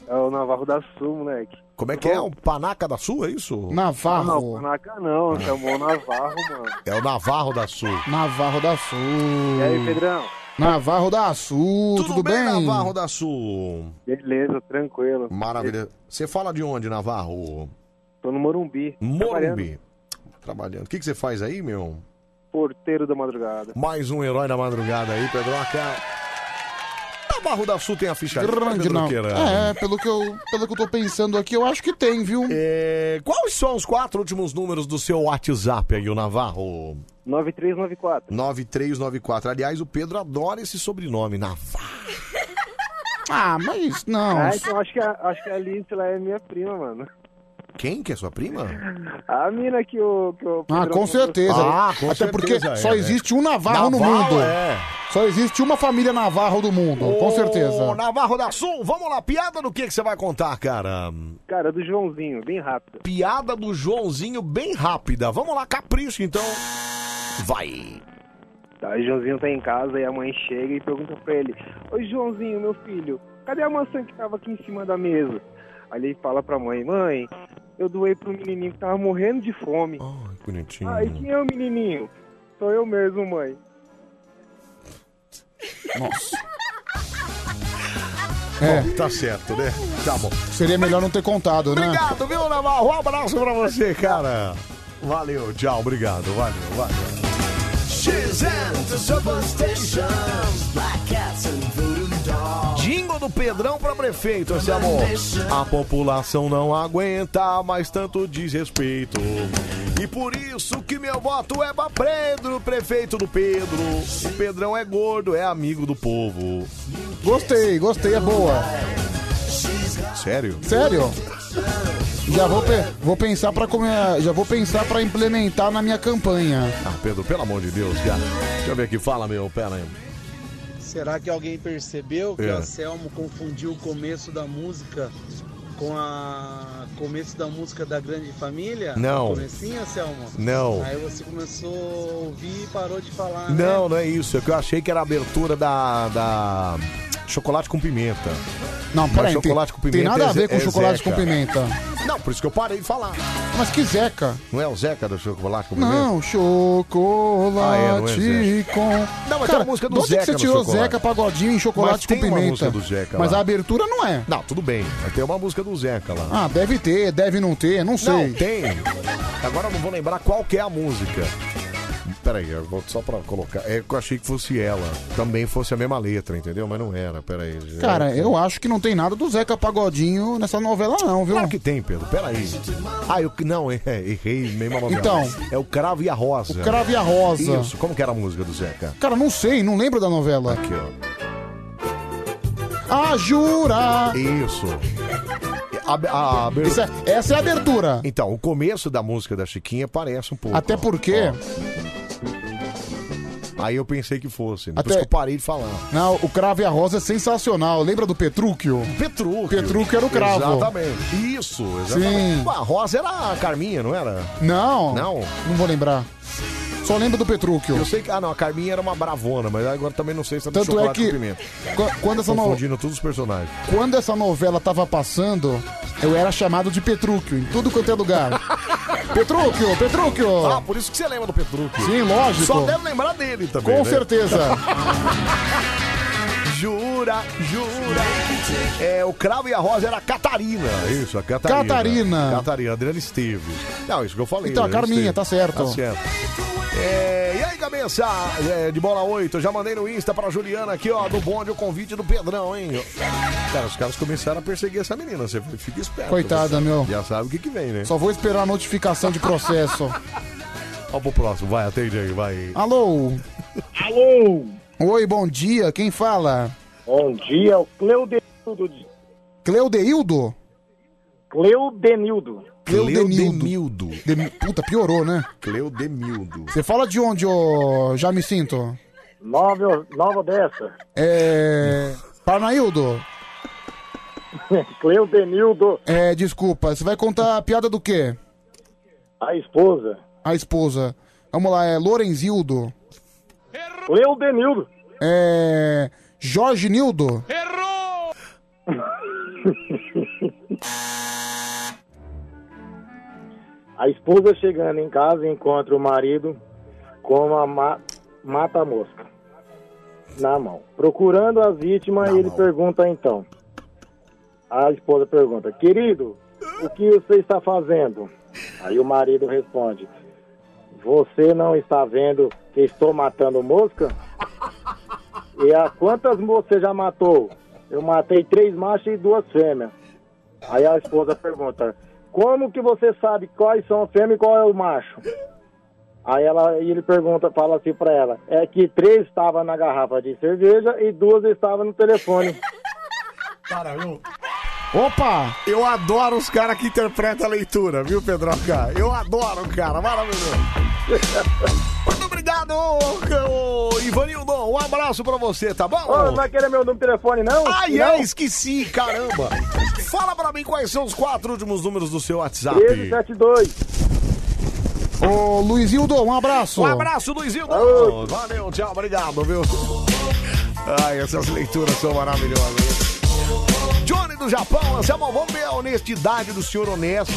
Speaker 13: É o Navarro da Sul, moleque.
Speaker 1: Como é que é? O Panaca da Sul, é isso?
Speaker 13: Não, Panaca não, seu amor Navarro, mano.
Speaker 1: É o Navarro da Sul.
Speaker 3: Navarro da Sul.
Speaker 13: E aí, Pedrão?
Speaker 3: Navarro da Sul, tudo, bem?
Speaker 1: Navarro da Sul?
Speaker 13: Beleza, tranquilo.
Speaker 1: Maravilha. Você fala de onde, Navarro?
Speaker 13: Tô no Morumbi.
Speaker 1: Morumbi. Trabalhando. O que, que você faz aí, meu?
Speaker 13: Porteiro da madrugada.
Speaker 1: Mais um herói da madrugada aí, Pedroca. Navarro da Sul tem a ficha
Speaker 3: Grande não. É, pelo que, eu, pelo que eu tô pensando aqui, eu acho que tem, viu?
Speaker 1: É, quais são os quatro últimos números do seu WhatsApp aí, o Navarro?
Speaker 13: 9394.
Speaker 1: 9394. Aliás, o Pedro adora esse sobrenome, Navarro.
Speaker 3: Ah, mas não.
Speaker 13: Ah, então acho que, a, acho que a Alice lá é minha prima, mano.
Speaker 1: Quem que é sua prima?
Speaker 13: A mina que o. Que o
Speaker 3: Ah,
Speaker 13: Pedrão
Speaker 3: com
Speaker 13: contou.
Speaker 3: certeza.
Speaker 1: Ah, com
Speaker 3: Até
Speaker 1: certeza,
Speaker 3: porque
Speaker 1: é,
Speaker 3: só
Speaker 1: é.
Speaker 3: existe um Navarro, no
Speaker 1: Navarro,
Speaker 3: mundo.
Speaker 1: é.
Speaker 3: Só existe uma família Navarro do mundo, com certeza.
Speaker 1: Ô, Navarro da Sul, vamos lá. Piada do que, que você vai contar, cara?
Speaker 13: Cara, do Joãozinho, bem rápido.
Speaker 1: Piada do Joãozinho bem rápida. Vamos lá, capricho então. Vai.
Speaker 13: Tá, o Joãozinho tá em casa e a mãe chega e pergunta pra ele: Oi, Joãozinho, meu filho, cadê a maçã que tava aqui em cima da mesa? Aí ele fala pra mãe: Mãe, eu doei pro menininho que tava morrendo de fome.
Speaker 1: Bonitinho.
Speaker 13: Ah, e quem é o menininho? Sou eu mesmo, mãe.
Speaker 3: Nossa.
Speaker 1: É. tá certo, né? Tá bom.
Speaker 3: Seria melhor não ter contado, né?
Speaker 1: Obrigado, viu, Navarro? Um abraço pra você, cara. Valeu, tchau, obrigado. Valeu, valeu. Jingle do Pedrão pra prefeito, esse amor. A população não aguenta mais tanto desrespeito. E por isso que meu voto é pra Pedro, prefeito do Pedro. O Pedrão é gordo, é amigo do povo.
Speaker 3: Gostei, gostei, é boa.
Speaker 1: Sério?
Speaker 3: Sério? Já vou, pe- vou pensar para comer, já vou pensar para implementar na minha campanha.
Speaker 1: Ah, Pedro, pelo amor de Deus, cara. Deixa eu ver aqui, fala, meu, pera aí.
Speaker 14: Será que alguém percebeu que
Speaker 1: É.
Speaker 14: o Anselmo confundiu o começo da música com a começo da música da Grande Família?
Speaker 1: Não.
Speaker 14: O comecinho, Anselmo?
Speaker 1: Não.
Speaker 14: Aí você começou a ouvir e parou de falar.
Speaker 1: Não, não é isso. É que eu achei que era a abertura da. da... Chocolate com pimenta.
Speaker 3: Não,
Speaker 1: Mas
Speaker 3: peraí, tem-
Speaker 1: chocolate com pimenta
Speaker 3: tem nada a
Speaker 1: é
Speaker 3: ver
Speaker 1: Ze-
Speaker 3: com
Speaker 1: é
Speaker 3: chocolate
Speaker 1: Zeca.
Speaker 3: com pimenta.
Speaker 1: Não, por isso que eu parei de falar.
Speaker 3: Mas que Zeca?
Speaker 1: Não é o Zeca do chocolate com pimenta? Ah, é,
Speaker 3: Não, chocolate
Speaker 1: Zeca.
Speaker 3: com.
Speaker 1: Não, mas
Speaker 3: Cara,
Speaker 1: é a música do
Speaker 3: de onde
Speaker 1: Zeca
Speaker 3: que você
Speaker 1: no
Speaker 3: tirou
Speaker 1: chocolate?
Speaker 3: Zeca Pagodinho em chocolate
Speaker 1: Mas tem
Speaker 3: com
Speaker 1: uma
Speaker 3: pimenta?
Speaker 1: música do Zeca
Speaker 3: mas
Speaker 1: lá.
Speaker 3: a abertura não é.
Speaker 1: Não, tudo bem. Mas tem uma música do Zeca lá.
Speaker 3: Ah, deve ter, deve não ter, não sei.
Speaker 1: Não, tem. Agora eu não vou lembrar qual que é a música. Peraí, eu vou só pra colocar. É que eu achei que fosse ela. Também fosse a mesma letra, entendeu? Mas não era, peraí. é
Speaker 3: Cara, eu acho que não tem nada do Zeca Pagodinho nessa novela, não, viu?
Speaker 1: Claro que tem, assim, Pedro. Peraí. Ah, eu. Não, é, errei mesmo a novela.
Speaker 3: Então.
Speaker 1: É o Cravo e a Rosa.
Speaker 3: O Cravo e a Rosa.
Speaker 1: Isso. Como que era a música do Zeca?
Speaker 3: Cara, não sei, não lembro da novela.
Speaker 1: Aqui, ó.
Speaker 3: Ah, jura!
Speaker 1: Isso. A- a- a-
Speaker 3: Isso é- essa é a abertura.
Speaker 1: Então, o começo da música da Chiquinha parece um pouco.
Speaker 3: Até
Speaker 1: ó.
Speaker 3: porque.
Speaker 1: Aí eu pensei que fosse. Depois
Speaker 3: Até-
Speaker 1: que eu parei de falar.
Speaker 3: Não, o Cravo e a Rosa é sensacional. Lembra do Petrúquio?
Speaker 1: Petrúquio.
Speaker 3: Petrúquio era o Cravo.
Speaker 1: Exatamente. Isso, exatamente.
Speaker 3: Sim.
Speaker 1: A Rosa era a Carminha, não era?
Speaker 3: Não.
Speaker 1: Não?
Speaker 3: Não vou lembrar. Só lembro do Petrúquio.
Speaker 1: Eu sei que. Ah, não, a Carminha era uma bravona, mas agora também não sei se era
Speaker 3: Tanto é
Speaker 1: chocolate
Speaker 3: que-
Speaker 1: com pimenta.
Speaker 3: Qu- quando essa no-
Speaker 1: Confundindo todos os personagens.
Speaker 3: Quando essa novela tava passando, eu era chamado de Petrúquio em tudo quanto é
Speaker 1: [LAUGHS]
Speaker 3: lugar. Petrúquio, Petrúquio!
Speaker 1: Ah, por isso que você lembra do Petrúquio.
Speaker 3: Sim, lógico.
Speaker 1: Só deve lembrar dele também.
Speaker 3: Com
Speaker 1: né?
Speaker 3: certeza.
Speaker 1: jura, jura. É, o Cravo e a Rosa era a Catarina. Isso, a Catarina.
Speaker 3: Catarina.
Speaker 1: Catarina, Adriana Esteves. Não, isso que eu falei.
Speaker 3: Então, a
Speaker 1: Adriana
Speaker 3: Carminha,
Speaker 1: Esteves.
Speaker 3: tá certo.
Speaker 1: Tá certo. [LAUGHS] É, e aí, cabeça é, de bola 8, já mandei no Insta pra Juliana aqui, ó, do bonde o convite do Pedrão, hein? Cara, os caras começaram a perseguir essa menina, você fica esperto.
Speaker 3: Coitada,
Speaker 1: você
Speaker 3: meu.
Speaker 1: Já sabe o que que vem, né?
Speaker 3: Só vou esperar a notificação de processo.
Speaker 1: Ó pro próximo, vai, atende aí, vai.
Speaker 3: Alô? Alô? Oi, bom dia, quem fala?
Speaker 15: Bom dia, é o Cleudenildo. de-
Speaker 3: Cleudeildo?
Speaker 15: Cleudenildo.
Speaker 3: Cleudenildo. Dem- Puta, piorou, né?
Speaker 1: Cleudemildo.
Speaker 3: Você fala de onde, ô... Já me sinto.
Speaker 15: Nova, nova dessa.
Speaker 3: É...
Speaker 15: [LAUGHS]
Speaker 3: Parnaildo?
Speaker 15: Cleudenildo,
Speaker 3: É, desculpa, você vai contar a piada do quê?
Speaker 15: a esposa.
Speaker 3: A esposa. Vamos lá, é Lorenzildo.
Speaker 15: Cleudenildo.
Speaker 3: É... Jorge Nildo?
Speaker 15: [LAUGHS]
Speaker 3: [LAUGHS]
Speaker 15: A esposa chegando em casa encontra o marido com uma ma- mata-mosca na mão. Procurando a vítima, ele pergunta então. A esposa pergunta: Querido, o que você está fazendo? Aí o marido responde: Você não está vendo que estou matando mosca? E a quantas moscas você já matou? Eu matei três machos e duas fêmeas. Aí a esposa pergunta: Como que você sabe quais são fêmeas e qual é o macho? Aí ela, e ele pergunta, fala assim pra ela: É que três estavam na garrafa de cerveja e duas estavam no telefone.
Speaker 1: Caralho.
Speaker 3: Opa!
Speaker 1: Eu adoro os caras que interpretam a leitura, viu, Pedroca? Eu adoro, cara. Maravilhoso. [LAUGHS] Muito obrigado, ô, ô, Ivanildo. Um abraço pra você, tá bom?
Speaker 15: Ô, não vai querer meu número de telefone, não?
Speaker 1: Ai,
Speaker 15: Não?
Speaker 1: ai, esqueci, caramba. Fala pra mim quais são os quatro últimos números do seu WhatsApp.
Speaker 15: 1372.
Speaker 3: Ô, Luizildo, um abraço.
Speaker 1: Um abraço, Luizinho. Valeu, tchau, obrigado, viu? Ai, essas leituras são maravilhosas. Johnny do Japão, Anselmo, vamos ver a honestidade do senhor honesto.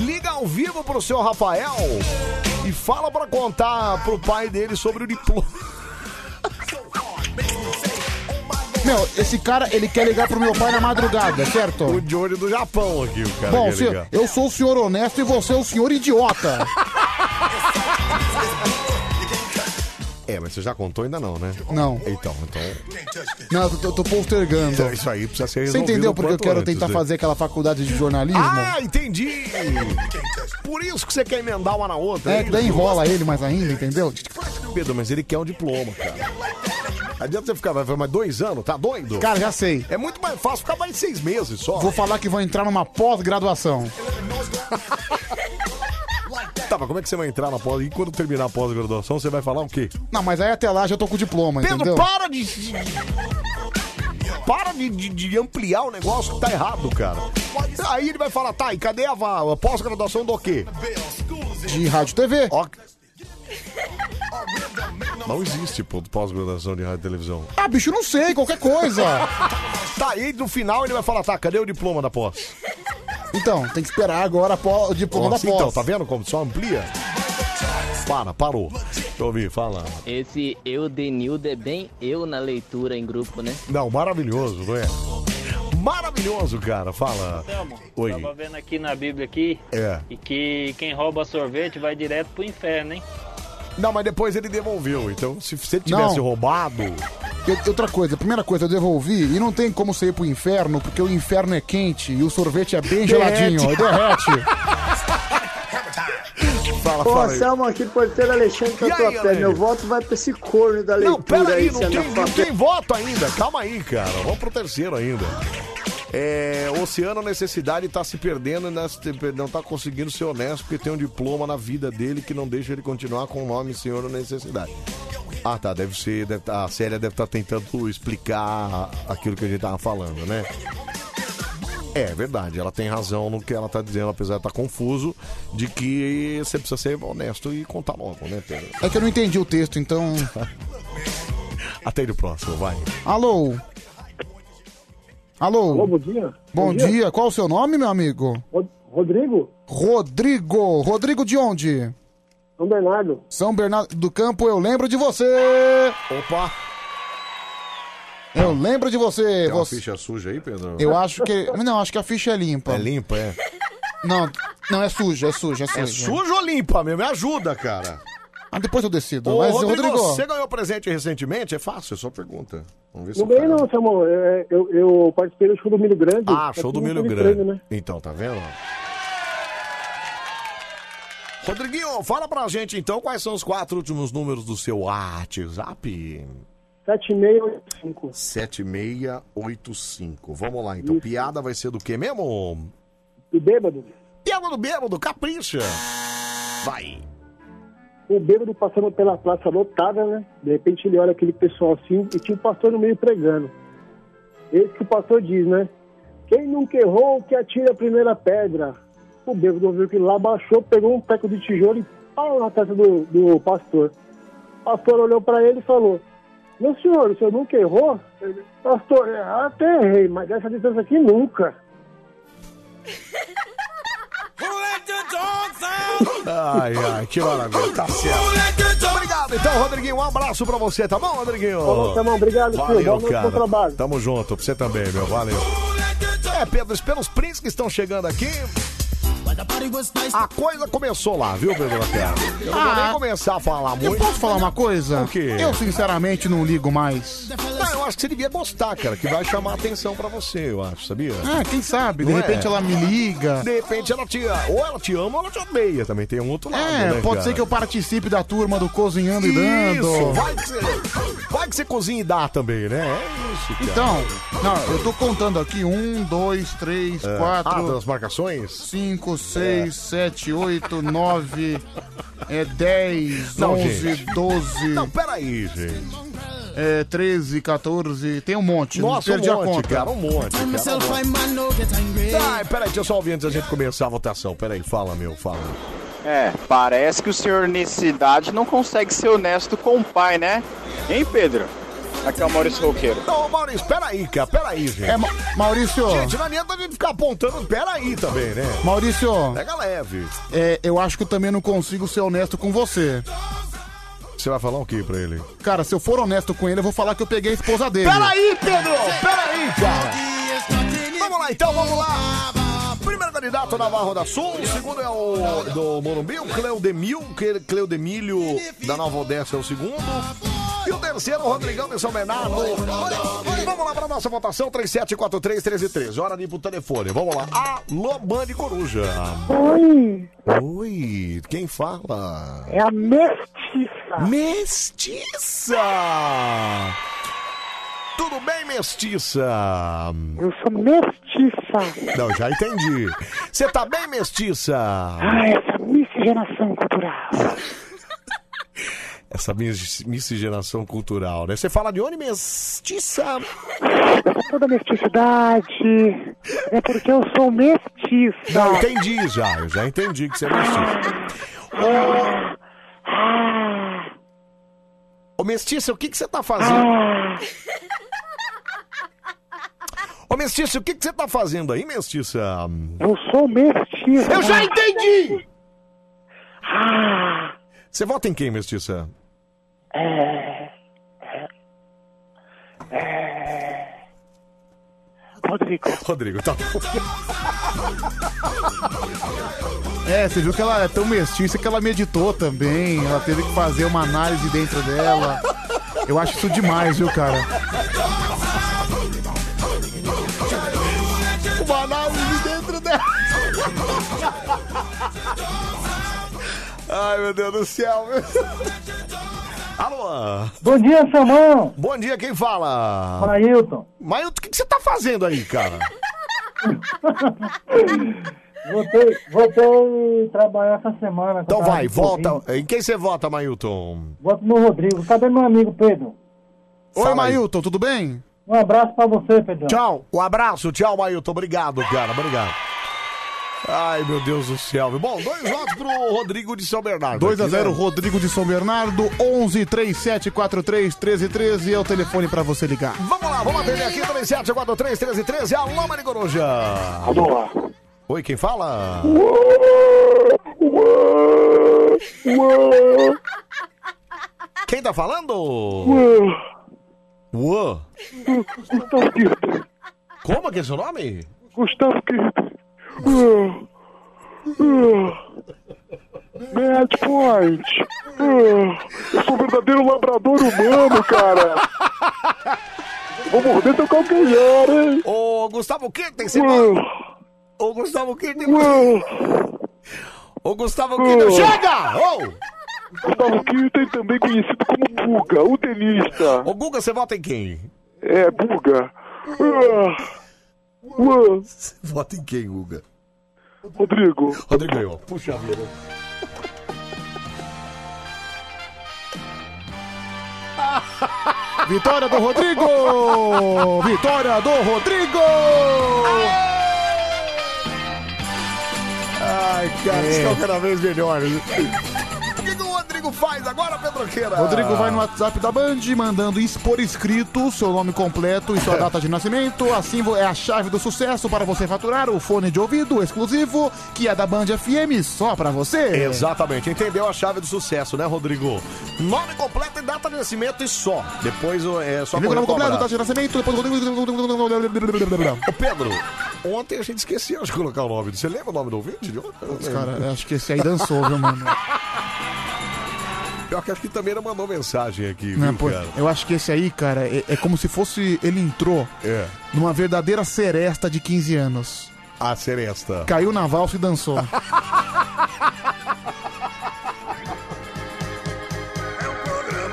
Speaker 1: Liga ao vivo pro seu Rafael e fala pra contar pro pai dele sobre o diploma.
Speaker 3: Meu, esse cara, ele quer ligar pro meu pai na madrugada, certo?
Speaker 1: O Johnny do Japão aqui, o cara.
Speaker 3: Bom,
Speaker 1: quer
Speaker 3: se-
Speaker 1: ligar.
Speaker 3: eu sou o senhor honesto e você é o senhor
Speaker 1: [LAUGHS]
Speaker 3: idiota.
Speaker 1: É, mas você já contou ainda não, né?
Speaker 3: Não.
Speaker 1: Então, então.
Speaker 3: Não, eu tô, eu tô postergando.
Speaker 1: Isso aí precisa ser
Speaker 3: Você
Speaker 1: resolvido.
Speaker 3: entendeu porque eu
Speaker 1: quanto
Speaker 3: quero
Speaker 1: antes,
Speaker 3: tentar
Speaker 1: né?
Speaker 3: fazer aquela faculdade de jornalismo?
Speaker 1: Ah, entendi! Por isso que você quer emendar uma na outra.
Speaker 3: é,
Speaker 1: isso?
Speaker 3: que daí enrola ele mais ainda, entendeu?
Speaker 1: Pedro, mas ele quer um diploma, cara. Adianta você ficar, vai vai mais dois anos, tá doido?
Speaker 3: Cara, já sei.
Speaker 1: É muito mais fácil ficar mais seis meses só.
Speaker 3: Vou falar que vou entrar numa pós-graduação.
Speaker 1: Tá, mas como é que você vai entrar na pós? E quando terminar a pós-graduação, você vai falar o quê?
Speaker 3: Não, mas aí até lá já tô com o diploma,
Speaker 1: Pedro,
Speaker 3: entendeu?
Speaker 1: para de. Para de, de- de ampliar o negócio que tá errado, cara. Aí ele vai falar, tá, e cadê a, va- a pós-graduação do quê?
Speaker 3: De rádio e TV.
Speaker 1: [LAUGHS] Não existe pô, pós-graduação de rádio e televisão.
Speaker 3: Ah, bicho, não sei, qualquer coisa.
Speaker 1: [LAUGHS] Tá, e no final ele vai falar, tá, cadê o diploma da pós?
Speaker 3: Então, tem que esperar agora a pós- o diploma
Speaker 1: Nossa,
Speaker 3: da pós.
Speaker 1: Então, tá vendo como só amplia? Para, parou. Deixa eu ouvir, fala.
Speaker 17: Esse eu, Denildo, é bem eu na leitura em grupo, né?
Speaker 1: Não, maravilhoso, não é? Maravilhoso, cara, fala.
Speaker 22: Anselmo,
Speaker 1: Oi.
Speaker 22: Tava vendo aqui na Bíblia aqui
Speaker 1: É.
Speaker 22: e que quem rouba sorvete vai direto pro inferno, hein?
Speaker 1: Não, mas depois ele devolveu. Então, se você tivesse
Speaker 3: Não.
Speaker 1: roubado.
Speaker 3: E- Outra coisa, a primeira coisa, eu devolvi e não tem como você ir pro inferno, porque o inferno é quente e o sorvete é bem geladinho, aí derrete.
Speaker 1: [LAUGHS] Fala,
Speaker 11: Ô,
Speaker 3: fala aí.
Speaker 11: Anselmo, aqui porteiro Alexandre
Speaker 1: E aí,
Speaker 11: Tatuapé.
Speaker 1: Alexandre?
Speaker 11: Meu voto vai pra esse corno da
Speaker 1: Não,
Speaker 11: leitura
Speaker 1: pera aí,
Speaker 11: aí,
Speaker 1: não
Speaker 11: sendo
Speaker 1: tem,
Speaker 11: a
Speaker 1: não
Speaker 11: favor.
Speaker 1: tem voto ainda. Calma aí, cara. Vamos pro terceiro ainda. É, Oceano Necessidade tá se perdendo e nas- não tá conseguindo ser honesto porque tem um diploma na vida dele que não deixa ele continuar com o nome Senhor Necessidade. Ah, tá. Deve ser. deve tá- a Célia deve estar tentando explicar aquilo que a gente tava falando, né? É verdade, ela tem razão no que ela tá dizendo, apesar de estar confuso, de que você precisa ser honesto e contar logo, né, Pedro?
Speaker 3: É que eu não entendi o texto,
Speaker 1: [LAUGHS]
Speaker 3: então.
Speaker 1: Até aí no próximo, vai.
Speaker 3: Alô? Alô?
Speaker 22: Alô, bom dia.
Speaker 3: Bom,
Speaker 22: Bom
Speaker 3: dia.
Speaker 22: dia.
Speaker 3: qual o seu nome, meu amigo?
Speaker 22: Rodrigo?
Speaker 3: Rodrigo! Rodrigo de onde?
Speaker 22: São Bernardo.
Speaker 3: São Bernardo do Campo, eu lembro de você!
Speaker 1: Opa!
Speaker 3: Eu lembro de você!
Speaker 1: Tem uma
Speaker 3: você...
Speaker 1: ficha suja aí, Pedro?
Speaker 3: Eu acho que. Não, acho que a ficha é limpa. É
Speaker 1: limpa, é?
Speaker 3: Não, não é suja, é suja, é suja.
Speaker 1: É sujo ou limpa, meu? Me ajuda, cara.
Speaker 3: Ah, depois eu decido.
Speaker 1: Ô,
Speaker 3: Mas,
Speaker 1: um, Rodrigo,
Speaker 3: Rodrigo,
Speaker 1: você ganhou presente recentemente? É fácil, é só pergunta. Vamos ver se
Speaker 22: Não
Speaker 1: eu pego.
Speaker 22: ganhei não, seu amor. É, Eu, eu participei do show do Milho Grande.
Speaker 1: Ah, show
Speaker 22: Aqui
Speaker 1: do
Speaker 22: em
Speaker 1: milho
Speaker 22: Curitiba,
Speaker 1: grande.
Speaker 22: né?
Speaker 1: Então, tá vendo? Rodriguinho, fala pra gente então quais são os quatro últimos números do seu WhatsApp.
Speaker 22: 7685.
Speaker 1: 7685. Vamos lá então. Piada vai ser do que mesmo?
Speaker 22: Do bêbado.
Speaker 1: Bêbado, bêbado, capricha. Vai.
Speaker 22: O bêbado passando pela praça lotada, né? De repente ele olha aquele pessoal assim e tinha um pastor no meio pregando. Esse que o pastor diz, né? Quem nunca errou, que atira a primeira pedra. O bêbado ouviu que lá baixou, pegou um peco de tijolo e pau na testa do, do pastor. O pastor olhou pra ele e falou: Meu senhor, o senhor nunca errou? Ele, Pastor, errar até errei, mas essa distância aqui nunca.
Speaker 1: Ai, ai, Ah, que maravilha. Tá certo. Obrigado, então, Rodriguinho. Um abraço pra você, tá bom, Rodriguinho?
Speaker 22: Falou, Samão. Obrigado, senhor. Boa
Speaker 1: Valeu,
Speaker 22: noite,
Speaker 1: cara.
Speaker 22: bom trabalho.
Speaker 1: Tamo junto, pra você também, meu. Valeu. É, Pedro, pelos prints que estão chegando aqui. A coisa começou lá, viu, Pedro Lacerda? Eu não vou
Speaker 3: Ah.
Speaker 1: nem começar a falar
Speaker 3: eu
Speaker 1: muito.
Speaker 3: posso falar uma coisa?
Speaker 1: O quê?
Speaker 3: Eu sinceramente não ligo mais.
Speaker 1: Não, eu acho que você devia gostar, cara, que vai chamar a atenção pra você, eu acho, sabia?
Speaker 3: Ah, quem sabe? De
Speaker 1: Não é?
Speaker 3: repente ela me liga.
Speaker 1: De repente ela te. Ou ela te ama ou ela te odeia também. Tem um outro lado.
Speaker 3: É,
Speaker 1: né,
Speaker 3: pode
Speaker 1: cara?
Speaker 3: ser que eu participe da turma do Cozinhando e Dando.
Speaker 1: Isso, vai que, você, vai que você cozinha e dá também, né? É isso, cara.
Speaker 3: Então, não, eu tô contando aqui. Um, dois, três,
Speaker 1: É. Ah, É.
Speaker 3: quatro.
Speaker 1: das marcações?
Speaker 3: Cinco, seis, sete, oito, nove, é, dez,
Speaker 1: Não,
Speaker 3: onze,
Speaker 1: gente.
Speaker 3: doze. Não,
Speaker 1: peraí, gente.
Speaker 3: É, 13, 14, tem um monte.
Speaker 1: Nossa,
Speaker 3: perdi
Speaker 1: um monte,
Speaker 3: a conta.
Speaker 1: cara, um monte. Cara, um monte.
Speaker 10: tá
Speaker 1: Ai, peraí, deixa eu só ouvir antes da gente começar a votação. Peraí, fala, meu, fala.
Speaker 5: É, parece que o senhor Necessidade não consegue ser honesto com o pai, né? Hein, Pedro? Aqui é o Maurício Roqueiro.
Speaker 1: Não, Então, Maurício, peraí, cara, peraí, gente.
Speaker 5: É,
Speaker 3: Maurício.
Speaker 1: Gente, não adianta a gente ficar apontando, peraí também, né?
Speaker 3: Maurício.
Speaker 1: Pega leve.
Speaker 3: É, eu acho que eu também não consigo ser honesto com você.
Speaker 1: Você vai falar o que pra ele?
Speaker 3: Cara, se eu for honesto com ele, eu vou falar que eu peguei a esposa dele.
Speaker 1: Peraí, Pedro! Peraí, cara! Vamos lá então, vamos lá! Primeiro candidato Navarro da Sul, o segundo é o do Morumbi, o Cleudemil, Cle- Cleudemílio da Nova Odessa é o segundo. E o terceiro, o Rodrigão de São Bernardo. Vamos lá para nossa votação, 37431313. Hora de ir pro telefone, vamos lá. Alô, Bande Coruja.
Speaker 16: Oi,
Speaker 1: Oi, quem fala?
Speaker 16: é a mestiça.
Speaker 1: Mestiça! Tudo bem, mestiça?
Speaker 16: Eu sou mestiça.
Speaker 1: Não, já entendi. Você tá bem, mestiça?
Speaker 16: Ah, essa miscigenação cultural.
Speaker 1: Essa mis- miscigenação cultural, né? Você fala de onde, mestiça?
Speaker 16: Essa toda mesticidade. É porque eu sou mestiça.
Speaker 1: Não, entendi já. Eu já entendi que você é mestiça.
Speaker 16: Ah, ah,
Speaker 1: Ô, mestiça, o que, que você tá fazendo? Ô, mestiça, o que, que você tá fazendo aí, mestiça?
Speaker 16: eu sou mestiça.
Speaker 1: Eu já entendi!
Speaker 16: Ah,
Speaker 1: Você vota em quem, mestiça?
Speaker 16: é. É.
Speaker 5: Rodrigo.
Speaker 1: Rodrigo, tá bom.
Speaker 3: É, você viu que ela é tão mestiça que ela meditou também. Ela teve que fazer uma análise dentro dela. Eu acho isso demais, viu, cara?
Speaker 1: Uma análise dentro dela. Ai, meu Deus do céu. meu Alô?
Speaker 24: Bom dia, Samão.
Speaker 1: Bom dia, quem fala?
Speaker 24: Mailton.
Speaker 1: Mailton, o que, que você tá fazendo aí, cara?
Speaker 24: Voltei, voltei trabalhar essa semana. que
Speaker 1: Então
Speaker 24: eu tava
Speaker 1: vai, volta.
Speaker 24: correndo.
Speaker 1: Em quem você vota, Mailton?
Speaker 24: Voto no Rodrigo. Cadê meu amigo Pedro?
Speaker 1: Oi,
Speaker 3: Mailton, tudo bem?
Speaker 24: Um abraço pra você, Pedro.
Speaker 1: Tchau, um abraço, tchau, Mailton. Obrigado, cara, obrigado. Ai, meu Deus do céu. Bom, dois votos pro Rodrigo de São Bernardo.
Speaker 3: 2 a
Speaker 1: aqui, né?
Speaker 3: 0 Rodrigo de São Bernardo, 11 3743 1313 é o telefone pra você ligar.
Speaker 1: Vamos lá, vamos atender aqui, 37431313. Alô, Mari Coruja.
Speaker 3: Alô.
Speaker 1: Oi, quem fala? Quem tá falando? Uan.
Speaker 5: Gustavo Kirten.
Speaker 1: Como é que é seu nome?
Speaker 5: Gustavo Kirten. Uh, uh, é Mad Point. um Uh, eu sou um verdadeiro labrador humano, cara. Vou morder teu calcanhar, hein?
Speaker 1: Ô, Gustavo Kirten, você vai... Ô, Gustavo Kirten... Ô, Gustavo Kirten... Chega! Ô!
Speaker 5: Gustavo Kirten, também conhecido como Buga, o tenista.
Speaker 1: Ô, Guga, você vota em quem?
Speaker 5: É, Buga. Uh, uh,
Speaker 1: Vota em quem, Guga?
Speaker 5: Rodrigo.
Speaker 1: Rodrigo ganhou. Puxa vida.
Speaker 3: [LAUGHS] Vitória do Rodrigo! Vitória do Rodrigo!
Speaker 1: Ai, cara,
Speaker 3: É.
Speaker 1: estão cada vez melhores. O que, que o Rodrigo faz agora, Pedroqueira?
Speaker 3: Rodrigo vai no WhatsApp da Band, mandando isso por escrito, seu nome completo e
Speaker 1: É.
Speaker 3: sua data de nascimento. Assim vo- é a chave do sucesso para você faturar o fone de ouvido exclusivo, que é da Band FM, só pra você.
Speaker 1: Exatamente, entendeu a chave do sucesso, né, Rodrigo? Nome completo e data de nascimento e só. Depois é só
Speaker 3: Ele o nome
Speaker 1: correr
Speaker 3: completo,
Speaker 1: cobrar.
Speaker 3: data de nascimento, depois Rodrigo.
Speaker 1: Ô, Pedro, ontem a gente esqueceu de colocar o nome. Você lembra o nome do ouvinte de ontem?
Speaker 3: Os cara, acho que esse aí dançou, viu,
Speaker 1: [LAUGHS]
Speaker 3: mano?
Speaker 1: Pior que acho que também não mandou mensagem aqui,
Speaker 3: Né,
Speaker 1: viu,
Speaker 3: pô,
Speaker 1: cara?
Speaker 3: eu acho que esse aí, cara, é, é como se fosse. Ele entrou
Speaker 1: É.
Speaker 3: numa verdadeira seresta de 15 anos.
Speaker 1: A Seresta.
Speaker 3: Caiu na valsa e
Speaker 1: [LAUGHS]
Speaker 3: dançou.
Speaker 1: Ai, meu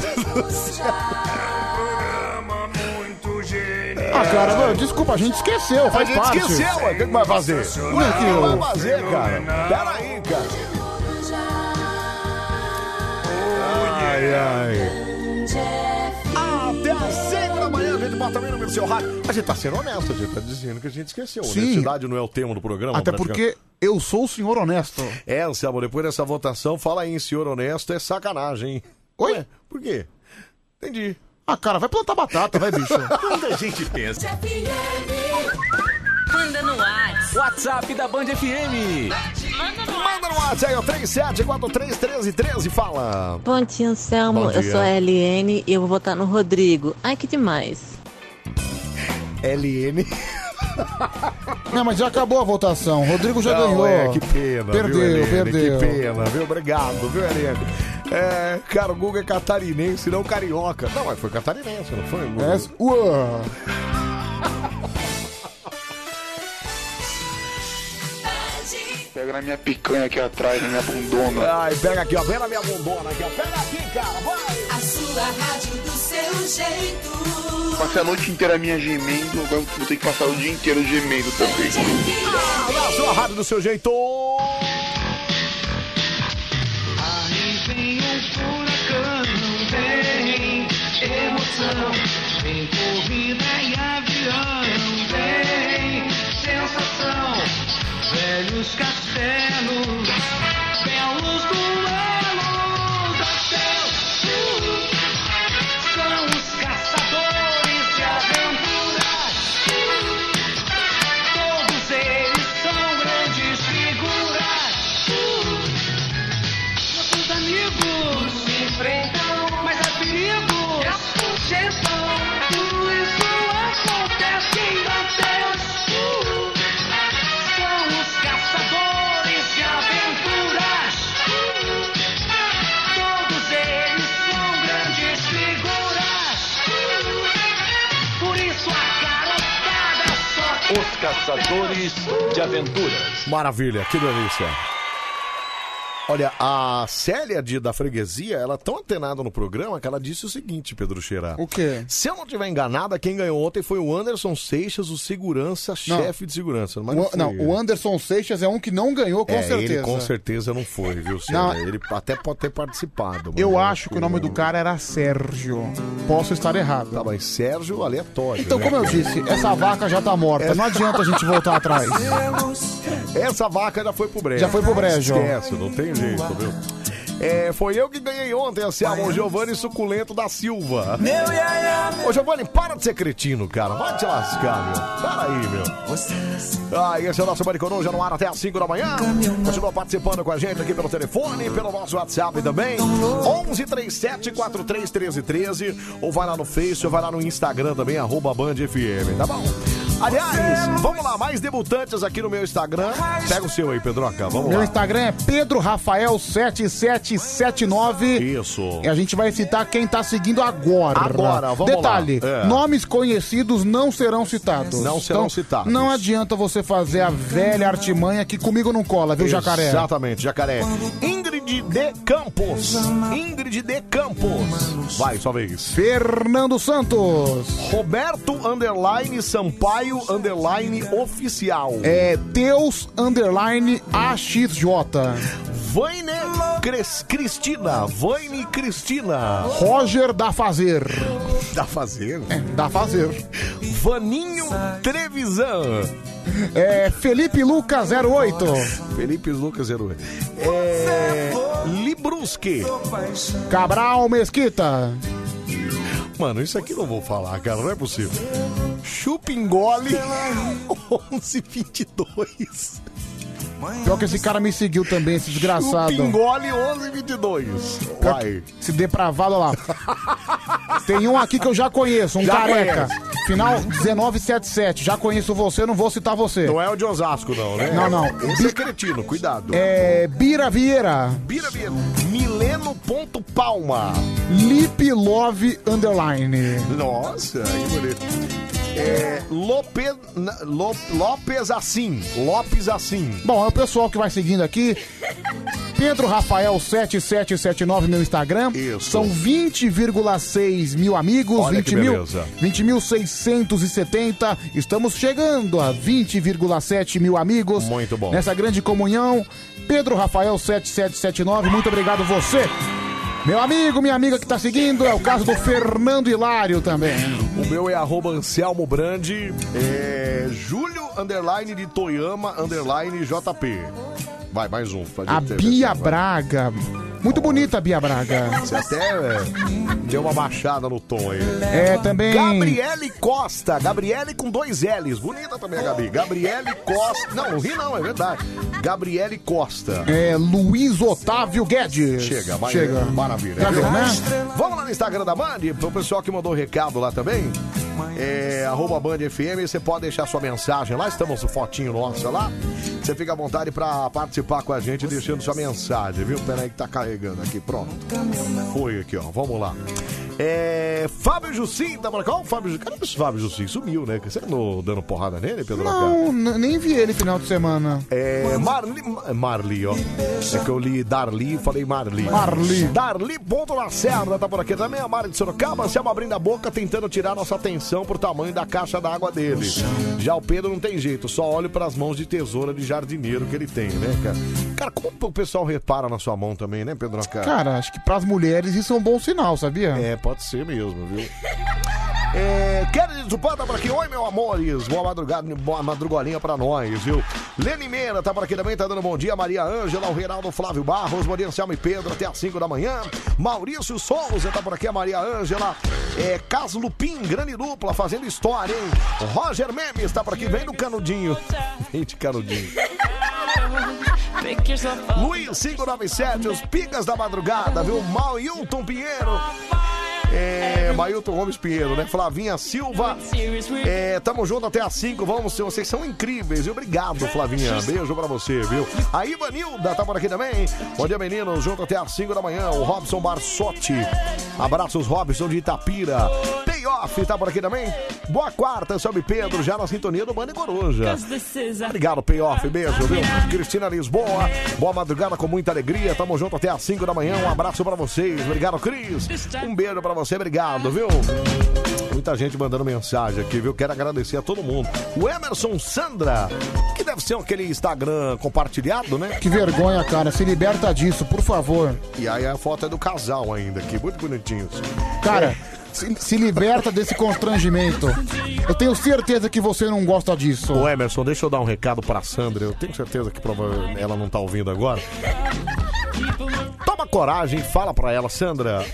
Speaker 1: Deus do céu.
Speaker 3: Ah, cara, mano, desculpa, a gente esqueceu,
Speaker 1: A
Speaker 3: faz
Speaker 1: gente
Speaker 3: parte. é
Speaker 1: esqueceu, ué. O que, que vai fazer?
Speaker 3: Olha
Speaker 1: Ué,
Speaker 3: aqui,
Speaker 1: O que
Speaker 3: ó.
Speaker 1: vai fazer, cara? Pera aí, cara. Ai, ai. Até às 5 da manhã a gente bota bem no meio do seu rádio. A gente tá sendo honesto, a gente tá dizendo que a gente esqueceu.
Speaker 3: Sim.
Speaker 1: Honestidade não é o tema do programa.
Speaker 3: Até
Speaker 1: praticamente.
Speaker 3: porque eu sou o senhor honesto.
Speaker 1: É, Anselmo, depois dessa votação, fala aí, senhor honesto, é sacanagem, hein? Oi? por quê? Entendi.
Speaker 3: Ah, cara, vai plantar batata, vai,
Speaker 1: [LAUGHS]
Speaker 3: bicho.
Speaker 1: Quando a gente pensa.
Speaker 25: Manda no ar.
Speaker 1: WhatsApp da Band FM. Manda no WhatsApp aí, ó, 37431313, fala.
Speaker 26: Bom dia, Anselmo.
Speaker 1: Bom
Speaker 26: Eu
Speaker 1: dia.
Speaker 26: sou a LN e eu vou votar no Rodrigo. Ai, que demais.
Speaker 1: LN.
Speaker 3: Não, mas já acabou a votação. Rodrigo já
Speaker 1: Não,
Speaker 3: ganhou.
Speaker 1: É, que pena.
Speaker 3: Perdeu,
Speaker 1: viu, Helene?
Speaker 3: perdeu.
Speaker 1: Que pena, viu? Obrigado, viu, Helene? É, cara, o Guga é catarinense, não carioca. Não, mas foi catarinense, não foi? Guga?
Speaker 3: É, ué.
Speaker 27: Pega na minha picanha aqui atrás, na minha bundona.
Speaker 1: Ai, pega aqui, ó. Vem na minha bundona aqui, ó. Pega aqui, cara.
Speaker 22: A sua rádio do seu jeito.
Speaker 27: Passei a noite inteira minha gemendo, agora vou ter que passar o dia inteiro gemendo também.
Speaker 1: Olha a sua rádio do seu jeito.
Speaker 22: Vem um furacão, vem emoção. Vem corrida e avião, vem sensação. Velhos castelos, belos duelos da céu. São os caçadores de aventuras. Todos eles são grandes figuras. Nossos amigos se enfrentam, mas há perigos. Afugentam, tudo isso acontece.
Speaker 19: Caçadores de Aventuras.
Speaker 1: Maravilha, que delícia. Olha, a Célia de, da freguesia, ela é tão antenada no programa que ela disse o seguinte, Pedro Cheira.
Speaker 3: O quê?
Speaker 1: Se eu não tiver enganada, quem ganhou ontem foi o Anderson Seixas, o segurança, chefe de segurança. Mas
Speaker 3: O- não,
Speaker 1: foi ele.
Speaker 3: o Anderson Seixas é um que não ganhou, com
Speaker 1: é,
Speaker 3: certeza.
Speaker 1: ele com certeza não foi, viu, Célia?
Speaker 3: Não.
Speaker 1: Ele até pode ter participado. mas
Speaker 3: Eu
Speaker 1: não
Speaker 3: acho que o nome do cara era Sérgio. Posso estar errado. Tá,
Speaker 1: mas Sérgio é É. aleatório.
Speaker 3: Então,
Speaker 1: né,
Speaker 3: como eu
Speaker 1: cara?
Speaker 3: disse, essa vaca já tá morta. Não adianta a gente voltar atrás.
Speaker 1: [LAUGHS] Essa vaca já foi pro brejo.
Speaker 3: Já foi pro brejo.
Speaker 1: Esquece, não tem jeito, viu? É, foi eu que ganhei ontem, assim, ah, o Giovanni Suculento da Silva.
Speaker 7: Meu iaiá,
Speaker 1: Ô, Giovanni, para de ser cretino, cara. Vai te lascar, meu. Para aí, meu. Ah, esse é o nosso Maricoruja no ar até as 5 da manhã. Continua participando com a gente aqui pelo telefone, pelo nosso WhatsApp também. 11 37 43 13 13. Ou vai lá no Face, ou vai lá no Instagram também, arroba Band FM, tá bom? Aliás, vamos lá, mais debutantes aqui no meu Instagram. Pega o seu aí, Pedroca. Vamos
Speaker 3: Meu
Speaker 1: lá.
Speaker 3: Instagram é Pedro Rafael 7779.
Speaker 1: Isso.
Speaker 3: E a gente vai citar quem tá seguindo agora.
Speaker 1: Agora, vamos
Speaker 3: Detalhe,
Speaker 1: lá. É.
Speaker 3: nomes conhecidos não serão citados. Então,
Speaker 1: Não serão citados.
Speaker 3: Não adianta você fazer a velha artimanha que comigo não cola, viu, jacaré?
Speaker 1: Exatamente, jacaré. Ingrid de Campos. Ingrid de Campos. Vai, sua vez.
Speaker 3: Fernando Santos.
Speaker 1: Roberto Underline Sampaio Underline Oficial.
Speaker 3: É Deus Underline AXJ.
Speaker 1: Vaine Cres- Cristina. Vaine Cristina.
Speaker 3: Roger da Fazer.
Speaker 1: Dá fazer. né?
Speaker 3: Da Fazer.
Speaker 1: Vaninho Trevisan.
Speaker 3: É Felipe Lucas 08.
Speaker 1: Felipe Lucas um. Herói. É. Librusque.
Speaker 3: Cabral Mesquita.
Speaker 1: Mano, isso aqui eu não vou falar, cara. Não é possível. [LAUGHS] Chupingole 1122.
Speaker 3: Pior que esse cara me seguiu também, esse desgraçado.
Speaker 1: Chupingole 1122.
Speaker 3: Pior
Speaker 1: Vai.
Speaker 3: que- Esse depravado lá. Tem um aqui que eu já conheço, um
Speaker 1: Já
Speaker 3: careca.
Speaker 1: conhece.
Speaker 3: Final 1977. Já conheço você, não vou citar você.
Speaker 1: Não é o de Osasco, não, né?
Speaker 3: Não, não.
Speaker 1: Esse é cretino, cuidado.
Speaker 3: É Bira Vieira.
Speaker 1: Bira, Bira. Mileno.palma.
Speaker 3: Lip Love Underline.
Speaker 1: Nossa, que bonito. É, Lopez, na- Lo- Lopes assim. Lopes assim.
Speaker 3: Bom, é o pessoal que vai seguindo aqui. Pedro Rafael 7779 meu Instagram. São 20,6 mil amigos,
Speaker 1: Olha que
Speaker 3: 20 mil,
Speaker 1: beleza.
Speaker 3: 20.670. Estamos chegando a 20,7 mil amigos.
Speaker 1: Muito bom.
Speaker 3: Nessa grande comunhão, Pedro Rafael 7779, muito obrigado você. Meu amigo, minha amiga que tá seguindo, é o caso do Fernando Hilário também.
Speaker 1: O meu é arroba Anselmo Brandi. É, Júlio Underline de Toyama Underline JP. Vai, mais um. pra
Speaker 3: A
Speaker 1: gente ter-
Speaker 3: Bia Braga. Muito bonita a Bia Braga.
Speaker 1: Você até é, deu uma baixada no tom aí.
Speaker 3: É, também-
Speaker 1: Gabriele Costa. Gabriele com dois L's. Bonita também a Gabi. Gabriele Costa. Não, não ri não, é verdade. Gabriele Costa.
Speaker 3: É Luiz Otávio Guedes.
Speaker 1: Chega, mas
Speaker 3: Chega.
Speaker 1: maravilha. É
Speaker 3: Já
Speaker 1: viu?
Speaker 3: deu, né?
Speaker 1: Vamos lá no Instagram da Band, pro pessoal que mandou o recado lá também. É, arroba Band FM, você pode deixar sua mensagem lá, estamos com fotinho nossa lá. Você fica à vontade pra participar com a gente deixando sua mensagem, viu? Pera aí que tá carregando aqui, pronto. Foi aqui, ó, vamos lá. É, Fábio Jussim, tá pra cá? Ó, o Fábio Jussim, cadê esse Fábio Jussim? Sumiu, né? Você andou dando porrada nele, Pedro? Lacerda?
Speaker 3: Não, n- nem vi ele final de semana.
Speaker 1: É Marli, Marli, ó. É que eu li Darli e falei Marli.
Speaker 3: Marli.
Speaker 1: Darli ponto Lacerda tá por aqui também. A Mari de Sorocaba, Selma abrindo a boca tentando tirar nossa atenção pro tamanho da caixa d'água dele. Já o Pedro não tem jeito, só olho pras mãos de tesoura de jardineiro que ele tem, né, cara? Cara, como o pessoal repara na sua mão também, né, Pedro?
Speaker 3: Cara, acho que pras mulheres isso é um bom sinal, sabia?
Speaker 1: É, pode ser mesmo, viu? [LAUGHS] É, Kennedy Tupã tá por aqui. Oi, meu amores. Boa madrugada, boa madrugolinha pra nós, viu? Lene Meira tá por aqui também, tá dando bom dia. Maria Ângela, o Reinaldo Flávio Barros, Maria Anselmo e Pedro até as 5 da manhã. Maurício Souza tá por aqui, a Maria Ângela. É, Cas Lupim, grande dupla, fazendo história, hein? Roger Memes tá por aqui, vem no canudinho. [LAUGHS] Vem de canudinho. Luiz 597, os Pigas da Madrugada, viu? Mailton Pinheiro. É, Mailton Gomes Pinheiro, né? Flavinha Silva. É, tamo junto até às 5. Vamos, senhor. vocês são incríveis. E obrigado, Flavinha. Beijo pra você, viu? A Ivanilda tá por aqui também. Bom dia, meninos. Junto até às 5 da manhã. O Robson Barsotti. Abraços, Robson de Itapira. Payoff Graf tá por aqui também. Boa quarta, sobe Pedro, já na sintonia do Bande Coruja. Obrigado, payoff, beijo, viu? Cristina Lisboa, boa madrugada com muita alegria. Tamo junto até às 5 da manhã. Um abraço pra vocês. Obrigado, Cris. Um beijo pra você, obrigado, viu? Muita gente mandando mensagem aqui, viu? Quero agradecer a todo mundo. O Emerson Sandra, que deve ser aquele Instagram compartilhado, né?
Speaker 3: Que vergonha, cara. Se liberta disso, por favor.
Speaker 1: E aí a foto é do casal ainda aqui, muito bonitinhos.
Speaker 3: Cara,
Speaker 1: É.
Speaker 3: se, se liberta desse constrangimento. Eu tenho certeza que você não gosta disso.
Speaker 1: Ô Emerson, deixa eu dar um recado pra Sandra. Eu tenho certeza que prova- ela não tá ouvindo agora. Toma coragem e fala pra ela, Sandra.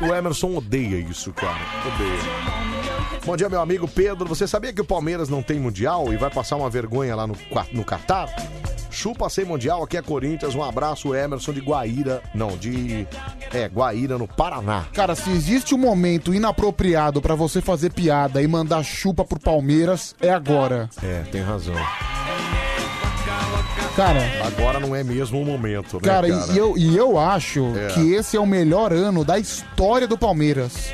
Speaker 1: O Emerson odeia isso, cara. Odeia. Bom dia, meu amigo Pedro. Você sabia que o Palmeiras não tem mundial e vai passar uma vergonha lá no, Qua- no Catar? Chupa sem mundial, aqui é Corinthians. Um abraço, Emerson de Guaíra. Não, de. É, Guaíra, no Paraná.
Speaker 3: Cara, se existe um momento inapropriado pra você fazer piada e mandar chupa pro Palmeiras, é agora.
Speaker 1: É, tem razão.
Speaker 3: Cara.
Speaker 1: Agora não é mesmo o momento, né?
Speaker 3: Cara, e- E, eu, e eu acho
Speaker 1: É.
Speaker 3: que esse é o melhor ano da história do Palmeiras.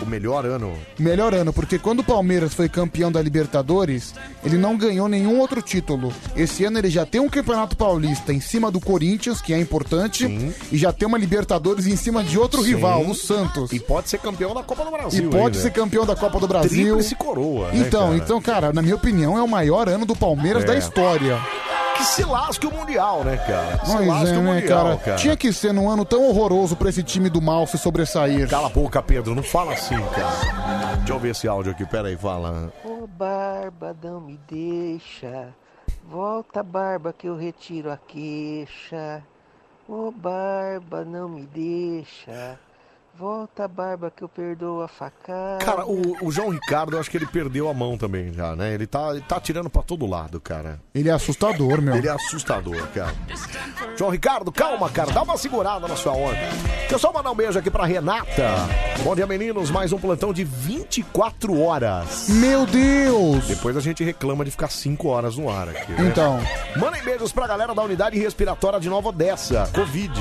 Speaker 1: O melhor ano.
Speaker 3: Melhor ano, porque quando o Palmeiras foi campeão da Libertadores, ele não ganhou nenhum outro título. Esse ano ele já tem um Campeonato Paulista em cima do Corinthians, que é importante, e já tem uma Libertadores em cima de outro
Speaker 1: Sim.
Speaker 3: rival, um o Santos.
Speaker 1: E pode ser campeão da Copa do Brasil.
Speaker 3: E pode
Speaker 1: ainda.
Speaker 3: ser campeão da Copa do Brasil.
Speaker 1: Tríplice coroa, né,
Speaker 3: Então,
Speaker 1: cara?
Speaker 3: então, cara, na minha opinião, é o maior ano do Palmeiras
Speaker 1: É.
Speaker 3: da história.
Speaker 1: Que se lasque o Mundial, né, cara? Se
Speaker 3: Mas
Speaker 1: lasque
Speaker 3: é,
Speaker 1: o
Speaker 3: né,
Speaker 1: Mundial,
Speaker 3: cara? Tinha que ser num ano tão horroroso pra esse time do mal se sobressair.
Speaker 1: Cala a boca, Pedro, não fala assim, cara. Deixa eu ver esse áudio aqui, pera aí, fala.
Speaker 20: Ô barba, não me deixa. Volta, barba, que eu retiro a queixa. Ô barba, não me deixa. Volta, barba, que eu perdoo a facada.
Speaker 1: Cara, o, o João Ricardo, eu acho que ele perdeu a mão também já, né? Ele tá, ele tá atirando pra todo lado, cara.
Speaker 3: Ele é assustador, meu.
Speaker 1: Ele é assustador, cara. João Ricardo, calma, cara. Dá uma segurada na sua onda. Deixa eu só mandar um beijo aqui pra Renata. Bom dia, meninos. Mais um plantão de 24 horas.
Speaker 3: Meu Deus!
Speaker 1: Depois a gente reclama de ficar 5 horas no ar aqui. né?
Speaker 3: Então.
Speaker 1: Mandem beijos pra galera da unidade respiratória de Nova Odessa, Covid.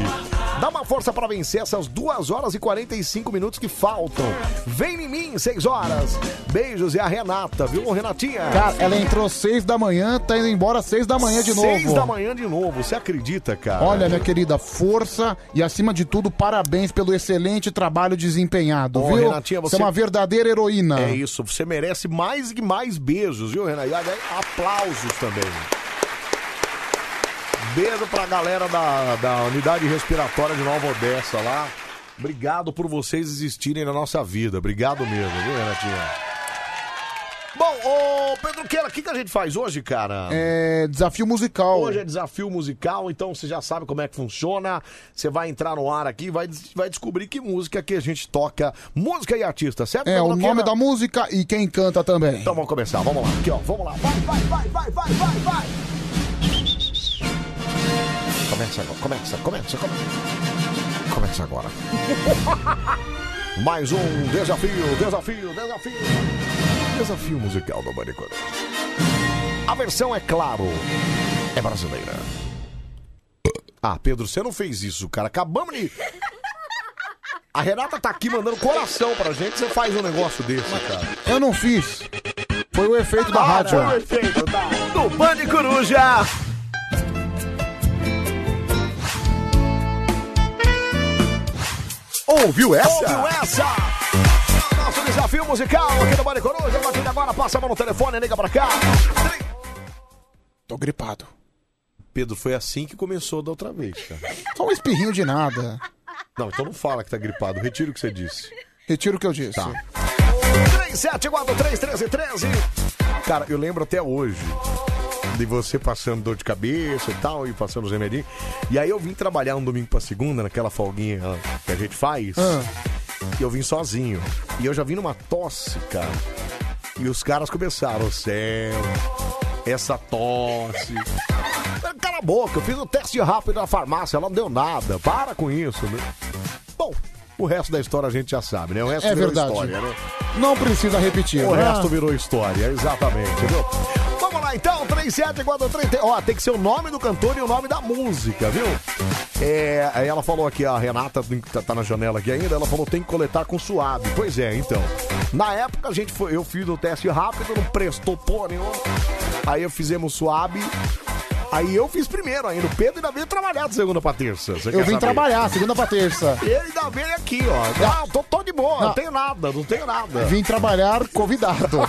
Speaker 1: Dá uma força pra vencer essas 2 horas e 45 minutos que faltam. Vem em mim, 6 horas. Beijos e a Renata, viu, Renatinha?
Speaker 3: Cara, ela entrou seis da manhã, tá indo embora seis da manhã de novo.
Speaker 1: 6 da manhã de novo, você acredita, cara?
Speaker 3: Olha, minha querida, força e acima de tudo, parabéns pelo excelente trabalho desempenhado,
Speaker 1: Ô,
Speaker 3: viu?
Speaker 1: Renatinha,
Speaker 3: é
Speaker 1: você-
Speaker 3: uma verdadeira heroína.
Speaker 1: É isso, você merece mais e mais beijos, viu, Renan? E olha aí, aplausos também. Beijo pra galera da, da unidade respiratória de Nova Odessa lá. Obrigado por vocês existirem na nossa vida. Obrigado mesmo, viu, Renatinha? Bom, ô Pedro Queira, o que, que a gente faz hoje, cara?
Speaker 3: É, desafio musical.
Speaker 1: Hoje é desafio musical, então você já sabe como é que funciona. Você vai entrar no ar aqui e vai, vai descobrir que música que a gente toca. Música e artista, certo?
Speaker 3: É,
Speaker 1: Pedro
Speaker 3: o nome
Speaker 1: Queira?
Speaker 3: da música e quem canta também.
Speaker 1: Então vamos começar, vamos lá. Aqui, ó, vamos lá. Vai, vai, vai, vai, vai, vai, vai. Começa agora, começa, começa, começa. Começa agora. [LAUGHS] Mais um desafio, desafio, desafio. Desafio musical do Manicor. A versão, é claro, é brasileira. Ah, Pedro, você não fez isso, cara. Acabamos de. A Renata tá aqui mandando coração pra gente. Você faz um negócio desse, cara.
Speaker 3: Eu não fiz. Foi o efeito da
Speaker 1: Ah,
Speaker 3: rádio.
Speaker 1: foi o efeito
Speaker 3: tá.
Speaker 1: da- do Bande Coruja.
Speaker 3: Ouviu essa?
Speaker 1: Ouviu essa? Nosso desafio musical aqui do Bande Coruja. A partir de agora, passa a mão no telefone, liga pra cá.
Speaker 3: Tô gripado.
Speaker 1: Pedro, foi assim que começou da outra vez, cara.
Speaker 3: Só um espirrinho de nada.
Speaker 1: Não, então não fala que tá gripado. Retira o que você disse. Tá.
Speaker 3: Retiro o que eu disse.
Speaker 1: 37431313. Cara, eu lembro até hoje de você passando dor de cabeça e tal, e passando os remedinhos. E aí eu vim trabalhar um domingo pra segunda, naquela folguinha que a gente faz.
Speaker 3: Ah.
Speaker 1: E eu vim sozinho. E eu já vim numa tosse, cara. E os caras começaram, céu, essa tosse. Cala a boca, eu fiz o teste rápido na farmácia, ela não deu nada. Para com isso, né? Bom, o resto da história a gente já sabe, né? O resto
Speaker 3: É
Speaker 1: virou
Speaker 3: verdade.
Speaker 1: história, né?
Speaker 3: Não precisa repetir.
Speaker 1: O
Speaker 3: né?
Speaker 1: resto virou história, exatamente, viu? Vamos lá então, 37 Ó, tem que ser o nome do cantor e o nome da música, viu? É, aí ela falou aqui, a Renata tá, tá na janela aqui ainda, ela falou tem que coletar com suave. Pois é, então. Na época a gente foi, eu fiz o teste rápido, não prestou porra nenhuma. Aí eu fizemos suave. Aí eu fiz primeiro ainda. O Pedro ainda veio trabalhar de segunda pra terça. você
Speaker 3: Eu
Speaker 1: quer
Speaker 3: vim
Speaker 1: saber?
Speaker 3: trabalhar, segunda pra terça.
Speaker 1: Ele ainda veio aqui, ó. Não, tô, tô de boa, não. tenho nada, [LAUGHS] não tenho nada.
Speaker 3: Vim trabalhar
Speaker 1: [LAUGHS]
Speaker 3: convidado.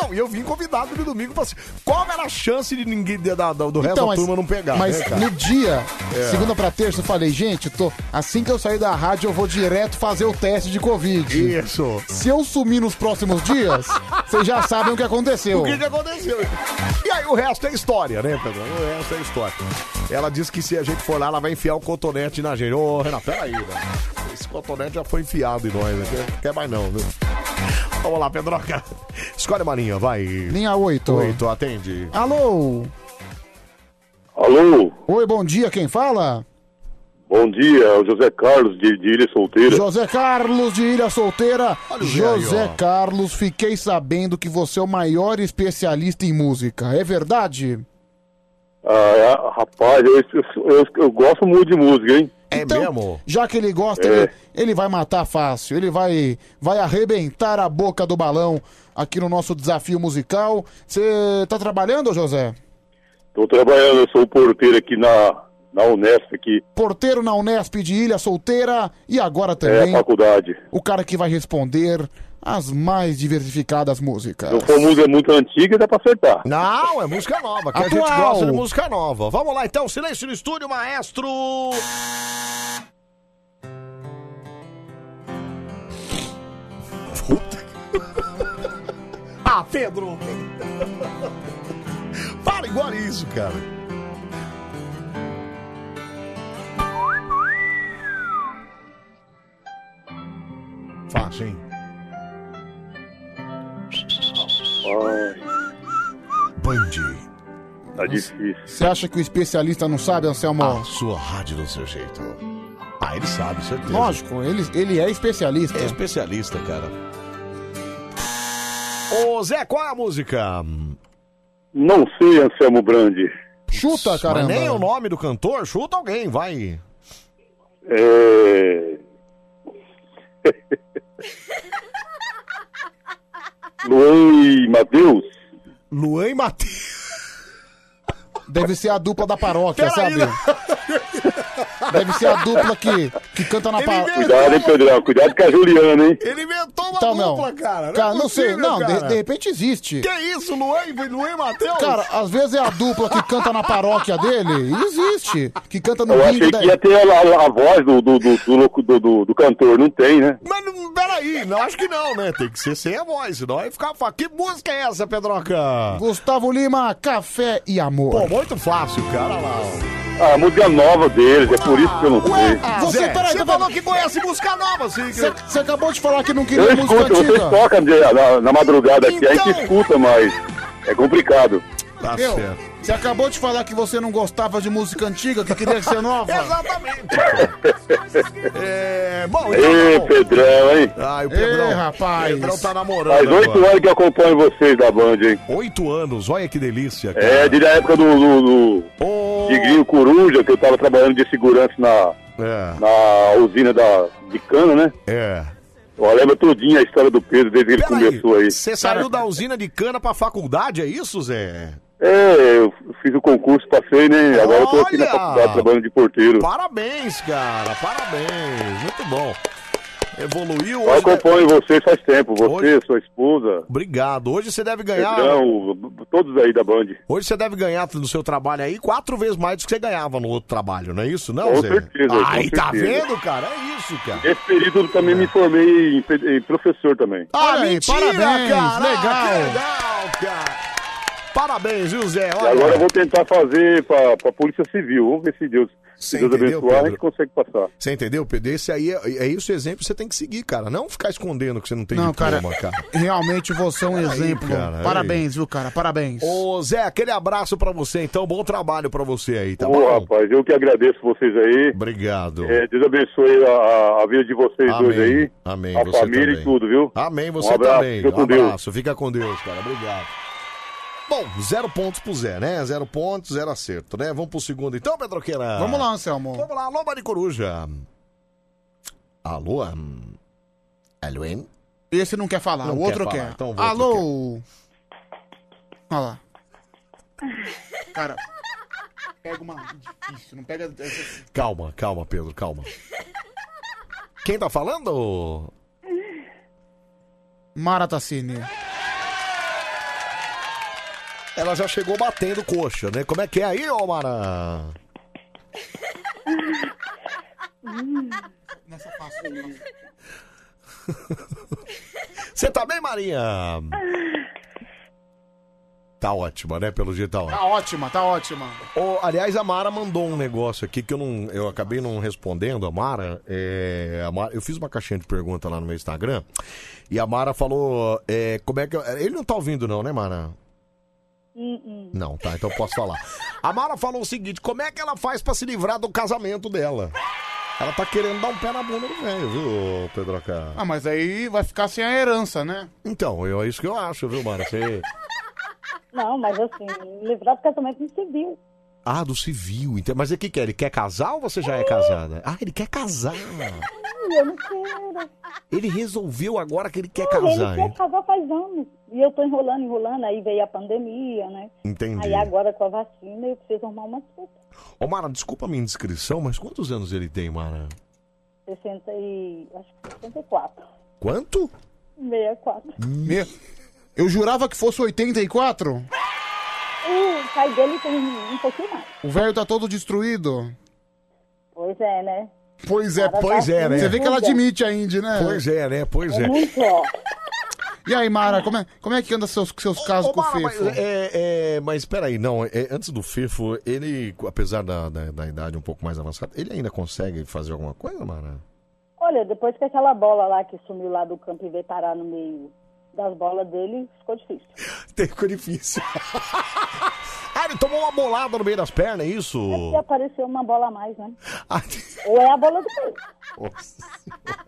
Speaker 1: Não, e eu vim convidado de domingo pra assim, Qual era a chance de ninguém de- da- da- do resto da turma não pegar?
Speaker 3: Então, Mas
Speaker 1: né, cara?
Speaker 3: no dia,
Speaker 1: É.
Speaker 3: segunda pra terça, eu falei, gente, eu tô, assim que eu sair da rádio, eu vou direto fazer o teste de Covid.
Speaker 1: Isso.
Speaker 3: Se eu sumir nos próximos
Speaker 1: [LAUGHS]
Speaker 3: dias, vocês já sabem o que aconteceu.
Speaker 1: O que, que aconteceu? E aí o resto é história, né, Pedro? O resto é história. Ela disse que se a gente for lá, ela vai enfiar o cotonete na gente. Ô, Renato, peraí, né? Esse cotonete já foi enfiado em nós, né? Quer- Quer mais não, viu? Vamos lá, Pedroca. [LAUGHS] Escolhe uma linha, vai. Linha
Speaker 3: 8.
Speaker 1: 8, atende.
Speaker 3: Alô?
Speaker 4: Alô,
Speaker 3: Oi, bom dia, quem fala?
Speaker 4: bom dia, é o José Carlos de, de Ilha Solteira.
Speaker 3: José Carlos de Ilha Solteira.
Speaker 4: o Zé
Speaker 3: José
Speaker 4: aí, ó.
Speaker 3: Carlos, fiquei sabendo que você é o maior especialista em música. É verdade?
Speaker 4: Ah, rapaz, eu, eu- eu- eu gosto muito de música, hein? É
Speaker 3: Então,
Speaker 1: mesmo?
Speaker 3: Já que ele gosta,
Speaker 4: É.
Speaker 3: ele, ele vai matar fácil. Ele vai, vai arrebentar a boca do balão aqui no nosso desafio musical. Você tá trabalhando, José?
Speaker 4: Estou trabalhando, eu sou um porteiro aqui na, na Unesp, aqui,
Speaker 3: Porteiro na Unesp de Ilha Solteira e agora
Speaker 4: é a
Speaker 3: também
Speaker 4: faculdade.
Speaker 3: o cara que vai responder as mais diversificadas músicas.
Speaker 4: Se for música muito antiga, dá pra acertar.
Speaker 1: Não, é música nova, que a gente
Speaker 3: Atual.
Speaker 1: gosta de música nova. Vamos lá então, silêncio no estúdio, maestro! [LAUGHS] Ah, Pedro! Para igual isso, cara. Fácil, hein? Band.
Speaker 4: Tá difícil.
Speaker 3: Você acha que o especialista não sabe, Anselmo?
Speaker 1: A sua rádio do seu jeito. Ah, ele sabe, certeza.
Speaker 3: Lógico, ele, ele é especialista.
Speaker 1: É especialista, cara. Ô, Zé, qual é a música?
Speaker 4: Não sei, Anselmo Brandi.
Speaker 3: Chuta,
Speaker 1: Mas
Speaker 4: caramba.
Speaker 1: nem o nome do cantor, chuta alguém, vai.
Speaker 3: [LAUGHS]
Speaker 4: É... Luan e Matheus?
Speaker 1: Luan e Matheus.
Speaker 3: Deve ser a dupla da paróquia,
Speaker 4: Peraí,
Speaker 3: sabe? Deve ser a dupla que, que canta na paróquia.
Speaker 4: Cuidado, hein, Pedrão? Cuidado com a Juliana, é hein?
Speaker 1: Ele inventou
Speaker 3: uma dupla, cara. Então, Não, sei, não, de- De, repente existe.
Speaker 1: é Que isso, Luan, e- Luan e Matheus?
Speaker 3: Cara, às vezes é a dupla que canta na paróquia dele, e existe. Que canta no
Speaker 4: Eu
Speaker 3: bingo
Speaker 4: achei
Speaker 3: da...
Speaker 4: que ia ter a, a- a voz do, do, do, do, locu- do- do- do cantor, não tem, né?
Speaker 1: Peraí, não acho que não, né? Tem que ser sem a voz, senão aí ficar. fa- Que música é essa, Pedroca?
Speaker 3: Gustavo Lima, Café e Amor.
Speaker 1: Pô, muito fácil, cara lá.
Speaker 4: Ah, a música nova deles, é por isso que eu não sei.
Speaker 3: Ah, Você,
Speaker 1: Zé,
Speaker 3: peraí,
Speaker 1: você
Speaker 3: tá
Speaker 1: falou que conhece música nova, sim.
Speaker 3: Você você acabou de falar que não queria
Speaker 4: Eu
Speaker 3: música
Speaker 4: escuto, vocês
Speaker 3: antiga. Então-
Speaker 4: tocam de- na, na madrugada aqui, a gente escuta, mas é complicado.
Speaker 3: Meu, você acabou de falar que você não gostava de música antiga, que queria ser
Speaker 1: [LAUGHS]
Speaker 3: nova.
Speaker 1: É, bom,
Speaker 4: Ê, Pedrão, hein?
Speaker 1: Ai, o Pedrão.
Speaker 3: Ei, rapaz.
Speaker 1: O Pedrão tá namorando.
Speaker 4: Faz oito
Speaker 1: agora.
Speaker 4: anos que eu acompanho vocês da Band, hein?
Speaker 1: Oito anos, olha que delícia, cara.
Speaker 4: É, desde a época do, do, do Tigrinho Coruja, que eu tava trabalhando de segurança na,
Speaker 1: É.
Speaker 4: na usina da, de cana, né?
Speaker 1: É.
Speaker 4: Eu lembro todinha a história do Pedro desde que ele começou aí.
Speaker 1: Você saiu da usina de cana pra faculdade, é isso, Zé?
Speaker 4: É, eu fiz o concurso, passei, né? Agora eu tô aqui na
Speaker 1: Olha!
Speaker 4: faculdade trabalhando de porteiro.
Speaker 1: Parabéns, cara, parabéns. Muito bom. Evoluiu
Speaker 4: Eu
Speaker 1: hoje. né? é-
Speaker 4: acompanho vocês faz tempo, você, sua esposa,
Speaker 1: Obrigado. Hoje você deve ganhar.
Speaker 4: Pedrão, todos aí da Band.
Speaker 1: Hoje você deve ganhar no seu trabalho aí quatro vezes mais do que você ganhava no outro trabalho, não é isso, não,
Speaker 4: Com
Speaker 1: Zé?
Speaker 4: certeza, com
Speaker 1: Ai, tá
Speaker 4: certeza.
Speaker 1: vendo, cara? É isso, cara.
Speaker 4: Esse período também me formei em, pe- em professor também.
Speaker 1: Ah,
Speaker 3: Olha aí,
Speaker 1: mentira,
Speaker 3: parabéns,
Speaker 1: cara! Ah,
Speaker 3: legal.
Speaker 1: Que legal, cara! Parabéns, viu, Zé?
Speaker 4: E
Speaker 1: Olha,
Speaker 4: agora eu vou tentar fazer pra, pra Polícia Civil. Vamos ver se Deus, se
Speaker 1: Você
Speaker 4: Deus
Speaker 1: entendeu,
Speaker 4: abençoar, a
Speaker 1: Pedro?
Speaker 4: gente consegue passar.
Speaker 1: Você entendeu, Pedro? Esse aí é, é esse o exemplo que você tem que seguir, cara. Não ficar escondendo que você não tem
Speaker 3: Não, cara,
Speaker 1: diploma, cara.
Speaker 3: [LAUGHS] realmente você é um exemplo.
Speaker 1: cara, [LAUGHS] aí.
Speaker 3: parabéns, viu, cara? Parabéns.
Speaker 1: Ô, Zé, aquele abraço pra você, então. Bom trabalho pra você aí, tá
Speaker 4: Ô,
Speaker 1: bom?
Speaker 4: rapaz, eu que agradeço vocês aí.
Speaker 1: Obrigado.
Speaker 4: É, Deus abençoe a- a, a vida de vocês
Speaker 1: Amém.
Speaker 4: dois aí.
Speaker 1: Amém,
Speaker 4: A
Speaker 1: você
Speaker 4: família
Speaker 1: também.
Speaker 4: e tudo, viu?
Speaker 1: Amém,
Speaker 4: um
Speaker 1: você
Speaker 4: abraço,
Speaker 1: também.
Speaker 4: Fica com
Speaker 1: Um
Speaker 4: Deus.
Speaker 1: abraço. Fica com Deus, cara. Obrigado. Bom, zero pontos pro Zé, né? Zero pontos, zero acerto, né? Vamos pro segundo então, Pedroqueira.
Speaker 3: Vamos lá, Anselmo.
Speaker 1: Vamos lá, Lomba de Coruja. Alô? hum. Alô, hein?
Speaker 3: Esse não quer falar,
Speaker 1: Não
Speaker 3: o outro
Speaker 1: quer falar,
Speaker 3: quer.
Speaker 1: então o outro
Speaker 3: Alô? Olha lá. Cara, pega uma difícil, não pega. essa-
Speaker 1: Calma, calma, Pedro, calma. Quem tá falando?
Speaker 3: Maratacine.
Speaker 1: Ela já chegou batendo coxa, né? Como é que é aí, ô Mara?
Speaker 3: Nessa faixa.
Speaker 1: Você tá bem, Marinha? Tá ótima, né? Pelo jeito tá ótima.
Speaker 3: Tá ótima, tá ótima.
Speaker 1: Ô, aliás, a Mara mandou um negócio aqui que eu não, eu acabei não respondendo. A Mara, é, a Mara- eu fiz uma caixinha de pergunta lá no meu Instagram e a Mara falou, é, como é que eu- ele não tá ouvindo não, né, Mara? Não, tá. Então eu posso falar. A Mara falou o seguinte: como é que ela faz pra se livrar do casamento dela? Ela tá querendo dar um pé na bunda do velho, viu, Pedro
Speaker 3: Ah, mas aí vai ficar sem a herança, né?
Speaker 1: Então, eu- é isso que eu acho, viu, Mara? Você...
Speaker 2: Não, mas assim, livrar do casamento não se viu.
Speaker 1: Ah, do civil. Então, mas o que que é? Ele quer casar ou você já é casada? Ah, ele quer casar.
Speaker 2: Ai, Eu não quero.
Speaker 1: Ele resolveu agora que ele quer
Speaker 3: Ah,
Speaker 2: Ele
Speaker 1: casar,
Speaker 2: quer
Speaker 1: hein?
Speaker 2: casar faz anos. E eu tô enrolando, enrolando, aí veio a pandemia, né?
Speaker 1: Entendi.
Speaker 2: Aí agora com a vacina eu preciso arrumar uma desculpa.
Speaker 1: Ô, Mara, desculpa a minha indiscrição, mas quantos anos ele tem, Mara?
Speaker 2: 60 e... acho que 64.
Speaker 1: Quanto?
Speaker 2: 64.
Speaker 1: Hum.
Speaker 3: Me- Eu jurava que fosse 84.
Speaker 2: O pai dele tem um pouquinho mais.
Speaker 3: O velho tá todo destruído.
Speaker 2: Pois é, né?
Speaker 1: Pois é,
Speaker 2: Cara,
Speaker 1: pois
Speaker 2: tá
Speaker 1: é, né?
Speaker 3: Você vê que ela admite a Indy, né?
Speaker 1: Pois é, né? Pois é.
Speaker 2: ó.
Speaker 3: E aí, Mara, como é, como é que anda seus, seus casos com o
Speaker 1: Mara, mas,
Speaker 3: Fefo?
Speaker 1: é, é, mas peraí, não. é, antes do Fefo, ele, apesar da, da, da idade um pouco mais avançada, ele ainda consegue fazer alguma coisa, Mara?
Speaker 2: Olha, depois que aquela bola lá que sumiu lá do campo e veio parar no meio das bolas dele, ficou difícil.
Speaker 1: Ficou difícil. ah, ele tomou uma bolada no meio das pernas, é isso?
Speaker 2: E apareceu uma bola a mais,
Speaker 1: [LAUGHS]
Speaker 2: né? Ou é a bola do peito.
Speaker 1: Nossa Senhora.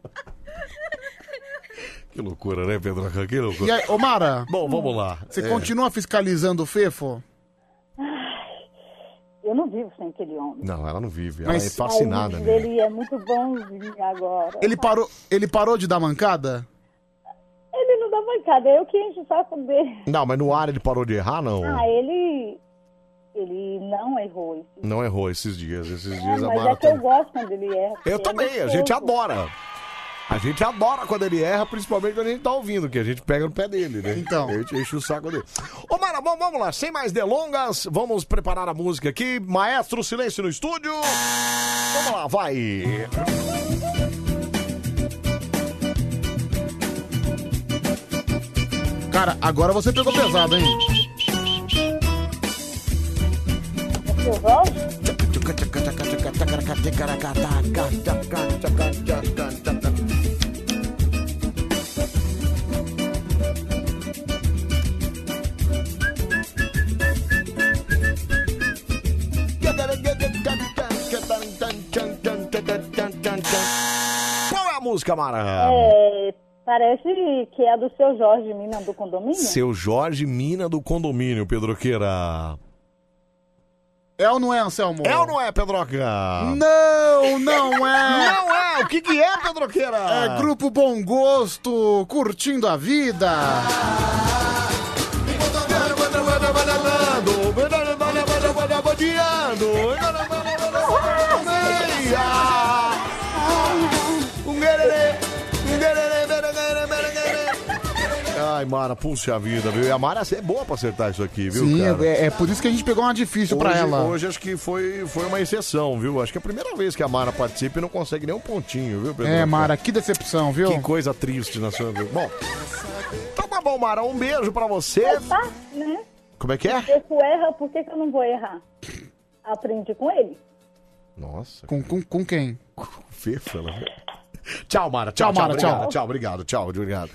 Speaker 1: Que loucura, né, Pedro? Que loucura.
Speaker 3: E aí, ô Mara?
Speaker 1: Bom, vamos lá.
Speaker 3: Você
Speaker 1: É.
Speaker 3: continua fiscalizando o Fefo?
Speaker 2: Eu não vivo sem aquele homem.
Speaker 1: Não, ela não vive.
Speaker 3: Mas-
Speaker 1: Ela é fascinada,
Speaker 2: Mas
Speaker 1: né?
Speaker 2: Ele é muito bonzinho agora.
Speaker 3: Ele parou, ele parou de dar mancada?
Speaker 2: Ele não dá bancada, é eu que encho o saco dele.
Speaker 1: Não, mas no ar ele parou de errar, não.
Speaker 2: Ah, ele. Ele não errou. isso.
Speaker 1: Não errou esses dias. Esses
Speaker 2: É,
Speaker 1: dias a
Speaker 2: mas é
Speaker 1: Mara
Speaker 2: que eu gosto quando ele erra. porque
Speaker 1: Eu
Speaker 2: é
Speaker 1: também, a
Speaker 2: gostoso.
Speaker 1: gente adora. A gente adora quando ele erra, principalmente quando a gente tá ouvindo, que a gente pega no pé dele, né? Então. A gente enche o saco dele. Ô, Mara, bom, vamos lá, sem mais delongas, vamos preparar a música aqui. Maestro, silêncio no estúdio. Vamos lá, vai.
Speaker 3: Cara, agora você pegou pesado, hein?
Speaker 1: Qual é a música, Mara?
Speaker 2: É, parece que é do seu Jorge Minas do condomínio.
Speaker 1: Seu Jorge Mina do Condomínio, Pedroqueira.
Speaker 3: É ou não é, Anselmo?
Speaker 1: É ou não é, Pedroca?
Speaker 3: Não, não é!
Speaker 1: [LAUGHS] Não é! O que, que é, Pedroqueira?
Speaker 3: É Grupo Bom Gosto, curtindo a vida!
Speaker 1: Ai, Mara, puxa vida, viu? E a Mara é boa pra acertar isso aqui, viu,
Speaker 3: Sim,
Speaker 1: cara?
Speaker 3: é, é por isso que a gente pegou uma difícil pra
Speaker 1: Hoje-
Speaker 3: ela.
Speaker 1: Hoje acho que foi, foi uma exceção, viu? Acho que é a primeira vez que a Mara participa e não consegue nem um pontinho, viu, Pedro?
Speaker 3: É, Mara, que decepção, viu?
Speaker 1: Que coisa triste na sua vida. Bom, então tá bom, Mara. Um beijo pra você.
Speaker 2: É fácil, né?
Speaker 1: Como é que é?
Speaker 2: Se tu erra, por que, que eu não vou errar? Aprendi com ele.
Speaker 1: Nossa.
Speaker 3: Com, com, com quem?
Speaker 1: Fefa, ela. Tchau, Mara. Tchau,
Speaker 3: Tchau, Mara,
Speaker 1: Tchau,
Speaker 3: tchau.
Speaker 1: obrigado, tchau, obrigado.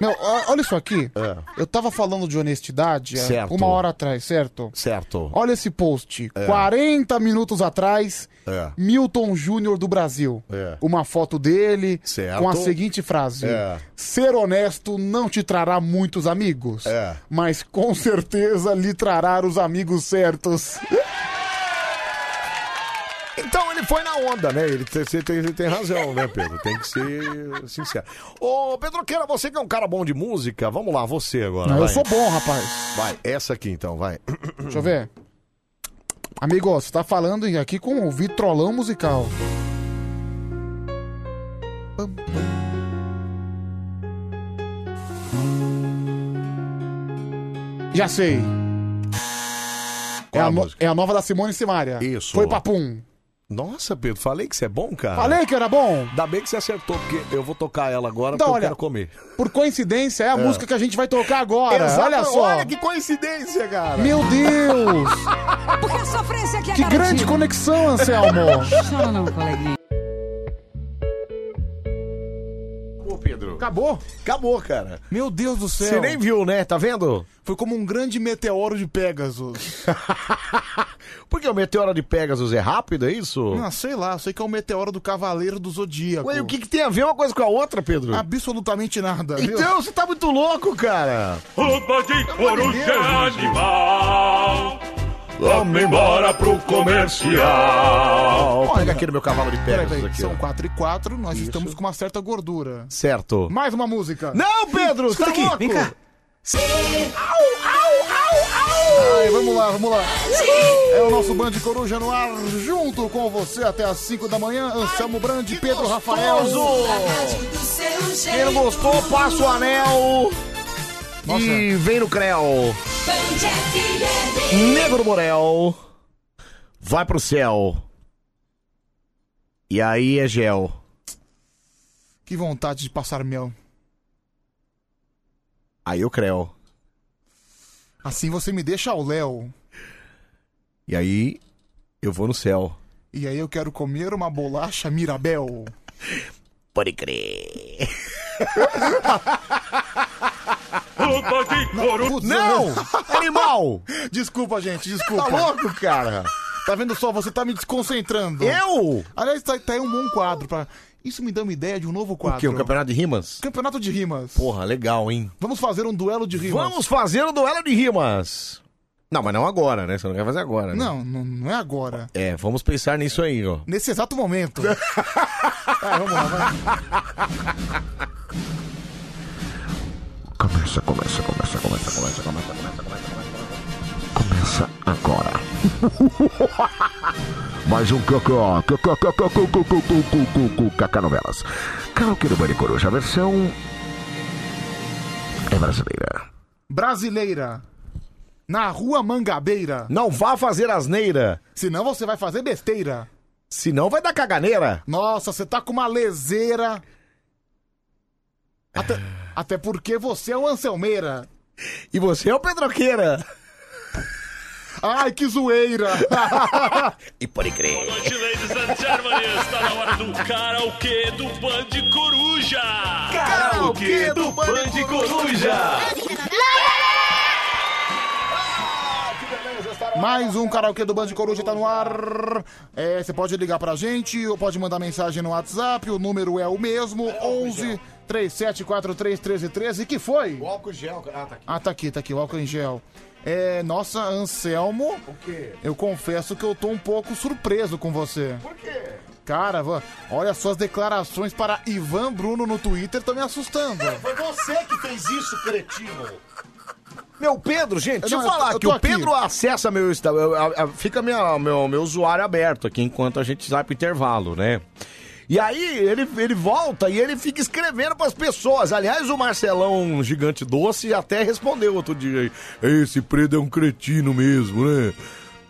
Speaker 3: Meu, ó- olha isso aqui. Eu tava falando de honestidade é,
Speaker 1: Certo.
Speaker 3: uma hora atrás, certo?
Speaker 1: Certo.
Speaker 3: Olha esse post.
Speaker 1: É.
Speaker 3: 40 minutos atrás,
Speaker 1: É.
Speaker 3: Milton Júnior do Brasil.
Speaker 1: É.
Speaker 3: Uma foto dele
Speaker 1: Certo.
Speaker 3: com a seguinte frase:
Speaker 1: É.
Speaker 3: Ser honesto não te trará muitos amigos,
Speaker 1: É.
Speaker 3: mas com certeza lhe trará os amigos certos.
Speaker 1: Então ele foi na onda, né? Ele tem, você tem, você tem razão, né, Pedro? Tem que ser sincero. Ô, Pedroqueira, você que é um cara bom de música, vamos lá, você agora.
Speaker 3: Não, eu
Speaker 1: vai.
Speaker 3: sou bom, rapaz.
Speaker 1: Vai, essa aqui então, vai.
Speaker 3: Deixa eu ver. Amigo, você tá falando aqui com o Vitrolão Musical. Já sei. É a, no- é a nova da Simone Simaria. Isso. Foi papum.
Speaker 1: Nossa, Pedro, falei que você é bom, cara.
Speaker 3: Falei que era bom.
Speaker 1: Ainda bem que você acertou, porque eu vou tocar ela agora
Speaker 3: Então,
Speaker 1: porque
Speaker 3: olha,
Speaker 1: eu quero comer.
Speaker 3: Por coincidência, é a
Speaker 1: É.
Speaker 3: música que a gente vai tocar agora.
Speaker 1: Exato,
Speaker 3: Olha só.
Speaker 1: olha que coincidência, cara.
Speaker 3: Meu Deus.
Speaker 28: [LAUGHS] Porque a sofrência aqui é
Speaker 3: que grande
Speaker 28: garantida.
Speaker 3: conexão, Anselmo.
Speaker 28: [LAUGHS] Chora não, coleguinha.
Speaker 1: Acabou, Pedro.
Speaker 3: Acabou?
Speaker 1: Acabou, cara.
Speaker 3: Meu Deus do céu.
Speaker 1: Você nem viu, né? Tá vendo?
Speaker 3: Foi como um grande meteoro de Pegasus.
Speaker 1: Porque o meteoro de Pegasus é rápido, é isso?
Speaker 3: Ah, sei lá, sei que é o meteoro do Cavaleiro do Zodíaco.
Speaker 1: Ué, o que, que tem a ver uma coisa com a outra, Pedro?
Speaker 3: Absolutamente nada. viu?
Speaker 1: Então, você tá muito louco, cara.
Speaker 5: Roupa de coruja animal.
Speaker 1: Vamos embora pro comercial. Pega aqui no meu cavalo de
Speaker 3: Peraí,
Speaker 1: Pegasus
Speaker 3: peraí,
Speaker 1: aqui,
Speaker 3: são
Speaker 1: ó.
Speaker 3: 4 e 4, nós estamos com uma certa gordura.
Speaker 1: Certo.
Speaker 3: Mais uma música.
Speaker 1: Não, Pedro, você tá louco?
Speaker 3: Ai, vamos lá, vamos lá. É o nosso Band Coruja no ar, junto com você até às 5 da manhã. Anselmo Brandi, Pedro Rafael.
Speaker 1: Quem não gostou, passa o anel. E vem no Creu. Negro Morel. Vai pro céu. E aí é gel.
Speaker 3: Que vontade de passar mel.
Speaker 1: Aí o Creu.
Speaker 3: Assim você me deixa ao léu.
Speaker 1: E aí eu vou no céu.
Speaker 3: E aí eu quero comer uma bolacha Mirabel.
Speaker 1: Pode crer.
Speaker 5: Roupa de coruja.
Speaker 1: Não!
Speaker 3: [LAUGHS]
Speaker 1: Animal!
Speaker 3: Desculpa, gente, desculpa.
Speaker 1: Tá louco, cara?
Speaker 3: Tá vendo só? Você tá me desconcentrando.
Speaker 1: Eu?
Speaker 3: Aliás, tá, tá aí um bom quadro. Pra... Isso me dá uma ideia de um novo quadro.
Speaker 1: O quê? O campeonato de rimas?
Speaker 3: Campeonato de rimas.
Speaker 1: Porra, legal, hein?
Speaker 3: Vamos fazer um duelo de rimas.
Speaker 1: Vamos fazer o duelo de rimas. Não, mas não agora, né? Você não quer fazer agora, né?
Speaker 3: Não, não, não é agora.
Speaker 1: É, vamos pensar nisso aí, ó.
Speaker 3: Nesse exato [LAUGHS] momento. É, Vai, vamos lá, vai.
Speaker 5: Começa, começa, começa, começa, começa, começa, começa, começa, começa. Começa agora.
Speaker 1: [LAUGHS] Mais um cocô, cocô, cocô, cocô, cocô, cocô, cocô, cacá novelas.
Speaker 5: Karaokê do Bande Coruja, a versão é brasileira.
Speaker 3: Brasileira. Na rua Mangabeira.
Speaker 1: Não vá fazer asneira,
Speaker 3: Senão você vai fazer besteira.
Speaker 1: senão vai dar caganeira.
Speaker 3: Nossa, você tá com uma leseira. Até, até porque você é o Anselmeira.
Speaker 1: Ah. E você é o Pedroqueira.
Speaker 3: Ai, que zoeira!
Speaker 1: [LAUGHS] E pode crer.
Speaker 5: Ladies and gentlemen, está na hora do karaokê do Bande Coruja.
Speaker 1: Karaokê do Bande Coruja.
Speaker 3: Mais um karaokê do Band Coruja tá no ar. É, você pode ligar pra gente ou pode mandar mensagem no WhatsApp. O número é o mesmo: 11 3743 1313. Que foi?
Speaker 1: O álcool gel, ah, tá aqui.
Speaker 3: Ah, tá aqui, tá aqui, o álcool em gel. É, nossa, Anselmo,
Speaker 1: O quê?
Speaker 3: eu confesso que eu tô um pouco surpreso com você. Por quê? Cara, va- olha suas declarações para Ivan Bruno no Twitter, estão me assustando.
Speaker 1: Foi você que fez isso, cretino. Meu Pedro, gente, deixa eu
Speaker 3: Não, eu tô-
Speaker 1: falar
Speaker 3: eu
Speaker 1: que
Speaker 3: tô
Speaker 1: o
Speaker 3: aqui.
Speaker 1: Pedro acessa meu Insta- eu- a- a- fica minha, meu, meu usuário aberto aqui enquanto a gente sai pro intervalo, né? E aí ele, ele volta e ele fica escrevendo pras pessoas. Aliás, o Marcelão um Gigante Doce até respondeu outro dia. aí, Esse Pedro é um cretino mesmo, né?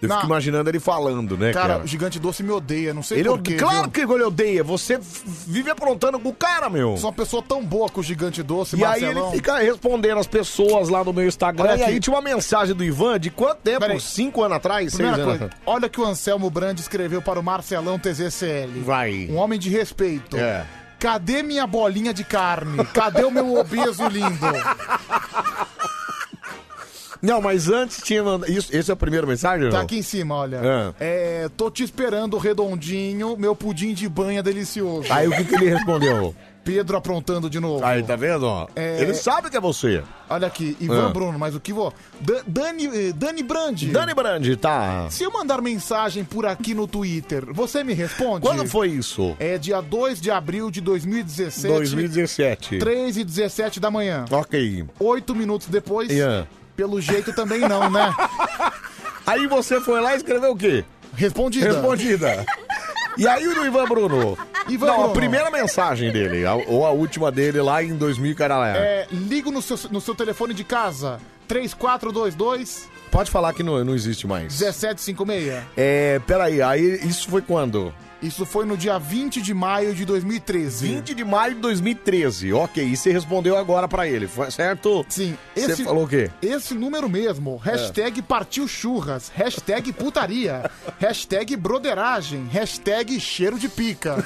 Speaker 1: Eu
Speaker 3: Não.
Speaker 1: fico imaginando ele falando, né, cara?
Speaker 3: Cara, o Gigante Doce me odeia, não sei
Speaker 1: Ele
Speaker 3: porquê.
Speaker 1: ode- Claro que ele odeia. Você f- vive aprontando com o cara, meu.
Speaker 3: Sou uma pessoa tão boa com o Gigante Doce,
Speaker 1: E
Speaker 3: Marcelão.
Speaker 1: aí ele fica respondendo as pessoas lá no meu Instagram.
Speaker 3: Olha
Speaker 1: E aí
Speaker 3: aqui.
Speaker 1: tinha uma mensagem do Ivan de quanto tempo?
Speaker 3: Peraí.
Speaker 1: Cinco anos atrás? Seis
Speaker 3: Primeira
Speaker 1: anos
Speaker 3: coisa,
Speaker 1: atrás?
Speaker 3: olha que o Anselmo Brandi escreveu para o Marcelão TZCL.
Speaker 1: Vai.
Speaker 3: Um homem de respeito.
Speaker 1: É.
Speaker 3: Cadê minha bolinha de carne? Cadê o meu obeso lindo?
Speaker 1: Não, mas antes tinha mandado. Isso, esse é o primeiro mensagem?
Speaker 3: Tá
Speaker 1: não?
Speaker 3: aqui em cima, olha. É, tô te esperando redondinho, meu pudim de banha delicioso.
Speaker 1: Aí o que, que ele respondeu?
Speaker 3: Pedro aprontando de novo.
Speaker 1: Aí, tá vendo? ó?
Speaker 3: É-
Speaker 1: Ele sabe que é você.
Speaker 3: Olha aqui, Ivan
Speaker 1: Ah.
Speaker 3: Bruno, mas o que vou. Da- Dani, eh, Dani Brandi.
Speaker 1: Dani Brandi, tá.
Speaker 3: Se eu mandar mensagem por aqui no Twitter, você me responde?
Speaker 1: Quando foi isso?
Speaker 3: É dia 2 de abril de 2017.
Speaker 1: 2017.
Speaker 3: 3 e 17 da manhã.
Speaker 1: Ok.
Speaker 3: Oito minutos depois.
Speaker 1: Yeah.
Speaker 3: Pelo jeito também não, né?
Speaker 1: [LAUGHS] Aí você foi lá e escreveu o quê?
Speaker 3: Respondida.
Speaker 1: Respondida. E aí o do Ivan Bruno?
Speaker 3: Ivan
Speaker 1: Não, a
Speaker 3: Bruno.
Speaker 1: primeira mensagem dele, a- ou a última dele lá em 2000, caralho.
Speaker 3: É, ligo no seu, no seu telefone de casa. 3422
Speaker 1: Pode falar que não, não existe mais.
Speaker 3: 1756.
Speaker 1: É, peraí, aí isso foi quando?
Speaker 3: Isso foi no dia 20 de maio de 2013.
Speaker 1: 20 de maio de 2013, ok. E você respondeu agora pra ele, foi- certo?
Speaker 3: Sim.
Speaker 1: Você falou o quê?
Speaker 3: Esse número mesmo.
Speaker 1: É.
Speaker 3: Hashtag partiu churras. Hashtag
Speaker 1: [LAUGHS]
Speaker 3: putaria. hashtag broderagem. Hashtag cheiro de pica.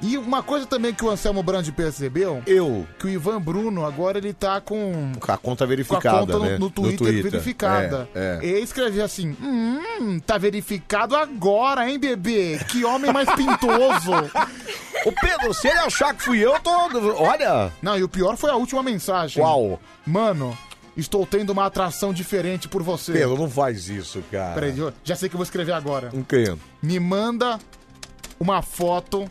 Speaker 3: E uma coisa também que o Anselmo Brandi percebeu...
Speaker 1: Eu.
Speaker 3: Que o Ivan Bruno agora ele tá com...
Speaker 1: Com a conta
Speaker 3: Com a
Speaker 1: verificada,
Speaker 3: conta no,
Speaker 1: né?
Speaker 3: no Twitter, verificada.
Speaker 1: É, é.
Speaker 3: E escrevia assim: Hum, tá verificado agora, hein, bebê? Que homem mais pintoso.
Speaker 1: Ô, Pedro, [LAUGHS] se ele achar que fui eu, tô. Olha!
Speaker 3: Não, e o pior foi a última mensagem.
Speaker 1: Qual?
Speaker 3: Mano, estou tendo uma atração diferente por você.
Speaker 1: Pedro, não faz isso, cara.
Speaker 3: Peraí, eu- já sei que eu vou escrever agora.
Speaker 1: Não creio.
Speaker 3: Me manda uma foto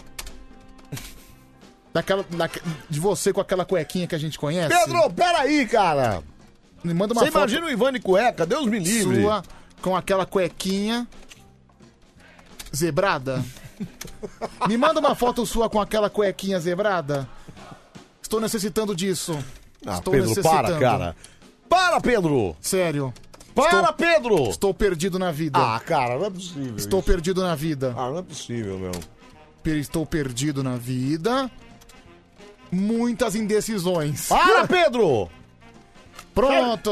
Speaker 3: daquela, daque- de você com aquela cuequinha que a gente conhece.
Speaker 1: Pedro, peraí, cara!
Speaker 3: Me manda uma
Speaker 1: Você
Speaker 3: foto
Speaker 1: imagina o Ivan de cueca? Deus me livre!
Speaker 3: sua com aquela cuequinha zebrada. Me manda uma foto sua com aquela cuequinha zebrada. Estou necessitando disso.
Speaker 1: Ah,
Speaker 3: Estou
Speaker 1: Pedro, para, cara. Para, Pedro!
Speaker 3: Sério.
Speaker 1: Para,
Speaker 3: Estou-
Speaker 1: Pedro!
Speaker 3: Estou perdido na vida.
Speaker 1: Ah, cara, não é possível.
Speaker 3: Estou
Speaker 1: isso.
Speaker 3: perdido na vida.
Speaker 1: Ah, não é possível, meu.
Speaker 3: Per- Estou perdido na vida. Muitas indecisões.
Speaker 1: Para, Pedro!
Speaker 3: [LAUGHS] Pronto!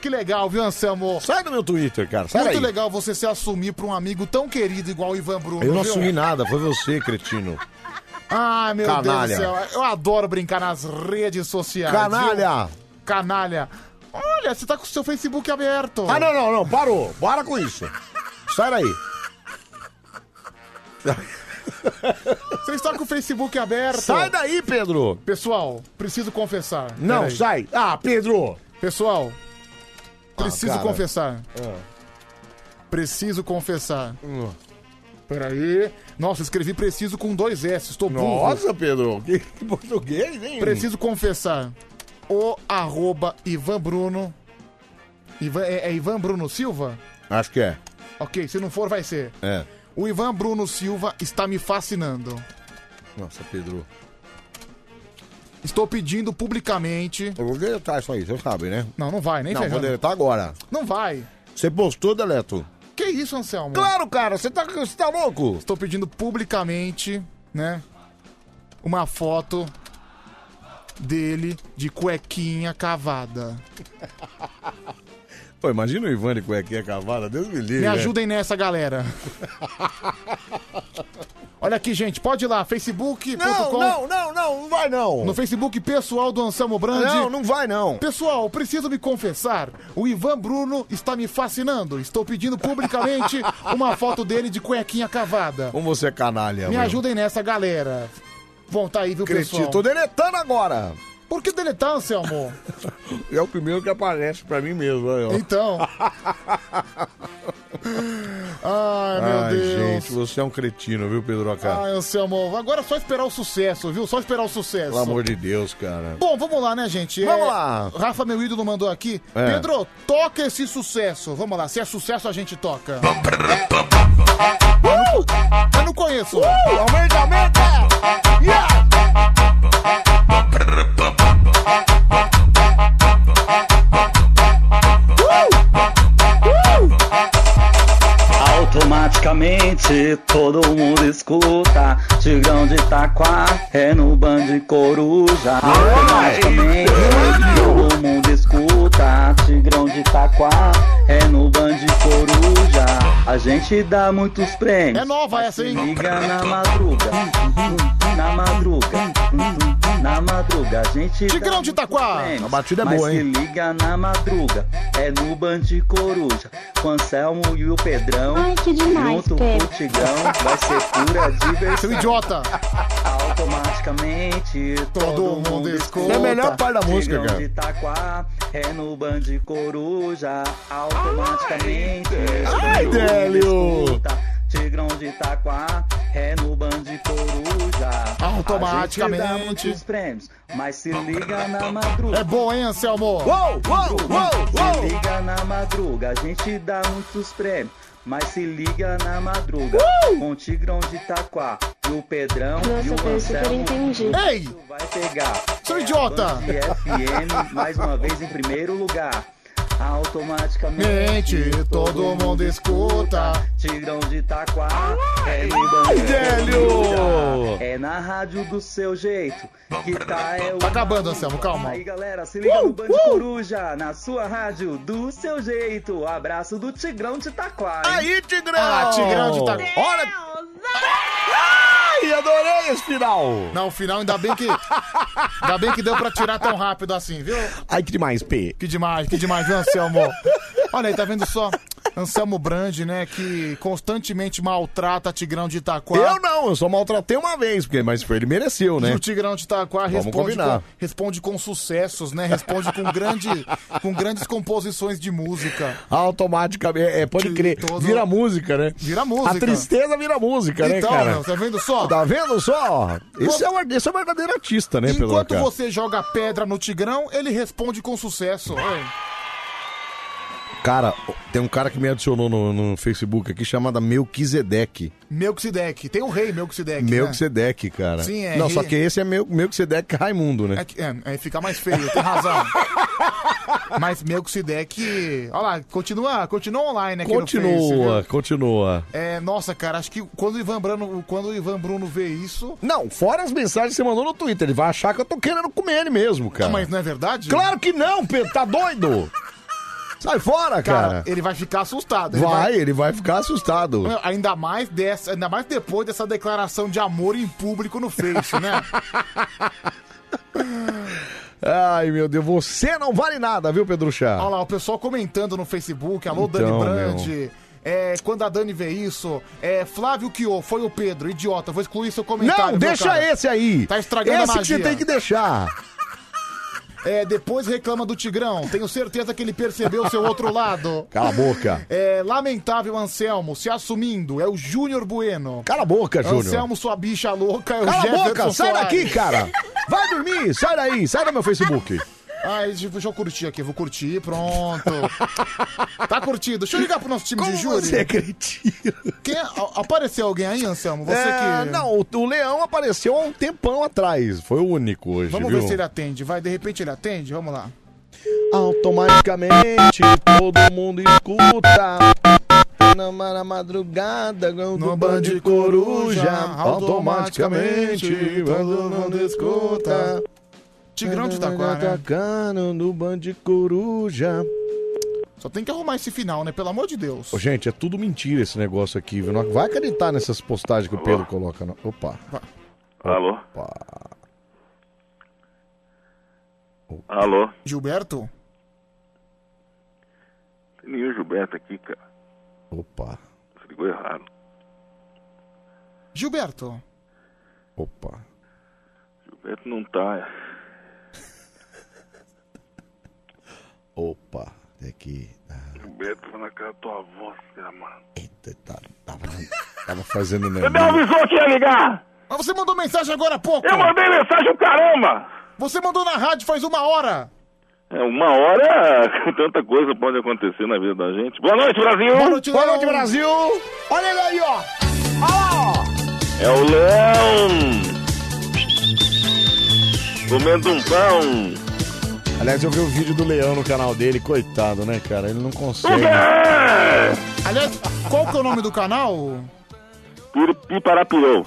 Speaker 3: Que legal, viu, Anselmo?
Speaker 1: Sai do meu Twitter, cara. Sai
Speaker 3: Muito
Speaker 1: daí.
Speaker 3: legal você se assumir pra um amigo tão querido igual o Ivan Bruno.
Speaker 1: Eu não
Speaker 3: viu?
Speaker 1: assumi nada, foi você,
Speaker 3: [LAUGHS]
Speaker 1: cretino.
Speaker 3: Ai, meu
Speaker 1: Canalha.
Speaker 3: Deus do céu. Eu adoro brincar nas redes sociais.
Speaker 1: Canalha.
Speaker 3: viu? Canalha. Olha, você tá com o seu Facebook aberto.
Speaker 1: Ah, não, não, não, parou. Para com isso. Sai daí.
Speaker 3: Você está com o Facebook aberto.
Speaker 1: Sai daí, Pedro.
Speaker 3: Pessoal, preciso confessar.
Speaker 1: Não,
Speaker 3: Peraí.
Speaker 1: sai. Ah, Pedro. Ah,
Speaker 3: Pessoal, preciso
Speaker 1: cara. Ah.
Speaker 3: confessar. Preciso confessar.
Speaker 1: Hum.
Speaker 3: Peraí. Nossa, escrevi preciso com dois S. Estou burro.
Speaker 1: Nossa, Pedro. [LAUGHS] Que que português, hein?
Speaker 3: Preciso confessar. O arroba Ivan Bruno. Ivan, é, é Ivan Bruno Silva?
Speaker 1: Acho que é.
Speaker 3: Ok, se não for, vai ser.
Speaker 1: É.
Speaker 3: O Ivan Bruno Silva está me fascinando.
Speaker 1: Nossa, Pedro.
Speaker 3: Estou pedindo publicamente.
Speaker 1: Eu vou deletar isso aí, você sabe, né?
Speaker 3: Não, não vai, nem
Speaker 1: não, vou
Speaker 3: ferrando.
Speaker 1: deletar agora.
Speaker 3: Não vai.
Speaker 1: Você postou, deleto?
Speaker 3: Que isso, Anselmo?
Speaker 1: Claro, cara. Você tá, você tá louco?
Speaker 3: Estou pedindo publicamente, né? Uma foto dele de cuequinha cavada.
Speaker 1: Pô, imagina o Ivan de cuequinha é, cavada. Deus me livre.
Speaker 3: Me
Speaker 1: né?
Speaker 3: ajudem nessa, galera.
Speaker 1: [LAUGHS]
Speaker 3: Olha aqui, gente, pode ir lá, facebook.com.
Speaker 1: Não, não, não, não. Não vai, não.
Speaker 3: No Facebook pessoal do Anselmo Brandi.
Speaker 1: Não, não vai, não.
Speaker 3: Pessoal, preciso me confessar. O Ivan Bruno está me fascinando. Estou pedindo
Speaker 1: [LAUGHS]
Speaker 3: publicamente uma foto dele de cuequinha cavada.
Speaker 1: Como você é canalha,
Speaker 3: Me
Speaker 1: meu.
Speaker 3: ajudem nessa, galera. Bom, tá aí, viu,
Speaker 1: Cretino.
Speaker 3: pessoal?
Speaker 1: Tô deletando agora.
Speaker 3: Por que deletar, Anselmo?
Speaker 1: [LAUGHS] É o primeiro que aparece pra mim mesmo. Olha, ó.
Speaker 3: Então. Ai, meu
Speaker 1: Ai,
Speaker 3: Deus.
Speaker 1: gente, você é um cretino, viu, Pedro Acá?
Speaker 3: Ai, Anselmo, agora é só esperar o sucesso, viu? Só esperar o sucesso.
Speaker 1: Pelo amor de Deus, cara.
Speaker 3: Bom, vamos lá, né, gente?
Speaker 1: Vamos lá.
Speaker 3: Rafa, meu ídolo, mandou aqui.
Speaker 1: É.
Speaker 3: Pedro, toca esse sucesso. Vamos lá, se é sucesso, a gente toca. Eu não conheço.
Speaker 1: Uh, Aumenta, aumenta! Yeah!
Speaker 8: Automaticamente todo mundo escuta Tigrão de Itaquá é no bando de coruja Automaticamente todo mundo escuta Tigrão de Itaquá é no bando de coruja A gente dá muitos prêmios
Speaker 3: É nova essa, hein?
Speaker 8: Liga na madruga madruga, a gente.
Speaker 1: Tigrão de Itaquá! A batida é
Speaker 8: mas
Speaker 1: boa,
Speaker 8: se
Speaker 1: hein?
Speaker 8: liga na madruga, é no Band de Coruja, com Anselmo e o Pedrão.
Speaker 29: Ai, que demais,
Speaker 8: junto com
Speaker 29: Pedro.
Speaker 8: o Tigrão, vai ser
Speaker 1: [LAUGHS]
Speaker 8: pura diversão.
Speaker 29: Seu idiota.
Speaker 8: Automaticamente todo, mundo escuta.
Speaker 1: É a melhor parte da música,
Speaker 8: Tigrão
Speaker 1: cara.
Speaker 8: de Itaquá, é no Band de Coruja, automaticamente.
Speaker 1: Ai,
Speaker 8: todo mundo
Speaker 1: Délio.
Speaker 8: escuta. Tigrão de Itaquá, é no Band de Coruja.
Speaker 3: Automaticamente.
Speaker 8: A gente dá muitos prêmios, mas se liga na madruga.
Speaker 3: É bom, hein, Anselmo?
Speaker 8: Uou, uou, uou, Se liga na madruga, a gente dá muitos prêmios. Mas se liga na madruga, com o Tigrão de Itaquá e o Pedrão e o Anselmo.
Speaker 3: Ei!
Speaker 8: Vai pegar.
Speaker 3: Seu idiota!
Speaker 8: Band FM, mais uma vez em primeiro lugar. Automaticamente,
Speaker 3: Mente, todo mundo escuta.
Speaker 8: Tigrão de Itaquá, é no Band
Speaker 3: Ai,
Speaker 8: FM.
Speaker 3: Délio!
Speaker 8: É na rádio do seu jeito, que tá é o...
Speaker 3: Tá acabando, Anselmo, calma. Uh,
Speaker 8: Aí, galera, se liga no Band Coruja, na sua rádio, do seu jeito. Abraço do Tigrão de Itaquá.
Speaker 1: Aí, Tigrão! Ah,
Speaker 5: Oh.
Speaker 1: Tigrão de Itaquá. Olha- Ai, adorei esse final!
Speaker 3: Não, o final ainda bem que. Ainda bem que deu pra tirar tão rápido assim, viu?
Speaker 1: Ai, que demais, P.
Speaker 3: Que demais, que demais, viu,
Speaker 1: [LAUGHS]
Speaker 3: Anselmo? Olha aí, tá vendo só? Anselmo Brandi, né, que constantemente maltrata Tigrão de Itaquá.
Speaker 1: Eu não, eu só maltratei uma vez, porque, mas foi, ele mereceu,
Speaker 3: E
Speaker 1: né?
Speaker 3: o Tigrão de Itaquá
Speaker 1: Vamos
Speaker 3: responde
Speaker 1: combinar.
Speaker 3: com, responde com sucessos, né? Responde com, grande, com grandes composições de música.
Speaker 1: Automaticamente, é, pode crer. Vira música, né?
Speaker 3: Vira música.
Speaker 1: A tristeza vira música, né,
Speaker 3: Então,
Speaker 1: cara?
Speaker 3: meu, tá vendo só?
Speaker 1: Tá vendo só? Esse
Speaker 3: Você-
Speaker 1: é, um, esse é um verdadeiro artista, né, Pedro?
Speaker 3: Enquanto
Speaker 1: cara?
Speaker 3: você joga pedra no Tigrão, ele responde com sucesso. Oi.
Speaker 1: Cara, tem um cara que me adicionou no, no Facebook aqui chamado Melquisedeque.
Speaker 3: Melquisedeque. Tem o rei Melquisedeque. né?
Speaker 1: Melquisedeque, cara.
Speaker 3: Sim, é
Speaker 1: Não,
Speaker 3: re-
Speaker 1: só que esse é Mel, Melquisedeque Raimundo, né?
Speaker 3: É, que- é, é, fica mais feio, tem
Speaker 1: [LAUGHS]
Speaker 3: razão. Mas Melquisedeque. Olha lá, continua, continua online aqui é no né? Face.
Speaker 1: continua,
Speaker 3: viu?
Speaker 1: continua.
Speaker 3: É, nossa, cara, acho que quando o Ivan Bruno, quando o Ivan Bruno vê isso.
Speaker 1: Não, fora as mensagens que você mandou no Twitter, ele vai achar que eu tô querendo comer ele mesmo, cara.
Speaker 3: Mas não é verdade?
Speaker 1: Claro que não, Pedro, tá doido? Sai fora, Ah, cara.
Speaker 3: ele vai ficar assustado.
Speaker 1: vai, ele é vai ficar assustado.
Speaker 3: Meu, Ainda mais dessa, ainda mais depois dessa declaração de amor em público no Face,
Speaker 1: [LAUGHS]
Speaker 3: né?
Speaker 1: Ai, meu Deus, você não vale nada, viu, Pedro Chá?
Speaker 3: Olha lá, o pessoal comentando no Facebook, alô Dani
Speaker 1: Ah. Então,
Speaker 3: Brandi. É, quando a Dani vê isso, é, Flávio Kio, foi o Pedro, idiota, vou excluir seu comentário.
Speaker 1: Não,
Speaker 3: meu
Speaker 1: deixa
Speaker 3: cara.
Speaker 1: esse aí.
Speaker 3: Tá estragando a
Speaker 1: Esse que você
Speaker 3: magia.
Speaker 1: tem que deixar.
Speaker 3: É, depois reclama do Tigrão, tenho certeza que ele percebeu o seu outro lado.
Speaker 1: [LAUGHS] Cala a boca.
Speaker 3: É, lamentável Anselmo, se assumindo, é o Júnior Bueno.
Speaker 1: Cala a boca, Júnior.
Speaker 3: Anselmo, sua bicha louca, é o
Speaker 1: Cala a
Speaker 3: Jefferson
Speaker 1: boca, sai
Speaker 3: Soares.
Speaker 1: daqui,
Speaker 3: [LAUGHS]
Speaker 1: cara. Vai dormir, sai daí, sai do meu Facebook.
Speaker 3: Ai, deixa Ah, deixa eu curtir aqui, vou curtir,
Speaker 1: [LAUGHS]
Speaker 3: pronto. Tá curtido. Deixa eu ligar pro nosso time de júri.
Speaker 1: você é cretino?
Speaker 3: Quem, a- apareceu alguém aí, Anselmo? Você
Speaker 1: É,
Speaker 3: que...
Speaker 1: Não, o, o Leão apareceu há um tempão atrás. Foi o único hoje,
Speaker 3: Vamos
Speaker 1: viu?
Speaker 3: ver se ele atende, vai. De repente ele atende, vamos lá.
Speaker 1: Automaticamente todo mundo escuta. Na, na madrugada, no band de coruja. Automaticamente todo mundo escuta.
Speaker 3: Tigrão de Itaquá, né?
Speaker 1: Atacando no band de coruja.
Speaker 3: Só tem que arrumar esse final, né? Pelo amor de Deus.
Speaker 1: Ô, gente, é tudo mentira esse negócio aqui, viu? Não vai acreditar nessas postagens que o Pedro coloca. Não. Opa.
Speaker 4: Alô? Alô?
Speaker 3: Gilberto?
Speaker 4: Tem nenhum Gilberto aqui, cara.
Speaker 1: Opa.
Speaker 4: Você ligou errado.
Speaker 3: Gilberto.
Speaker 1: Opa.
Speaker 4: Gilberto não tá.
Speaker 1: Opa. É que
Speaker 4: Gilberto foi na casa da tua avó, filha, mano.
Speaker 1: tava fazendo
Speaker 4: Você me avisou que ia ligar!
Speaker 3: Mas você mandou mensagem agora há pouco!
Speaker 4: Eu mandei mensagem, o caramba!
Speaker 3: Você mandou na rádio faz uma hora!
Speaker 4: É, uma hora, [LAUGHS] tanta coisa pode acontecer na vida da gente. Boa noite, Brasil!
Speaker 1: Boa noite, Brasil! Olha ele aí, ó!
Speaker 4: É o leão! Comendo um pão!
Speaker 1: Aliás, eu vi o vídeo do Leão no canal dele, coitado, né, cara? Ele não consegue.
Speaker 4: É.
Speaker 3: Aliás, qual que é o nome do canal?
Speaker 4: Piparapurão.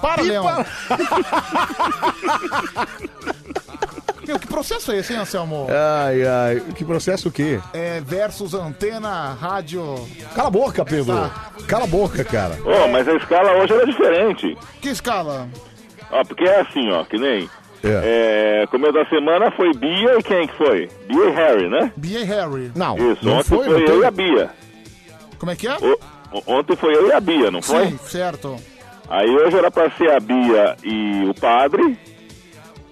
Speaker 3: Para, Leão! [LAUGHS] Meu, que processo é esse, hein, Anselmo?
Speaker 1: Ai, ai. Que processo o quê?
Speaker 3: É versus antena, rádio.
Speaker 1: Cala a boca, Pedro!
Speaker 3: Tá.
Speaker 1: Cala a boca, cara!
Speaker 4: Ô, mas a escala hoje era diferente.
Speaker 3: Que escala?
Speaker 4: Ó, porque é assim, ó, que nem É, começo da semana foi Bia e quem é que foi? Bia e Harry, né?
Speaker 3: Bia e Harry.
Speaker 1: Não.
Speaker 4: Isso,
Speaker 3: não
Speaker 4: ontem foi,
Speaker 3: foi, não
Speaker 4: eu
Speaker 3: tem-
Speaker 4: e a Bia.
Speaker 3: Como é que é?
Speaker 4: O- o- ontem foi eu e a Bia, não foi?
Speaker 3: Sim, certo.
Speaker 4: Aí hoje era pra ser a Bia e o padre.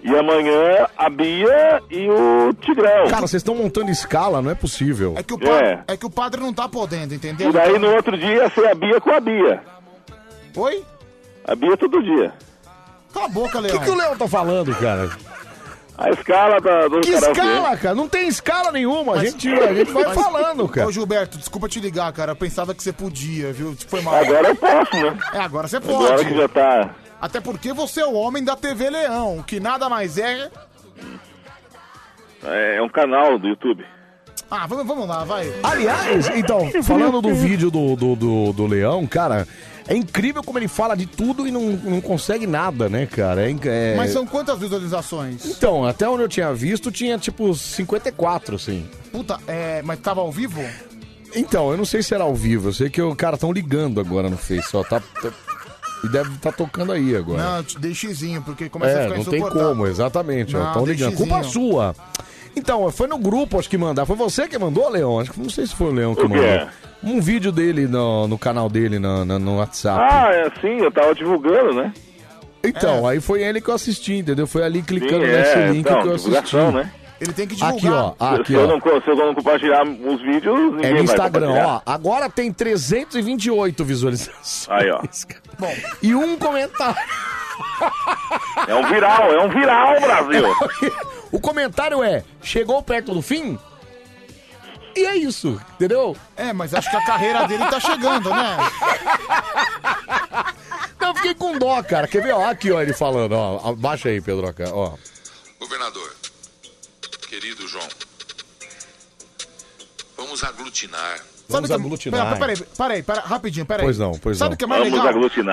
Speaker 4: E amanhã a Bia e o Tigrão.
Speaker 1: Cara, vocês estão montando escala, não é possível.
Speaker 3: É que o, padre,
Speaker 4: É.
Speaker 3: é que o padre não tá podendo, entendeu?
Speaker 4: E daí no outro dia ia ser a Bia com a Bia.
Speaker 3: Oi?
Speaker 4: A Bia todo dia.
Speaker 3: Cala a boca, Leão.
Speaker 1: O que, que o Leão tá falando, cara?
Speaker 4: A escala tá da, do
Speaker 1: Que
Speaker 4: karaokê.
Speaker 1: escala, cara? Não tem escala nenhuma. A
Speaker 3: Mas-
Speaker 1: gente, a gente
Speaker 3: [LAUGHS]
Speaker 1: vai
Speaker 3: Mas-
Speaker 1: falando, cara.
Speaker 3: Ô, Gilberto, desculpa te ligar, cara. Eu pensava que você podia, viu? Tipo, Foi mal.
Speaker 4: Agora eu posso, né?
Speaker 3: É, agora você pode.
Speaker 4: Agora que já tá.
Speaker 3: Até porque você é o homem da TV Leão, que nada mais é.
Speaker 4: É, é um canal do YouTube.
Speaker 3: Ah, vamos, vamos lá, vai.
Speaker 1: Aliás,
Speaker 3: [LAUGHS]
Speaker 4: [LAUGHS]
Speaker 1: então, falando do vídeo do, do, do, do Leão, cara, é incrível como ele fala de tudo e não, não consegue nada, né, cara? É, inc- é-
Speaker 3: Mas são quantas visualizações?
Speaker 1: Então, até onde eu tinha visto, tinha tipo 54, assim.
Speaker 3: Puta, é. Mas tava ao vivo?
Speaker 1: Então, eu não sei se era ao vivo, eu sei que o cara tão ligando agora no Face, ó, tá... tá- E deve estar tocando aí agora.
Speaker 3: Não, eu te dei xizinho, porque começa a
Speaker 1: é,
Speaker 3: ficar
Speaker 1: não tem
Speaker 3: insuportável.
Speaker 1: como, exatamente.
Speaker 3: Não,
Speaker 1: Estão ligando.
Speaker 3: deixezinho.
Speaker 1: Culpa sua. Então, foi no grupo, acho que mandar. Foi você que mandou, Leão? Acho que não sei se foi o Leão que
Speaker 4: O quê?
Speaker 1: mandou. Um vídeo dele no, no canal dele, no, no- no WhatsApp.
Speaker 4: Ah, é sim, eu tava divulgando, né?
Speaker 1: então, aí foi ele que eu assisti, entendeu? Foi ali clicando
Speaker 4: Sim,
Speaker 1: nesse
Speaker 4: é,
Speaker 1: link
Speaker 4: então,
Speaker 1: que eu assisti.
Speaker 4: divulgação, né?
Speaker 3: Ele tem que
Speaker 1: Aqui, ó. Aqui,
Speaker 4: se, Eu
Speaker 1: ó.
Speaker 4: não, co- se eu não compartilhar os vídeos, ninguém
Speaker 1: É no
Speaker 4: vai
Speaker 1: Instagram, ó.
Speaker 4: compartilhar.
Speaker 1: Agora tem 328 visualizações.
Speaker 4: Aí, ó.
Speaker 1: Bom, [LAUGHS] e um comentário.
Speaker 4: É um viral, é um viral, Brasil.
Speaker 1: [LAUGHS] o comentário é: chegou perto do fim? E é isso, entendeu?
Speaker 3: É, mas acho que a carreira dele tá chegando, né?
Speaker 1: Não, eu fiquei com dó, cara. Quer ver? Ó, aqui, ó, ele falando, ó. Abaixa aí, Pedro, ó.
Speaker 30: Governador, querido João, vamos aglutinar.
Speaker 3: Sabe que- é- Pera- Peraí, peraí, peraí, rapidinho, peraí.
Speaker 1: Pois não, pois
Speaker 3: Sabe
Speaker 1: não.
Speaker 3: o que é mais legal?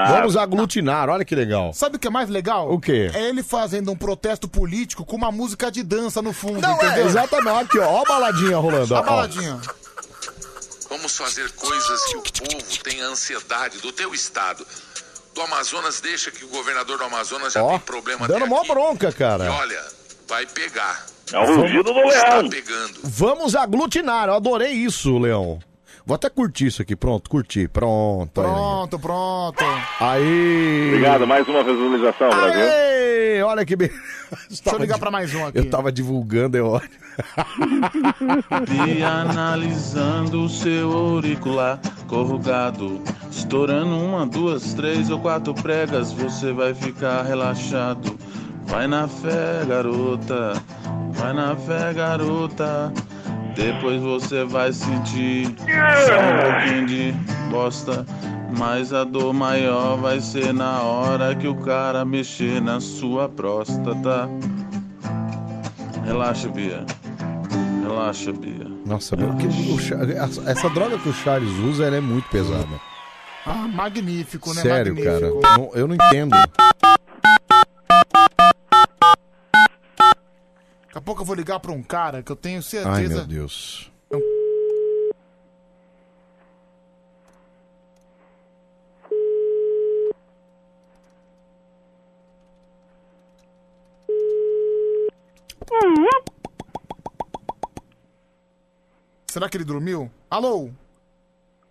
Speaker 1: Vamos aglutinar, olha que legal.
Speaker 3: Sabe o que é mais legal?
Speaker 1: O quê?
Speaker 3: É ele fazendo um protesto político com uma música de dança no fundo,
Speaker 1: Não, é,
Speaker 3: entendeu?
Speaker 1: exatamente. Aqui, ó, ó a baladinha rolando, ó. tá
Speaker 3: A baladinha.
Speaker 30: Vamos fazer coisas que o povo tem ansiedade do teu estado. Do Amazonas, deixa que o governador do Amazonas já
Speaker 1: Ó,
Speaker 30: tem problema até
Speaker 1: dando mó
Speaker 30: aqui.
Speaker 1: bronca, cara.
Speaker 30: E olha, vai pegar.
Speaker 1: É o
Speaker 4: um
Speaker 1: rugido do
Speaker 30: Está
Speaker 1: leão.
Speaker 30: pegando.
Speaker 1: Vamos aglutinar, eu adorei isso, Leão. Vou até curtir isso aqui, pronto, curti, pronto.
Speaker 3: Pronto, pronto.
Speaker 1: Aí.
Speaker 4: Obrigado, mais uma visualização, Brasil.
Speaker 1: Ei, olha [LAUGHS] que beleza.
Speaker 3: Deixa eu ligar pra mais um aqui.
Speaker 1: Eu tava divulgando, é ótimo.
Speaker 21: E analisando o seu auricular corrugado, estourando uma, duas, três ou quatro pregas, você vai ficar relaxado. Vai na fé, garota, vai na fé, garota. Depois você vai sentir só um pouquinho de bosta, mas a dor maior vai ser na hora que o cara mexer na sua próstata. Relaxa, Bia. Relaxa, Bia.
Speaker 1: Nossa, meu, que- o Cha- essa- essa droga que o Charles usa ela é muito pesada.
Speaker 3: Ah, magnífico, né?
Speaker 1: Sério, cara.
Speaker 3: magnífico.
Speaker 1: Não- eu não entendo.
Speaker 3: Daqui a pouco eu vou ligar pra um cara que eu tenho certeza.
Speaker 1: Ai, meu Deus.
Speaker 3: Será que ele dormiu? Alô?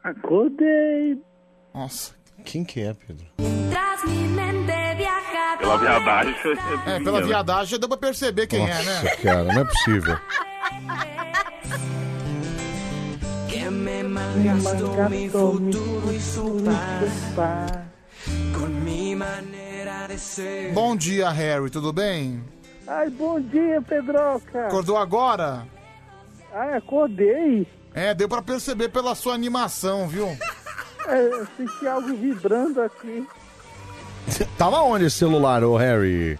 Speaker 22: Acordei.
Speaker 3: Nossa.
Speaker 1: Quem que é, Pedro?
Speaker 4: Pela viadagem.
Speaker 3: É, pela viadagem já deu pra perceber quem é, né?
Speaker 1: Nossa, cara, não é possível.
Speaker 3: Bom dia, Harry, tudo bem?
Speaker 22: Ai, bom dia, Pedroca.
Speaker 3: Acordou agora?
Speaker 22: Ai, acordei.
Speaker 3: É, deu pra perceber pela sua animação, viu?
Speaker 22: É, senti algo vibrando aqui.
Speaker 1: [LAUGHS] Tava onde esse celular, ô Harry?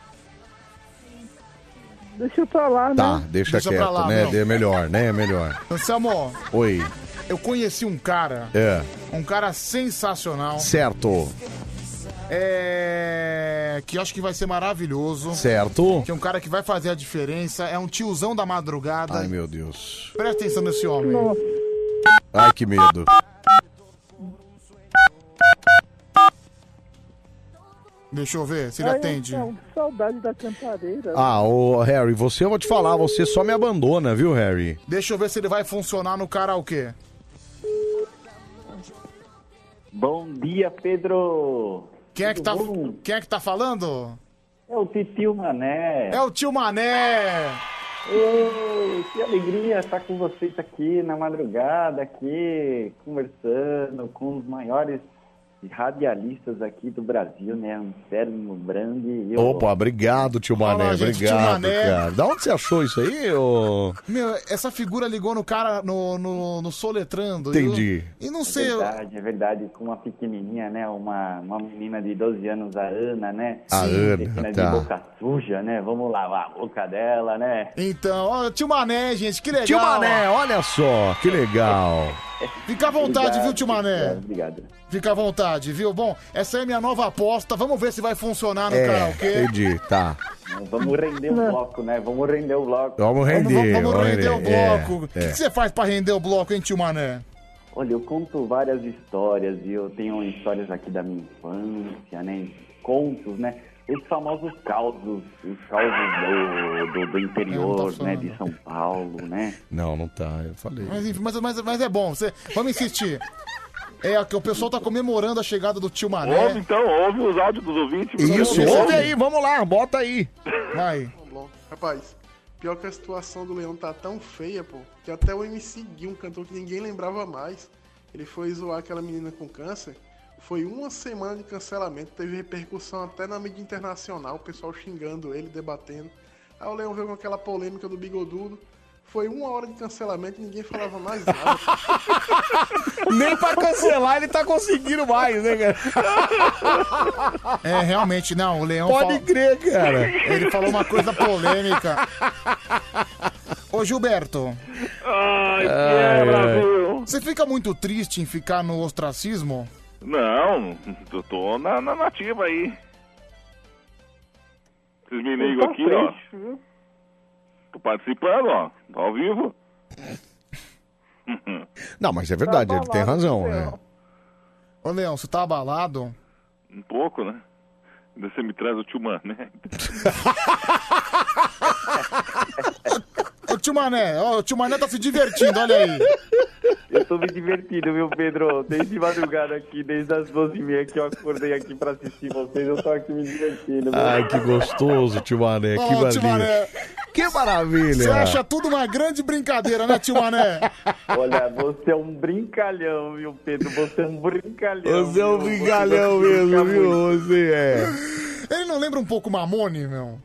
Speaker 22: [LAUGHS] Deixa eu pra lá,
Speaker 1: Tá,
Speaker 22: né?
Speaker 1: deixa,
Speaker 22: Deixa pra
Speaker 1: quieto,
Speaker 22: lá,
Speaker 1: né?
Speaker 22: não.
Speaker 1: É melhor, né? É melhor.
Speaker 3: Anselmo,
Speaker 1: Oi.
Speaker 3: eu conheci um cara,
Speaker 1: É.
Speaker 3: um cara sensacional,
Speaker 1: Certo.
Speaker 3: é... que eu acho que vai ser maravilhoso.
Speaker 1: Certo.
Speaker 3: Que é um cara que vai fazer a diferença, é um tiozão da madrugada.
Speaker 1: Ai, meu Deus.
Speaker 3: Presta atenção nesse homem.
Speaker 1: Ai, que medo.
Speaker 3: Deixa eu ver se ele
Speaker 22: Ai,
Speaker 3: atende.
Speaker 22: então, saudade da campareira.
Speaker 1: Ah, ô Harry, você, eu vou te falar, você só me abandona, viu, Harry?
Speaker 3: Deixa eu ver se ele vai funcionar no karaokê.
Speaker 13: Bom dia, Pedro.
Speaker 3: Quem é que tá,
Speaker 13: Tudo bom?
Speaker 3: quem é que tá falando?
Speaker 13: É o Titio Mané.
Speaker 3: É o tio Mané.
Speaker 13: Ei, que alegria estar com vocês aqui na madrugada, aqui conversando com os maiores radialistas aqui do Brasil, né? Anselmo Brandi e o-
Speaker 1: Opa, obrigado, tio Mané,
Speaker 13: Olha lá, gente, tio
Speaker 1: obrigado,
Speaker 3: Mané.
Speaker 1: cara. Da onde você achou isso aí, ô?
Speaker 3: Meu, essa figura ligou no cara no, no, no soletrando.
Speaker 1: Entendi.
Speaker 3: E, eu não sei.
Speaker 13: É
Speaker 3: eu-
Speaker 13: verdade, é verdade. Com uma pequenininha, né? Uma, uma menina de 12 anos, a Ana, né?
Speaker 1: A Ana,
Speaker 13: Pequena
Speaker 1: tá.
Speaker 13: de boca suja, né? Vamos lavar a boca dela, né?
Speaker 3: Então, ó, tio Mané, gente, que legal.
Speaker 1: Tio Mané, olha só, que legal.
Speaker 3: Fica à vontade,
Speaker 13: Obrigado,
Speaker 3: viu, tio Mané?
Speaker 13: Obrigado.
Speaker 3: Fica à vontade, viu? Bom, essa é a minha nova aposta. Vamos ver se vai funcionar no
Speaker 1: É,
Speaker 3: karaokê.
Speaker 1: entendi, tá.
Speaker 13: Vamos render o bloco, né? Vamos render o bloco.
Speaker 1: Vamos render,
Speaker 13: vamos
Speaker 3: Render o
Speaker 13: É,
Speaker 3: bloco. O que
Speaker 13: é.
Speaker 3: que você faz pra render o bloco, hein, tio Mané?
Speaker 13: Olha, eu conto várias histórias e eu tenho histórias aqui da minha infância, né? Contos, né? Os famosos causos, os causos do, do, do interior, né? De São Paulo, né?
Speaker 1: Não, não tá, eu falei.
Speaker 3: Mas, enfim, mas, mas, mas é bom, você... vamos insistir. É, que o pessoal tá comemorando a chegada do tio Mané.
Speaker 4: Ouve então, ouve os áudios dos ouvintes.
Speaker 3: Isso,
Speaker 4: Ouve.
Speaker 3: ouve
Speaker 1: aí, vamos lá, bota aí.
Speaker 3: Vai.
Speaker 14: Tá Rapaz, pior que a situação do Leão tá tão feia, pô, que até o MC Gui, um cantor que ninguém lembrava mais, ele foi zoar aquela menina com câncer. Foi uma semana de cancelamento, teve repercussão até na mídia internacional, o pessoal xingando ele, debatendo. Aí o Leão veio com aquela polêmica do bigodudo. Foi uma hora de cancelamento e ninguém falava mais nada.
Speaker 1: É. Nem pra cancelar ele tá conseguindo mais, né, cara?
Speaker 3: É, realmente, não, o Leão.
Speaker 1: Pode
Speaker 3: fala-
Speaker 1: crer, cara.
Speaker 3: Ele falou uma coisa polêmica. Ô, Gilberto.
Speaker 4: Ai, que é, Brasil.
Speaker 3: Você fica muito triste em ficar no ostracismo?
Speaker 4: Não, eu tô na, na nativa aí. Vocês me ligam aqui, ó. Tô participando, ó. Tô ao vivo. [LAUGHS]
Speaker 1: Não, mas é verdade, ele tem razão, né?
Speaker 3: Ô, Leão, você tá abalado?
Speaker 4: Um pouco, né? Ainda Você me traz o tio Mané.
Speaker 3: Ô, tio Mané, ó, o tio Mané tá se divertindo, olha aí.
Speaker 13: Eu tô me divertindo, viu, Pedro? Desde madrugada aqui, desde as 12h30 que eu acordei aqui pra assistir vocês, eu tô aqui me divertindo. viu?
Speaker 1: Ai, que gostoso, tio Mané, É, que
Speaker 3: Ô, tio
Speaker 1: maravilha.
Speaker 3: Mané.
Speaker 1: Que maravilha.
Speaker 3: Você acha tudo uma grande brincadeira, né, tio Mané?
Speaker 13: Olha, você é um brincalhão, viu, Pedro? Você é um brincalhão.
Speaker 1: Você é
Speaker 13: viu?
Speaker 1: um brincalhão
Speaker 13: gosta de brincar
Speaker 1: mesmo, viu?
Speaker 13: muito.
Speaker 1: Você é.
Speaker 3: Ele não lembra um pouco Mamone, meu?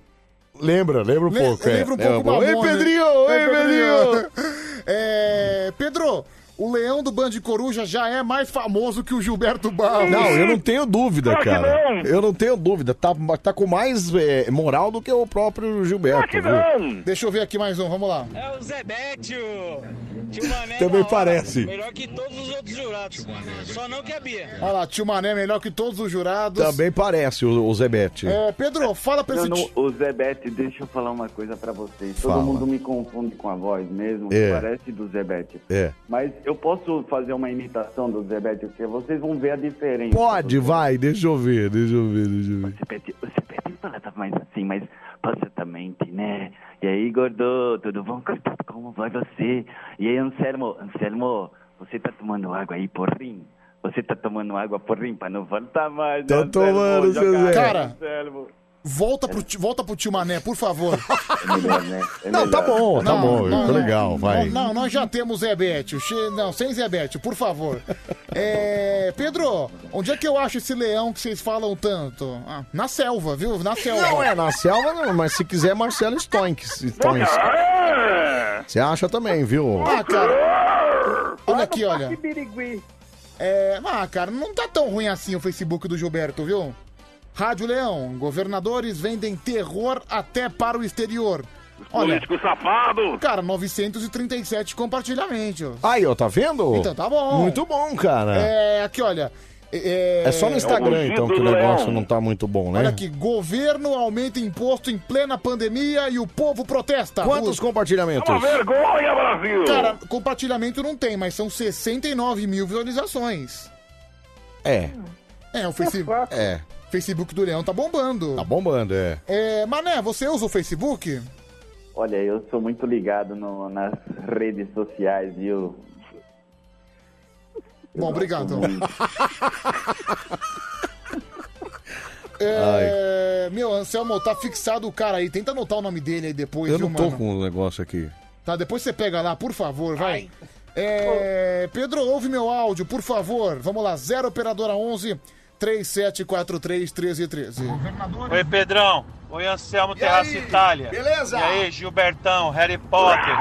Speaker 1: Lembra, lembra um
Speaker 3: Le-
Speaker 1: pouco, é.
Speaker 3: lembra um
Speaker 1: Lembra
Speaker 3: pouco Mamone.
Speaker 1: Ei, Pedrinho, ei, Pedrinho.
Speaker 3: É, Pedro, o Leão do Band Coruja já é mais famoso que o Gilberto Barros.
Speaker 1: Não, eu não tenho dúvida,
Speaker 3: Claro que
Speaker 1: cara.
Speaker 3: não.
Speaker 1: Eu não tenho dúvida. Tá, tá com mais é, moral do que o próprio Gilberto, viu?
Speaker 3: Deixa eu ver aqui mais um, vamos lá.
Speaker 15: É o Zebetio. Tio Mané
Speaker 1: Também
Speaker 15: da hora.
Speaker 1: parece.
Speaker 15: Melhor que todos os outros jurados. Só não que a Bia.
Speaker 3: Olha lá, tio Mané é melhor que todos os jurados.
Speaker 1: Também parece o, o Zebete.
Speaker 3: É, Pedro, fala pra
Speaker 13: Não,
Speaker 3: esse
Speaker 13: não,
Speaker 3: tio.
Speaker 13: o Zé Bete, deixa eu falar uma coisa pra vocês. Todo
Speaker 1: Fala.
Speaker 13: mundo me confunde com a voz mesmo,
Speaker 1: É.
Speaker 13: parece do Zé Bete.
Speaker 1: É.
Speaker 13: Mas eu posso fazer uma imitação do Zé Bete, porque vocês vão ver a diferença.
Speaker 1: Pode, vai, deixa eu ver, deixa eu ver, deixa eu ver.
Speaker 13: Ele falava mais É assim, mais passatamente, né? E aí, gordo, tudo bom? Coitado, Como vai você? E aí, Anselmo, Anselmo, você tá tomando água aí, porrinho? Você tá tomando água, porrinho, pra não faltar mais,
Speaker 1: Tô
Speaker 13: né, Anselmo?
Speaker 1: tomando, seu
Speaker 13: Joga
Speaker 1: Zé.
Speaker 13: água,
Speaker 1: Cara,
Speaker 13: Anselmo.
Speaker 3: Volta pro, ti- volta pro tio Mané, por favor.
Speaker 1: Não, tá bom, tá bom, tá legal, vai.
Speaker 3: Não, nós já temos Zé Bétio. Che- Não, sem Zé Bétio, por favor. É, Pedro, onde é que eu acho esse leão que vocês falam tanto? Ah, na selva, viu? Na selva.
Speaker 1: Não é na selva, não, mas se quiser, Marcelo Stoinks. Stoinks. Você acha também, viu?
Speaker 3: Ah, cara. Olha aqui, olha.
Speaker 22: Que birigui.
Speaker 3: É, ah, cara, não tá tão ruim assim o Facebook do Gilberto, viu? Rádio Leão, governadores vendem terror até para o exterior. Olha,
Speaker 4: Político safado.
Speaker 3: cara, 937 compartilhamentos.
Speaker 1: Aí, ó, tá vendo?
Speaker 3: Então tá bom.
Speaker 1: Muito bom, cara.
Speaker 3: É, aqui, olha. É,
Speaker 1: É só no Instagram, então, que o negócio não tá muito bom, né?
Speaker 3: Olha aqui, governo aumenta imposto em plena pandemia e o povo protesta.
Speaker 1: Quantos
Speaker 3: O-
Speaker 1: compartilhamentos?
Speaker 3: Cara, compartilhamento não tem, mas são 69 mil visualizações.
Speaker 1: É,
Speaker 3: É, o Facebook.
Speaker 1: é.
Speaker 3: Facebook do Leão tá bombando.
Speaker 1: Tá bombando, é.
Speaker 3: É, Mané, você usa o Facebook?
Speaker 13: Olha, eu sou muito ligado no- nas redes sociais, viu?
Speaker 3: Bom, obrigado. É, meu, Anselmo, tá fixado o cara aí. Tenta anotar o nome dele aí depois,
Speaker 1: Eu
Speaker 3: viu,
Speaker 1: não tô
Speaker 3: mano?
Speaker 1: com o negócio aqui.
Speaker 3: Tá, depois você pega lá, por favor, vai. É, Pedro, ouve meu áudio, por favor. Vamos lá, 0 operadora 11 3743 1313.
Speaker 15: Oi, Pedrão. Oi, Anselmo Terraça Itália.
Speaker 1: Beleza?
Speaker 15: E aí, Gilbertão, Harry Potter.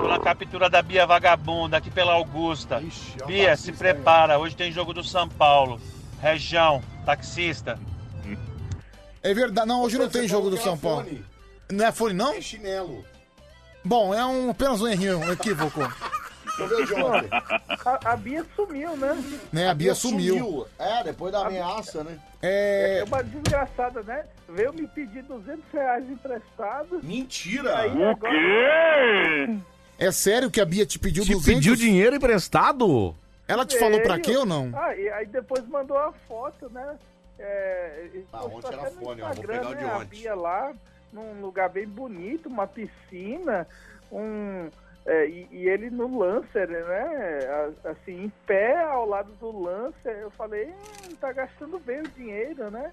Speaker 15: Tô na captura da Bia Vagabunda, aqui pela Augusta.
Speaker 1: é um
Speaker 15: Bia, se prepara. Hoje tem jogo do São Paulo. Região, taxista.
Speaker 3: É verdade, não, hoje não tem jogo do São Paulo. Não é fone, não? É
Speaker 5: é chinelo.
Speaker 3: Bom, é um, apenas um errinho, um equívoco.
Speaker 22: A, a Bia sumiu, né?
Speaker 3: Né, a Bia sumiu.
Speaker 22: É,
Speaker 5: depois da ameaça, né?
Speaker 3: É...
Speaker 22: uma desgraçada, né? Veio me pedir 200 reais emprestado.
Speaker 5: Mentira!
Speaker 22: Aí,
Speaker 5: O
Speaker 22: agora...
Speaker 5: quê?
Speaker 3: É sério que a Bia te pediu
Speaker 1: Te
Speaker 3: 200?
Speaker 1: pediu dinheiro emprestado?
Speaker 3: Ela te falou pra
Speaker 22: Veio.
Speaker 3: quê ou não?
Speaker 22: Ah, e aí depois mandou a foto, né? É, e postou
Speaker 5: ontem Tá, era
Speaker 22: até no
Speaker 5: fone, ó, vou
Speaker 22: Instagram,
Speaker 5: pegar o de
Speaker 22: né? A
Speaker 5: ontem.
Speaker 22: Bia lá, num lugar bem bonito, uma piscina, um... é, e, e ele no Lancer, né? A- Assim, em pé ao lado do Lancer, eu falei, "Hum, tá gastando bem o dinheiro, né?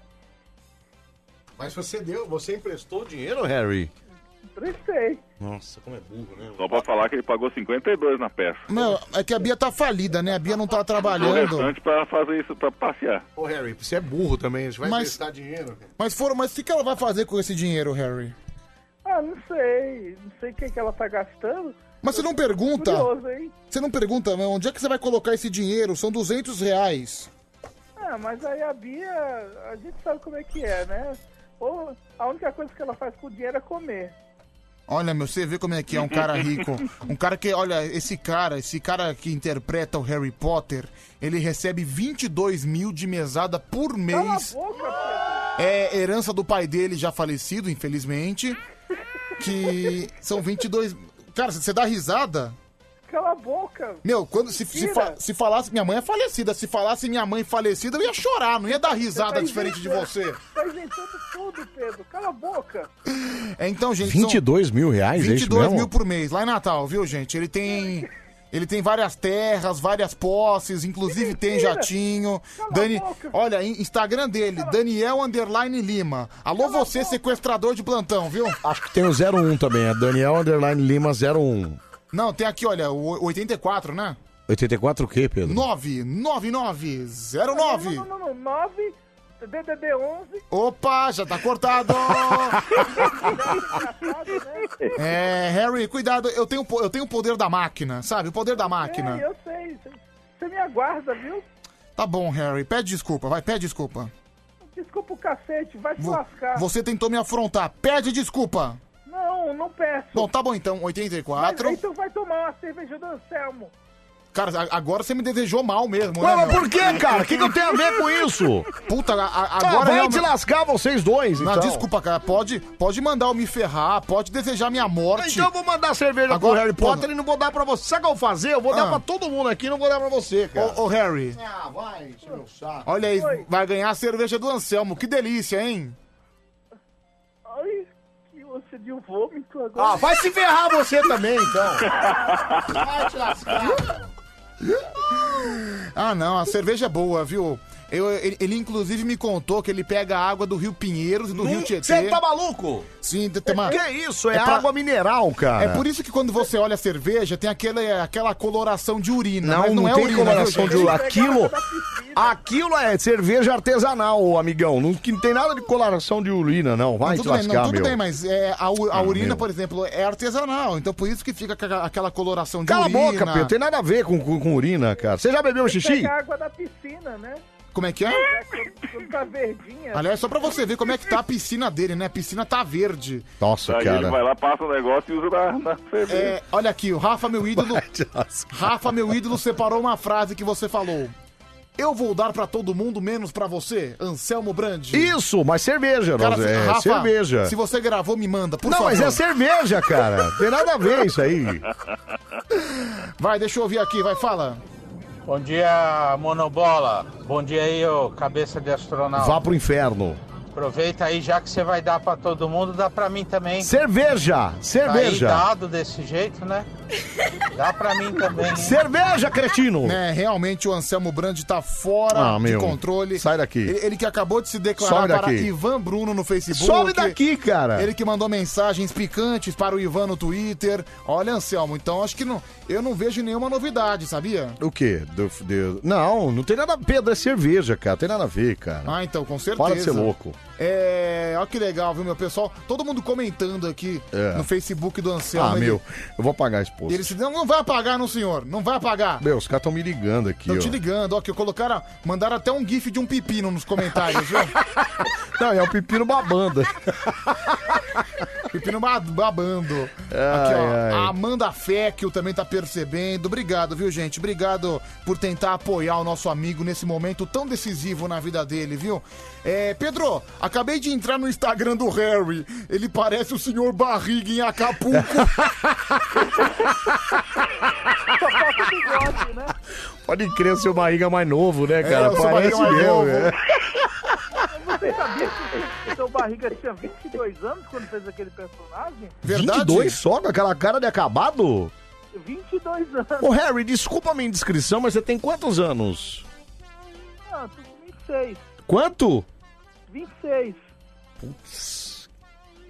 Speaker 5: Mas você deu, você emprestou dinheiro, Harry?
Speaker 1: Harry.
Speaker 22: Prestei.
Speaker 5: Nossa, como é burro, né?
Speaker 4: Só pra falar que ele pagou 52 na peça.
Speaker 3: Não, é que a Bia tá falida, né? A Bia não tá
Speaker 4: O
Speaker 3: trabalhando.
Speaker 4: restante pra fazer isso, pra passear.
Speaker 5: Ô, Harry, você é burro também, você vai
Speaker 3: Mas-
Speaker 5: emprestar dinheiro. cara.
Speaker 3: Mas foram, mas o que que ela vai fazer com esse dinheiro, Harry?
Speaker 22: Ah, não sei, não sei o que, que ela tá gastando.
Speaker 3: Mas você não pergunta.
Speaker 22: Curioso, hein?
Speaker 3: Você não pergunta, mas onde é que você vai colocar esse dinheiro? São 200 reais.
Speaker 22: Ah, mas aí a Bia, a gente sabe como é que é, né? Ou a única coisa que ela faz com o dinheiro é comer.
Speaker 3: Olha, meu, você vê como é que é um cara rico. Um cara que, olha, esse cara, esse cara que interpreta o Harry Potter, ele recebe 22 mil de mesada por mês. É herança do pai dele, já falecido, infelizmente. Que são 22. Cara, você dá risada?
Speaker 22: Cala a boca!
Speaker 3: Meu, quando se, se, fa- se falasse minha mãe é falecida, se falasse minha mãe falecida, eu ia chorar, não ia dar risada
Speaker 22: Você tá
Speaker 3: diferente de
Speaker 22: inventando-
Speaker 3: você.
Speaker 22: Tá inventando tudo, Pedro. Cala a boca.
Speaker 3: É, então, gente, são
Speaker 1: 22 mil reais, é isso
Speaker 3: 22
Speaker 1: mesmo?
Speaker 3: mil por mês, lá em Natal, viu, gente? Ele tem. Ele tem várias terras, várias posses, inclusive tem
Speaker 5: mentira!
Speaker 3: jatinho. Dani, olha, in- Instagram dele, Daniel Underline Lima. Alô, você, sequestrador de plantão, viu?
Speaker 1: Acho que tem o 01 também, é Daniel Underline Lima 01.
Speaker 3: Não, tem aqui, olha, o 84, né?
Speaker 1: 84 o quê, Pedro?
Speaker 3: 99909.
Speaker 22: Não, não, não, não. 9 DDD 11.
Speaker 3: Opa, já tá cortado!
Speaker 22: né?
Speaker 3: é, Harry, cuidado, eu tenho, po- eu tenho o poder da máquina, sabe? O poder da
Speaker 22: Ei,
Speaker 3: máquina.
Speaker 22: É, eu sei. você- Você me aguarda, viu?
Speaker 3: Tá bom, Harry, pede desculpa, vai, pede desculpa.
Speaker 22: Desculpa o cacete, vai se lascar.
Speaker 3: Você tentou me afrontar, pede desculpa.
Speaker 22: Não, não peço.
Speaker 3: Bom, tá bom então,
Speaker 22: Mas
Speaker 3: 84.
Speaker 22: Então vai tomar uma cerveja do Anselmo.
Speaker 3: Cara, a- agora você me desejou mal mesmo, né?
Speaker 1: Ué, mas
Speaker 3: meu?
Speaker 1: por quê, cara? O que que eu tenho a ver com isso?
Speaker 3: Puta, a- a-
Speaker 1: Ah,
Speaker 3: agora.
Speaker 1: vai
Speaker 3: realmente-
Speaker 1: te lascar vocês dois,
Speaker 3: Não,
Speaker 1: então.
Speaker 3: desculpa, cara. Pode, pode mandar eu me ferrar, pode desejar minha morte.
Speaker 1: Então eu vou mandar cerveja
Speaker 3: Agora-
Speaker 1: pro Harry
Speaker 3: porra.
Speaker 1: Potter e não vou dar pra você. Sabe o que eu vou fazer? Eu vou dar
Speaker 3: Ah.
Speaker 1: pra todo mundo aqui e não vou dar pra você, cara. É.
Speaker 3: Ô, ô, Harry.
Speaker 5: Ah, vai, seu meu saco.
Speaker 3: Olha aí, vai ganhar a cerveja do Anselmo. Que delícia, hein?
Speaker 22: Ai, que você deu vômito agora.
Speaker 1: Ah, vai
Speaker 3: [LAUGHS]
Speaker 1: se ferrar você também, então.
Speaker 22: Vai te lascar.
Speaker 3: Ah, não, a cerveja é boa, viu? Eu, ele, ele, inclusive me contou que ele pega a água do Rio Pinheiros e do Rio Tietê.
Speaker 1: Você tá maluco?
Speaker 3: Sim, tem uma...
Speaker 1: Que isso? É, água mineral, cara.
Speaker 3: É por isso que quando você olha a cerveja, tem aquela, aquela coloração de urina.
Speaker 1: Não,
Speaker 3: mas
Speaker 1: não,
Speaker 3: não, é
Speaker 1: tem
Speaker 3: urina,
Speaker 1: coloração
Speaker 3: viu,
Speaker 1: de
Speaker 3: gente?
Speaker 1: ouro. Aquilo, aquilo é cerveja artesanal, amigão. Não que não tem nada de coloração de urina, não. Vai
Speaker 3: tudo
Speaker 1: te
Speaker 3: bem,
Speaker 1: lascar,
Speaker 3: não, tudo
Speaker 1: meu.
Speaker 3: bem, mas é, a, u- a
Speaker 1: Ah,
Speaker 3: urina,
Speaker 1: meu.
Speaker 3: por exemplo, é artesanal. Então por isso que fica aquela- aquela coloração de
Speaker 1: Cala a
Speaker 3: urina.
Speaker 1: boca, Pedro. Tem nada a ver com, com, com urina, cara. Você já bebeu um xixi?
Speaker 22: Pegar água da piscina, né?
Speaker 3: Como é que é?
Speaker 22: Quando- Quando tá verdinha.
Speaker 3: Aliás, só pra você ver como é que tá a piscina dele, né? A piscina tá verde.
Speaker 1: Nossa,
Speaker 4: Aí ele
Speaker 1: cara.
Speaker 4: vai lá, passa o negócio e usa na, na cerveja.
Speaker 3: É, olha aqui, o Rafa, meu ídolo. Rafa, meu ídolo, separou uma frase que você falou. Eu vou dar pra todo mundo, menos pra você, Anselmo Brandi.
Speaker 1: Isso, mas cerveja,
Speaker 3: Cara,
Speaker 1: nós- é
Speaker 3: Rafa,
Speaker 1: cerveja.
Speaker 3: Se você gravou, me manda, por
Speaker 1: não,
Speaker 3: favor.
Speaker 1: mas é cerveja, cara. Não tem nada a ver isso aí.
Speaker 3: Vai, deixa eu ouvir aqui, vai, fala.
Speaker 31: Bom dia, Monobola. Bom dia aí, ô cabeça de astronauta.
Speaker 1: Vá pro inferno.
Speaker 31: Aproveita aí, já que você vai dar pra todo mundo, dá pra mim também.
Speaker 1: Cerveja! Cerveja!
Speaker 31: Tá aí dado desse jeito, né? Dá pra mim também. hein?
Speaker 1: Cerveja, cretino!
Speaker 3: É, realmente o Anselmo Brandi tá fora
Speaker 1: Ah,
Speaker 3: de
Speaker 1: meu.
Speaker 3: controle.
Speaker 1: Sai daqui.
Speaker 3: Ele, ele que acabou de se declarar
Speaker 1: Some
Speaker 3: para
Speaker 1: daqui.
Speaker 3: Ivan Bruno no Facebook.
Speaker 1: Some daqui, cara.
Speaker 3: Ele que mandou mensagens picantes para o Ivan no Twitter. Olha, Anselmo, então acho que não, eu não vejo nenhuma novidade, sabia?
Speaker 1: O quê? Do- de- Não, não tem nada a ver. Pedro, é cerveja, cara. Tem nada a ver, cara.
Speaker 3: Ah, então, com certeza.
Speaker 1: Para de ser louco.
Speaker 3: É, olha que legal, viu, meu pessoal? Todo mundo comentando aqui
Speaker 1: É.
Speaker 3: no Facebook do Anselmo.
Speaker 1: Ah,
Speaker 3: ele-
Speaker 1: meu, eu vou pagar a esposa.
Speaker 3: E ele se não, não vai apagar, não, senhor. Não vai apagar.
Speaker 1: Meu, os caras estão me ligando aqui,
Speaker 3: Estão
Speaker 1: ó.
Speaker 3: te ligando, ó, que colocaram, mandaram até um gif de um pepino nos comentários,
Speaker 1: [LAUGHS]
Speaker 3: viu?
Speaker 1: Não, é um pepino babando.
Speaker 3: pepino ba- babando.
Speaker 1: Ai,
Speaker 3: Aqui, ó,
Speaker 1: ai.
Speaker 3: a Amanda Fecchio também tá percebendo. Obrigado, viu, gente? Obrigado por tentar apoiar o nosso amigo nesse momento tão decisivo na vida dele, viu? É, Pedro, acabei de entrar no Instagram do Harry. Ele parece o senhor Barriga em
Speaker 1: [LAUGHS]
Speaker 3: Acapulco.
Speaker 22: Só falta o bigode, né?
Speaker 1: Pode crer, seu barriga é mais novo, né, cara?
Speaker 22: o seu barriga
Speaker 1: Parece
Speaker 22: é mais
Speaker 1: mesmo.
Speaker 22: novo.
Speaker 1: é.
Speaker 22: Você sabia que o seu barriga tinha 22 anos quando fez aquele personagem?
Speaker 1: 22 só com aquela cara de acabado?
Speaker 22: 22 anos.
Speaker 1: Ô, Harry, desculpa a minha indiscrição, mas você tem quantos anos?
Speaker 22: Não, eu tô com 26.
Speaker 1: Quanto?
Speaker 22: 26.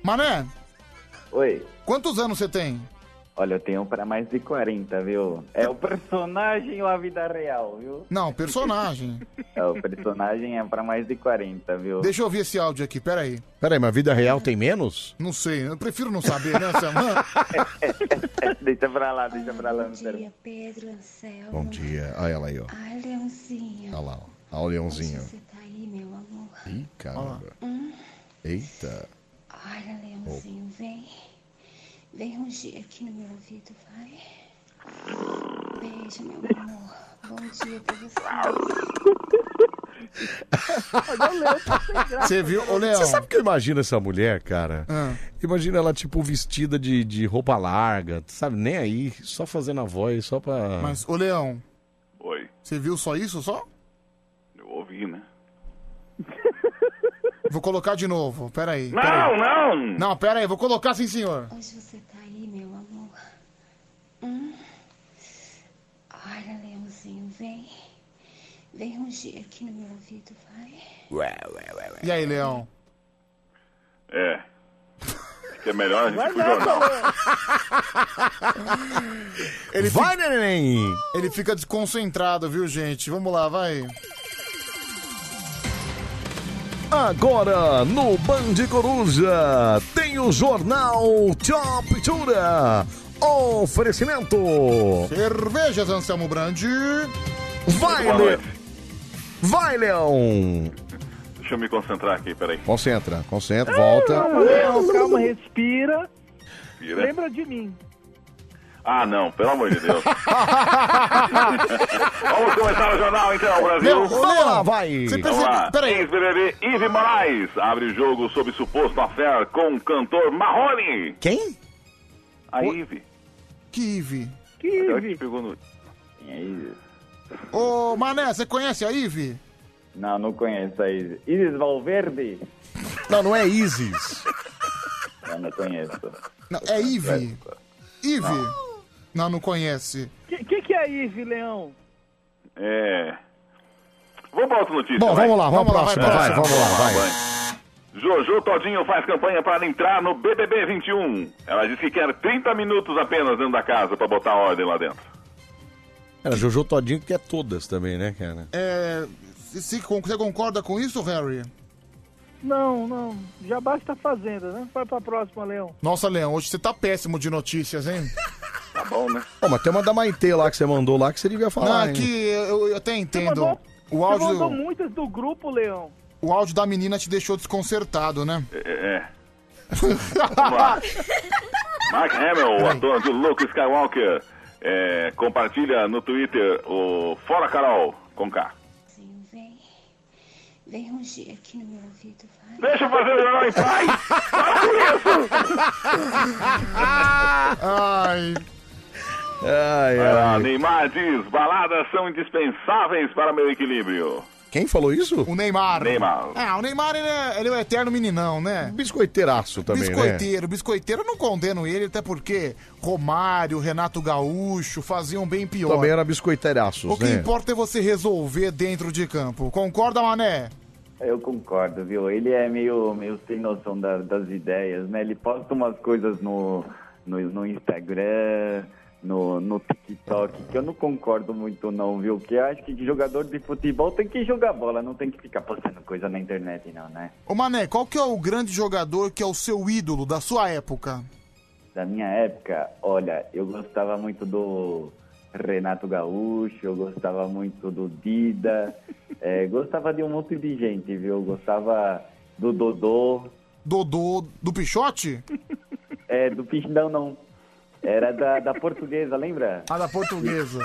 Speaker 3: Mané,
Speaker 13: Oi.
Speaker 3: quantos anos você tem?
Speaker 13: Olha, eu tenho pra mais de 40, viu? É o personagem ou a vida real, viu?
Speaker 3: Não, personagem.
Speaker 13: É, o personagem é pra mais de 40, viu?
Speaker 3: Deixa eu ouvir esse áudio aqui, peraí.
Speaker 1: Peraí, mas a vida real tem menos?
Speaker 3: Não sei, eu prefiro não saber, né, Samanta?
Speaker 13: [LAUGHS] Deixa pra lá, deixa pra lá. Bom dia,
Speaker 2: Pedro Anselmo.
Speaker 1: Bom dia. Olha ela aí, ó.
Speaker 2: Ai, Leãozinho.
Speaker 1: Olha lá, ó. Olha o leãozinho.
Speaker 2: Você tá aí, meu amor.
Speaker 1: Ih, caramba.
Speaker 2: Hum,
Speaker 1: Eita.
Speaker 2: olha, Leãozinho, vem. Vem um dia aqui no meu ouvido, vai. Beijo, meu amor. Bom dia pra
Speaker 22: é tá
Speaker 2: você.
Speaker 3: Você viu, ô Leão?
Speaker 1: Você sabe o que eu imagino essa mulher, cara?
Speaker 3: Ah.
Speaker 1: Imagina ela, tipo, vestida de, de roupa larga, sabe? Nem aí, só fazendo a voz, só pra.
Speaker 3: Mas, ô Leão,
Speaker 4: Oi,
Speaker 3: você viu só isso só?
Speaker 4: eu ouvi, né?
Speaker 3: Vou colocar de novo, peraí.
Speaker 4: Não,
Speaker 3: peraí.
Speaker 4: não!
Speaker 3: Não, peraí, vou colocar sim, senhor.
Speaker 2: Hoje você tá aí, meu amor. Hum, olha, Leãozinho, vem. Vem um dia aqui no meu ouvido, vai.
Speaker 4: Ué, ué, ué,
Speaker 3: E aí, Leão?
Speaker 4: É. Acho que é melhor a gente ir pro
Speaker 3: nada,
Speaker 4: jornal.
Speaker 3: [LAUGHS] Ele
Speaker 1: vai, neném!
Speaker 3: Ele fica desconcentrado, viu, gente? Vamos lá, vai.
Speaker 1: Agora, no Band Coruja, tem o jornal Top Tura. Oferecimento.
Speaker 3: Cervejas Anselmo Brandi.
Speaker 1: Vai,
Speaker 4: Boa
Speaker 1: Le...
Speaker 4: noite.
Speaker 1: Vai, Leão.
Speaker 4: Deixa eu me concentrar aqui, peraí.
Speaker 1: Concentra, concentra, volta.
Speaker 22: Calma, Leão, calma, respira.
Speaker 4: Respira.
Speaker 22: Lembra de mim.
Speaker 4: Ah, não, pelo amor de
Speaker 1: [LAUGHS]
Speaker 4: Deus. Vamos começar o jornal então, Brasil.
Speaker 1: Leão, vamos lá, vai. Você
Speaker 4: Vamos
Speaker 1: percebe-
Speaker 4: lá. Ex-BBB Ive Moraes abre jogo sob suposto affair com o cantor Marrone.
Speaker 1: Quem?
Speaker 4: A Ive.
Speaker 3: Que Ive.
Speaker 22: Que
Speaker 4: Ive? Pegou no...
Speaker 13: É
Speaker 3: Ô, Mané, você conhece a Ive?
Speaker 13: Não, não conheço a Isis. Isis Valverde?
Speaker 1: Não, não é Isis.
Speaker 13: Não, não conheço.
Speaker 3: Não, é Ive. Ive? Não. não, conhece.
Speaker 22: O que, que é Ive, Leão?
Speaker 4: É. Vamos pra outra notícia.
Speaker 1: Bom,
Speaker 4: vai.
Speaker 1: vamos lá, vamos pra próxima, vai, vamos lá, vai.
Speaker 4: Jojo Todinho faz campanha para entrar no BBB 21. Ela disse que quer 30 minutos apenas dentro da casa para botar ordem lá dentro.
Speaker 1: Era Jojo Todinho que é todas também, né, cara?
Speaker 3: É. se- se con- você concorda com isso, Harry?
Speaker 22: Não, não. Já basta a fazenda, né? Vai pra próxima, Leão.
Speaker 3: Nossa, Leão, hoje você tá péssimo de notícias, hein?
Speaker 4: Tá bom, né?
Speaker 1: Ó, mas tem uma da Maitê lá que você mandou lá que você devia falar,
Speaker 3: não, é
Speaker 1: hein?
Speaker 3: que eu, eu até entendo.
Speaker 22: mandou-
Speaker 3: o
Speaker 22: Você
Speaker 3: áudio.
Speaker 22: mandou muitas do grupo, Leão.
Speaker 3: O áudio da menina te deixou desconcertado, né?
Speaker 4: É. é. Vamos lá. Mark Hamill, o ator do Luke Skywalker, é, compartilha no Twitter o Fora Carol com K.
Speaker 2: Vem. Vem um dia aqui no meu ouvido, vai.
Speaker 4: Deixa eu fazer o jornal em paz!
Speaker 3: [LAUGHS] Ai.
Speaker 1: Ai,
Speaker 4: Ah,
Speaker 1: ai.
Speaker 4: Neymar diz, baladas são indispensáveis para meu equilíbrio.
Speaker 1: Quem falou isso?
Speaker 3: O Neymar.
Speaker 4: Neymar.
Speaker 3: Ah, o Neymar ele é, ele é um eterno meninão, né?
Speaker 1: Biscoiteiraço também, né?
Speaker 3: biscoiteiro, biscoiteiro, eu não condeno ele, até porque Romário, Renato Gaúcho faziam bem pior.
Speaker 1: Também era biscoiteiraços,
Speaker 3: O que
Speaker 1: né?
Speaker 3: importa é você resolver dentro de campo. Concorda, Mané?
Speaker 13: Eu concordo, viu? Ele é meio, meio sem noção da- das ideias, né? Ele posta umas coisas no, no, no Instagram, no, no TikTok, que eu não concordo muito não, viu? Que eu acho que jogador de futebol tem que jogar bola, não tem que ficar postando coisa na internet não, né?
Speaker 3: Ô Mané, qual que é o grande jogador que é o seu ídolo da sua época?
Speaker 13: Da minha época, olha, eu gostava muito do Renato Gaúcho, eu gostava muito do
Speaker 3: [LAUGHS]
Speaker 13: Dida, eh, gostava de um monte de gente, viu? Eu Gostava do Dodô.
Speaker 3: Dodô do Pichote?
Speaker 13: [LAUGHS] É, do Pichote, não, não. Era da, da portuguesa, lembra?
Speaker 3: Ah, da portuguesa.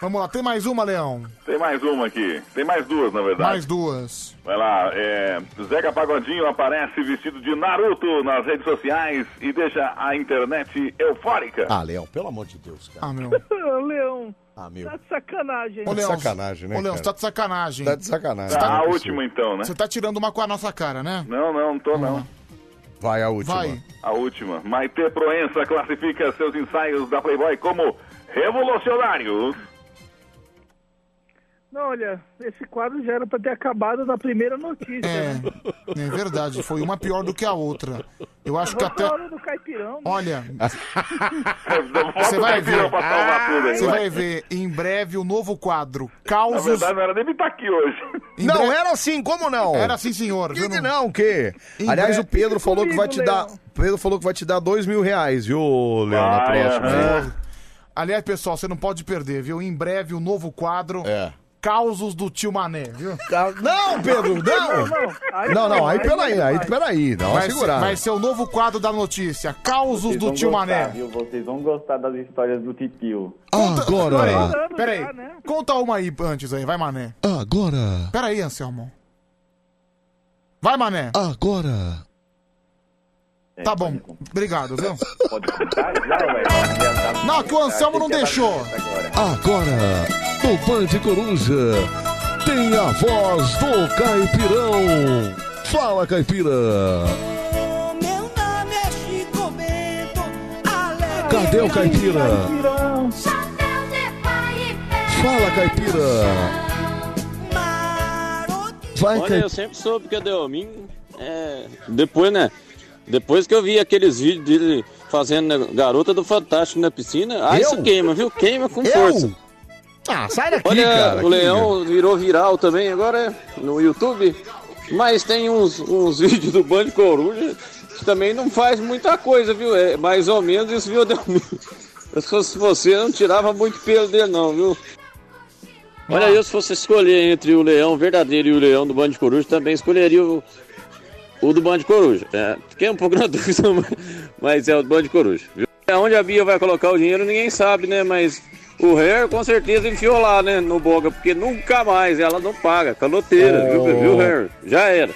Speaker 3: Vamos lá, tem mais uma, Leão.
Speaker 4: Tem mais uma aqui. Tem mais duas, na verdade.
Speaker 3: Mais duas.
Speaker 4: Vai lá, é, Zeca Pagodinho aparece vestido de Naruto nas redes sociais e deixa a internet eufórica.
Speaker 1: Ah, Léo, pelo amor de Deus, cara.
Speaker 3: Ah, meu.
Speaker 22: Leão,
Speaker 1: Ah, meu.
Speaker 22: tá de sacanagem.
Speaker 1: Tá de sacanagem, né,
Speaker 3: Ô, Leão,
Speaker 1: cara?
Speaker 3: você tá de sacanagem.
Speaker 1: Tá de sacanagem.
Speaker 3: Você
Speaker 1: Tá, a
Speaker 3: você-
Speaker 1: última,
Speaker 4: então, né?
Speaker 3: Você tá tirando uma com a nossa cara, né?
Speaker 4: Não, não, não tô não.
Speaker 1: Vai, a última.
Speaker 3: Vai.
Speaker 4: A última. Maite Proença classifica seus ensaios da Playboy como revolucionários.
Speaker 22: Não, olha, esse quadro já era pra ter acabado na primeira notícia. né?
Speaker 3: É verdade, foi uma pior do que a outra. Eu acho que
Speaker 22: Vamos
Speaker 3: até.
Speaker 22: pra hora do caipirão. né?
Speaker 3: Olha,
Speaker 4: Bota
Speaker 3: você
Speaker 4: o
Speaker 3: vai
Speaker 4: caipirão
Speaker 3: ver. Ah,
Speaker 4: pra salvar tudo aí,
Speaker 3: Você
Speaker 4: vai.
Speaker 3: vai ver em breve o novo quadro.
Speaker 4: Na
Speaker 3: Causos.
Speaker 4: verdade, não era nem pra estar aqui hoje.
Speaker 1: não, era assim, como não?
Speaker 3: Era assim, senhor.
Speaker 1: Que que não, o quê? Aliás, o Pedro falou que vai te dar. Pedro falou que vai te dar dois mil reais, viu, Léo, na
Speaker 4: Vai,
Speaker 3: é.
Speaker 1: próxima.
Speaker 4: aham.
Speaker 3: Aliás, pessoal, você não pode perder, viu? Em breve o novo quadro.
Speaker 1: É.
Speaker 3: Causos do tio Mané, viu?
Speaker 1: Não, Pedro, não! Não, não, aí peraí, aí peraí, não,
Speaker 3: vai
Speaker 1: vai segurar.
Speaker 3: Ser, vai ser o novo quadro da notícia. Causos
Speaker 13: Vocês
Speaker 3: do
Speaker 13: vão
Speaker 3: tio
Speaker 13: gostar,
Speaker 3: Mané.
Speaker 13: Viu? Vocês vão gostar das histórias do titio.
Speaker 1: Tá
Speaker 3: Agora. é. Peraí, peraí.
Speaker 1: né?
Speaker 3: Conta uma aí antes aí, vai, Mané.
Speaker 1: Agora.
Speaker 3: Peraí, Anselmo. Vai, Mané.
Speaker 1: Agora.
Speaker 3: Tá bom, obrigado, viu?
Speaker 13: Pode contar já, velho.
Speaker 3: Não,
Speaker 22: Ah,
Speaker 3: que o Anselmo não deixou.
Speaker 1: Agora, no Band Coruja, tem a voz do Caipirão. Fala, Caipira.
Speaker 32: Meu nome é Chico Bento, alegre.
Speaker 1: Cadê o caipira?
Speaker 32: Chapéu de pai e pé.
Speaker 1: Fala, Caipira. Vai,
Speaker 10: Olha, eu sempre soube que o Delmin é. Depois, né? Depois que eu vi aqueles vídeos dele fazendo né, garota do Fantástico na piscina, aí
Speaker 1: Eu?
Speaker 10: isso queima, viu? Queima com
Speaker 1: Eu?
Speaker 10: força.
Speaker 1: Ah, sai daqui,
Speaker 10: Olha,
Speaker 1: cara.
Speaker 10: o
Speaker 1: que-
Speaker 10: Leão virou viral também agora no YouTube, mas tem uns, uns [LAUGHS] vídeos do Bando Coruja que também não faz muita coisa, viu? É mais ou menos isso, viu, Delmin? [LAUGHS] Se fosse você, eu não tirava muito pelo dele, não, viu? Olha, eu se fosse escolher entre o leão verdadeiro e o leão do Bando de Coruja, também escolheria o, o do Bando de Coruja. É, fiquei um pouco [LAUGHS] na dúvida, mas é o do Bando de Coruja. Viu? É Onde a Bia vai colocar o dinheiro, ninguém sabe, né? Mas o Hair com certeza enfiou lá, né? No Boga, porque nunca mais ela não paga.
Speaker 1: É,
Speaker 10: Caloteira, viu, viu, Hair? Já era.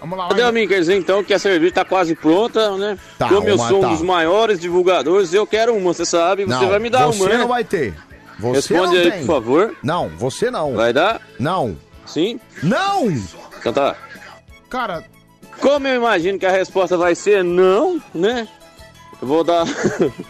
Speaker 3: Vamos lá,
Speaker 10: Adelmin, quer dizer então que a cerveja tá quase pronta, né?
Speaker 1: Tá,
Speaker 10: Como eu
Speaker 1: uma
Speaker 10: sou
Speaker 1: tá.
Speaker 10: um dos maiores divulgadores, eu quero uma, você sabe, você vai me dar
Speaker 1: você
Speaker 10: uma, né?
Speaker 1: não vai ter. Você
Speaker 10: Responde
Speaker 1: não
Speaker 10: aí,
Speaker 1: tem.
Speaker 10: por favor.
Speaker 1: Não, você não.
Speaker 10: Vai dar?
Speaker 1: Não.
Speaker 10: Sim?
Speaker 1: Não!
Speaker 10: Então tá.
Speaker 3: Cara.
Speaker 10: Como eu imagino que a resposta vai ser não, né? Eu vou dar. [LAUGHS]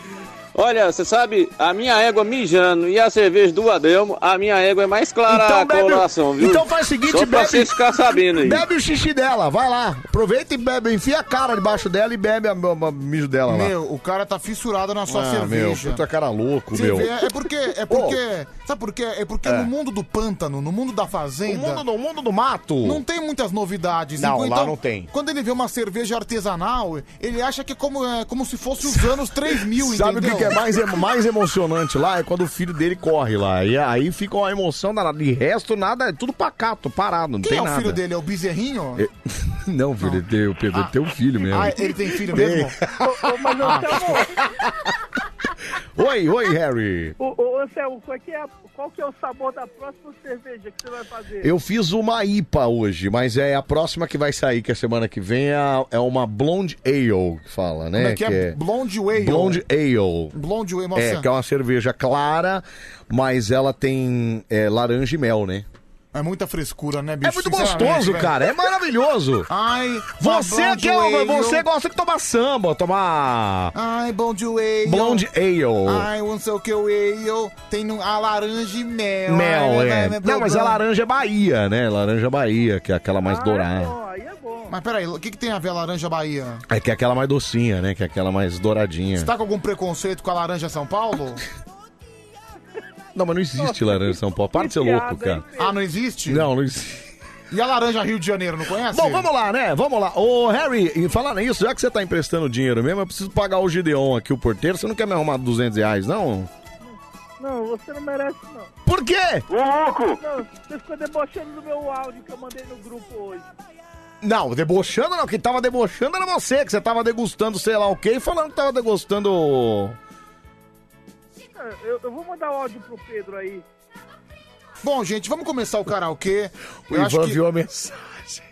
Speaker 10: Olha, você sabe, a minha égua mijando e a cerveja do Adelmo, a minha égua é mais clara
Speaker 1: Então
Speaker 10: a
Speaker 1: bebe-
Speaker 10: coloração, viu?
Speaker 1: então faz o seguinte,
Speaker 10: Só pra
Speaker 1: bebe-
Speaker 10: você ficar sabendo aí.
Speaker 1: Bebe o xixi dela, vai lá. Aproveita e bebe, enfia a cara debaixo dela e bebe a, a- a mijo dela lá.
Speaker 3: Meu, o cara tá fissurado na sua
Speaker 1: ah,
Speaker 3: cerveja.
Speaker 1: meu, puta cara louco, meu.
Speaker 3: Cerve- É porque, é porque, sabe por quê? É porque
Speaker 1: É.
Speaker 3: no mundo do pântano, no mundo da fazenda...
Speaker 1: O mundo do- mundo do mato.
Speaker 3: Não tem muitas novidades.
Speaker 1: Não,
Speaker 3: Então,
Speaker 1: lá não tem.
Speaker 3: Quando ele vê uma cerveja artesanal, ele acha que é como, é como se fosse os anos 3000,
Speaker 1: [LAUGHS] Sabe o
Speaker 3: entendeu?
Speaker 1: que, que é mais, emo- mais emocionante lá? É quando o filho dele corre lá. E aí fica uma emoção danada. De resto, nada, é tudo pacato, parado, não
Speaker 3: Quem
Speaker 1: tem
Speaker 3: é o
Speaker 1: nada.
Speaker 3: filho dele? Ah. É o bezerrinho?
Speaker 1: É- [LAUGHS] Não, filho, ele tem, o Pedro, ele tem um filho mesmo.
Speaker 3: Ah, ele tem filho
Speaker 1: Tem.
Speaker 3: mesmo?
Speaker 22: Ô, ô, mas, Anselmo,
Speaker 1: Oi, oi, Harry.
Speaker 22: Ô, ô, Anselmo, qual, que é a- qual que é o sabor da próxima cerveja que você vai fazer?
Speaker 1: Eu fiz uma IPA hoje, mas é a próxima que vai sair, que é semana que vem, é, a- é uma Blonde Ale, que fala, né?
Speaker 3: Como é que é? Blonde Ale.
Speaker 1: Blonde Ale.
Speaker 3: Blonde Ale, nossa.
Speaker 1: É, que é uma cerveja clara, mas ela tem é, laranja e mel, né?
Speaker 3: É muita frescura, né, bicho?
Speaker 1: É muito gostoso, cara. É maravilhoso.
Speaker 3: Ai,
Speaker 1: Você
Speaker 3: [LAUGHS] uma
Speaker 1: que
Speaker 3: Blonde
Speaker 1: é,
Speaker 3: Ale.
Speaker 1: você gosta de tomar samba, tomar
Speaker 3: Ai, Blonde Ale. Ah,
Speaker 1: Blonde Ale.
Speaker 3: Ai, não sei o que eu eu tem no- a laranja e mel.
Speaker 1: Mel,
Speaker 3: Ai,
Speaker 1: é.
Speaker 3: vai, vai,
Speaker 1: Não, mas a laranja é Bahia, né? Laranja Bahia, que é aquela
Speaker 3: Ah,
Speaker 1: mais dourada.
Speaker 3: Mas peraí, o que, que tem a ver a laranja Bahia?
Speaker 1: É que é aquela mais docinha, né? Que é aquela mais douradinha.
Speaker 3: Você tá com algum preconceito com a laranja São Paulo?
Speaker 1: Não, mas não existe laranja em São Paulo. Para de ser louco, cara.
Speaker 3: Ah, não existe?
Speaker 1: Não, não existe.
Speaker 3: E a laranja Rio de Janeiro, não conhece?
Speaker 1: Bom, vamos lá, né? Vamos lá. Ô, Harry, e falando nisso, já que você tá emprestando dinheiro mesmo, eu preciso pagar o Gideon aqui, o porteiro. Você não quer me arrumar 200 reais, não?
Speaker 22: Não, você não merece, não.
Speaker 1: Por quê?
Speaker 22: Ô, louco! Não, você ficou debochando do meu áudio que eu mandei no grupo hoje.
Speaker 1: Não, debochando não. Quem tava debochando era você, que você tava degustando sei lá o quê e falando que tava degustando...
Speaker 22: Ah, Eu, eu vou mandar o áudio pro Pedro aí.
Speaker 3: Bom, gente, vamos começar o karaokê.
Speaker 1: O
Speaker 3: Eu acho
Speaker 1: Ivan
Speaker 3: que
Speaker 1: viu a mensagem.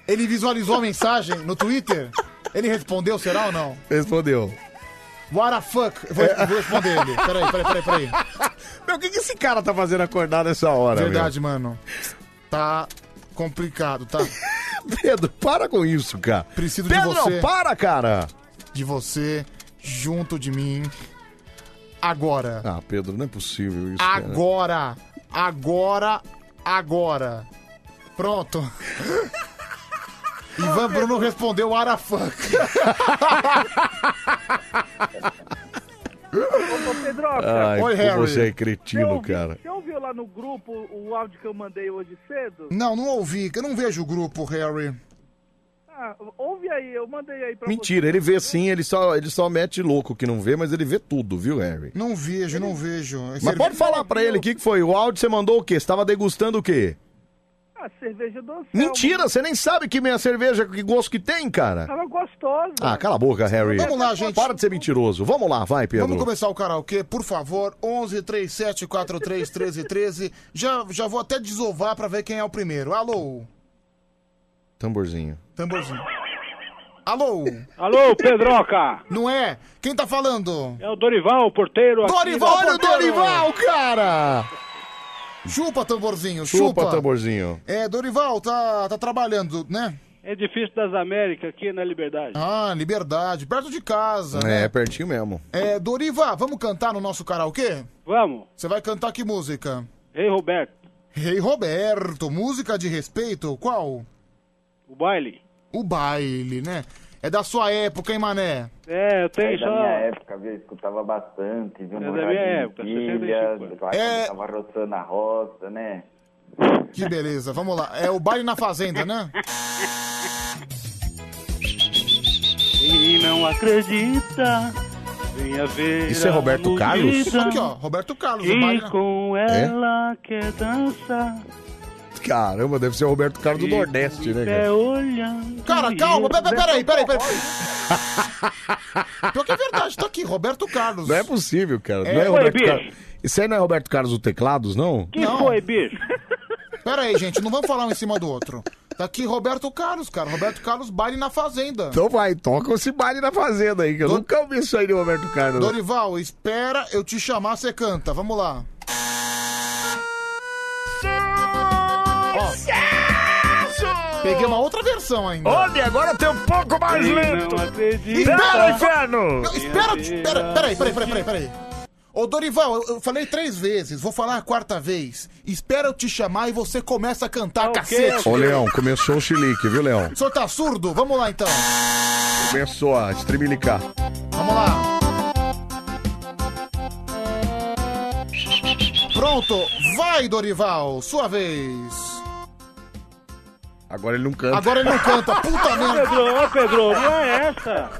Speaker 3: Ele visualizou a mensagem no Twitter? Ele respondeu, será ou não?
Speaker 1: Respondeu.
Speaker 3: What the fuck? Eu vou, eu vou responder ele. Peraí, peraí, peraí, peraí.
Speaker 1: Meu, o que, que esse cara tá fazendo acordar nessa hora,
Speaker 3: Verdade, mano. Tá complicado, tá?
Speaker 1: [LAUGHS] Pedro, para com isso, cara.
Speaker 3: Preciso
Speaker 1: Pedro,
Speaker 3: de você.
Speaker 1: para, cara.
Speaker 3: De você, junto de mim. Agora.
Speaker 1: Ah, Pedro, não é possível isso, cara.
Speaker 3: Agora! Agora! Agora!
Speaker 1: [LAUGHS]
Speaker 3: Pronto! Ivan Bruno respondeu Arafuck.
Speaker 1: [LAUGHS]
Speaker 22: Ô, ô, Pedro,
Speaker 1: Ai,
Speaker 3: Oi,
Speaker 1: como
Speaker 3: Harry.
Speaker 1: você é cretino,
Speaker 22: ouviu-
Speaker 1: cara.
Speaker 22: Você ouviu lá no grupo o áudio que eu mandei hoje cedo?
Speaker 3: Não, não ouvi. Eu não vejo o grupo, Harry.
Speaker 22: Ah, ouve aí, eu mandei aí pra
Speaker 1: Mentira, ele vê sim, ele só, ele só mete louco que não vê, mas ele vê tudo, viu, Harry?
Speaker 3: Não vejo, não vejo. Esse
Speaker 1: Mas pode falar pra ele, o que que foi? O áudio você mandou o quê? Você tava degustando o quê?
Speaker 22: você. Ah, cerveja doce.
Speaker 1: Mentira, você nem sabe que minha cerveja, que gosto que tem, cara.
Speaker 22: Tava gostosa.
Speaker 1: Ah, cala a boca, Harry.
Speaker 3: Vamos lá, gente.
Speaker 1: Para de ser mentiroso. Vamos lá, vai, Pedro.
Speaker 3: Vamos começar o karaokê, por favor. 11 37 43 13 13. Já, já vou até desovar pra ver quem é o primeiro. Alô,
Speaker 1: Tamborzinho.
Speaker 3: tamborzinho. Alô?
Speaker 13: Alô, Pedroca!
Speaker 3: Não é? Quem tá falando?
Speaker 13: É o Dorival, o porteiro. aqui
Speaker 3: Dorival,
Speaker 13: da-
Speaker 3: olha o Dorival,
Speaker 1: cara!
Speaker 3: Chupa, tamborzinho, chupa.
Speaker 1: Chupa, Tamborzinho.
Speaker 3: É, Dorival, tá, tá trabalhando, né?
Speaker 13: Edifício É das Américas, aqui na Liberdade.
Speaker 3: Ah, liberdade, perto de casa,
Speaker 1: É,
Speaker 3: né?
Speaker 1: pertinho mesmo.
Speaker 3: É, Dorival, vamos cantar no nosso karaokê?
Speaker 13: Vamos.
Speaker 3: Você vai cantar que música?
Speaker 13: Rei Roberto.
Speaker 3: Rei Roberto, música de respeito, qual?
Speaker 13: O baile.
Speaker 3: O baile, né? É da sua época, hein, mané?
Speaker 13: É, eu
Speaker 3: tenho
Speaker 13: tenho
Speaker 3: só-
Speaker 13: só.
Speaker 3: Da minha
Speaker 13: época, viu? Eu escutava bastante, viu? É da minha época, 65 anos.
Speaker 3: É.
Speaker 13: Tava roçando a roça, né?
Speaker 3: Que beleza, vamos lá. É o baile na fazenda, né?
Speaker 13: E não acredita, venha ver.
Speaker 1: Isso é Roberto
Speaker 13: a
Speaker 1: Carlos?
Speaker 13: mudita
Speaker 3: Aqui, ó, Roberto Carlos, o baile. né? É?
Speaker 13: Que com ela quer dançar.
Speaker 1: Caramba, deve ser o Roberto Carlos do Nordeste, né,
Speaker 13: É
Speaker 3: [LAUGHS]
Speaker 1: cara?
Speaker 13: olhando.
Speaker 3: Cara, calma, pe- pe- peraí, peraí, peraí. [LAUGHS]
Speaker 1: Pior
Speaker 3: que é verdade, tá aqui, Roberto Carlos.
Speaker 1: Não é possível, cara.
Speaker 3: É,
Speaker 1: não é
Speaker 3: foi,
Speaker 1: Roberto
Speaker 3: bicho.
Speaker 1: Carlos. Isso aí não é Roberto Carlos do Teclados, não?
Speaker 3: Que foi, bicho? Pera aí, gente, não vamos falar um em cima do outro. Tá aqui Roberto Carlos, cara. Roberto Carlos, baile na fazenda.
Speaker 1: Então vai, toca esse baile na fazenda aí, que eu nunca ouvi isso aí do Roberto Carlos.
Speaker 3: Dorival, espera eu te chamar, você canta. Vamos lá. Ó, peguei uma outra versão ainda.
Speaker 5: Olha,
Speaker 1: agora tem um pouco
Speaker 5: mais Ele lento. não acredita.
Speaker 3: Espera,
Speaker 5: Inferno!
Speaker 3: Não, espera, espera, peraí, peraí, peraí, peraí, peraí. Ô Dorival, eu, eu falei três vezes, vou falar a quarta vez. Espera eu te chamar e você começa a cantar, cacete.
Speaker 1: Ô, Leão, começou o chilique, viu, Leão?
Speaker 3: O senhor tá surdo? Vamos lá então.
Speaker 1: Começou a estremilicar.
Speaker 3: Vamos lá. Pronto, vai Dorival, sua vez.
Speaker 1: Agora ele não canta.
Speaker 3: Agora ele não canta, puta merda.
Speaker 13: Pedro, ô Pedro, não é essa.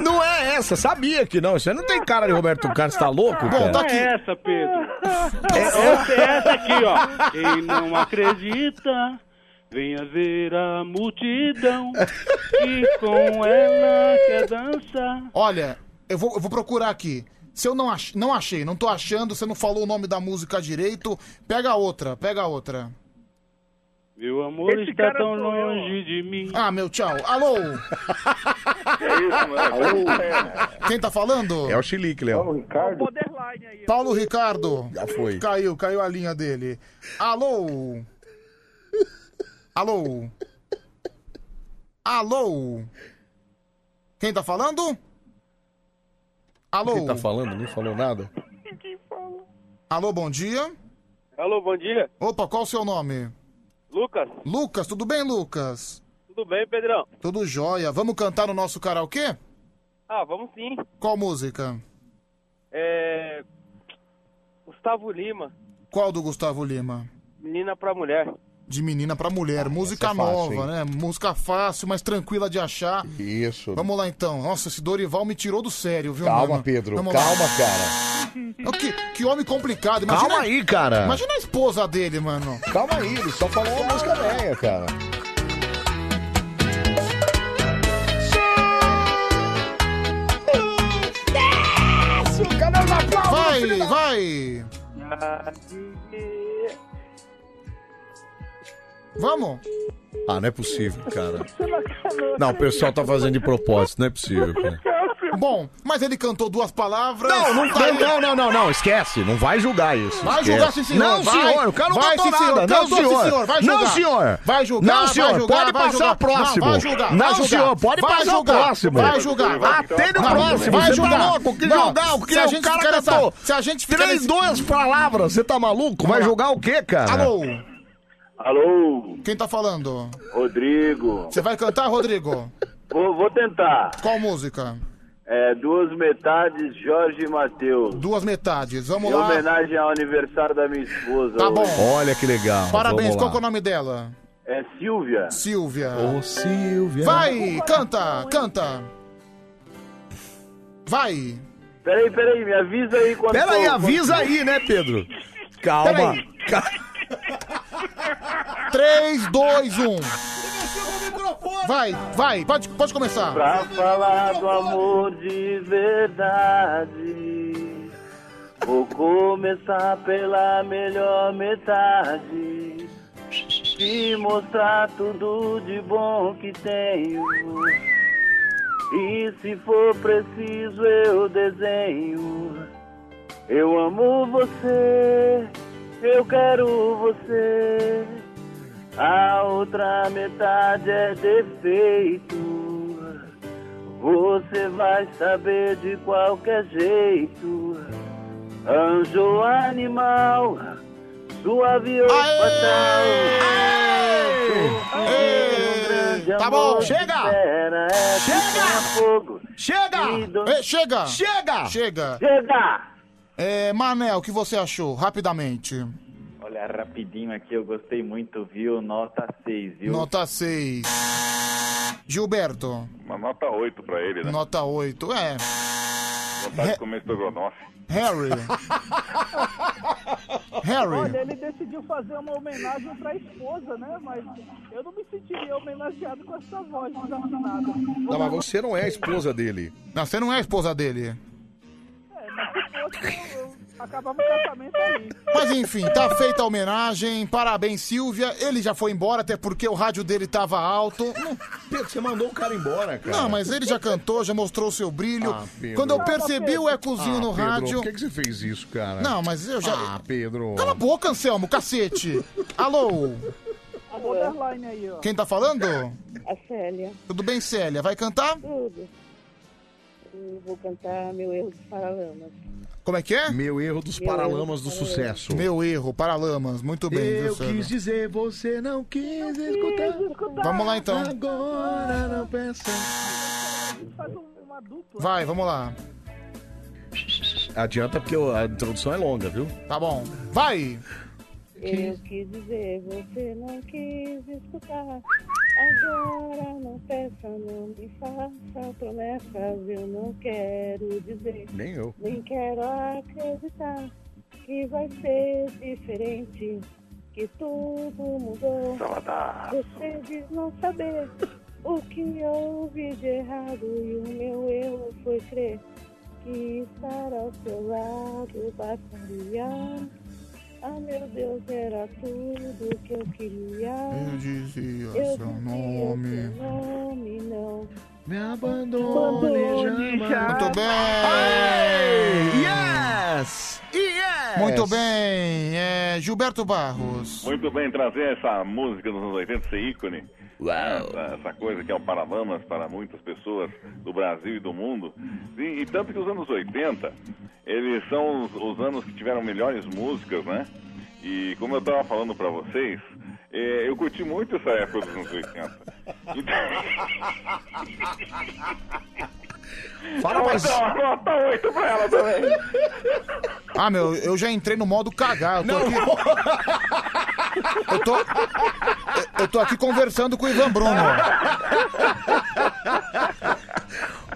Speaker 1: Não é essa, sabia que não. Isso aí não tem cara de Roberto Carlos, tá louco, cara?
Speaker 13: Não é essa,
Speaker 3: [LAUGHS]
Speaker 13: Pedro. Essa é essa aqui, ó. Quem não acredita, venha ver a
Speaker 3: [LAUGHS]
Speaker 13: multidão que com ela quer dançar.
Speaker 33: é
Speaker 3: Olha, eu vou, eu vou procurar aqui. Se eu não, ach... não achei, não tô achando, você não falou o nome da música direito, pega outra, pega outra.
Speaker 33: Meu amor
Speaker 3: Esse
Speaker 33: está
Speaker 3: cara [LAUGHS]
Speaker 33: tão
Speaker 3: sou eu.
Speaker 33: longe de mim.
Speaker 3: Ah, meu tchau. Alô? é Quem tá falando?
Speaker 1: É o Chilique, Léo.
Speaker 3: Ricardo. Paulo Ricardo.
Speaker 1: Já foi.
Speaker 3: Caiu, caiu a linha dele. Alô? Alô? Alô? Quem tá falando? Alô?
Speaker 1: Quem tá falando? Não falou nada?
Speaker 3: Alô, bom dia.
Speaker 5: Alô, bom dia.
Speaker 3: Opa, qual o seu nome?
Speaker 5: Lucas,
Speaker 3: Lucas, tudo bem, Lucas?
Speaker 5: tudo bem, Pedrão?
Speaker 3: Tudo jóia. Vamos cantar no nosso karaokê?
Speaker 5: Ah, vamos sim.
Speaker 3: Qual música?
Speaker 5: É... Gustavo Lima,
Speaker 3: Qual do Gustavo Lima?
Speaker 5: menina pra mulher.
Speaker 3: De menina pra mulher.
Speaker 1: Ah,
Speaker 3: música
Speaker 5: é fácil,
Speaker 3: nova,
Speaker 5: hein?
Speaker 3: né? Música fácil, mas tranquila de achar.
Speaker 1: Isso.
Speaker 3: Vamos lá então. Nossa, esse Dorival me tirou do sério, viu?
Speaker 1: Calma,
Speaker 3: mano?
Speaker 1: Pedro.
Speaker 3: Vamos lá.
Speaker 1: Calma, cara.
Speaker 3: Não, Que, que homem complicado.
Speaker 1: Calma aí, cara.
Speaker 3: Imagina a esposa dele, mano.
Speaker 1: Calma aí, ele só falou uma música velha, cara.
Speaker 3: Vai, vai. Vamos?
Speaker 1: Ah, não é possível, cara. Não, o pessoal tá fazendo de propósito, não é possível, cara.
Speaker 3: Bom, mas ele cantou duas palavras.
Speaker 1: Não, não vai, não, não, não, não, esquece. Não vai julgar isso.
Speaker 3: tá Vai
Speaker 1: esquece.
Speaker 3: julgar, sim, senhor.
Speaker 1: Não,
Speaker 3: Vai.
Speaker 1: senhor, o cara não
Speaker 3: Vai,
Speaker 1: cantou
Speaker 3: sim, senhor.
Speaker 1: nada. Não,
Speaker 3: Cantou, sim,
Speaker 1: senhor.
Speaker 3: senhor. Vai
Speaker 1: Não,
Speaker 3: julgar.
Speaker 1: senhor.
Speaker 3: Vai julgar,
Speaker 1: Não,
Speaker 3: vai
Speaker 1: senhor,
Speaker 3: julgar,
Speaker 1: pode
Speaker 3: vai
Speaker 1: passar
Speaker 3: julgar.
Speaker 1: o próximo.
Speaker 3: Não, vai julgar,
Speaker 1: Não,
Speaker 3: vai julgar.
Speaker 1: senhor, pode
Speaker 3: Vai
Speaker 1: passar
Speaker 3: julgar,
Speaker 1: o próximo.
Speaker 3: vai julgar.
Speaker 1: Até no
Speaker 3: Não,
Speaker 1: próximo.
Speaker 3: vai
Speaker 1: Você
Speaker 3: julgar.
Speaker 1: tá louco? Que
Speaker 3: Não,
Speaker 1: julgar o quê?
Speaker 3: se a
Speaker 1: O
Speaker 3: gente
Speaker 1: cara
Speaker 3: fica nessa-
Speaker 1: cantou
Speaker 3: se a gente fica
Speaker 1: Três,
Speaker 3: nesse-
Speaker 1: duas palavras. Você tá maluco? Vai julgar o quê, cara?
Speaker 3: Alô?
Speaker 22: Alô,
Speaker 3: Quem tá falando?
Speaker 22: Rodrigo.
Speaker 3: Você vai cantar, Rodrigo?
Speaker 22: Vou, vou tentar.
Speaker 3: Qual música?
Speaker 22: É, duas metades, Jorge e Matheus.
Speaker 3: Duas metades. Vamos
Speaker 22: Em
Speaker 3: lá.
Speaker 22: homenagem ao aniversário da minha esposa.
Speaker 3: Tá bom.
Speaker 1: Olha que legal.
Speaker 3: Parabéns.
Speaker 1: Vamos
Speaker 3: Qual
Speaker 1: lá.
Speaker 3: que é o nome dela?
Speaker 22: É Silvia.
Speaker 3: Silvia.
Speaker 1: Ô, Silvia.
Speaker 3: Vai, canta, canta. Vai.
Speaker 22: Peraí, peraí, me avisa aí quando.
Speaker 1: Peraí,
Speaker 22: for-
Speaker 1: avisa
Speaker 22: quando-
Speaker 1: aí, né, Pedro? Calma.
Speaker 3: Peraí. [LAUGHS] 3, 2, 1. Vai, vai, pode, pode começar.
Speaker 22: Pra falar do amor de verdade, vou começar pela melhor metade. Te mostrar tudo de bom que tenho. E se for preciso, eu desenho. Eu amo você, eu quero você. A outra metade é defeito. Você vai saber de qualquer jeito. Anjo animal, suave ou fatal.
Speaker 3: Tá bom, chega!
Speaker 5: é
Speaker 22: Chega!
Speaker 3: Chega! Ei, chega! Chega! Chega!
Speaker 22: Chega!
Speaker 3: É, Manel, o que você achou? Rapidamente.
Speaker 13: Olha, rapidinho aqui, eu gostei muito, viu? Nota 6, viu?
Speaker 3: Nota 6. Gilberto,
Speaker 4: Uma nota 8 pra ele, né?
Speaker 3: nota 8. É.
Speaker 4: Vontade de comer estrogonofe.
Speaker 22: [LAUGHS]
Speaker 3: Harry. Harry.
Speaker 34: Olha, ele decidiu fazer uma homenagem pra esposa, né? Mas eu não me sentiria homenageado com essa voz desafinada.
Speaker 1: Não, mas você não é a esposa dele.
Speaker 3: Não, você não é a esposa dele.
Speaker 34: É, mas se fosse, eu, eu acabava o casamento aí.
Speaker 3: Mas enfim, tá feita a homenagem. Parabéns, Silvia. Ele já foi embora, até porque o rádio dele tava alto. Não,
Speaker 1: Pedro, você mandou o cara embora, cara.
Speaker 3: não, mas ele já cantou, já mostrou o seu brilho.
Speaker 1: Ah, Pedro.
Speaker 3: Quando eu percebi o ecozinho
Speaker 1: Ah,
Speaker 3: no
Speaker 1: Pedro,
Speaker 3: rádio.
Speaker 1: Por que, que você fez isso, cara?
Speaker 3: Não, mas eu já-
Speaker 1: Ah, Pedro.
Speaker 3: Cala a boca, Anselmo, cacete! Alô,
Speaker 34: A borderline aí, ó.
Speaker 3: quem tá falando?
Speaker 2: A Célia.
Speaker 3: Tudo bem, Célia? Vai cantar?
Speaker 2: Tudo. Eu vou cantar meu erro de paralamas.
Speaker 3: Como é que é?
Speaker 1: Meu erro dos
Speaker 2: Meu Paralamas Erro dos do Paralamas.
Speaker 1: sucesso.
Speaker 3: Meu erro, paralamas. Muito bem, viu,
Speaker 1: Eu
Speaker 3: Célia?
Speaker 1: quis dizer, você não quis escutar.
Speaker 3: Vamos lá, então.
Speaker 1: Agora não pensa.
Speaker 3: Vai, vamos lá.
Speaker 1: Adianta porque a introdução é longa, viu?
Speaker 3: Tá bom. Vai!
Speaker 2: Eu quis dizer, você não quis escutar. Agora não peça, não me faça promessas. Eu não quero dizer,
Speaker 1: Nem eu.
Speaker 2: nem quero acreditar que vai ser diferente. Que tudo mudou. Você diz não saber o que houve de errado e o meu erro foi crer que estar ao seu lado bastaria. Ah, meu Deus, era tudo que eu queria.
Speaker 1: Hum,
Speaker 14: Eu dizia
Speaker 2: Eu
Speaker 14: seu
Speaker 2: dizia
Speaker 14: nome.
Speaker 2: seu nome, não.
Speaker 14: Me
Speaker 2: abandone, já.
Speaker 3: Muito bem!
Speaker 1: Yes! Yes!
Speaker 3: Muito bem, é Gilberto Barros.
Speaker 4: Muito bem trazer essa música dos anos 80, esse ícone. Essa, essa coisa que é o Paralamas para muitas pessoas do Brasil e do mundo. E, e tanto que os anos 80, eles são os, os anos que tiveram melhores músicas, né? E como eu estava falando para vocês, eh, eu curti muito essa época dos anos 80.
Speaker 3: Fala,
Speaker 4: Então,
Speaker 3: mas-
Speaker 4: dá uma nota 8 pra ela também.
Speaker 3: Ah, meu, eu já entrei no modo cagar. Eu tô aqui. Eu tô, eu- eu tô aqui conversando com o Ivan Bruno.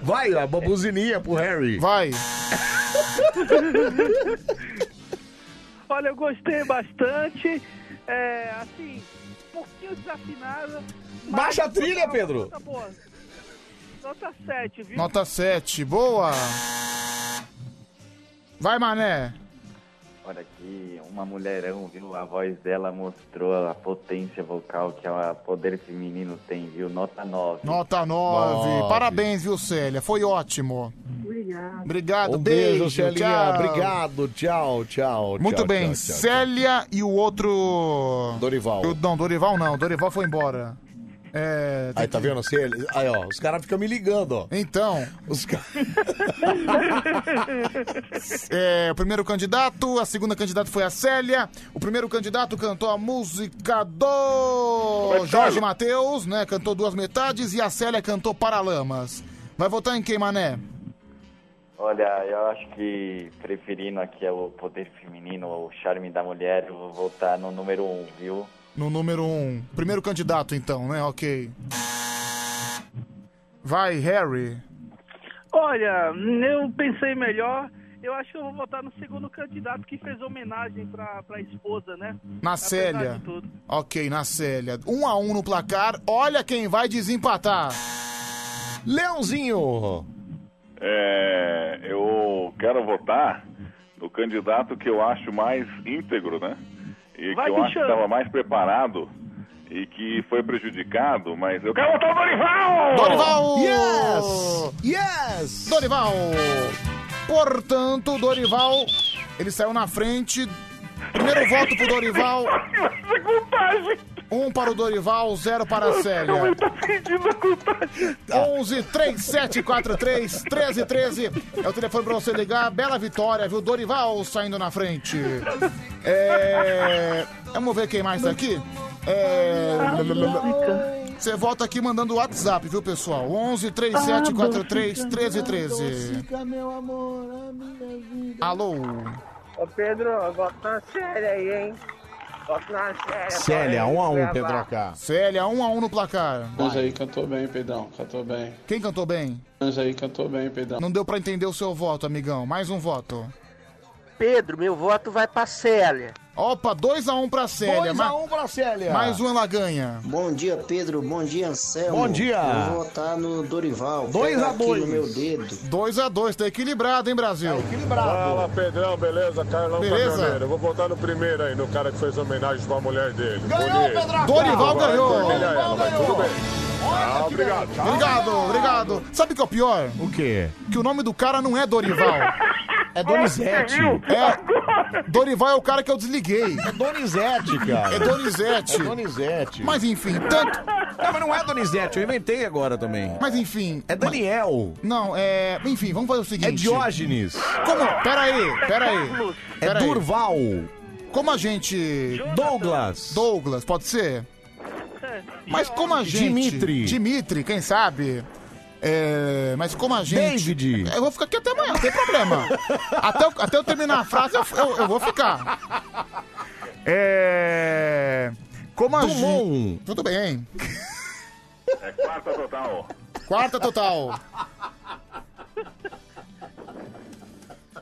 Speaker 1: Vai, a babuzininha pro Harry.
Speaker 3: Vai.
Speaker 22: [LAUGHS] Olha, eu gostei bastante. É, assim, um pouquinho desafinada. mas-
Speaker 1: Baixa a trilha, Pedro.
Speaker 22: Nota boa. Nota 7, viu?
Speaker 3: Nota 7, boa. Vai, Mané.
Speaker 13: Olha aqui, uma mulherão, viu? A voz dela mostrou a potência vocal que o poder feminino tem, viu? Nota 9.
Speaker 3: Nota 9.
Speaker 13: Nove.
Speaker 3: Parabéns, viu, Célia? Foi ótimo.
Speaker 22: Obrigado.
Speaker 3: Obrigado,
Speaker 1: Um beijo, Celinha.
Speaker 3: tchau.
Speaker 1: Obrigado, tchau, tchau.
Speaker 3: Muito
Speaker 1: tchau,
Speaker 3: bem,
Speaker 1: tchau, tchau, tchau.
Speaker 3: Célia e o outro.
Speaker 1: Dorival.
Speaker 3: O- Não, Dorival não, Dorival foi embora. É.
Speaker 1: Aí, tá vendo? Célia? Aí, ó, os caras ficam me ligando, ó.
Speaker 3: Então.
Speaker 1: Os caras.
Speaker 3: É, o primeiro candidato, a segunda candidata foi a Célia. O primeiro candidato cantou a música do
Speaker 1: Roberto
Speaker 3: Jorge
Speaker 1: Carlos.
Speaker 3: Matheus, né? Cantou duas metades e a Célia cantou Paralamas. Vai votar em quem, Mané?
Speaker 13: Olha, eu acho que preferindo aqui é o poder feminino, o charme da mulher, eu vou votar no número 1, viu?
Speaker 3: No número um. Primeiro candidato, então, né? Ok. Vai, Harry.
Speaker 22: Olha, eu pensei melhor. [LAUGHS] Eu acho que eu vou votar no segundo candidato que fez homenagem pra, pra esposa, né?
Speaker 3: Na Célia. Ok, na Célia. Um a um no placar. Olha quem vai desempatar.
Speaker 1: Leãozinho.
Speaker 4: É, eu quero votar no candidato que eu acho mais íntegro, né? E
Speaker 35: Vai,
Speaker 4: que eu acho que
Speaker 35: bichão.
Speaker 4: estava mais preparado e que foi prejudicado, mas eu quero votar no Dorival!
Speaker 3: Dorival!
Speaker 4: Yes!
Speaker 1: Yes!
Speaker 3: Dorival! Portanto, Dorival, ele saiu na frente. Primeiro voto pro Dorival. Um para o Dorival, zero para a Célia. Tá. 11 3743 1313 é o telefone pra você ligar. Bela vitória, viu? Dorival saindo na frente. É. Vamos ver quem mais tá aqui. É. Você volta aqui mandando o WhatsApp, viu, pessoal? 11 3743 1313.
Speaker 35: meu amor, a minha vida.
Speaker 3: Alô?
Speaker 5: Ô Pedro, eu voto na série aí, hein? Voto na série.
Speaker 1: Célia, um a um, Pedroca.
Speaker 3: Célia, um a um no placar.
Speaker 36: Anja aí cantou bem, Pedrão. Cantou bem.
Speaker 3: Quem cantou bem?
Speaker 36: Anja aí cantou bem, Pedrão.
Speaker 3: Não deu pra entender o seu voto, amigão. Mais um voto.
Speaker 5: Pedro, meu voto vai pra Célia.
Speaker 3: Opa, 2x1 um pra Célia.
Speaker 5: 2
Speaker 3: Ma-
Speaker 5: a 1 pra Célia.
Speaker 3: Mais um ela ganha.
Speaker 5: Bom dia, Pedro. Bom dia, Anselmo.
Speaker 3: Bom dia.
Speaker 5: Eu vou votar no Dorival.
Speaker 3: 2
Speaker 5: Pega
Speaker 3: a
Speaker 5: aqui
Speaker 3: 2.
Speaker 5: no meu dedo.
Speaker 3: 2 a 2, tá equilibrado, hein, Brasil?
Speaker 37: Fala, Pedrão, beleza? Carlão
Speaker 3: Beleza.
Speaker 37: Caminhoneiro. Eu vou votar no primeiro aí, no cara que fez homenagem pra mulher dele.
Speaker 3: Ganhou,
Speaker 37: Bonito.
Speaker 3: Pedroca! Dorival
Speaker 37: Vai,
Speaker 3: ganhou.
Speaker 37: ajoelha
Speaker 3: Dorival
Speaker 37: ela, vai,
Speaker 3: ganhou.
Speaker 37: Tudo bem. Ah, obrigado.
Speaker 5: tá?
Speaker 3: Obrigado, obrigado. Sabe o que é o pior?
Speaker 1: O quê?
Speaker 3: Que o nome do cara não é Dorival. É
Speaker 1: Donizete.
Speaker 3: É. Dorival é o cara que eu desliguei. É
Speaker 1: Donizete, cara.
Speaker 3: É Donizete.
Speaker 1: É Donizete.
Speaker 3: Mas enfim, tanto.
Speaker 1: Não, mas não é Donizete, eu inventei agora também.
Speaker 3: Mas enfim.
Speaker 1: É Daniel.
Speaker 3: Não, é. Enfim, vamos fazer o seguinte. [LAUGHS]
Speaker 1: É Diógenes.
Speaker 3: Como? Pera aí, pera aí.
Speaker 1: É
Speaker 3: Pera aí.
Speaker 1: Durval.
Speaker 3: Como a gente.
Speaker 1: Douglas.
Speaker 3: Douglas, pode ser? Mas como a gente.
Speaker 1: Dimitri.
Speaker 3: Dimitri, quem sabe? É, mas como a gente.
Speaker 1: David.
Speaker 3: Eu vou ficar aqui até amanhã, não tem problema. até, eu, até eu terminar a frase, eu, eu- eu vou ficar. É. Como a gente. Tudo bem.
Speaker 4: É quarta total.
Speaker 3: Quarta total.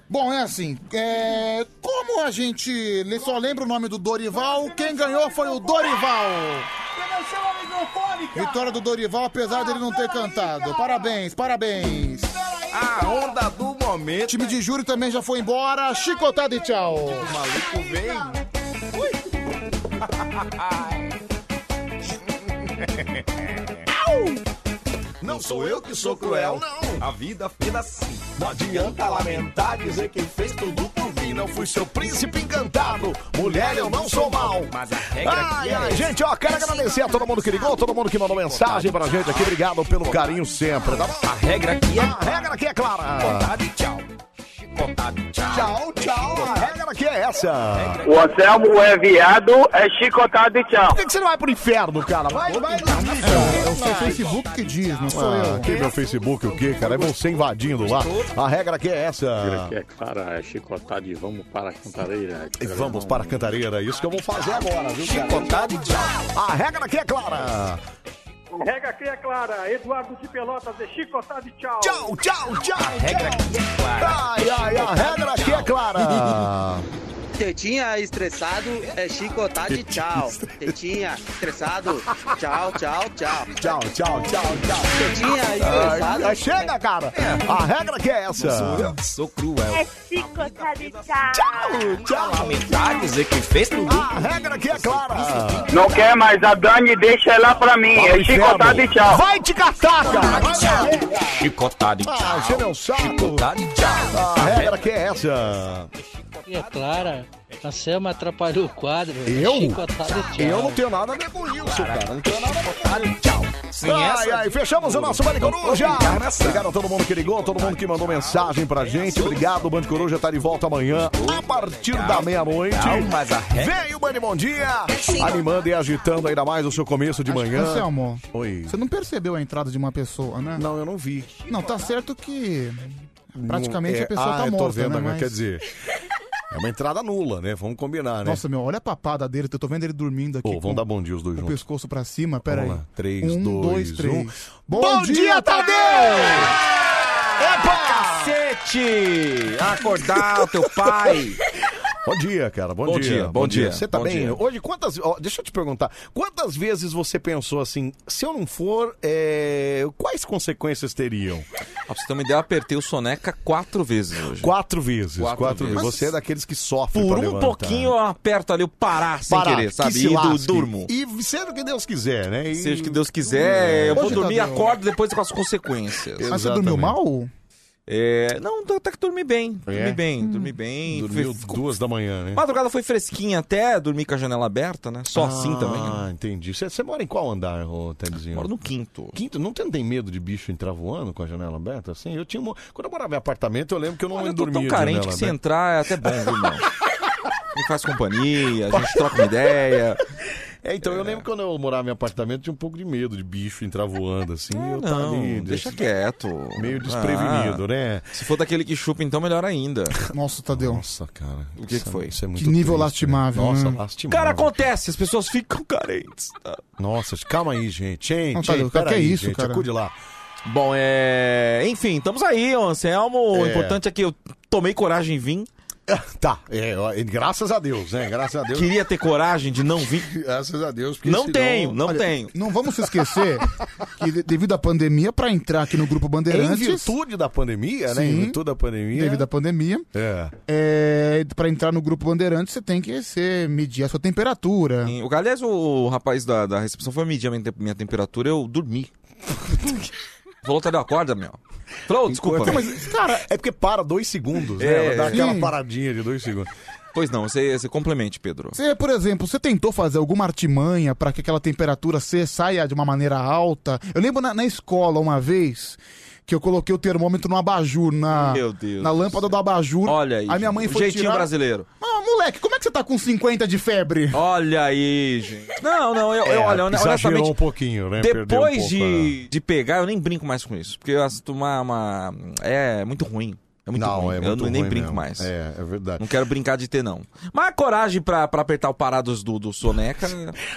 Speaker 3: Bom, é assim, é, como a gente le- só lembra o nome do Dorival, quem ganhou foi o Dorival. Vitória do Dorival, apesar dele não ter cantado. Parabéns, parabéns. A onda do momento. Time de júri também já foi embora. Chicotada e tchau.
Speaker 5: maluco vem.
Speaker 1: Não sou eu que sou cruel, não. A vida fica assim. Não adianta lamentar, dizer que fez tudo por mim. Não fui seu príncipe encantado. Mulher, eu não sou mal. Mas a regra é
Speaker 38: Ai, ai,
Speaker 1: gente, ó, quero agradecer a todo mundo que ligou, todo mundo que mandou mensagem pra gente aqui. Obrigado pelo carinho sempre, tá bom? A regra aqui é. A regra aqui é clara.
Speaker 5: Vontade, tchau. Tchau, tchau. A regra
Speaker 1: aqui é essa.
Speaker 22: O Anselmo é viado, é chicotado e tchau.
Speaker 1: Por que, que você não vai pro inferno, cara? Vai, vai.
Speaker 39: É o seu Facebook que diz, não sou
Speaker 1: Ah,
Speaker 39: eu.
Speaker 1: que meu Facebook, o que, cara? É você invadindo lá. A regra aqui é essa.
Speaker 10: Aqui é clara, é chicotada e vamos para a cantareira.
Speaker 1: E vamos para a cantareira, é isso que eu vou fazer agora, viu, cara?
Speaker 5: Chicotado e tchau.
Speaker 1: A regra aqui é clara.
Speaker 8: Regra aqui é clara, Eduardo de Pelotas é chicotado e tchau.
Speaker 5: Tchau, tchau, tchau. A
Speaker 8: regra aqui é clara.
Speaker 1: Ai, ai, a regra aqui
Speaker 5: [LAUGHS]
Speaker 1: é clara.
Speaker 8: Tetinha estressado é chicotado e tchau. Tetinha estressado, tchau, tchau, tchau. [LAUGHS]
Speaker 1: Tchau, tchau, tchau, tchau.
Speaker 8: Tetinha estressado.
Speaker 1: Ai, chega, cara. A regra aqui é
Speaker 5: Não sou
Speaker 1: essa.
Speaker 5: eu que sou cruel.
Speaker 19: Eh
Speaker 8: chicotado e
Speaker 1: Tchau, tchau.
Speaker 5: Lamentar, dizer que fez tudo.
Speaker 1: A regra aqui é clara.
Speaker 22: Não quer mais, a Dani deixa ela pra mim.
Speaker 1: Fala,
Speaker 22: É chicotado e
Speaker 1: inferno.
Speaker 22: tchau.
Speaker 1: Vai te catar, cara. Vai
Speaker 5: Chicotado e tchau.
Speaker 1: Ah, você não sabe.
Speaker 5: Chicotado e tchau.
Speaker 1: A regra aqui é essa.
Speaker 40: É clara, a Selma atrapalhou o quadro.
Speaker 1: Eu?
Speaker 40: Chicotado, tchau.
Speaker 1: Eu não tenho nada a ver com isso, cara. Não tenho nada a ver
Speaker 5: Sem
Speaker 1: ai,
Speaker 5: essa-
Speaker 1: ai, fechamos o nosso Bande Coruja. Obrigado a todo mundo que ligou, todo mundo que mandou mensagem pra gente. Obrigado, o Bande Coruja tá de volta amanhã a partir da meia-noite. Vem o Bande Bom Dia, animando e agitando ainda mais o seu começo de manhã.
Speaker 3: Anselmo,
Speaker 1: Oi.
Speaker 3: você não percebeu a entrada de uma pessoa, né?
Speaker 1: Não, eu não vi.
Speaker 3: Não, tá certo que praticamente
Speaker 1: Não- é,
Speaker 3: a pessoa
Speaker 1: ah,
Speaker 3: tá
Speaker 1: eu tô
Speaker 3: morta,
Speaker 1: vendo,
Speaker 3: né?
Speaker 1: agora,
Speaker 3: Mas-
Speaker 1: Quer dizer, é uma entrada nula, né? Vamos combinar, né?
Speaker 3: Nossa, meu, olha a papada dele, eu tô vendo ele dormindo aqui.
Speaker 1: Pô, vamos
Speaker 3: com
Speaker 1: dar bom dia os dois
Speaker 3: o
Speaker 1: juntos.
Speaker 3: pescoço pra cima, pera aí.
Speaker 1: Vamos lá. Três,
Speaker 3: um, dois,
Speaker 1: dois,
Speaker 3: três.
Speaker 1: um.
Speaker 3: Bom, dia,
Speaker 1: tá-
Speaker 3: Tadeu!
Speaker 1: Cacete!
Speaker 41: Acordar o teu pai.
Speaker 1: [LAUGHS] Bom dia, cara. Bom,
Speaker 41: Bom dia, bom dia,
Speaker 1: Você tá
Speaker 41: bom
Speaker 1: bem?
Speaker 41: dia.
Speaker 1: Hoje, quantas. ó, deixa eu te perguntar. Quantas vezes você pensou assim, se eu não for, é, quais consequências teriam?
Speaker 41: Pra você ter uma ideia, eu apertei o soneca quatro vezes hoje.
Speaker 1: Quatro vezes. Quatro, vezes. Você é daqueles que sofre.
Speaker 41: Por
Speaker 1: pra
Speaker 41: um
Speaker 1: levantar.
Speaker 41: pouquinho eu aperto ali o parar sem
Speaker 1: Parar,
Speaker 41: querer,
Speaker 1: que
Speaker 41: sabe?
Speaker 1: se
Speaker 41: E do,
Speaker 1: lasque.
Speaker 41: durmo.
Speaker 1: E seja o que Deus quiser, né? E- Hum, é.
Speaker 41: Seja o que Deus quiser, eu vou
Speaker 1: Hoje, tá né?
Speaker 41: dormir,
Speaker 1: Tadeu.
Speaker 41: acordo depois com as consequências.
Speaker 3: Mas você dormiu mal?
Speaker 41: É, não, até que dormi bem. Dormi
Speaker 3: É?
Speaker 41: bem, dormi bem.
Speaker 1: Hum. Dormiu duas da manhã, né?
Speaker 41: Madrugada foi fresquinha até, dormi com a janela aberta, né? Só assim também. né?
Speaker 1: Ah, entendi. Você você mora em qual andar, ô Tedzinho? Moro
Speaker 41: no quinto.
Speaker 1: Quinto? Não tem, tem medo de bicho entrar voando com a janela aberta? Assim, eu tinha... um mo- Quando eu morava em apartamento, eu lembro que eu não
Speaker 41: Olha, eu tô
Speaker 1: dormia
Speaker 41: tão
Speaker 1: de
Speaker 41: carente
Speaker 1: janela
Speaker 41: que se
Speaker 1: aberta.
Speaker 41: entrar é até bom, viu, [LAUGHS] irmão? Me faz companhia, a gente troca uma ideia.
Speaker 1: É, então, eu lembro que quando eu morava em apartamento, eu tinha um pouco de medo de bicho entrar voando, assim. e eu tava
Speaker 41: Não,
Speaker 1: ali,
Speaker 41: deixa
Speaker 1: des-
Speaker 41: quieto.
Speaker 1: Meio desprevenido,
Speaker 41: Ah,
Speaker 1: né?
Speaker 41: Se for daquele que chupa, então melhor ainda.
Speaker 3: Nossa, Tadeu.
Speaker 1: Nossa, cara.
Speaker 41: O que, que foi?
Speaker 1: Isso é muito
Speaker 3: Que nível
Speaker 1: triste,
Speaker 3: lastimável,
Speaker 1: né? Nossa,
Speaker 3: né?
Speaker 1: lastimável.
Speaker 41: Cara, acontece, as pessoas ficam [LAUGHS] carentes. tá?
Speaker 1: Nossa, calma aí, gente. Hein,
Speaker 41: Não,
Speaker 1: não,
Speaker 41: Tadeu,
Speaker 1: pera
Speaker 41: que é
Speaker 1: aí,
Speaker 41: isso,
Speaker 1: gente,
Speaker 41: cara?
Speaker 1: Acude lá.
Speaker 41: Bom, é. Enfim, estamos aí, ô Anselmo. O
Speaker 1: É.
Speaker 41: importante é que eu tomei coragem e vim.
Speaker 1: [LAUGHS] Tá, é, ó, e graças a Deus, né? Graças a Deus.
Speaker 41: Queria ter coragem de não vir.
Speaker 1: [LAUGHS] Graças a Deus.
Speaker 41: Não tenho, não
Speaker 3: Olha,
Speaker 41: tenho.
Speaker 3: Não vamos se
Speaker 1: [LAUGHS]
Speaker 3: esquecer que de- devido à pandemia, pra entrar aqui no Grupo
Speaker 1: Em
Speaker 3: Bandeirantes...
Speaker 1: virtude da pandemia, né? Em
Speaker 3: Sim.
Speaker 1: virtude da pandemia.
Speaker 3: Devido à pandemia,
Speaker 1: É.
Speaker 3: é, para entrar no grupo Bandeirantes, você tem que ser, medir a sua temperatura.
Speaker 41: O cara, aliás, o rapaz da, da recepção foi medir a minha, te- minha temperatura, eu
Speaker 3: [LAUGHS]
Speaker 41: dormi. Falou, Tadeu, acorda, meu. Falou, desculpa.
Speaker 1: Não,
Speaker 41: meu. [LAUGHS]
Speaker 1: mas, cara, é porque para dois segundos, né?
Speaker 41: É,
Speaker 1: Ela dá aquela parada. de dois segundos.
Speaker 41: Pois não, você, você complemente, Pedro.
Speaker 3: Você, por exemplo, você tentou fazer alguma artimanha pra que aquela temperatura se saia de uma maneira alta? Eu lembro na, na escola uma vez que eu coloquei o termômetro no abajur, na,
Speaker 41: Meu Deus
Speaker 3: na
Speaker 41: do
Speaker 3: lâmpada do abajur.
Speaker 41: Olha aí.
Speaker 3: A minha mãe foi
Speaker 41: Jeitinho
Speaker 3: tirar...
Speaker 41: brasileiro.
Speaker 3: Ah, moleque, como é que você tá com 50 de febre?
Speaker 41: Olha aí, gente. Não, não, eu, eu
Speaker 1: É,
Speaker 41: olha,
Speaker 1: exagerou
Speaker 41: honestamente.
Speaker 1: um pouquinho, né? Perdeu um
Speaker 41: Depois
Speaker 1: pouco
Speaker 41: de, de pegar, eu nem brinco mais com isso. Porque eu acho uma, uma. É muito ruim. É muito
Speaker 1: Não,
Speaker 41: ruim.
Speaker 1: é
Speaker 41: eu
Speaker 1: muito
Speaker 41: nem
Speaker 1: ruim
Speaker 41: brinco
Speaker 1: mesmo.
Speaker 41: mais.
Speaker 1: É, é verdade.
Speaker 41: Não quero brincar de ter, não. Mas a coragem pra, pra apertar o parados do, do Soneca.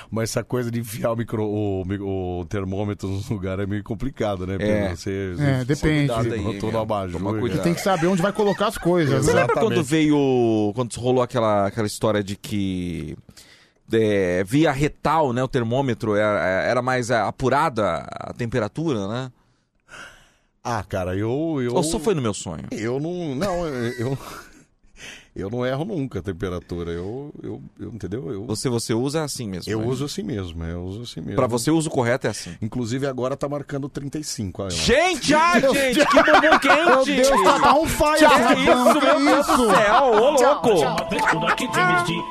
Speaker 1: Mas essa coisa de enfiar o, micro, o, mi- o termômetro nos lugares é meio [LAUGHS] complicado, né?
Speaker 41: É.
Speaker 1: Pedro? Você, né?
Speaker 3: É, depende.
Speaker 1: Você
Speaker 3: Aí, meu,
Speaker 1: botou no abajur.
Speaker 41: toma
Speaker 3: Você
Speaker 41: cuidado.
Speaker 3: tem que saber onde vai colocar as coisas.
Speaker 41: Você
Speaker 3: né?
Speaker 41: lembra quando veio. Quando rolou aquela, aquela história de que. é, via retal, é, né? O termômetro era, era mais a- apurada a temperatura, né?
Speaker 1: Ah, cara, eu. eu...
Speaker 41: Ou só foi no meu sonho?
Speaker 1: Eu não. Não, eu. Eu não erro nunca a temperatura. Eu, eu, eu entendeu? Eu,
Speaker 41: Você, você usa assim mesmo.
Speaker 1: eu
Speaker 41: né?
Speaker 1: uso assim mesmo. Eu uso assim mesmo.
Speaker 41: Pra você, o uso correto é assim.
Speaker 1: Inclusive agora tá marcando 35. Olha lá.
Speaker 41: Gente, ai,
Speaker 1: Meu
Speaker 41: gente,
Speaker 1: Deus.
Speaker 41: que bumbum quente!
Speaker 1: Meu Deus, tá- tá on fire,
Speaker 41: Que
Speaker 1: esse
Speaker 41: isso,
Speaker 1: rapaz,
Speaker 41: meu
Speaker 1: que
Speaker 41: Deus do
Speaker 1: isso?
Speaker 41: céu, ô
Speaker 1: Tchau,
Speaker 41: louco!
Speaker 1: tchau.